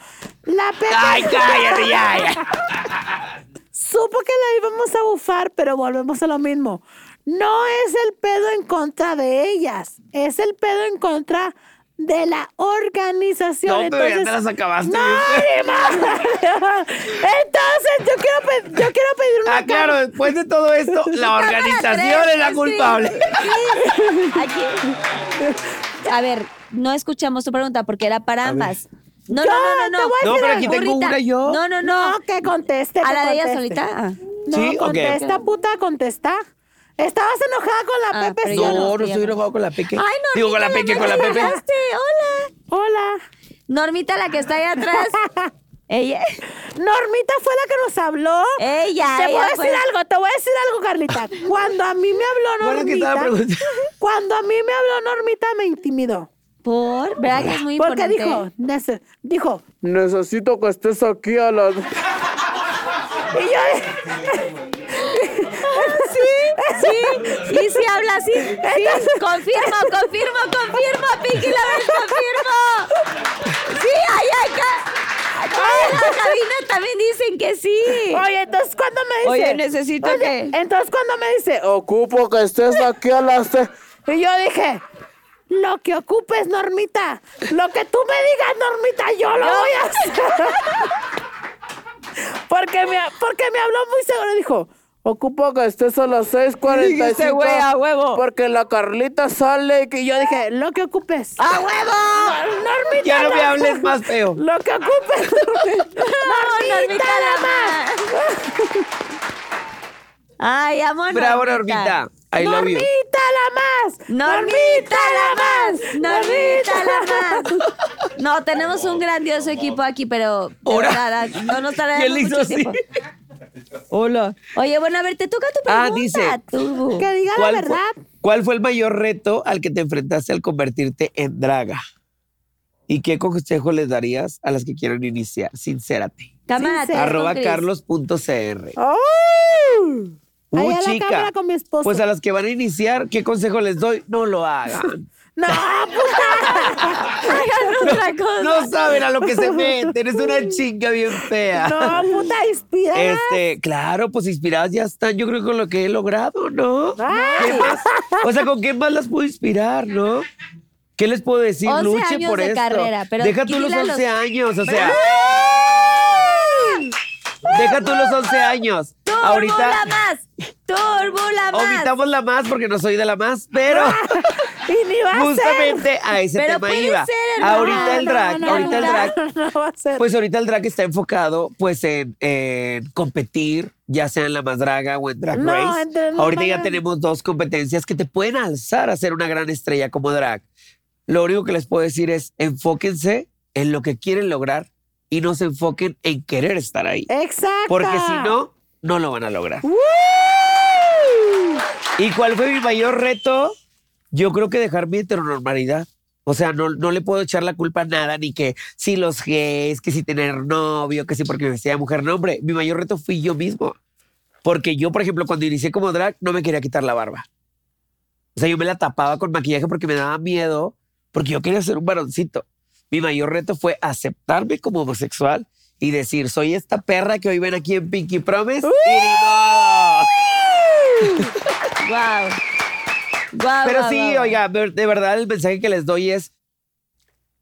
Speaker 5: La Pepe.
Speaker 6: Ay, cállate ya. ya.
Speaker 5: Supo que la íbamos a bufar, pero volvemos a lo mismo. No es el pedo en contra de ellas, es el pedo en contra de la organización.
Speaker 6: No, pero ya
Speaker 5: Entonces-
Speaker 6: te las acabaste.
Speaker 5: ¡No, ni más! Entonces, yo quiero, pe- yo quiero pedir una
Speaker 6: Ah, claro,
Speaker 5: car-
Speaker 6: después de todo esto, la organización es la culpable.
Speaker 3: Aquí. A ver, no escuchamos tu pregunta porque era para ambas. No,
Speaker 5: Yo
Speaker 3: no, no, no.
Speaker 5: te voy a
Speaker 6: No,
Speaker 5: decir
Speaker 6: pero
Speaker 5: algo.
Speaker 6: aquí tengo
Speaker 3: Burrita.
Speaker 6: una yo.
Speaker 3: No, no, no.
Speaker 5: No, que conteste.
Speaker 3: ¿A
Speaker 5: que
Speaker 3: la de ella
Speaker 5: conteste.
Speaker 3: solita? Ah.
Speaker 5: No,
Speaker 6: Sí, ok.
Speaker 5: contesta, puta, contesta. Estabas enojada con la
Speaker 3: Ah,
Speaker 5: Pepe.
Speaker 3: pero
Speaker 5: ¿sí o
Speaker 3: yo
Speaker 6: No,
Speaker 3: no,
Speaker 6: no
Speaker 3: ya
Speaker 6: estoy
Speaker 3: no.
Speaker 6: enojado con la Peque.
Speaker 3: Ay, no.
Speaker 6: Digo, con la Peque, con la Pepe.
Speaker 3: Hola.
Speaker 5: Hola.
Speaker 3: Normita, la que está ahí atrás. ella.
Speaker 5: Normita fue la que nos habló.
Speaker 3: Ella.
Speaker 5: Te voy
Speaker 3: ella
Speaker 5: a decir
Speaker 3: fue-
Speaker 5: algo, te voy a decir algo, Carlita. Cuando a mí me habló
Speaker 6: Bueno, que
Speaker 5: Normita,
Speaker 6: estaba preguntando.
Speaker 5: cuando a mí me habló Normita me intimidó.
Speaker 3: Por. ¿Verdad que es muy
Speaker 5: Porque
Speaker 3: importante?
Speaker 5: dijo, nece- dijo,
Speaker 8: Necesito que estés aquí a las...
Speaker 5: y yo,
Speaker 3: Sí, y si habla así. Sí, confirmo, confirmo, confirmo, Pinky Lovers, confirmo. Sí, ahí acá. En la cabina también dicen que sí.
Speaker 5: oye, entonces cuando me dice,
Speaker 3: Oye, necesito que-
Speaker 5: entonces cuando me dice, "Oh",
Speaker 8: Ocupo que estés aquí a las... te-
Speaker 5: y yo dije, lo que ocupes, Normita, lo que tú me digas, Normita, yo lo voy a hacer. porque me, porque me habló muy seguro, dijo.
Speaker 8: Ocupo que estés a las 6.45.
Speaker 5: Dijiste, "Güey, a huevo".
Speaker 8: Porque la Carlita sale y que
Speaker 5: Y
Speaker 8: yo...
Speaker 5: yo dije, lo que ocupes.
Speaker 3: ¡A huevo!
Speaker 5: Normita.
Speaker 6: Ah, Ya no me hables más feo.
Speaker 5: Lo que ocupes. Normita, nada más.
Speaker 3: Ay, amor.
Speaker 6: Bravo, Normita. I love you.
Speaker 5: Normita la más.
Speaker 3: Normita la más, Normita la
Speaker 5: Normita
Speaker 3: más. No, tenemos un grandioso equipo aquí, pero de
Speaker 6: Ahora.
Speaker 3: verdad, no nos tardaremos
Speaker 6: ¿Quién le hizo
Speaker 3: mucho
Speaker 6: así?
Speaker 3: tiempo.
Speaker 6: Hola.
Speaker 3: Oye, bueno, a ver, te toca tu pregunta.
Speaker 6: Ah, dice.
Speaker 3: Turbo.
Speaker 5: Que diga la
Speaker 6: ¿Cuál fue,
Speaker 5: verdad.
Speaker 6: cuál fue el mayor reto al que te enfrentaste al convertirte en draga? ¿Y qué consejo les darías a las que quieren iniciar? Sincérate.
Speaker 3: Cámara, te
Speaker 5: Sincero.
Speaker 3: dejo,
Speaker 6: Arroba
Speaker 3: Cris.
Speaker 6: carlos.cr.
Speaker 5: ¡Ay! Ahí
Speaker 6: Uy,
Speaker 5: a la
Speaker 6: chica.
Speaker 5: cámara con mi esposo.
Speaker 6: Pues a las que van a iniciar, ¿qué consejo les doy? No lo hagan.
Speaker 5: No, pues, puta.
Speaker 3: Hagan otra cosa.
Speaker 6: No saben a lo que se meten. Es una chinga bien fea.
Speaker 5: no, puta, inspira.
Speaker 6: Este, claro, pues inspiradas ya están, yo creo, con lo que he logrado, ¿no?
Speaker 5: Ay.
Speaker 6: ¿Qué más? O sea, ¿con qué más las puedo inspirar, no? ¿Qué les puedo decir?
Speaker 3: 11
Speaker 6: Luche
Speaker 3: años
Speaker 6: por
Speaker 3: de
Speaker 6: esto.
Speaker 3: carrera, pero
Speaker 6: deja tú los
Speaker 3: quítale
Speaker 6: 11
Speaker 3: los-
Speaker 6: años, o sea. Deja tú los 11 años.
Speaker 3: Turbo la
Speaker 6: Ahorita
Speaker 3: más. Turbo la más.
Speaker 6: omitamos la más porque no soy de la más, pero
Speaker 5: Y ni va a ser.
Speaker 6: justamente a ese
Speaker 3: Pero
Speaker 6: tema
Speaker 3: puede
Speaker 6: iba.
Speaker 3: ser, hermana.
Speaker 6: ahorita el
Speaker 5: No,
Speaker 6: drag,
Speaker 5: no,
Speaker 6: ahorita el
Speaker 5: no,
Speaker 6: drag
Speaker 5: No, no va a ser.
Speaker 6: Pues ahorita el drag está enfocado pues en, en competir, ya sea en la más draga o en drag
Speaker 5: No,
Speaker 6: race.
Speaker 5: entre- no
Speaker 6: ahorita ya
Speaker 5: van a-
Speaker 6: tenemos dos competencias que te pueden alzar a ser una gran estrella como drag. Lo único que les puedo decir es enfóquense en lo que quieren lograr y no se enfoquen en querer estar ahí.
Speaker 5: Exacto.
Speaker 6: Porque si no, no lo van a lograr.
Speaker 5: ¡Woo!
Speaker 6: ¿Y cuál fue mi mayor reto? Yo creo que dejar mi heteronormalidad. O sea, no, no le puedo echar la culpa a nada, ni que si los gays, que si tener novio, que si porque me vestía de mujer. No, hombre, mi mayor reto fui yo mismo. Porque yo, por ejemplo, cuando inicié como drag, no me quería quitar la barba. O sea, yo me la tapaba con maquillaje porque me daba miedo, porque yo quería ser un varoncito. Mi mayor reto fue aceptarme como homosexual y decir, soy esta perra que hoy ven aquí en Pinky Promise. Y ni modo.
Speaker 3: Wow. Wow,
Speaker 6: Pero sí, oiga, ver- de verdad el mensaje que les doy es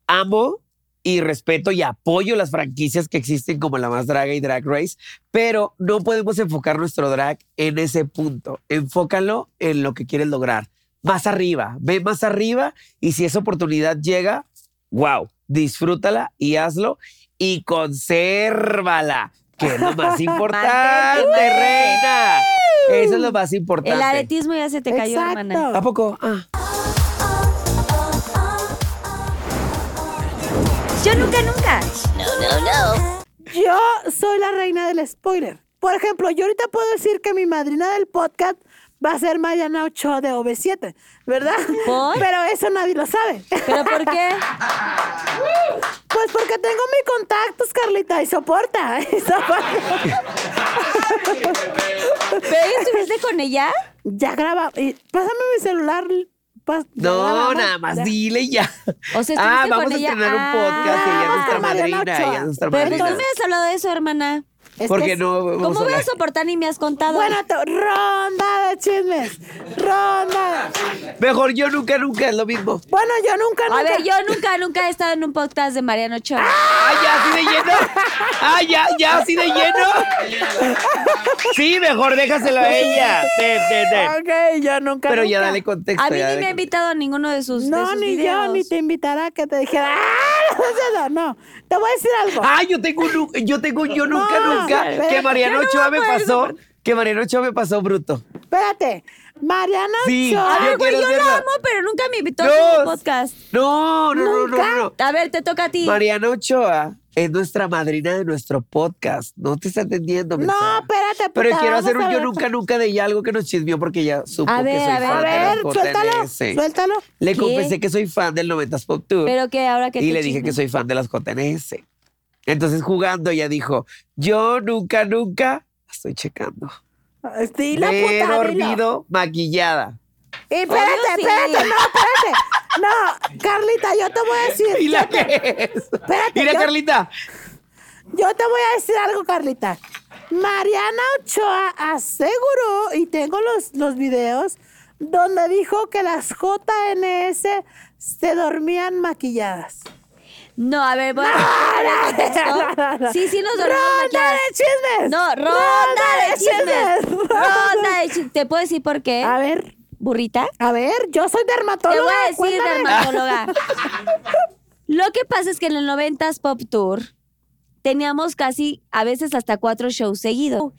Speaker 6: amo y respeto y apoyo las franquicias que existen como La Más Draga y Drag Race, pero no podemos enfocar nuestro drag en ese punto. Enfócalo en lo que quieres lograr. más arriba, ve más arriba y si esa oportunidad llega, wow, disfrútala y hazlo y consérvala, que es lo más importante, reina. Eso es lo más
Speaker 3: El
Speaker 6: importante.
Speaker 3: aretismo ya se te cayó, hermana.
Speaker 6: ¿A
Speaker 5: Exacto.
Speaker 6: poco? Ah.
Speaker 7: Yo nunca, nunca.
Speaker 5: Yo soy la reina del spoiler. Por ejemplo, yo ahorita puedo decir que mi madrina del podcast va a ser Mariana Ochoa de OV7, ¿verdad?
Speaker 3: ¿Por?
Speaker 5: Pero eso nadie lo sabe.
Speaker 3: ¿Pero por qué?
Speaker 5: Pues porque tengo mis contactos, Carlita, y soporta. y soporta.
Speaker 3: ¿Pero ya estuviste con ella?
Speaker 5: ya graba. y pásame mi celular. pas- ya
Speaker 6: No,
Speaker 5: grabamos,
Speaker 6: nada más
Speaker 5: ya.
Speaker 6: dile ya.
Speaker 3: O sea, estuviste
Speaker 6: ah, vamos
Speaker 3: con
Speaker 6: a
Speaker 3: ella.
Speaker 6: estrenar
Speaker 3: Ah.
Speaker 6: un podcast y ella es nuestra
Speaker 5: Ah, Mariana
Speaker 6: madrina,
Speaker 5: Ochoa.
Speaker 6: ella es nuestra
Speaker 3: Pero tú
Speaker 6: madrina.
Speaker 3: no me has hablado de eso, hermana.
Speaker 5: Es que
Speaker 6: Porque
Speaker 5: es-
Speaker 6: no vamos
Speaker 3: ¿Cómo
Speaker 6: a
Speaker 3: voy a
Speaker 6: hablar.
Speaker 3: soportar ni me has contado?
Speaker 5: Bueno, to- ronda de chismes. Ronda. de-
Speaker 6: Mejor yo nunca, nunca, es lo mismo.
Speaker 5: Bueno, yo nunca, nunca.
Speaker 3: a ver, yo nunca, nunca he estado en un podcast de Mariano Ochoa.
Speaker 6: ¡Ah, ya, así de lleno! ¡Ah, ya, ya, así de lleno! Sí, mejor déjaselo a ella. Te, te, te.
Speaker 5: Ok, yo nunca.
Speaker 6: Pero ya
Speaker 5: nunca.
Speaker 6: dale contexto.
Speaker 3: A mí
Speaker 6: ya
Speaker 3: ni
Speaker 6: dale
Speaker 3: me ha
Speaker 6: contexto.
Speaker 3: invitado a ninguno de sus de
Speaker 5: No,
Speaker 3: sus
Speaker 5: ni yo,
Speaker 3: videos.
Speaker 5: ni te invitará a que te dijera. "Ah, no, no, no, no". Te voy a decir algo.
Speaker 6: Ah, yo tengo un, nu- yo tengo un yo nunca,
Speaker 5: No,
Speaker 6: nunca.
Speaker 5: espérate.
Speaker 6: Que Mariano
Speaker 3: Yo no
Speaker 6: Ochoa
Speaker 3: voy
Speaker 6: me
Speaker 3: a poder
Speaker 6: pasó. Que Mariano Ochoa me pasó bruto.
Speaker 5: Espérate. Mariana
Speaker 6: Sí,
Speaker 3: A
Speaker 5: Ochoa.
Speaker 3: ver,
Speaker 6: Yo
Speaker 3: güey,
Speaker 6: quiero
Speaker 3: yo la
Speaker 6: hacerlo.
Speaker 3: amo, pero nunca me invitó a
Speaker 6: No.
Speaker 3: su podcast.
Speaker 6: No, no, no, no, no, no.
Speaker 3: A ver, te toca a ti.
Speaker 6: Mariana Ochoa es nuestra madrina de nuestro podcast. No te está atendiendo. mensaje.
Speaker 5: espérate,
Speaker 6: Pero
Speaker 5: puta,
Speaker 6: quiero
Speaker 5: vamos
Speaker 6: hacer
Speaker 5: a
Speaker 6: un yo
Speaker 5: ver.
Speaker 6: nunca, nunca de ella, algo que nos chismeó porque ya supo
Speaker 3: A ver,
Speaker 6: que soy
Speaker 3: a ver.
Speaker 6: fan
Speaker 5: A
Speaker 6: de
Speaker 5: ver,
Speaker 6: los
Speaker 5: suéltalo.
Speaker 6: JNS.
Speaker 5: Suéltalo.
Speaker 6: Le
Speaker 3: ¿Qué?
Speaker 6: confesé que soy fan del 90s Pop Tour
Speaker 3: Pero que ahora que
Speaker 6: y
Speaker 3: te
Speaker 6: le dije que
Speaker 3: chisme.
Speaker 6: soy fan de las JNS. Entonces jugando ella dijo, yo nunca, nunca estoy checando.
Speaker 5: Dilo,
Speaker 6: Me he
Speaker 5: puta, dilo.
Speaker 6: dormido maquillada.
Speaker 5: Y espérate,
Speaker 3: sí.
Speaker 5: espérate, no, espérate. No, Carlita, yo te voy a decir.
Speaker 6: ¿Y la
Speaker 5: yo, te,
Speaker 6: que es?
Speaker 5: Espérate,
Speaker 6: Mira,
Speaker 5: yo-
Speaker 6: Carlita.
Speaker 5: yo te voy a decir algo, Carlita. Mariana Ochoa aseguró, y tengo los, los videos, donde dijo que las JNS se dormían maquilladas.
Speaker 3: No, a ver, voy a poner el contexto. Sí, sí nos
Speaker 5: ¡Ronda
Speaker 3: dormimos maquilladas.
Speaker 5: de chismes!
Speaker 3: No, ronda, de chismes. Ronda de chismes. ¿Te puedo decir por qué?
Speaker 5: A ver,
Speaker 3: ¿Burrita?
Speaker 5: a ver, yo soy dermatóloga.
Speaker 3: Te voy a decir,
Speaker 5: cuéntame.
Speaker 3: dermatóloga. Lo que pasa es que en el 90s Pop Tour teníamos casi, a veces hasta cuatro shows seguidos.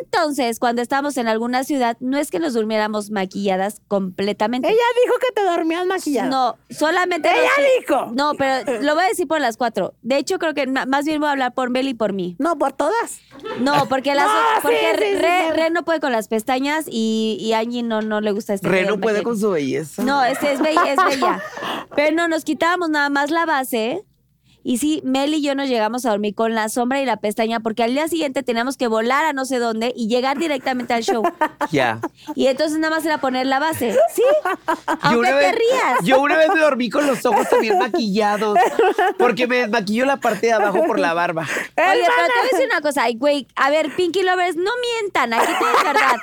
Speaker 3: Entonces, cuando estábamos en alguna ciudad, no es que nos durmiéramos maquilladas completamente.
Speaker 5: Ella dijo que te dormías maquillada.
Speaker 3: No, solamente.
Speaker 5: ¡Ella
Speaker 3: nos-
Speaker 5: dijo!
Speaker 3: No, pero lo voy a decir por las cuatro. De hecho, creo que ma- más bien voy a hablar por Mel y por mí.
Speaker 5: No, por todas.
Speaker 3: No, porque las
Speaker 5: No, sí,
Speaker 3: porque
Speaker 5: Ah, sí, sí,
Speaker 3: Re,
Speaker 5: sí.
Speaker 3: Re no puede con las pestañas y, y Angie no, no le gusta este.
Speaker 6: Reno
Speaker 3: maquillaje.
Speaker 6: puede con su belleza.
Speaker 3: No, es, es, bella, es bella. Pero no, nos quitábamos nada más la base. Y sí, Mel y yo nos llegamos a dormir con la sombra y la pestaña porque al día siguiente teníamos que volar a no sé dónde y llegar directamente al show.
Speaker 6: Ya.
Speaker 3: Y entonces nada más era poner la base. Sí, aunque te
Speaker 6: vez,
Speaker 3: rías.
Speaker 6: Yo una vez me dormí con los ojos también maquillados. Porque me desmaquillo la parte de abajo por la barba.
Speaker 3: Oye, pero te voy a decir una cosa. Ay, güey, a ver, Pinky Lovers, no mientan. Aquí todo es verdad. ¿Cuántas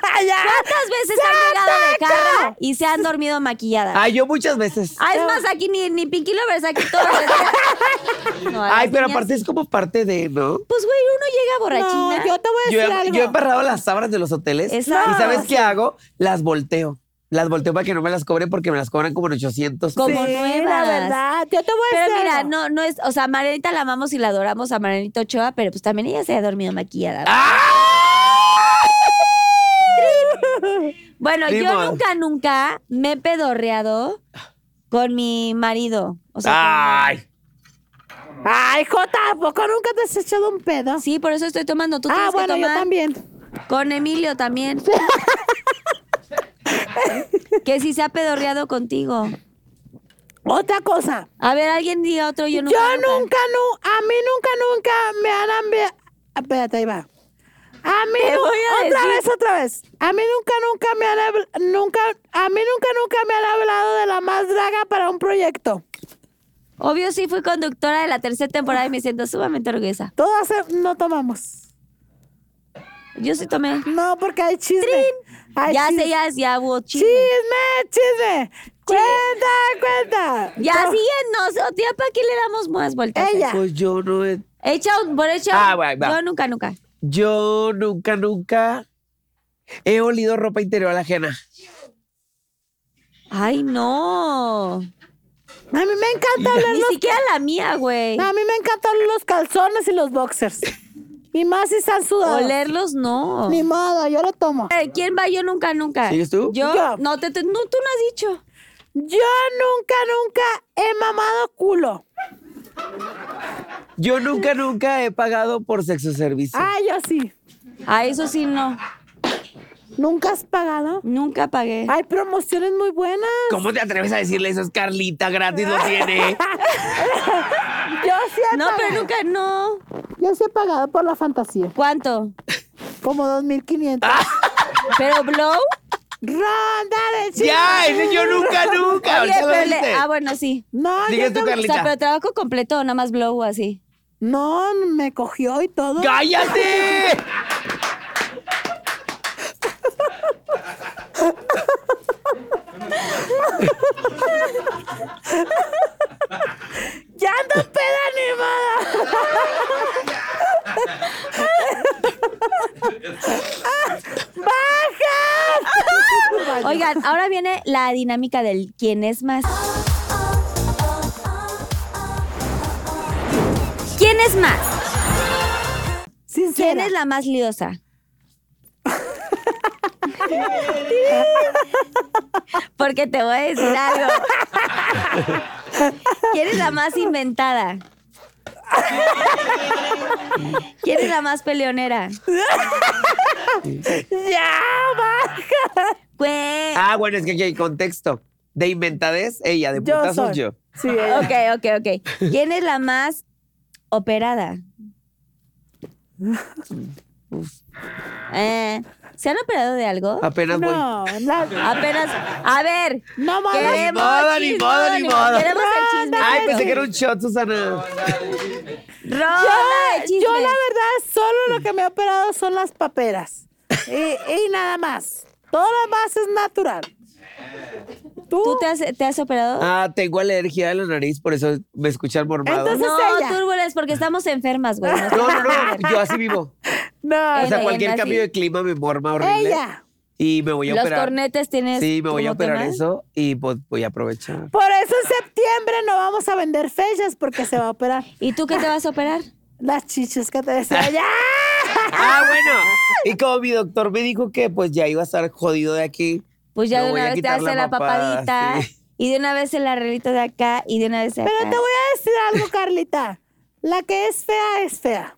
Speaker 3: veces han llegado de cara y se han dormido maquilladas?
Speaker 6: Ay, yo muchas veces.
Speaker 3: Ah, es más, aquí ni, ni Pinky Lovers, aquí todo. No, a las
Speaker 6: Ay, pero
Speaker 3: niñas-
Speaker 6: aparte es como parte de, ¿no?
Speaker 3: Pues, güey, uno llega borrachina.
Speaker 5: No, yo te voy a
Speaker 6: Yo
Speaker 5: decir
Speaker 6: he,
Speaker 5: algo.
Speaker 6: yo he embarrado las sábanas de los hoteles.
Speaker 3: Exacto.
Speaker 6: ¿Y sabes qué hago? Las volteo. Las volteo para que no me las cobren porque me las cobran como en 800.
Speaker 3: Como
Speaker 5: Sí,
Speaker 3: nuevas.
Speaker 5: La verdad, yo te voy a
Speaker 3: Pero
Speaker 5: decir
Speaker 3: mira,
Speaker 5: algo.
Speaker 3: no, no es, o sea, a Marianita la amamos y la adoramos a Marianita Ochoa, pero pues también ella se ha dormido maquillada. Bueno,
Speaker 6: Ni
Speaker 3: yo
Speaker 6: modo.
Speaker 3: nunca, nunca me he pedorreado con mi marido. O sea,
Speaker 6: Ay.
Speaker 5: Ay, Jota, ¿a poco nunca te has echado un pedo?
Speaker 3: con- sí, por eso estoy tomando. Tú
Speaker 5: ah,
Speaker 3: tienes
Speaker 5: bueno,
Speaker 3: que
Speaker 5: yo
Speaker 3: tomar.
Speaker 5: también.
Speaker 3: Con Emilio también. que si se ha pedorreado contigo.
Speaker 5: Otra cosa.
Speaker 3: A ver, alguien diga otro yo nunca.
Speaker 5: yo nunca, no, a mí nunca, nunca me han enviado. Espérate, ahí va. A mí
Speaker 3: Te
Speaker 5: nu-
Speaker 3: voy a
Speaker 5: otra
Speaker 3: decir.
Speaker 5: vez, otra vez. A mí nunca, nunca me han habl- nunca, a mí nunca, nunca me han hablado de la más draga para un proyecto.
Speaker 3: Obvio sí fui conductora de la tercera temporada y me siento sumamente orgullosa.
Speaker 5: Todas eh, no tomamos.
Speaker 3: Yo sí tomé.
Speaker 5: No, porque hay chisme. Hay
Speaker 3: ya
Speaker 5: chisme.
Speaker 3: sé, ya, ya hubo chisme.
Speaker 5: Chisme, chisme. Cuenta, cuenta.
Speaker 3: Ya
Speaker 5: No,
Speaker 3: siguiendo, o sea, ¿para qué le damos más vueltas?
Speaker 5: Ella.
Speaker 6: Pues yo no he-
Speaker 3: Echa un, por hecho,
Speaker 6: Ah, va, va.
Speaker 3: yo nunca, nunca.
Speaker 6: Yo nunca, nunca he olido ropa interior ajena.
Speaker 3: Ay, no.
Speaker 5: A mí me encanta oler
Speaker 3: Ni
Speaker 5: los,
Speaker 3: siquiera la mía, güey.
Speaker 5: a mí me encanta oler los calzones y los boxers. Y más si están sudados.
Speaker 3: Olerlos no.
Speaker 5: Ni modo, yo lo tomo.
Speaker 3: Eh, ¿Quién va? Yo nunca, nunca.
Speaker 6: ¿Sigues tú?
Speaker 3: Yo,
Speaker 5: Yo.
Speaker 3: no, te, te- no, tú no has dicho.
Speaker 5: Yo nunca, nunca he mamado culo.
Speaker 6: Yo nunca, nunca he pagado por sexo servicio.
Speaker 5: Ah, yo sí.
Speaker 3: A Ah, eso sí no.
Speaker 5: ¿Nunca has pagado?
Speaker 3: Nunca pagué.
Speaker 5: Hay promociones muy buenas.
Speaker 6: ¿Cómo te atreves a decirle eso? Es Carlita, gratis lo tiene.
Speaker 5: Yo sí he
Speaker 3: No,
Speaker 5: pagado.
Speaker 3: pero nunca, no.
Speaker 5: Yo sí he pagado por la fantasía.
Speaker 3: ¿Cuánto?
Speaker 5: Como 2.500.
Speaker 3: ¿Pero blow?
Speaker 5: Ronda de chismes.
Speaker 6: ya, ese yo nunca, nunca.
Speaker 3: Oye,
Speaker 6: ahorita lo
Speaker 3: pero le-
Speaker 6: viste.
Speaker 3: ah, bueno, sí.
Speaker 5: No, yo
Speaker 6: Sigues tú,
Speaker 5: no-
Speaker 3: O sea,
Speaker 6: Carlita.
Speaker 3: pero trabajo completo, nada más blow o así.
Speaker 5: no, me cogió y todo.
Speaker 6: ¡Cállate!
Speaker 5: Ya ando peda animada. ¡Baja!
Speaker 3: Oigan, ahora viene la dinámica del quién es más.
Speaker 7: ¿Quién es más?
Speaker 3: ¿Quién
Speaker 5: Sincera.
Speaker 3: es la más liosa? Porque te voy a decir algo. ¿Quién es la más inventada? ¿Quién es la más peleonera?
Speaker 5: Ya, baja.
Speaker 3: Güey.
Speaker 6: Ah, bueno, es que aquí hay contexto. De inventades, ella, de
Speaker 5: Yo
Speaker 6: putas soy
Speaker 5: soy.
Speaker 6: yo.
Speaker 5: Sí, ella.
Speaker 3: Ok, ok, ok. ¿Quién es la más operada? Eh, ¿Se han operado de algo?
Speaker 6: Apenas voy.
Speaker 5: No, la-
Speaker 3: Apenas. A ver,
Speaker 5: no mames.
Speaker 3: Queremos
Speaker 6: modo, ni
Speaker 3: chisme,
Speaker 6: modo, ni modo.
Speaker 3: Queremos el chisme.
Speaker 6: Ay, pensé que era un shot, Susana.
Speaker 3: Rola de
Speaker 5: Yo,
Speaker 3: chismes.
Speaker 5: yo la verdad, solo lo que me ha operado son las paperas. Y, y nada más. Todo lo demás es natural. Tú,
Speaker 3: ¿Tú te has, te has operado?
Speaker 6: Ah, tengo alergia a la nariz, por eso me escuchan mormado.
Speaker 5: Entonces-
Speaker 3: no,
Speaker 5: es ella.
Speaker 3: túrbules, porque estamos enfermas, güey. Nos-
Speaker 6: no, no, no, yo así vivo.
Speaker 5: no,
Speaker 6: O sea,
Speaker 3: En-
Speaker 6: cualquier
Speaker 3: en
Speaker 6: cambio
Speaker 3: así.
Speaker 6: de clima me morma horrible.
Speaker 5: ella.
Speaker 6: Y me voy a
Speaker 3: Los
Speaker 6: operar.
Speaker 3: cornetes tienes.
Speaker 6: Sí, me voy a
Speaker 3: como
Speaker 6: operar
Speaker 3: tema.
Speaker 6: eso y pues voy a aprovechar.
Speaker 5: Por eso en septiembre no vamos a vender fechas porque se va a operar
Speaker 3: ¿Y tú qué te vas a operar?
Speaker 5: las chichas que te decía. ¡Ya!
Speaker 6: Ah, bueno. Y como mi doctor me dijo que pues ya iba a estar jodido de aquí.
Speaker 3: Pues ya
Speaker 6: Me
Speaker 3: de
Speaker 6: voy
Speaker 3: una vez
Speaker 6: a
Speaker 3: te
Speaker 6: quitar
Speaker 3: hace la,
Speaker 6: la papada,
Speaker 3: papadita.
Speaker 6: sí.
Speaker 3: Y de una vez el arreglito de acá y de una vez acá.
Speaker 5: Pero te voy a decir algo, Carlita. La que es fea es fea.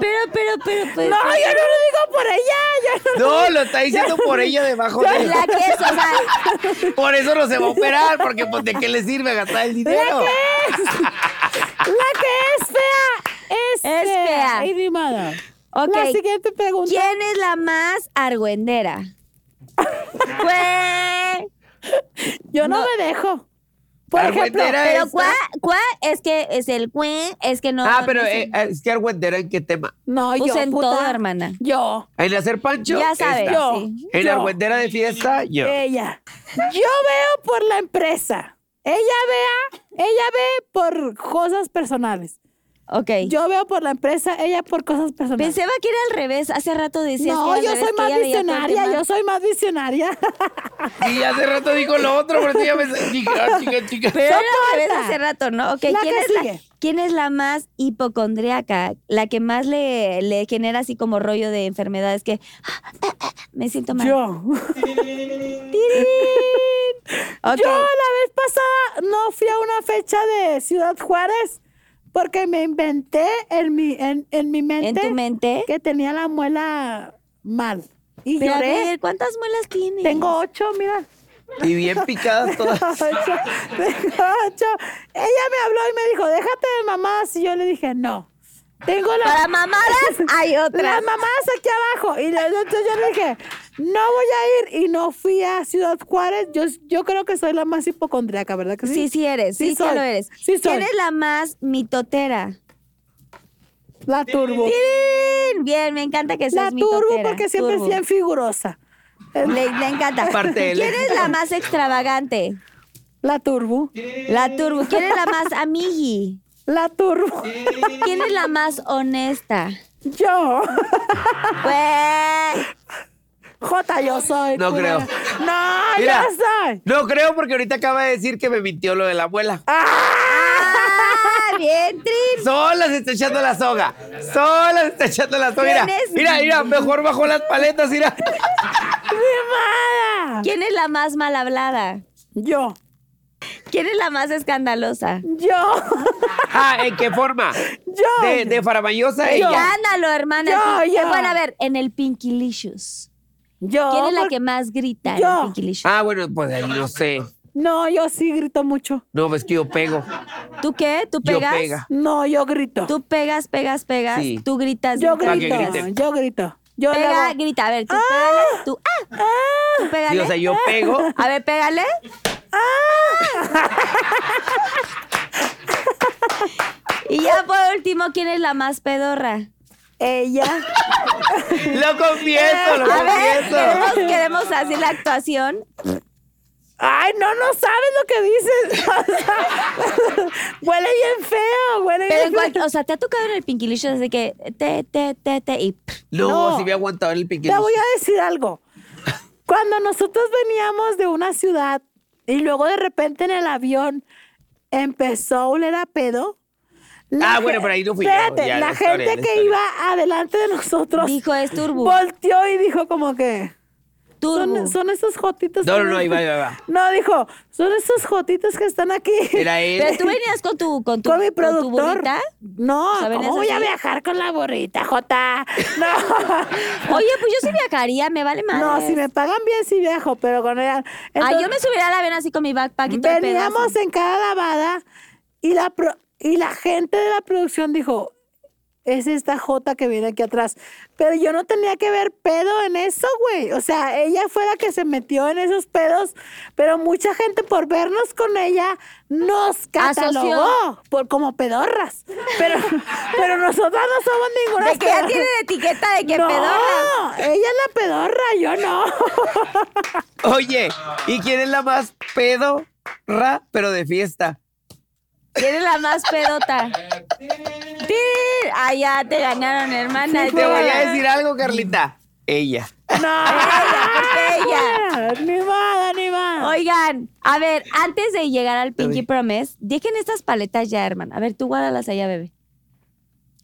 Speaker 3: Pero, pero, pero, pues.
Speaker 5: No, yo no lo digo por ella. Yo no
Speaker 6: No, lo está diciendo por ella debajo de
Speaker 3: pues, La que es, o sea,
Speaker 6: Por eso no se va a operar, porque pues de qué le sirve gastar el dinero.
Speaker 5: La que es fea es,
Speaker 3: Es fea.
Speaker 5: Y ni modo.
Speaker 3: Ok.
Speaker 5: La siguiente pregunta.
Speaker 3: ¿quién es la más argüendera? Güey.
Speaker 5: Yo no, me dejo. Por ejemplo,
Speaker 6: Argüendera
Speaker 3: Pero
Speaker 6: esta.
Speaker 3: cuál, cuál es que es el cuen, es que no.
Speaker 6: Ah,
Speaker 3: no
Speaker 6: pero
Speaker 3: sé.
Speaker 6: eh, es que Argüendera, ¿en qué tema?
Speaker 5: no,
Speaker 3: Pues
Speaker 5: yo
Speaker 3: en
Speaker 5: puta.
Speaker 3: todo, hermana.
Speaker 5: Yo.
Speaker 6: ¿En hacer pancho?
Speaker 3: Ya sabes.
Speaker 6: Esta.
Speaker 5: Yo.
Speaker 3: sí.
Speaker 6: ¿En
Speaker 5: yo, Eh.
Speaker 6: Argüendera de fiesta? Yo.
Speaker 5: Ella. Yo veo por la empresa. Ella vea, ella ve por cosas personales.
Speaker 3: Ok.
Speaker 5: Yo veo por la empresa, ella por cosas personales.
Speaker 3: Pensaba que era al revés. Hace rato decías
Speaker 5: no,
Speaker 3: que era
Speaker 5: yo
Speaker 3: al revés,
Speaker 5: soy
Speaker 3: que
Speaker 5: más
Speaker 3: ella veía todo el
Speaker 5: visionaria,
Speaker 3: tema.
Speaker 5: yo soy más visionaria.
Speaker 6: Y hace rato dijo lo otro, pero tú ya me... "Ah, Chica, chica, chica.
Speaker 3: Pero era al revés
Speaker 5: Soporta.
Speaker 3: hace rato, ¿no? Ok,
Speaker 5: La
Speaker 3: ¿quién
Speaker 5: que
Speaker 3: es, la,
Speaker 5: sigue.
Speaker 3: ¿quién es la más hipocondríaca? La que más le, le genera así como rollo de enfermedades que "Ah, ah, ah, me siento mal.
Speaker 5: Yo.
Speaker 3: Ok.
Speaker 5: Yo la vez pasada no fui a una fecha de Ciudad Juárez porque me inventé en mi, en, en mi mente,
Speaker 3: en tu mente.
Speaker 5: que tenía la muela mal. Y
Speaker 3: ¿Eh? Pero a
Speaker 5: lloré.
Speaker 3: ver, ¿cuántas muelas tienes?
Speaker 5: Tengo ocho, mira.
Speaker 6: Y bien picadas todas.
Speaker 5: Ocho, tengo ocho. Ella me habló y me dijo, déjate de mamás. Y yo le dije, no. Tengo la...
Speaker 3: Para mamadas hay otras.
Speaker 5: Las mamás aquí abajo. Y le- entonces yo le dije, no voy a ir. Y no fui a Ciudad Juárez. Yo, yo creo que soy la más hipocondríaca, ¿verdad que sí?
Speaker 3: Sí, sí eres, sí,
Speaker 5: Sí
Speaker 3: que
Speaker 5: soy,
Speaker 3: lo eres.
Speaker 5: sí soy.
Speaker 3: ¿Quién es la más mitotera?
Speaker 5: La turbo.
Speaker 3: ¡Tirín! Bien, me encanta que
Speaker 5: La
Speaker 3: seas
Speaker 5: turbo
Speaker 3: mitotera.
Speaker 5: porque siempre
Speaker 3: Turbo.
Speaker 5: es bien figurosa.
Speaker 3: Le, le encanta.
Speaker 6: Parte de él.
Speaker 3: ¿Quién es la más extravagante?
Speaker 5: La turbo.
Speaker 3: La turbo. ¿Quién es la más amigi?
Speaker 5: La turbo.
Speaker 3: ¿Quién es la más honesta?
Speaker 5: Yo.
Speaker 3: Pues,
Speaker 5: Jota, yo soy.
Speaker 6: No
Speaker 5: tu
Speaker 6: creo.
Speaker 5: dueña. No, yo
Speaker 6: Mira,
Speaker 5: no soy.
Speaker 6: no creo porque ahorita acaba de decir que me mintió lo de la abuela.
Speaker 7: ¡Ah! Bien, Trin.
Speaker 6: Sola se está echando la soga. Sola se está echando la soga. Mira,
Speaker 7: ¿Quién es?
Speaker 6: mira, mira, mejor bajo las paletas, mira. Ah.
Speaker 3: ¿Quién es la más mal hablada?
Speaker 5: Yo.
Speaker 3: ¿Quién es la más escandalosa?
Speaker 5: Yo.
Speaker 6: Ah, ¿en qué forma?
Speaker 5: Yo.
Speaker 6: De, de faramayosa ella.
Speaker 3: Escándalo, hermana.
Speaker 5: Yo,
Speaker 3: Sí.
Speaker 5: yo.
Speaker 3: Bueno, a ver, en el Pinkilicious.
Speaker 5: Yo.
Speaker 3: ¿Quién es la
Speaker 5: por-
Speaker 3: que más grita en
Speaker 5: Yo.
Speaker 3: el Pinkilicious?
Speaker 6: Ah, bueno, pues ahí no sé.
Speaker 5: No, yo sí grito mucho.
Speaker 6: No, pues que yo pego.
Speaker 3: ¿Tú qué? ¿Tú
Speaker 6: Yo
Speaker 3: pegas?
Speaker 6: pega.
Speaker 5: No, yo grito.
Speaker 3: Tú pegas, pegas, pegas.
Speaker 6: Sí.
Speaker 3: Tú gritas.
Speaker 5: Yo
Speaker 6: Para
Speaker 3: gritas,
Speaker 6: que
Speaker 5: grito.
Speaker 3: gritas.
Speaker 6: griten.
Speaker 5: Yo grito. Yo le
Speaker 3: Pega,
Speaker 5: hago-
Speaker 3: grita. A ver, tú pégale. Tú, ah, tú
Speaker 6: Sí,
Speaker 3: pégale.
Speaker 6: o sea, yo pego.
Speaker 3: A ver, pégale.
Speaker 5: Ah.
Speaker 3: y ya por último, ¿quién es la más pedorra?
Speaker 5: Ella.
Speaker 6: Lo confieso, lo
Speaker 3: A ver, queremos,
Speaker 6: confieso.
Speaker 3: queremos así la actuación.
Speaker 5: Ay, no, no sabes lo que dices. O sea, huele bien feo, huele
Speaker 3: Pero en
Speaker 5: bien feo.
Speaker 3: cual- o sea, te ha tocado en el pinquilillo desde que te, te, te, te y pff,
Speaker 6: No,
Speaker 5: No.
Speaker 6: si me he aguantado en el piquete.
Speaker 5: Te voy a decir algo. Cuando nosotros veníamos de una ciudad y luego de repente en el avión empezó a oler a pedo. la
Speaker 6: Ah, bueno,
Speaker 5: ge-
Speaker 6: pero ahí no fui yo,
Speaker 5: Espérate,
Speaker 6: ya,
Speaker 5: la,
Speaker 6: la historia,
Speaker 5: gente
Speaker 6: la
Speaker 5: que
Speaker 6: historia.
Speaker 5: iba adelante de nosotros
Speaker 3: dijo es turbo.
Speaker 5: volteó y dijo como que...
Speaker 3: turbo.
Speaker 5: Son, son esos jotitos.
Speaker 6: No,
Speaker 5: que
Speaker 6: no, no, ahí va, ahí va, ahí va.
Speaker 5: No, dijo, son esos jotitos que están aquí.
Speaker 6: Era él.
Speaker 3: Pero tú venías con tu con tu,
Speaker 5: con mi
Speaker 3: con tu
Speaker 5: productor.
Speaker 3: burrita.
Speaker 5: no,
Speaker 3: O sea, venías
Speaker 5: ¿cómo voy a
Speaker 3: así.
Speaker 5: viajar con la burrita, Jota? No.
Speaker 3: Oye, pues yo sí viajaría, me vale más.
Speaker 5: No, si me pagan bien, sí viajo, pero con ella.
Speaker 3: Ay, yo me subiría al avión así con mi backpack y todo el
Speaker 5: Veníamos
Speaker 3: pedazo.
Speaker 5: en cada lavada y la, pro- y la gente de la producción dijo: Es esta Jota que viene aquí atrás. Pero yo no tenía que ver pedo en eso, güey. O sea, ella fue la que se metió en esos pedos, pero mucha gente por vernos con ella nos catalogó por, como pedorras. Pero, pero nosotras no somos ninguna
Speaker 3: De que ya
Speaker 5: pedorra.
Speaker 3: tienen etiqueta de que
Speaker 5: no,
Speaker 3: pedorra.
Speaker 5: ella es la pedorra, yo no.
Speaker 6: Oye, ¿y quién es la más pedo? Ra, pero de fiesta.
Speaker 3: Tiene la más pedota. ¡Tin! Ah, ya te ganaron, hermana.
Speaker 6: Te voy a decir algo, Carlita. Ella.
Speaker 5: No,
Speaker 3: Ella, porque ella.
Speaker 5: Ni modo, ni modo.
Speaker 3: Oigan, a ver, antes de llegar al Pinky Promise, dejen estas paletas ya, hermana. A ver, tú guárdalas allá, bebé.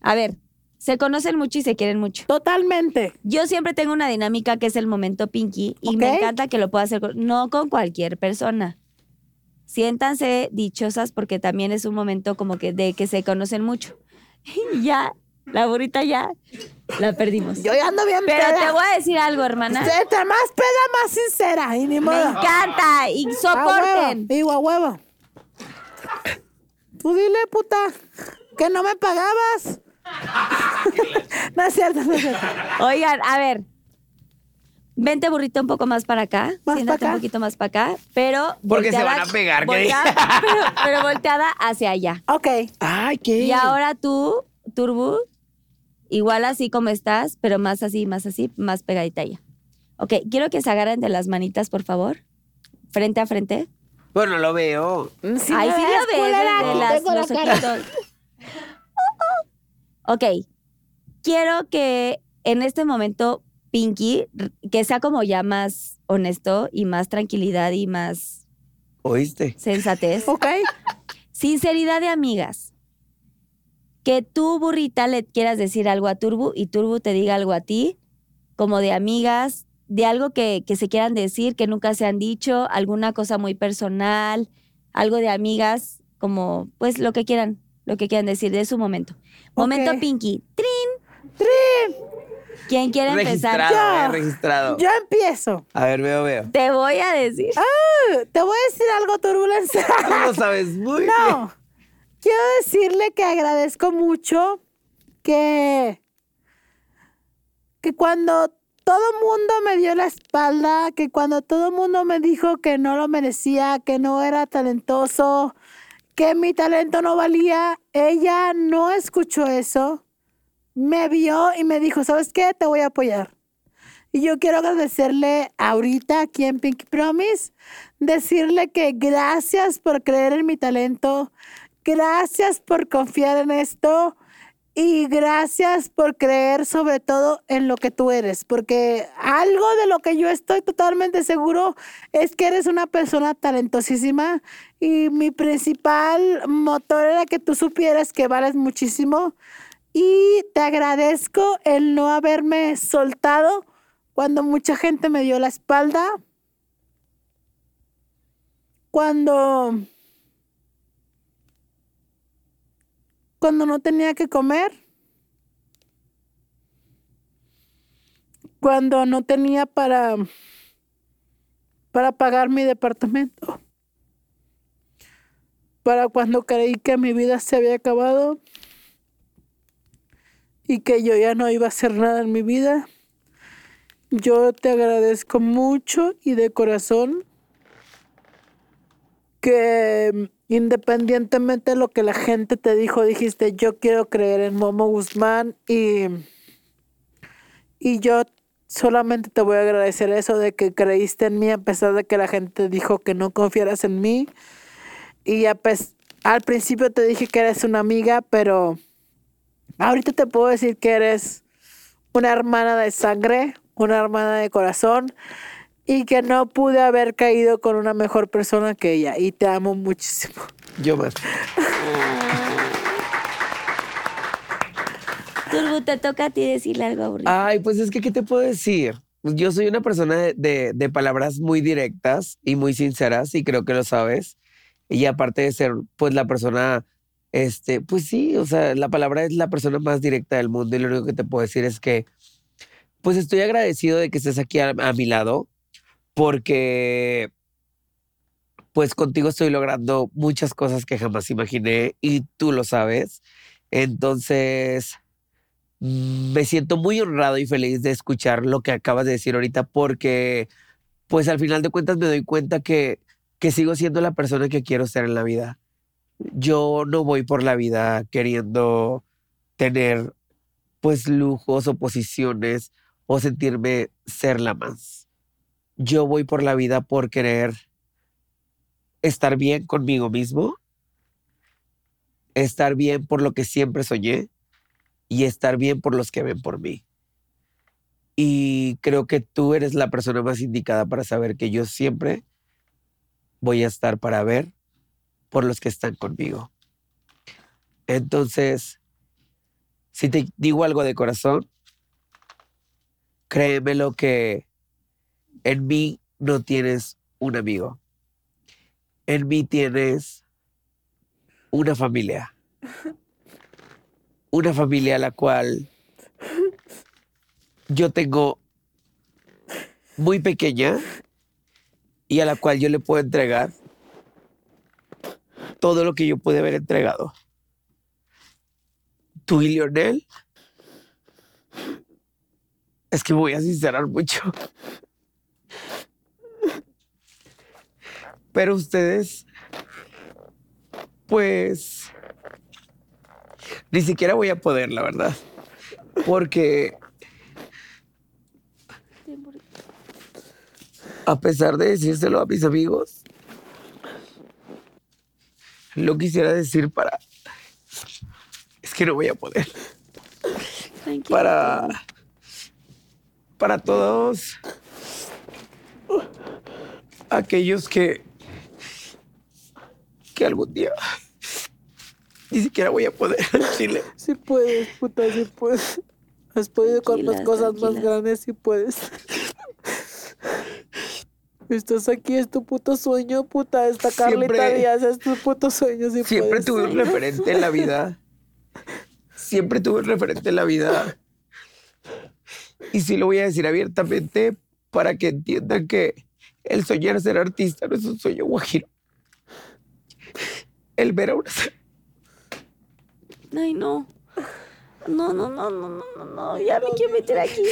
Speaker 3: A ver, se conocen mucho y se quieren mucho.
Speaker 5: Totalmente.
Speaker 3: Yo siempre tengo una dinámica que es el momento Pinky y me
Speaker 5: Ok.
Speaker 3: encanta que lo pueda hacer con- no con cualquier persona. Siéntanse dichosas porque también es un momento como que de que se conocen mucho. ya, la burrita ya la perdimos.
Speaker 5: Yo ya ando bien
Speaker 3: Pero
Speaker 5: peda.
Speaker 3: te voy a decir algo, hermana.
Speaker 5: Entre más peda, más sincera. Y ni modo.
Speaker 3: Me encanta y
Speaker 5: A huevo.
Speaker 3: soporten.
Speaker 5: Digo, a huevo. Tú dile, puta, que no me pagabas. no es cierto, no es cierto.
Speaker 3: Oigan, a ver. Vente burrito un poco más para acá.
Speaker 5: Más
Speaker 3: siéntate
Speaker 5: para acá.
Speaker 3: un poquito más para acá, pero
Speaker 6: Porque se van a pegar, ¿qué?
Speaker 3: volteada- pero, pero volteada hacia allá.
Speaker 5: Ok.
Speaker 6: Ay, qué.
Speaker 3: Y ahora tú, Turbo, igual así como estás, pero más así, más así, más pegadita ya. Ok, quiero que se agarren de las manitas, por favor. Frente a frente.
Speaker 6: Bueno, lo veo.
Speaker 5: Si
Speaker 3: Ay,
Speaker 5: me
Speaker 3: sí
Speaker 5: ves,
Speaker 3: lo ves
Speaker 5: culera,
Speaker 3: desde
Speaker 5: aquí
Speaker 3: las-
Speaker 5: tengo la
Speaker 3: los
Speaker 5: cara.
Speaker 3: ojitos. Ok. Quiero que en este momento, Pinky, r- que sea como ya más honesto y más tranquilidad y más
Speaker 6: ¿Oíste?
Speaker 3: sensatez.
Speaker 5: Ok.
Speaker 3: Sinceridad de amigas. Que tú, burrita, le quieras decir algo a Turbo y Turbo te diga algo a ti, como de amigas, de algo que, que se quieran decir, que nunca se han dicho, alguna cosa muy personal, algo de amigas, como pues lo que quieran, lo que quieran decir de su momento. Momento
Speaker 5: Ok.
Speaker 3: Pinky. ¡Trin! ¡Trin! ¿Quién quiere empezar?
Speaker 6: Registrado,
Speaker 5: Ya.
Speaker 6: eh, registrado.
Speaker 5: Yo empiezo.
Speaker 6: A ver, veo, veo.
Speaker 3: Te voy a decir.
Speaker 5: Ah, Te voy a decir algo, turbulencia.
Speaker 6: Tú lo sabes muy bien.
Speaker 5: No. Quiero decirle que agradezco mucho que, que cuando todo mundo me dio la espalda, que cuando todo mundo me dijo que no lo merecía, que no era talentoso, que mi talento no valía, ella no escuchó eso, me vio y me dijo, ¿sabes qué? Te voy a apoyar. Y yo quiero agradecerle ahorita aquí en Pinky Promise, decirle que gracias por creer en mi talento, gracias por confiar en esto y, Y gracias por creer sobre todo en lo que tú eres, porque algo de lo que yo estoy totalmente seguro es que eres una persona talentosísima y mi principal motor era que tú supieras que vales muchísimo y te agradezco el no haberme soltado cuando mucha gente me dio la espalda, cuando cuando no tenía que comer, cuando no tenía para, para pagar mi departamento, para cuando creí que mi vida se había acabado y que yo ya no iba a hacer nada en mi vida. Yo te agradezco mucho y de corazón que mm, independientemente de lo que la gente te dijo, dijiste, yo quiero creer en Momo Guzmán y, y yo solamente te voy a agradecer eso de que creíste en mí a pesar de que la gente dijo que no confiaras en mí. Y a pes- al principio te dije que eres una amiga, pero ahorita te puedo decir que eres una hermana de sangre, una hermana de corazón y que no pude haber caído con una mejor persona que ella. Y te amo muchísimo.
Speaker 6: Yo más.
Speaker 3: Turbo, te toca a ti decirle algo aburrido.
Speaker 6: Ay, pues es que, ¿qué te puedo decir? Yo soy una persona de, de- de palabras muy directas y muy sinceras y creo que lo sabes. Y aparte de ser, pues, la persona, este, pues sí, o sea, la palabra es la persona más directa del mundo y lo único que te puedo decir es que, pues, estoy agradecido de que estés aquí a, a mi lado porque, pues, contigo estoy logrando muchas cosas que jamás imaginé y tú lo sabes. Entonces, Mm, me siento muy honrado y feliz de escuchar lo que acabas de decir ahorita porque pues al final de cuentas me doy cuenta que, que sigo siendo la persona que quiero ser en la vida. Yo no voy por la vida queriendo tener pues lujos o posiciones o sentirme ser la más. Yo voy por la vida por querer estar bien conmigo mismo, estar bien por lo que siempre soñé y estar bien por los que ven por mí. Y creo que tú eres la persona más indicada para saber que yo siempre voy a estar para ver por los que están conmigo. Entonces, si te digo algo de corazón, créeme lo que en mí no tienes un amigo. En mí tienes una familia una familia a la cual yo tengo muy pequeña y a la cual yo le puedo entregar todo lo que yo pude haber entregado. Tú y Lionel. Es que me voy a sincerar mucho. Pero ustedes, pues... Ni siquiera voy a poder, la verdad. Porque. A pesar de decírselo a mis amigos, lo quisiera decir para. Es que no voy a poder.
Speaker 3: Tranquilo.
Speaker 6: Para. Para todos. Aquellos que. Que algún día. Ni siquiera voy a poder decirle.
Speaker 8: Si puedes, puta, si puedes. Has podido con las
Speaker 3: Tranquilas,
Speaker 8: cosas más
Speaker 3: tranquilas.
Speaker 8: grandes si puedes. Estás aquí, es tu puto sueño, puta. Esta Carlita
Speaker 6: Siempre-
Speaker 8: Díaz es tu puto sueño si
Speaker 6: Siempre
Speaker 8: puedes.
Speaker 6: tuve un referente en la vida. Siempre tuve un referente en la vida. Y sí lo voy a decir abiertamente para que entiendan que el soñar ser artista no es un sueño guajiro. El ver a una...
Speaker 3: Ay, no. No, no, no, no, no, no, no. Ya me quiero meter aquí.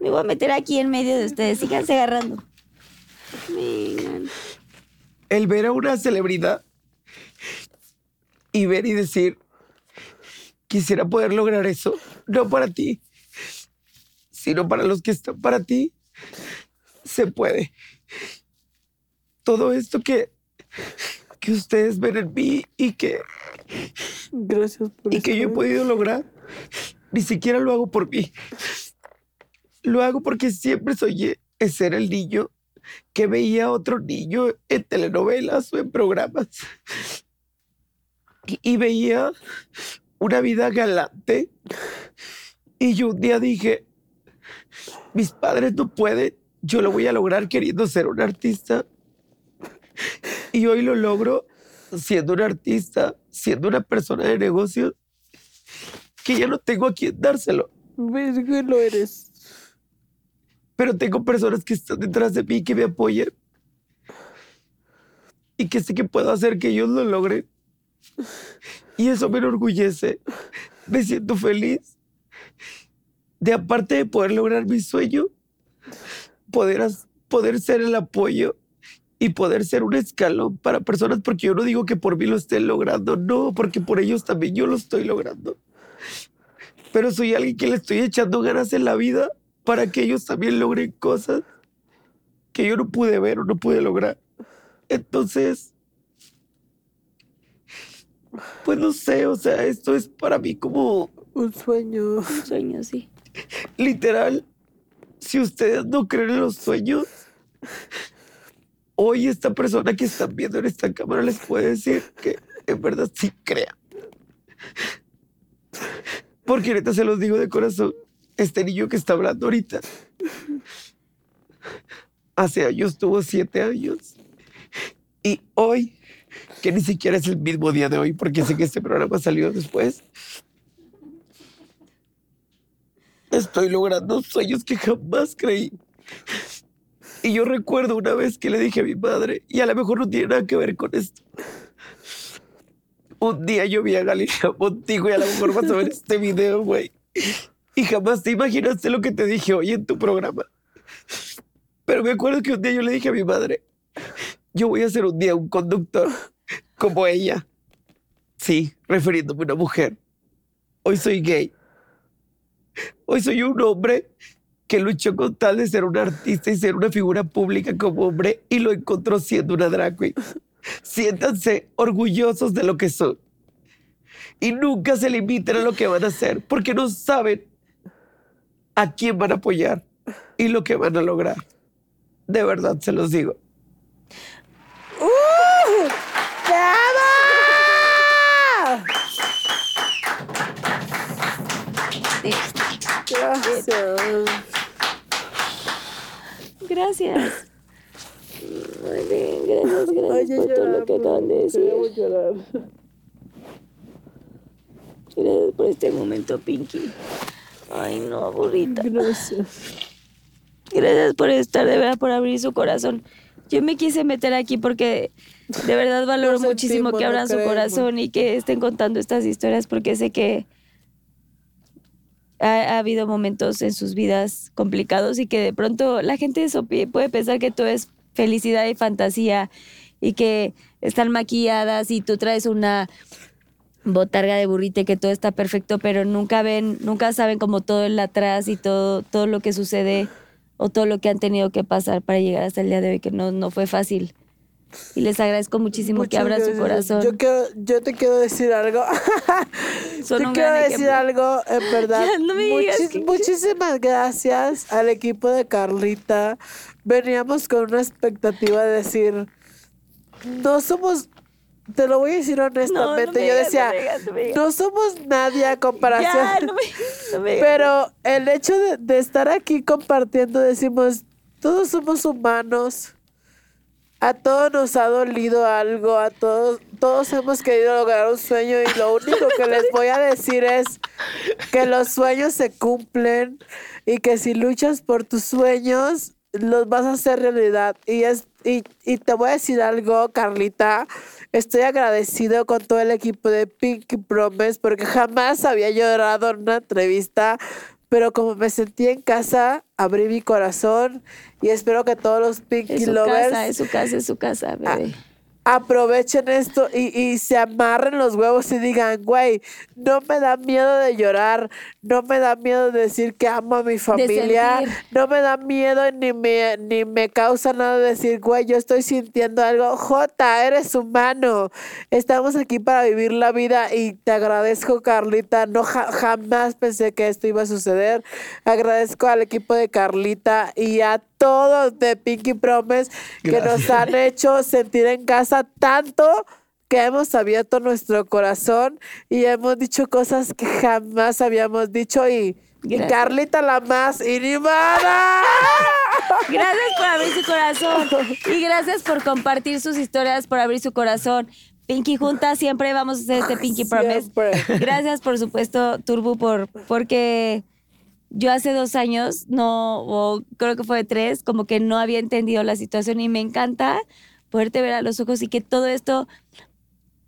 Speaker 3: Me voy a meter aquí en medio de ustedes. Síganse agarrando. Vengan.
Speaker 6: el ver a una celebridad y ver y decir, quisiera poder lograr eso, no para ti, sino para los que están para ti, se puede. Todo esto que, que ustedes ven en mí y que,
Speaker 5: Gracias por
Speaker 6: y que yo he
Speaker 5: estar.
Speaker 6: podido lograr, ni siquiera lo hago por mí. Lo hago porque siempre soñé en ser el niño que veía a otro niño en telenovelas o en programas. Y, y veía una vida galante. Y yo un día dije, mis padres no pueden, yo lo voy a lograr queriendo ser un artista. Y hoy lo logro siendo un artista, siendo una persona de negocios, que ya no tengo a quien dárselo.
Speaker 5: Verga, lo eres.
Speaker 6: Pero tengo personas que están detrás de mí, que me apoyan. Y que sé que puedo hacer que ellos lo logren. Y eso me enorgullece. Me siento feliz. De aparte de poder lograr mi sueño, poder, as- poder ser el apoyo y poder ser un escalón para personas, porque yo no digo que por mí lo estén logrando, no, porque por ellos también yo lo estoy logrando. Pero soy alguien que le estoy echando ganas en la vida para que ellos también logren cosas que yo no pude ver o no pude lograr. Entonces, pues no sé, o sea, esto es para mí como
Speaker 5: Un sueño.
Speaker 3: Un sueño, sí.
Speaker 6: literal, si ustedes no creen en los sueños, hoy esta persona que están viendo en esta cámara les puede decir que en verdad sí crea. Porque ahorita se los digo de corazón, este niño que está hablando ahorita, hace años tuvo siete años y hoy, que ni siquiera es el mismo día de hoy, porque sé que este programa salió después, Estoy logrando sueños que jamás creí. Y yo recuerdo una vez que le dije a mi madre, y a lo mejor no tiene nada que ver con esto. Un día yo vi a Galilea Montijo y a lo mejor vas a ver este video, güey. Y jamás te imaginaste lo que te dije hoy en tu programa. Pero me acuerdo que un día yo le dije a mi madre, yo voy a ser un día un conductor como ella. Sí, refiriéndome a una mujer. Hoy soy gay. Hoy soy un hombre que luchó con tal de ser un artista y ser una figura pública como hombre y lo encontró siendo una drag queen. Siéntanse orgullosos de lo que son. Y nunca se limiten a lo que van a hacer porque no saben a quién van a apoyar y lo que van a lograr. De verdad se los digo.
Speaker 5: ¡Bravo! Gracias.
Speaker 3: Gracias. Muy bien, gracias, gracias
Speaker 5: Oye,
Speaker 3: por todo lo que
Speaker 5: lloramos,
Speaker 3: acaban de decir.
Speaker 5: queremos llorar.
Speaker 3: Gracias por este momento, Pinky. Ay, no, burrita.
Speaker 5: Gracias.
Speaker 3: Gracias por estar, de verdad, por abrir su corazón. Yo me quise meter aquí porque de verdad valoro
Speaker 5: sentimos,
Speaker 3: muchísimo que
Speaker 5: lo
Speaker 3: abran su
Speaker 5: creemos.
Speaker 3: corazón y que estén contando estas historias porque sé que ha, ha habido momentos en sus vidas complicados y que de pronto la gente eso pi- puede pensar que todo es felicidad y fantasía y que están maquilladas y tú traes una botarga de burrito y que todo está perfecto, pero nunca ven, nunca saben como todo el atrás y todo, todo lo que sucede o todo lo que han tenido que pasar para llegar hasta el día de hoy, que no, no fue fácil. Y les agradezco muchísimo que
Speaker 5: Muchas
Speaker 3: abran su
Speaker 5: gracias.
Speaker 3: corazón.
Speaker 5: Yo, quiero- yo te quiero decir algo.
Speaker 3: Son
Speaker 5: te
Speaker 3: un
Speaker 5: quiero
Speaker 3: gran
Speaker 5: decir
Speaker 3: ejemplo.
Speaker 5: algo, en verdad.
Speaker 3: Ya, no me digas
Speaker 5: Muchis-
Speaker 3: que-
Speaker 5: Muchísimas gracias al equipo de Carlita. Veníamos con una expectativa de decir, no somos, te lo voy a decir honestamente,
Speaker 3: me
Speaker 5: yo
Speaker 3: digas, no
Speaker 5: decía,
Speaker 3: me digas, no me digas.
Speaker 5: somos nadie a comparación.
Speaker 3: Ya, no me, no me-
Speaker 5: Pero el hecho de, de estar aquí compartiendo, decimos, todos somos humanos. A todos nos ha dolido algo, a todos, todos hemos querido lograr un sueño y lo único que les voy a decir es que los sueños se cumplen y que si luchas por tus sueños, los vas a hacer realidad. Y, es, y, y te voy a decir algo, Carlita. Estoy agradecido con todo el equipo de Pinky Promise porque jamás había llorado en una entrevista. Pero como me sentí en casa, abrí mi corazón y espero que todos los Pinky
Speaker 3: es su
Speaker 5: Lovers
Speaker 3: casa, es su casa, es su casa,
Speaker 5: a-
Speaker 3: bebé.
Speaker 5: aprovechen esto y, y se amarren los huevos y digan, güey, no me da miedo de llorar, no me da miedo de decir que amo a mi familia,
Speaker 3: sentir.
Speaker 5: no me da miedo ni me, ni me causa nada decir, güey, yo estoy sintiendo algo. Jota, eres humano. Estamos aquí para vivir la vida y te agradezco, Carlita. No ja- jamás pensé que esto iba a suceder. Agradezco al equipo de Carlita y a todos de Pinky Promise que nos han hecho sentir en casa tanto que hemos abierto nuestro corazón y hemos dicho cosas que jamás habíamos dicho y, y
Speaker 3: Gracias.
Speaker 5: Carlita la más inimada.
Speaker 3: Gracias por abrir su corazón y gracias por compartir sus historias, por abrir su corazón. Pinky Junta, siempre vamos a hacer este Pinky Promise.
Speaker 5: Siempre.
Speaker 3: Gracias, por supuesto, Turbo, por, porque yo hace dos años, no, o creo que fue tres, como que no había entendido la situación y me encanta poderte ver a los ojos y que todo esto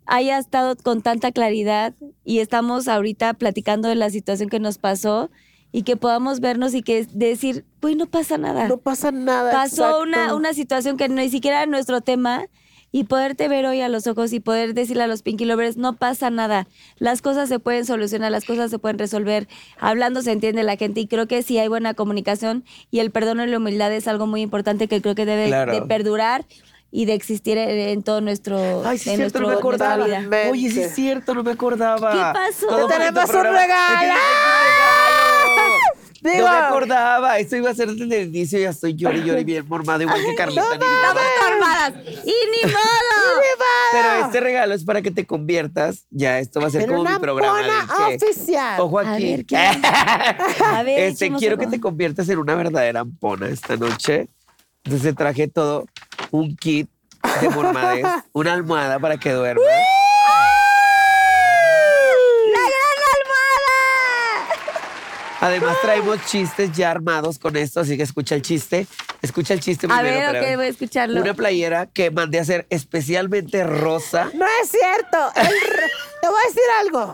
Speaker 3: haya estado con tanta claridad y estamos ahorita platicando de la situación que nos pasó y que podamos vernos y que decir, pues no pasa nada
Speaker 5: No pasa nada.
Speaker 3: pasó
Speaker 5: exacto.
Speaker 3: una, una situación que ni siquiera era nuestro tema y poderte ver hoy a los ojos y poder decirle a los Pinky Lovers, no pasa nada, las cosas se pueden solucionar, las cosas se pueden resolver, hablando se entiende la gente y creo que si hay buena comunicación y el perdón y la humildad es algo muy importante que creo que debe
Speaker 6: Claro.
Speaker 3: de perdurar y de existir en, en todo nuestro,
Speaker 6: Ay, sí, es
Speaker 3: en
Speaker 6: cierto, no me
Speaker 3: nuestro- nuestra
Speaker 6: acordaba.
Speaker 3: vida.
Speaker 5: vida.
Speaker 6: Oye, sí, es cierto, no me acordaba.
Speaker 3: ¿Qué pasó? Te
Speaker 6: para
Speaker 5: tenemos
Speaker 6: tu programa.
Speaker 5: un regalo.
Speaker 6: Te tenemos un regalo.
Speaker 5: Digo.
Speaker 6: no me acordaba. Esto iba a ser desde el inicio. Ya estoy llorando y llorando bien mormada, igual que Carlita. ni nada.
Speaker 3: Estamos formadas. y ni modo.
Speaker 6: Pero este regalo es para que te conviertas. Ya, esto va a ser
Speaker 5: Pero
Speaker 6: como mi
Speaker 5: una
Speaker 6: programa.
Speaker 5: mona
Speaker 6: del que-
Speaker 5: oficial.
Speaker 6: Ojo
Speaker 3: A
Speaker 6: aquí.
Speaker 3: ver, ¿qué A ver,
Speaker 6: este,
Speaker 3: echemos
Speaker 6: quiero
Speaker 3: ojo.
Speaker 6: que te conviertas en una verdadera ampona esta noche. Entonces traje todo un kit de mormades, una almohada para que duermas.
Speaker 3: ¡La gran almohada!
Speaker 6: Además traemos chistes ya armados con esto, así que escucha el chiste. Escucha el chiste
Speaker 3: A
Speaker 6: primero.
Speaker 3: ver,
Speaker 6: para
Speaker 3: ok, voy a escucharlo.
Speaker 6: Una playera que mandé a hacer especialmente rosa.
Speaker 5: No es cierto. El r- te voy a decir algo.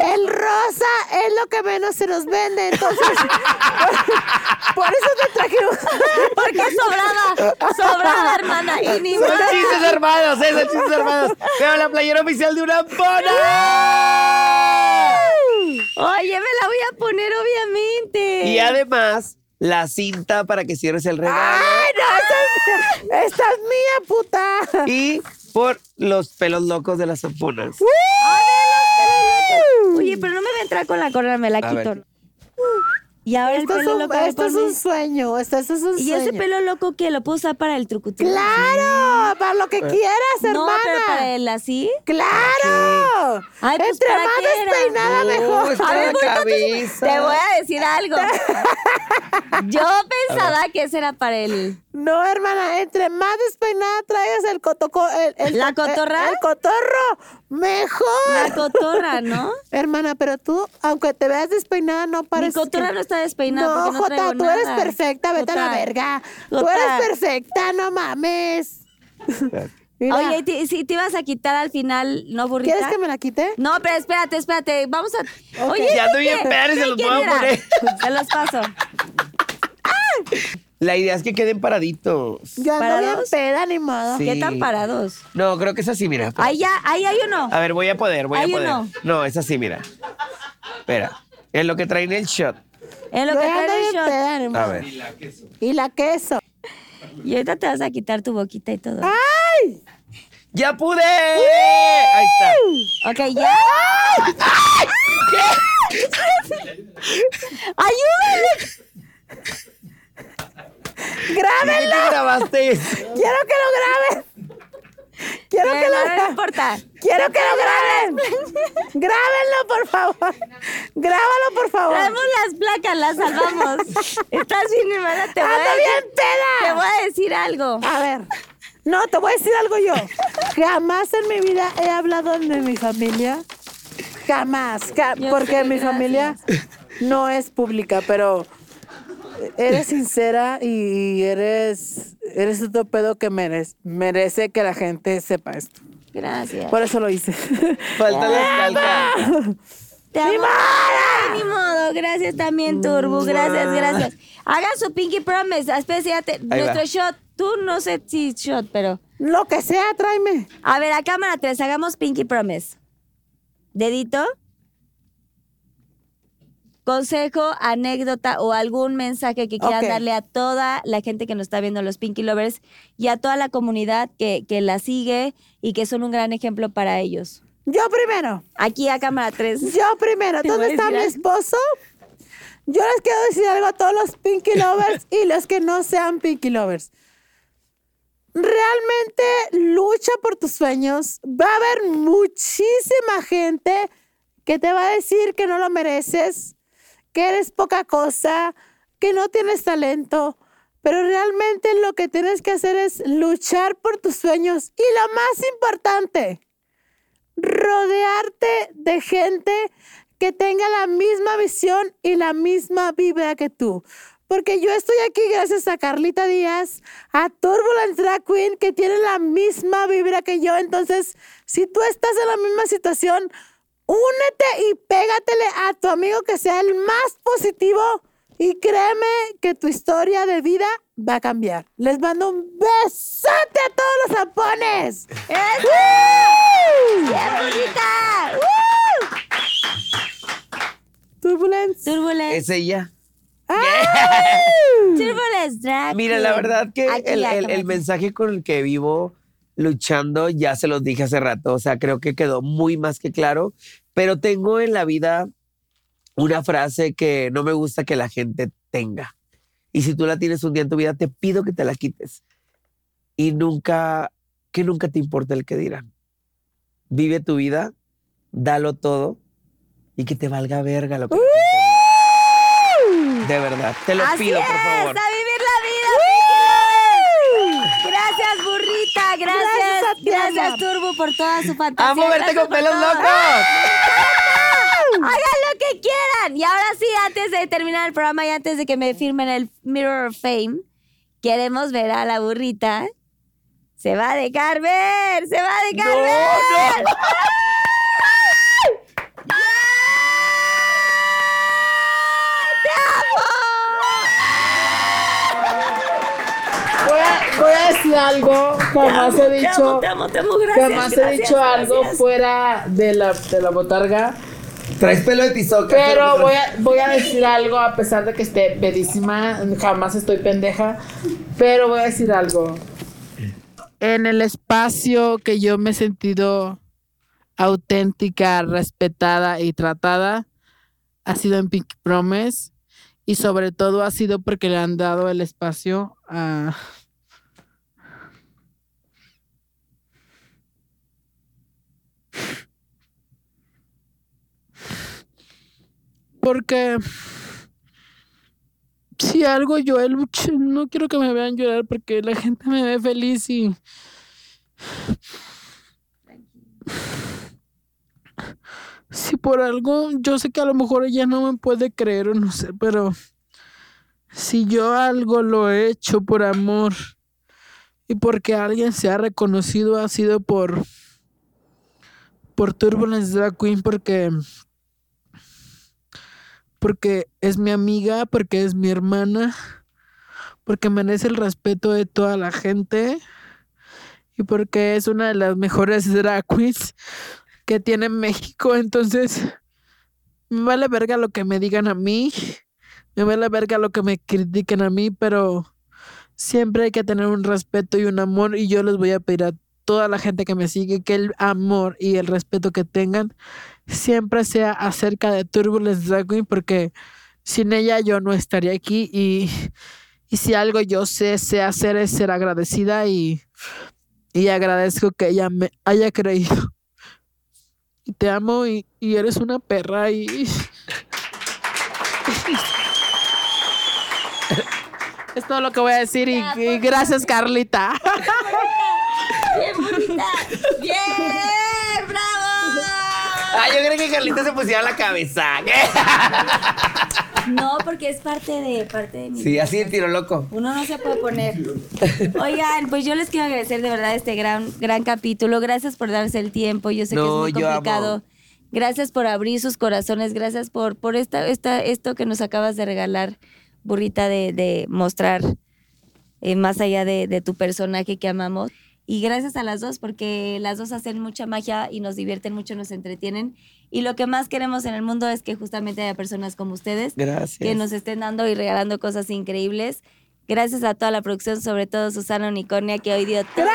Speaker 5: El rosa es lo que menos se nos vende, entonces. por, por eso te trajimos.
Speaker 3: Porque sobrada, sobrada, hermana. Y ni
Speaker 6: Son
Speaker 3: modo.
Speaker 6: chistes armados, eh, son chistes armados. Veo la playera oficial de una ampona.
Speaker 3: Oye, me la voy a poner, obviamente.
Speaker 6: Y además, la cinta para que cierres el regalo.
Speaker 3: Ah.
Speaker 5: ¡Ay, no!
Speaker 6: ¡Ah!
Speaker 5: Esta es, esta es mía, puta.
Speaker 6: Y por los pelos locos de las zamponas.
Speaker 3: Uh. Oye, pero no me va a entrar con la corona, me la
Speaker 6: A
Speaker 3: quito.
Speaker 6: ver.
Speaker 3: Y ahora el
Speaker 5: Esto es
Speaker 3: pelo
Speaker 5: un,
Speaker 3: loco me
Speaker 5: esto es
Speaker 3: pone-
Speaker 5: un sueño. Esto, esto es un
Speaker 3: Y
Speaker 5: sueño.
Speaker 3: ese pelo loco que lo puedo usar para el trucutru.
Speaker 5: ¡Claro! Para lo que quieras,
Speaker 3: No,
Speaker 5: hermana.
Speaker 3: pero para el así.
Speaker 5: ¡Claro!
Speaker 3: Ay, pues,
Speaker 5: Entre
Speaker 3: ¿para
Speaker 5: más
Speaker 3: qué era?
Speaker 5: despeinada, mejor.
Speaker 6: No, es
Speaker 3: A ver,
Speaker 6: para
Speaker 3: voy,
Speaker 6: la
Speaker 3: Te
Speaker 6: cabeza.
Speaker 3: voy a decir algo. Yo pensaba que ese era para el.
Speaker 5: No, hermana, entre más despeinada traigas el cotoco, el, el-
Speaker 3: ¿La
Speaker 5: el-
Speaker 3: cotorra?
Speaker 5: El, cotorro,
Speaker 3: La
Speaker 5: mejor.
Speaker 3: cotorra, ¿no?
Speaker 5: hermana, pero tú, aunque te veas despeinada, no
Speaker 3: Mi
Speaker 5: pareces.
Speaker 3: cotorra
Speaker 5: que-
Speaker 3: no está despeinada.
Speaker 5: No,
Speaker 3: porque no
Speaker 5: Jota,
Speaker 3: traigo
Speaker 5: tú eres
Speaker 3: nada.
Speaker 5: perfecta, vete a la
Speaker 3: Jota,
Speaker 5: verga. Tú
Speaker 3: Jota.
Speaker 5: eres perfecta, no mames. Mira,
Speaker 3: Oye, y te- si te ibas a quitar al final, ¿no, burrita?
Speaker 5: ¿quieres que me la quite?
Speaker 3: No, pero espérate, espérate. Vamos a. Oye,
Speaker 6: Ya ando bien
Speaker 3: ¿qué?
Speaker 6: pedo y se
Speaker 3: ¿Sí?
Speaker 6: los
Speaker 3: ¿Quién
Speaker 6: voy a
Speaker 3: era?
Speaker 6: poner.
Speaker 3: Se los paso.
Speaker 6: La idea es que queden paraditos.
Speaker 5: Yo ando bien
Speaker 3: ¿Parados?
Speaker 5: peda, ni modo.
Speaker 6: Sí.
Speaker 3: ¿Qué tan parados?
Speaker 6: No, creo que es así, mira.
Speaker 3: Ahí ya, ahí hay uno.
Speaker 6: A ver, voy a poder, voy a
Speaker 3: Hay
Speaker 6: poder.
Speaker 3: uno.
Speaker 6: No, es así, mira. Espera. Es lo que traen el shot.
Speaker 3: En lo
Speaker 5: Yo
Speaker 3: que
Speaker 5: ando
Speaker 3: trae el
Speaker 5: bien
Speaker 3: shot.
Speaker 5: peda, ni
Speaker 6: A
Speaker 5: modo.
Speaker 6: ver.
Speaker 5: Y la queso.
Speaker 3: Y ahorita te vas a quitar tu boquita y todo.
Speaker 5: Ah. ¡Ay!
Speaker 6: ¡Ya pude! Ahí está.
Speaker 3: Ok, ya. ¡Ayúdale!
Speaker 6: ¿Por qué
Speaker 5: ¡Grábenlo!
Speaker 6: grabaste eso?
Speaker 5: ¡Quiero que lo grabes! ¡Quiero que
Speaker 3: Pero
Speaker 5: lo
Speaker 3: no
Speaker 5: grabes!
Speaker 3: importa.
Speaker 5: ¡Quiero que lo graben! ¡Grábenlo, por favor! ¡Grábalo, por
Speaker 3: Traemos
Speaker 5: favor!
Speaker 3: las placas, las salvamos. Estás bien, hermana. Te voy,
Speaker 5: ¡Ando
Speaker 3: a decir,
Speaker 5: Ah, bien
Speaker 3: te voy
Speaker 5: peda!
Speaker 3: a decir algo.
Speaker 5: A ver. No, te voy a decir algo yo. Jamás en mi vida he hablado de mi familia. Jamás. ca-
Speaker 3: Yo
Speaker 5: porque
Speaker 3: sé,
Speaker 5: mi
Speaker 3: gracias.
Speaker 5: familia no es pública, pero eres sincera y eres, eres otro pedo que merece. Merece que la gente sepa esto.
Speaker 3: Gracias.
Speaker 5: Por eso lo hice.
Speaker 6: Falta las calcas.
Speaker 3: Te amo. Ay, Ni modo, gracias también, Turbo. Gracias, gracias. Haga su Pinky Promise. Espérate,
Speaker 6: Ahí
Speaker 3: nuestro
Speaker 6: va.
Speaker 3: shot, Tú no sé si shot, pero.
Speaker 5: Lo que sea, tráeme.
Speaker 3: A ver, a cámara 3, hagamos Pinky Promise. Dedito. Consejo, anécdota o algún mensaje que quieran
Speaker 5: Ok.
Speaker 3: darle a toda la gente que nos está viendo, los Pinky Lovers, y a toda la comunidad que, que la sigue y que son un gran ejemplo para ellos.
Speaker 5: Yo primero.
Speaker 3: Aquí a cámara 3.
Speaker 5: Yo primero.
Speaker 3: Te voy a
Speaker 5: ¿Dónde está
Speaker 3: decir
Speaker 5: mi
Speaker 3: algo.
Speaker 5: esposo? Yo les quiero decir algo a todos los Pinky Lovers y los que no sean Pinky Lovers. Realmente lucha por tus sueños. Va a haber muchísima gente que te va a decir que no lo mereces, que eres poca cosa, que no tienes talento. Pero realmente lo que tienes que hacer es luchar por tus sueños. Y lo más importante, rodearte de gente que tenga la misma visión y la misma vibra que tú. Porque yo estoy aquí gracias a Carlita Díaz, a Turbulence Drag Queen, que tiene la misma vibra que yo. Entonces, si tú estás en la misma situación, únete y pégatele a tu amigo que sea el más positivo y créeme que tu historia de vida va a cambiar. Les mando un besote a todos los zapones. ¡Woo!
Speaker 3: ¡Bonita!
Speaker 5: Turbulence. Ah,
Speaker 3: Turbulence.
Speaker 6: Es ella.
Speaker 3: Turbulence Drag
Speaker 6: Mira, la
Speaker 3: Queen.
Speaker 6: verdad que
Speaker 3: Aquí
Speaker 6: el,
Speaker 3: a
Speaker 6: el- el
Speaker 3: cámara tres.
Speaker 6: mensaje con el que vivo luchando, ya se los dije hace rato, o sea, creo que quedó muy más que claro, pero tengo en la vida una frase que no me gusta que la gente tenga. Y si tú la tienes un día en tu vida, te pido que te la quites. Y nunca, que nunca te importe el que dirán. Vive tu vida, dalo todo y que te valga verga lo que... la gente diga. De verdad, te lo
Speaker 3: Así
Speaker 6: pido,
Speaker 3: es,
Speaker 6: por favor.
Speaker 3: a vivir la vida. Pinky Lovers. Gracias, burrita.
Speaker 5: Gracias a
Speaker 3: Gracias.
Speaker 5: ti,
Speaker 3: Gracias,
Speaker 5: amor.
Speaker 3: Turbo, por toda su fantasía.
Speaker 6: ¡Amo verte
Speaker 3: Gracias
Speaker 6: con
Speaker 3: por
Speaker 6: pelos
Speaker 3: todo.
Speaker 6: locos!
Speaker 3: Hagan lo que quieran. Y ahora sí, antes de terminar el programa y antes de que me firmen el Mirror of Fame, queremos ver a la burrita. Se va a dejar ver, se va a dejar ver.
Speaker 9: Voy a, voy a decir algo, jamás he dicho, jamás he dicho algo fuera de la, de la botarga,
Speaker 6: Traes pelo de tizoca.
Speaker 9: pero voy a, voy a decir algo a pesar de que esté pedísima, jamás estoy pendeja, pero voy a decir algo. En el espacio que yo me he sentido auténtica, respetada y tratada, ha sido en Pink Promise y sobre todo ha sido porque le han dado el espacio a... Porque si algo yo he luchado, no quiero que me vean llorar porque la gente me ve feliz y... Si por algo, yo sé que a lo mejor ella no me puede creer o no sé, pero si yo algo lo he hecho por amor y porque alguien se ha reconocido ha sido por por Turbulence Drag Queen porque porque es mi amiga, porque es mi hermana, porque merece el respeto de toda la gente y porque es una de las mejores drag queens que tiene México. Entonces, me vale verga lo que me digan a mí, me vale verga lo que me critiquen a mí, pero siempre hay que tener un respeto y un amor y yo les voy a pedir a toda la gente que me sigue que el amor y el respeto que tengan siempre sea acerca de Turbulence Drag Queen porque sin ella yo no estaría aquí y, y si algo yo sé, sé hacer es ser agradecida y, y agradezco que ella me haya creído. Y te amo y, y eres una perra y... Es todo lo que voy a decir y, y gracias Carlita.
Speaker 3: Bien, burrita. Bien, bravo.
Speaker 6: Ah, yo creo que Carlita se pusiera la cabeza.
Speaker 3: No, porque es parte de, parte de mi
Speaker 6: Sí, así de tiro loco.
Speaker 3: Uno no se puede poner. Oigan, pues yo les quiero agradecer de verdad este gran, gran capítulo. Gracias por darse el tiempo. Yo sé
Speaker 6: No,
Speaker 3: que es muy
Speaker 6: yo amo.
Speaker 3: complicado. Gracias por abrir sus corazones. Gracias por, por esta, esta, esto que nos acabas de regalar, burrita, de, de mostrar eh, más allá de, de tu personaje que amamos. Y gracias a las dos, porque las dos hacen mucha magia y nos divierten mucho, nos entretienen. Y lo que más queremos en el mundo es que justamente haya personas como ustedes
Speaker 6: Gracias.
Speaker 3: que nos estén dando y regalando cosas increíbles. Gracias a toda la producción, sobre todo Susana Unicornia, que hoy dio todo.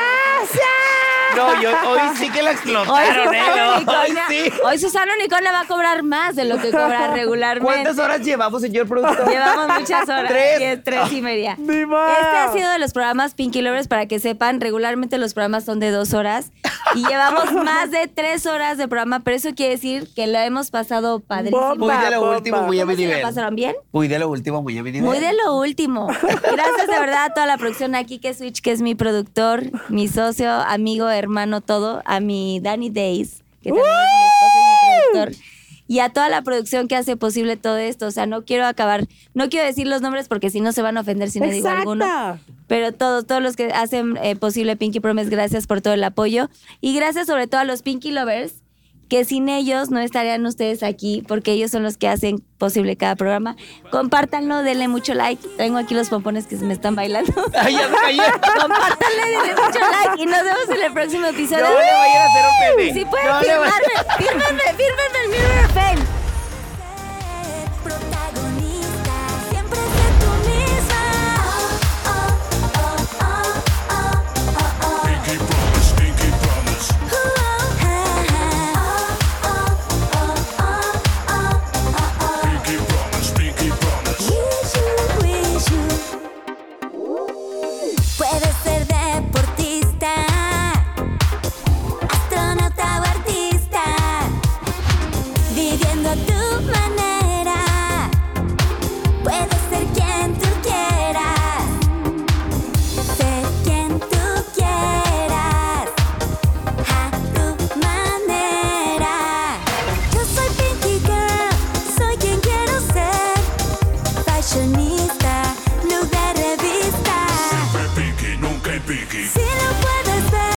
Speaker 6: No, yo hoy sí que la
Speaker 3: Hoy
Speaker 6: explotaron, ¿eh?
Speaker 3: Susana,
Speaker 6: No, Hoy
Speaker 3: Unicornia,
Speaker 6: sí.
Speaker 3: hoy Susana Unicornia va a cobrar más de lo que cobra regularmente.
Speaker 6: ¿Cuántas horas llevamos, señor productor?
Speaker 3: Llevamos muchas horas.
Speaker 6: Tres. Ah,
Speaker 3: Diez, tres y media.
Speaker 8: ¡Mi
Speaker 3: Este ha sido de los programas Pinky Lovers, para que sepan, regularmente los programas son de dos horas y llevamos más de tres horas de programa, pero eso quiere decir que lo hemos pasado padrísimo.
Speaker 6: Muy de lo
Speaker 8: Papá,
Speaker 6: último,
Speaker 8: papá.
Speaker 6: muy a
Speaker 3: ¿Cómo
Speaker 6: mi
Speaker 3: se la
Speaker 6: nivel.
Speaker 3: pasaron bien?
Speaker 6: Muy de lo último, muy a mi nivel.
Speaker 3: Muy de lo último. Gracias de verdad a toda la producción, a Kike Switch, que es mi productor, mi socio, amigo, hermano, todo, a mi Danny Days, que también es mi esposo y mi productor. Y a toda la producción que hace posible todo esto. O sea, no quiero acabar, no quiero decir los nombres porque si no se van a ofender si no digo alguno.
Speaker 5: Exacto.
Speaker 3: Pero todos, todos los que hacen eh, posible Pinky Promise, gracias por todo el apoyo. Y gracias sobre todo a los Pinky Lovers, que sin ellos no estarían ustedes aquí, porque ellos son los que hacen posible cada programa. Compártanlo, denle mucho like. Tengo aquí los pompones que se me están bailando.
Speaker 6: Ay, ya me caí.
Speaker 3: Compártanlo y denle mucho like. Y nos vemos en el próximo
Speaker 6: No
Speaker 3: episodio.
Speaker 6: le vayan a hacer un pene.
Speaker 3: Si pueden
Speaker 6: No le vayan-
Speaker 3: firmarme, fírmenme, fírmenme, fírmenme, pen.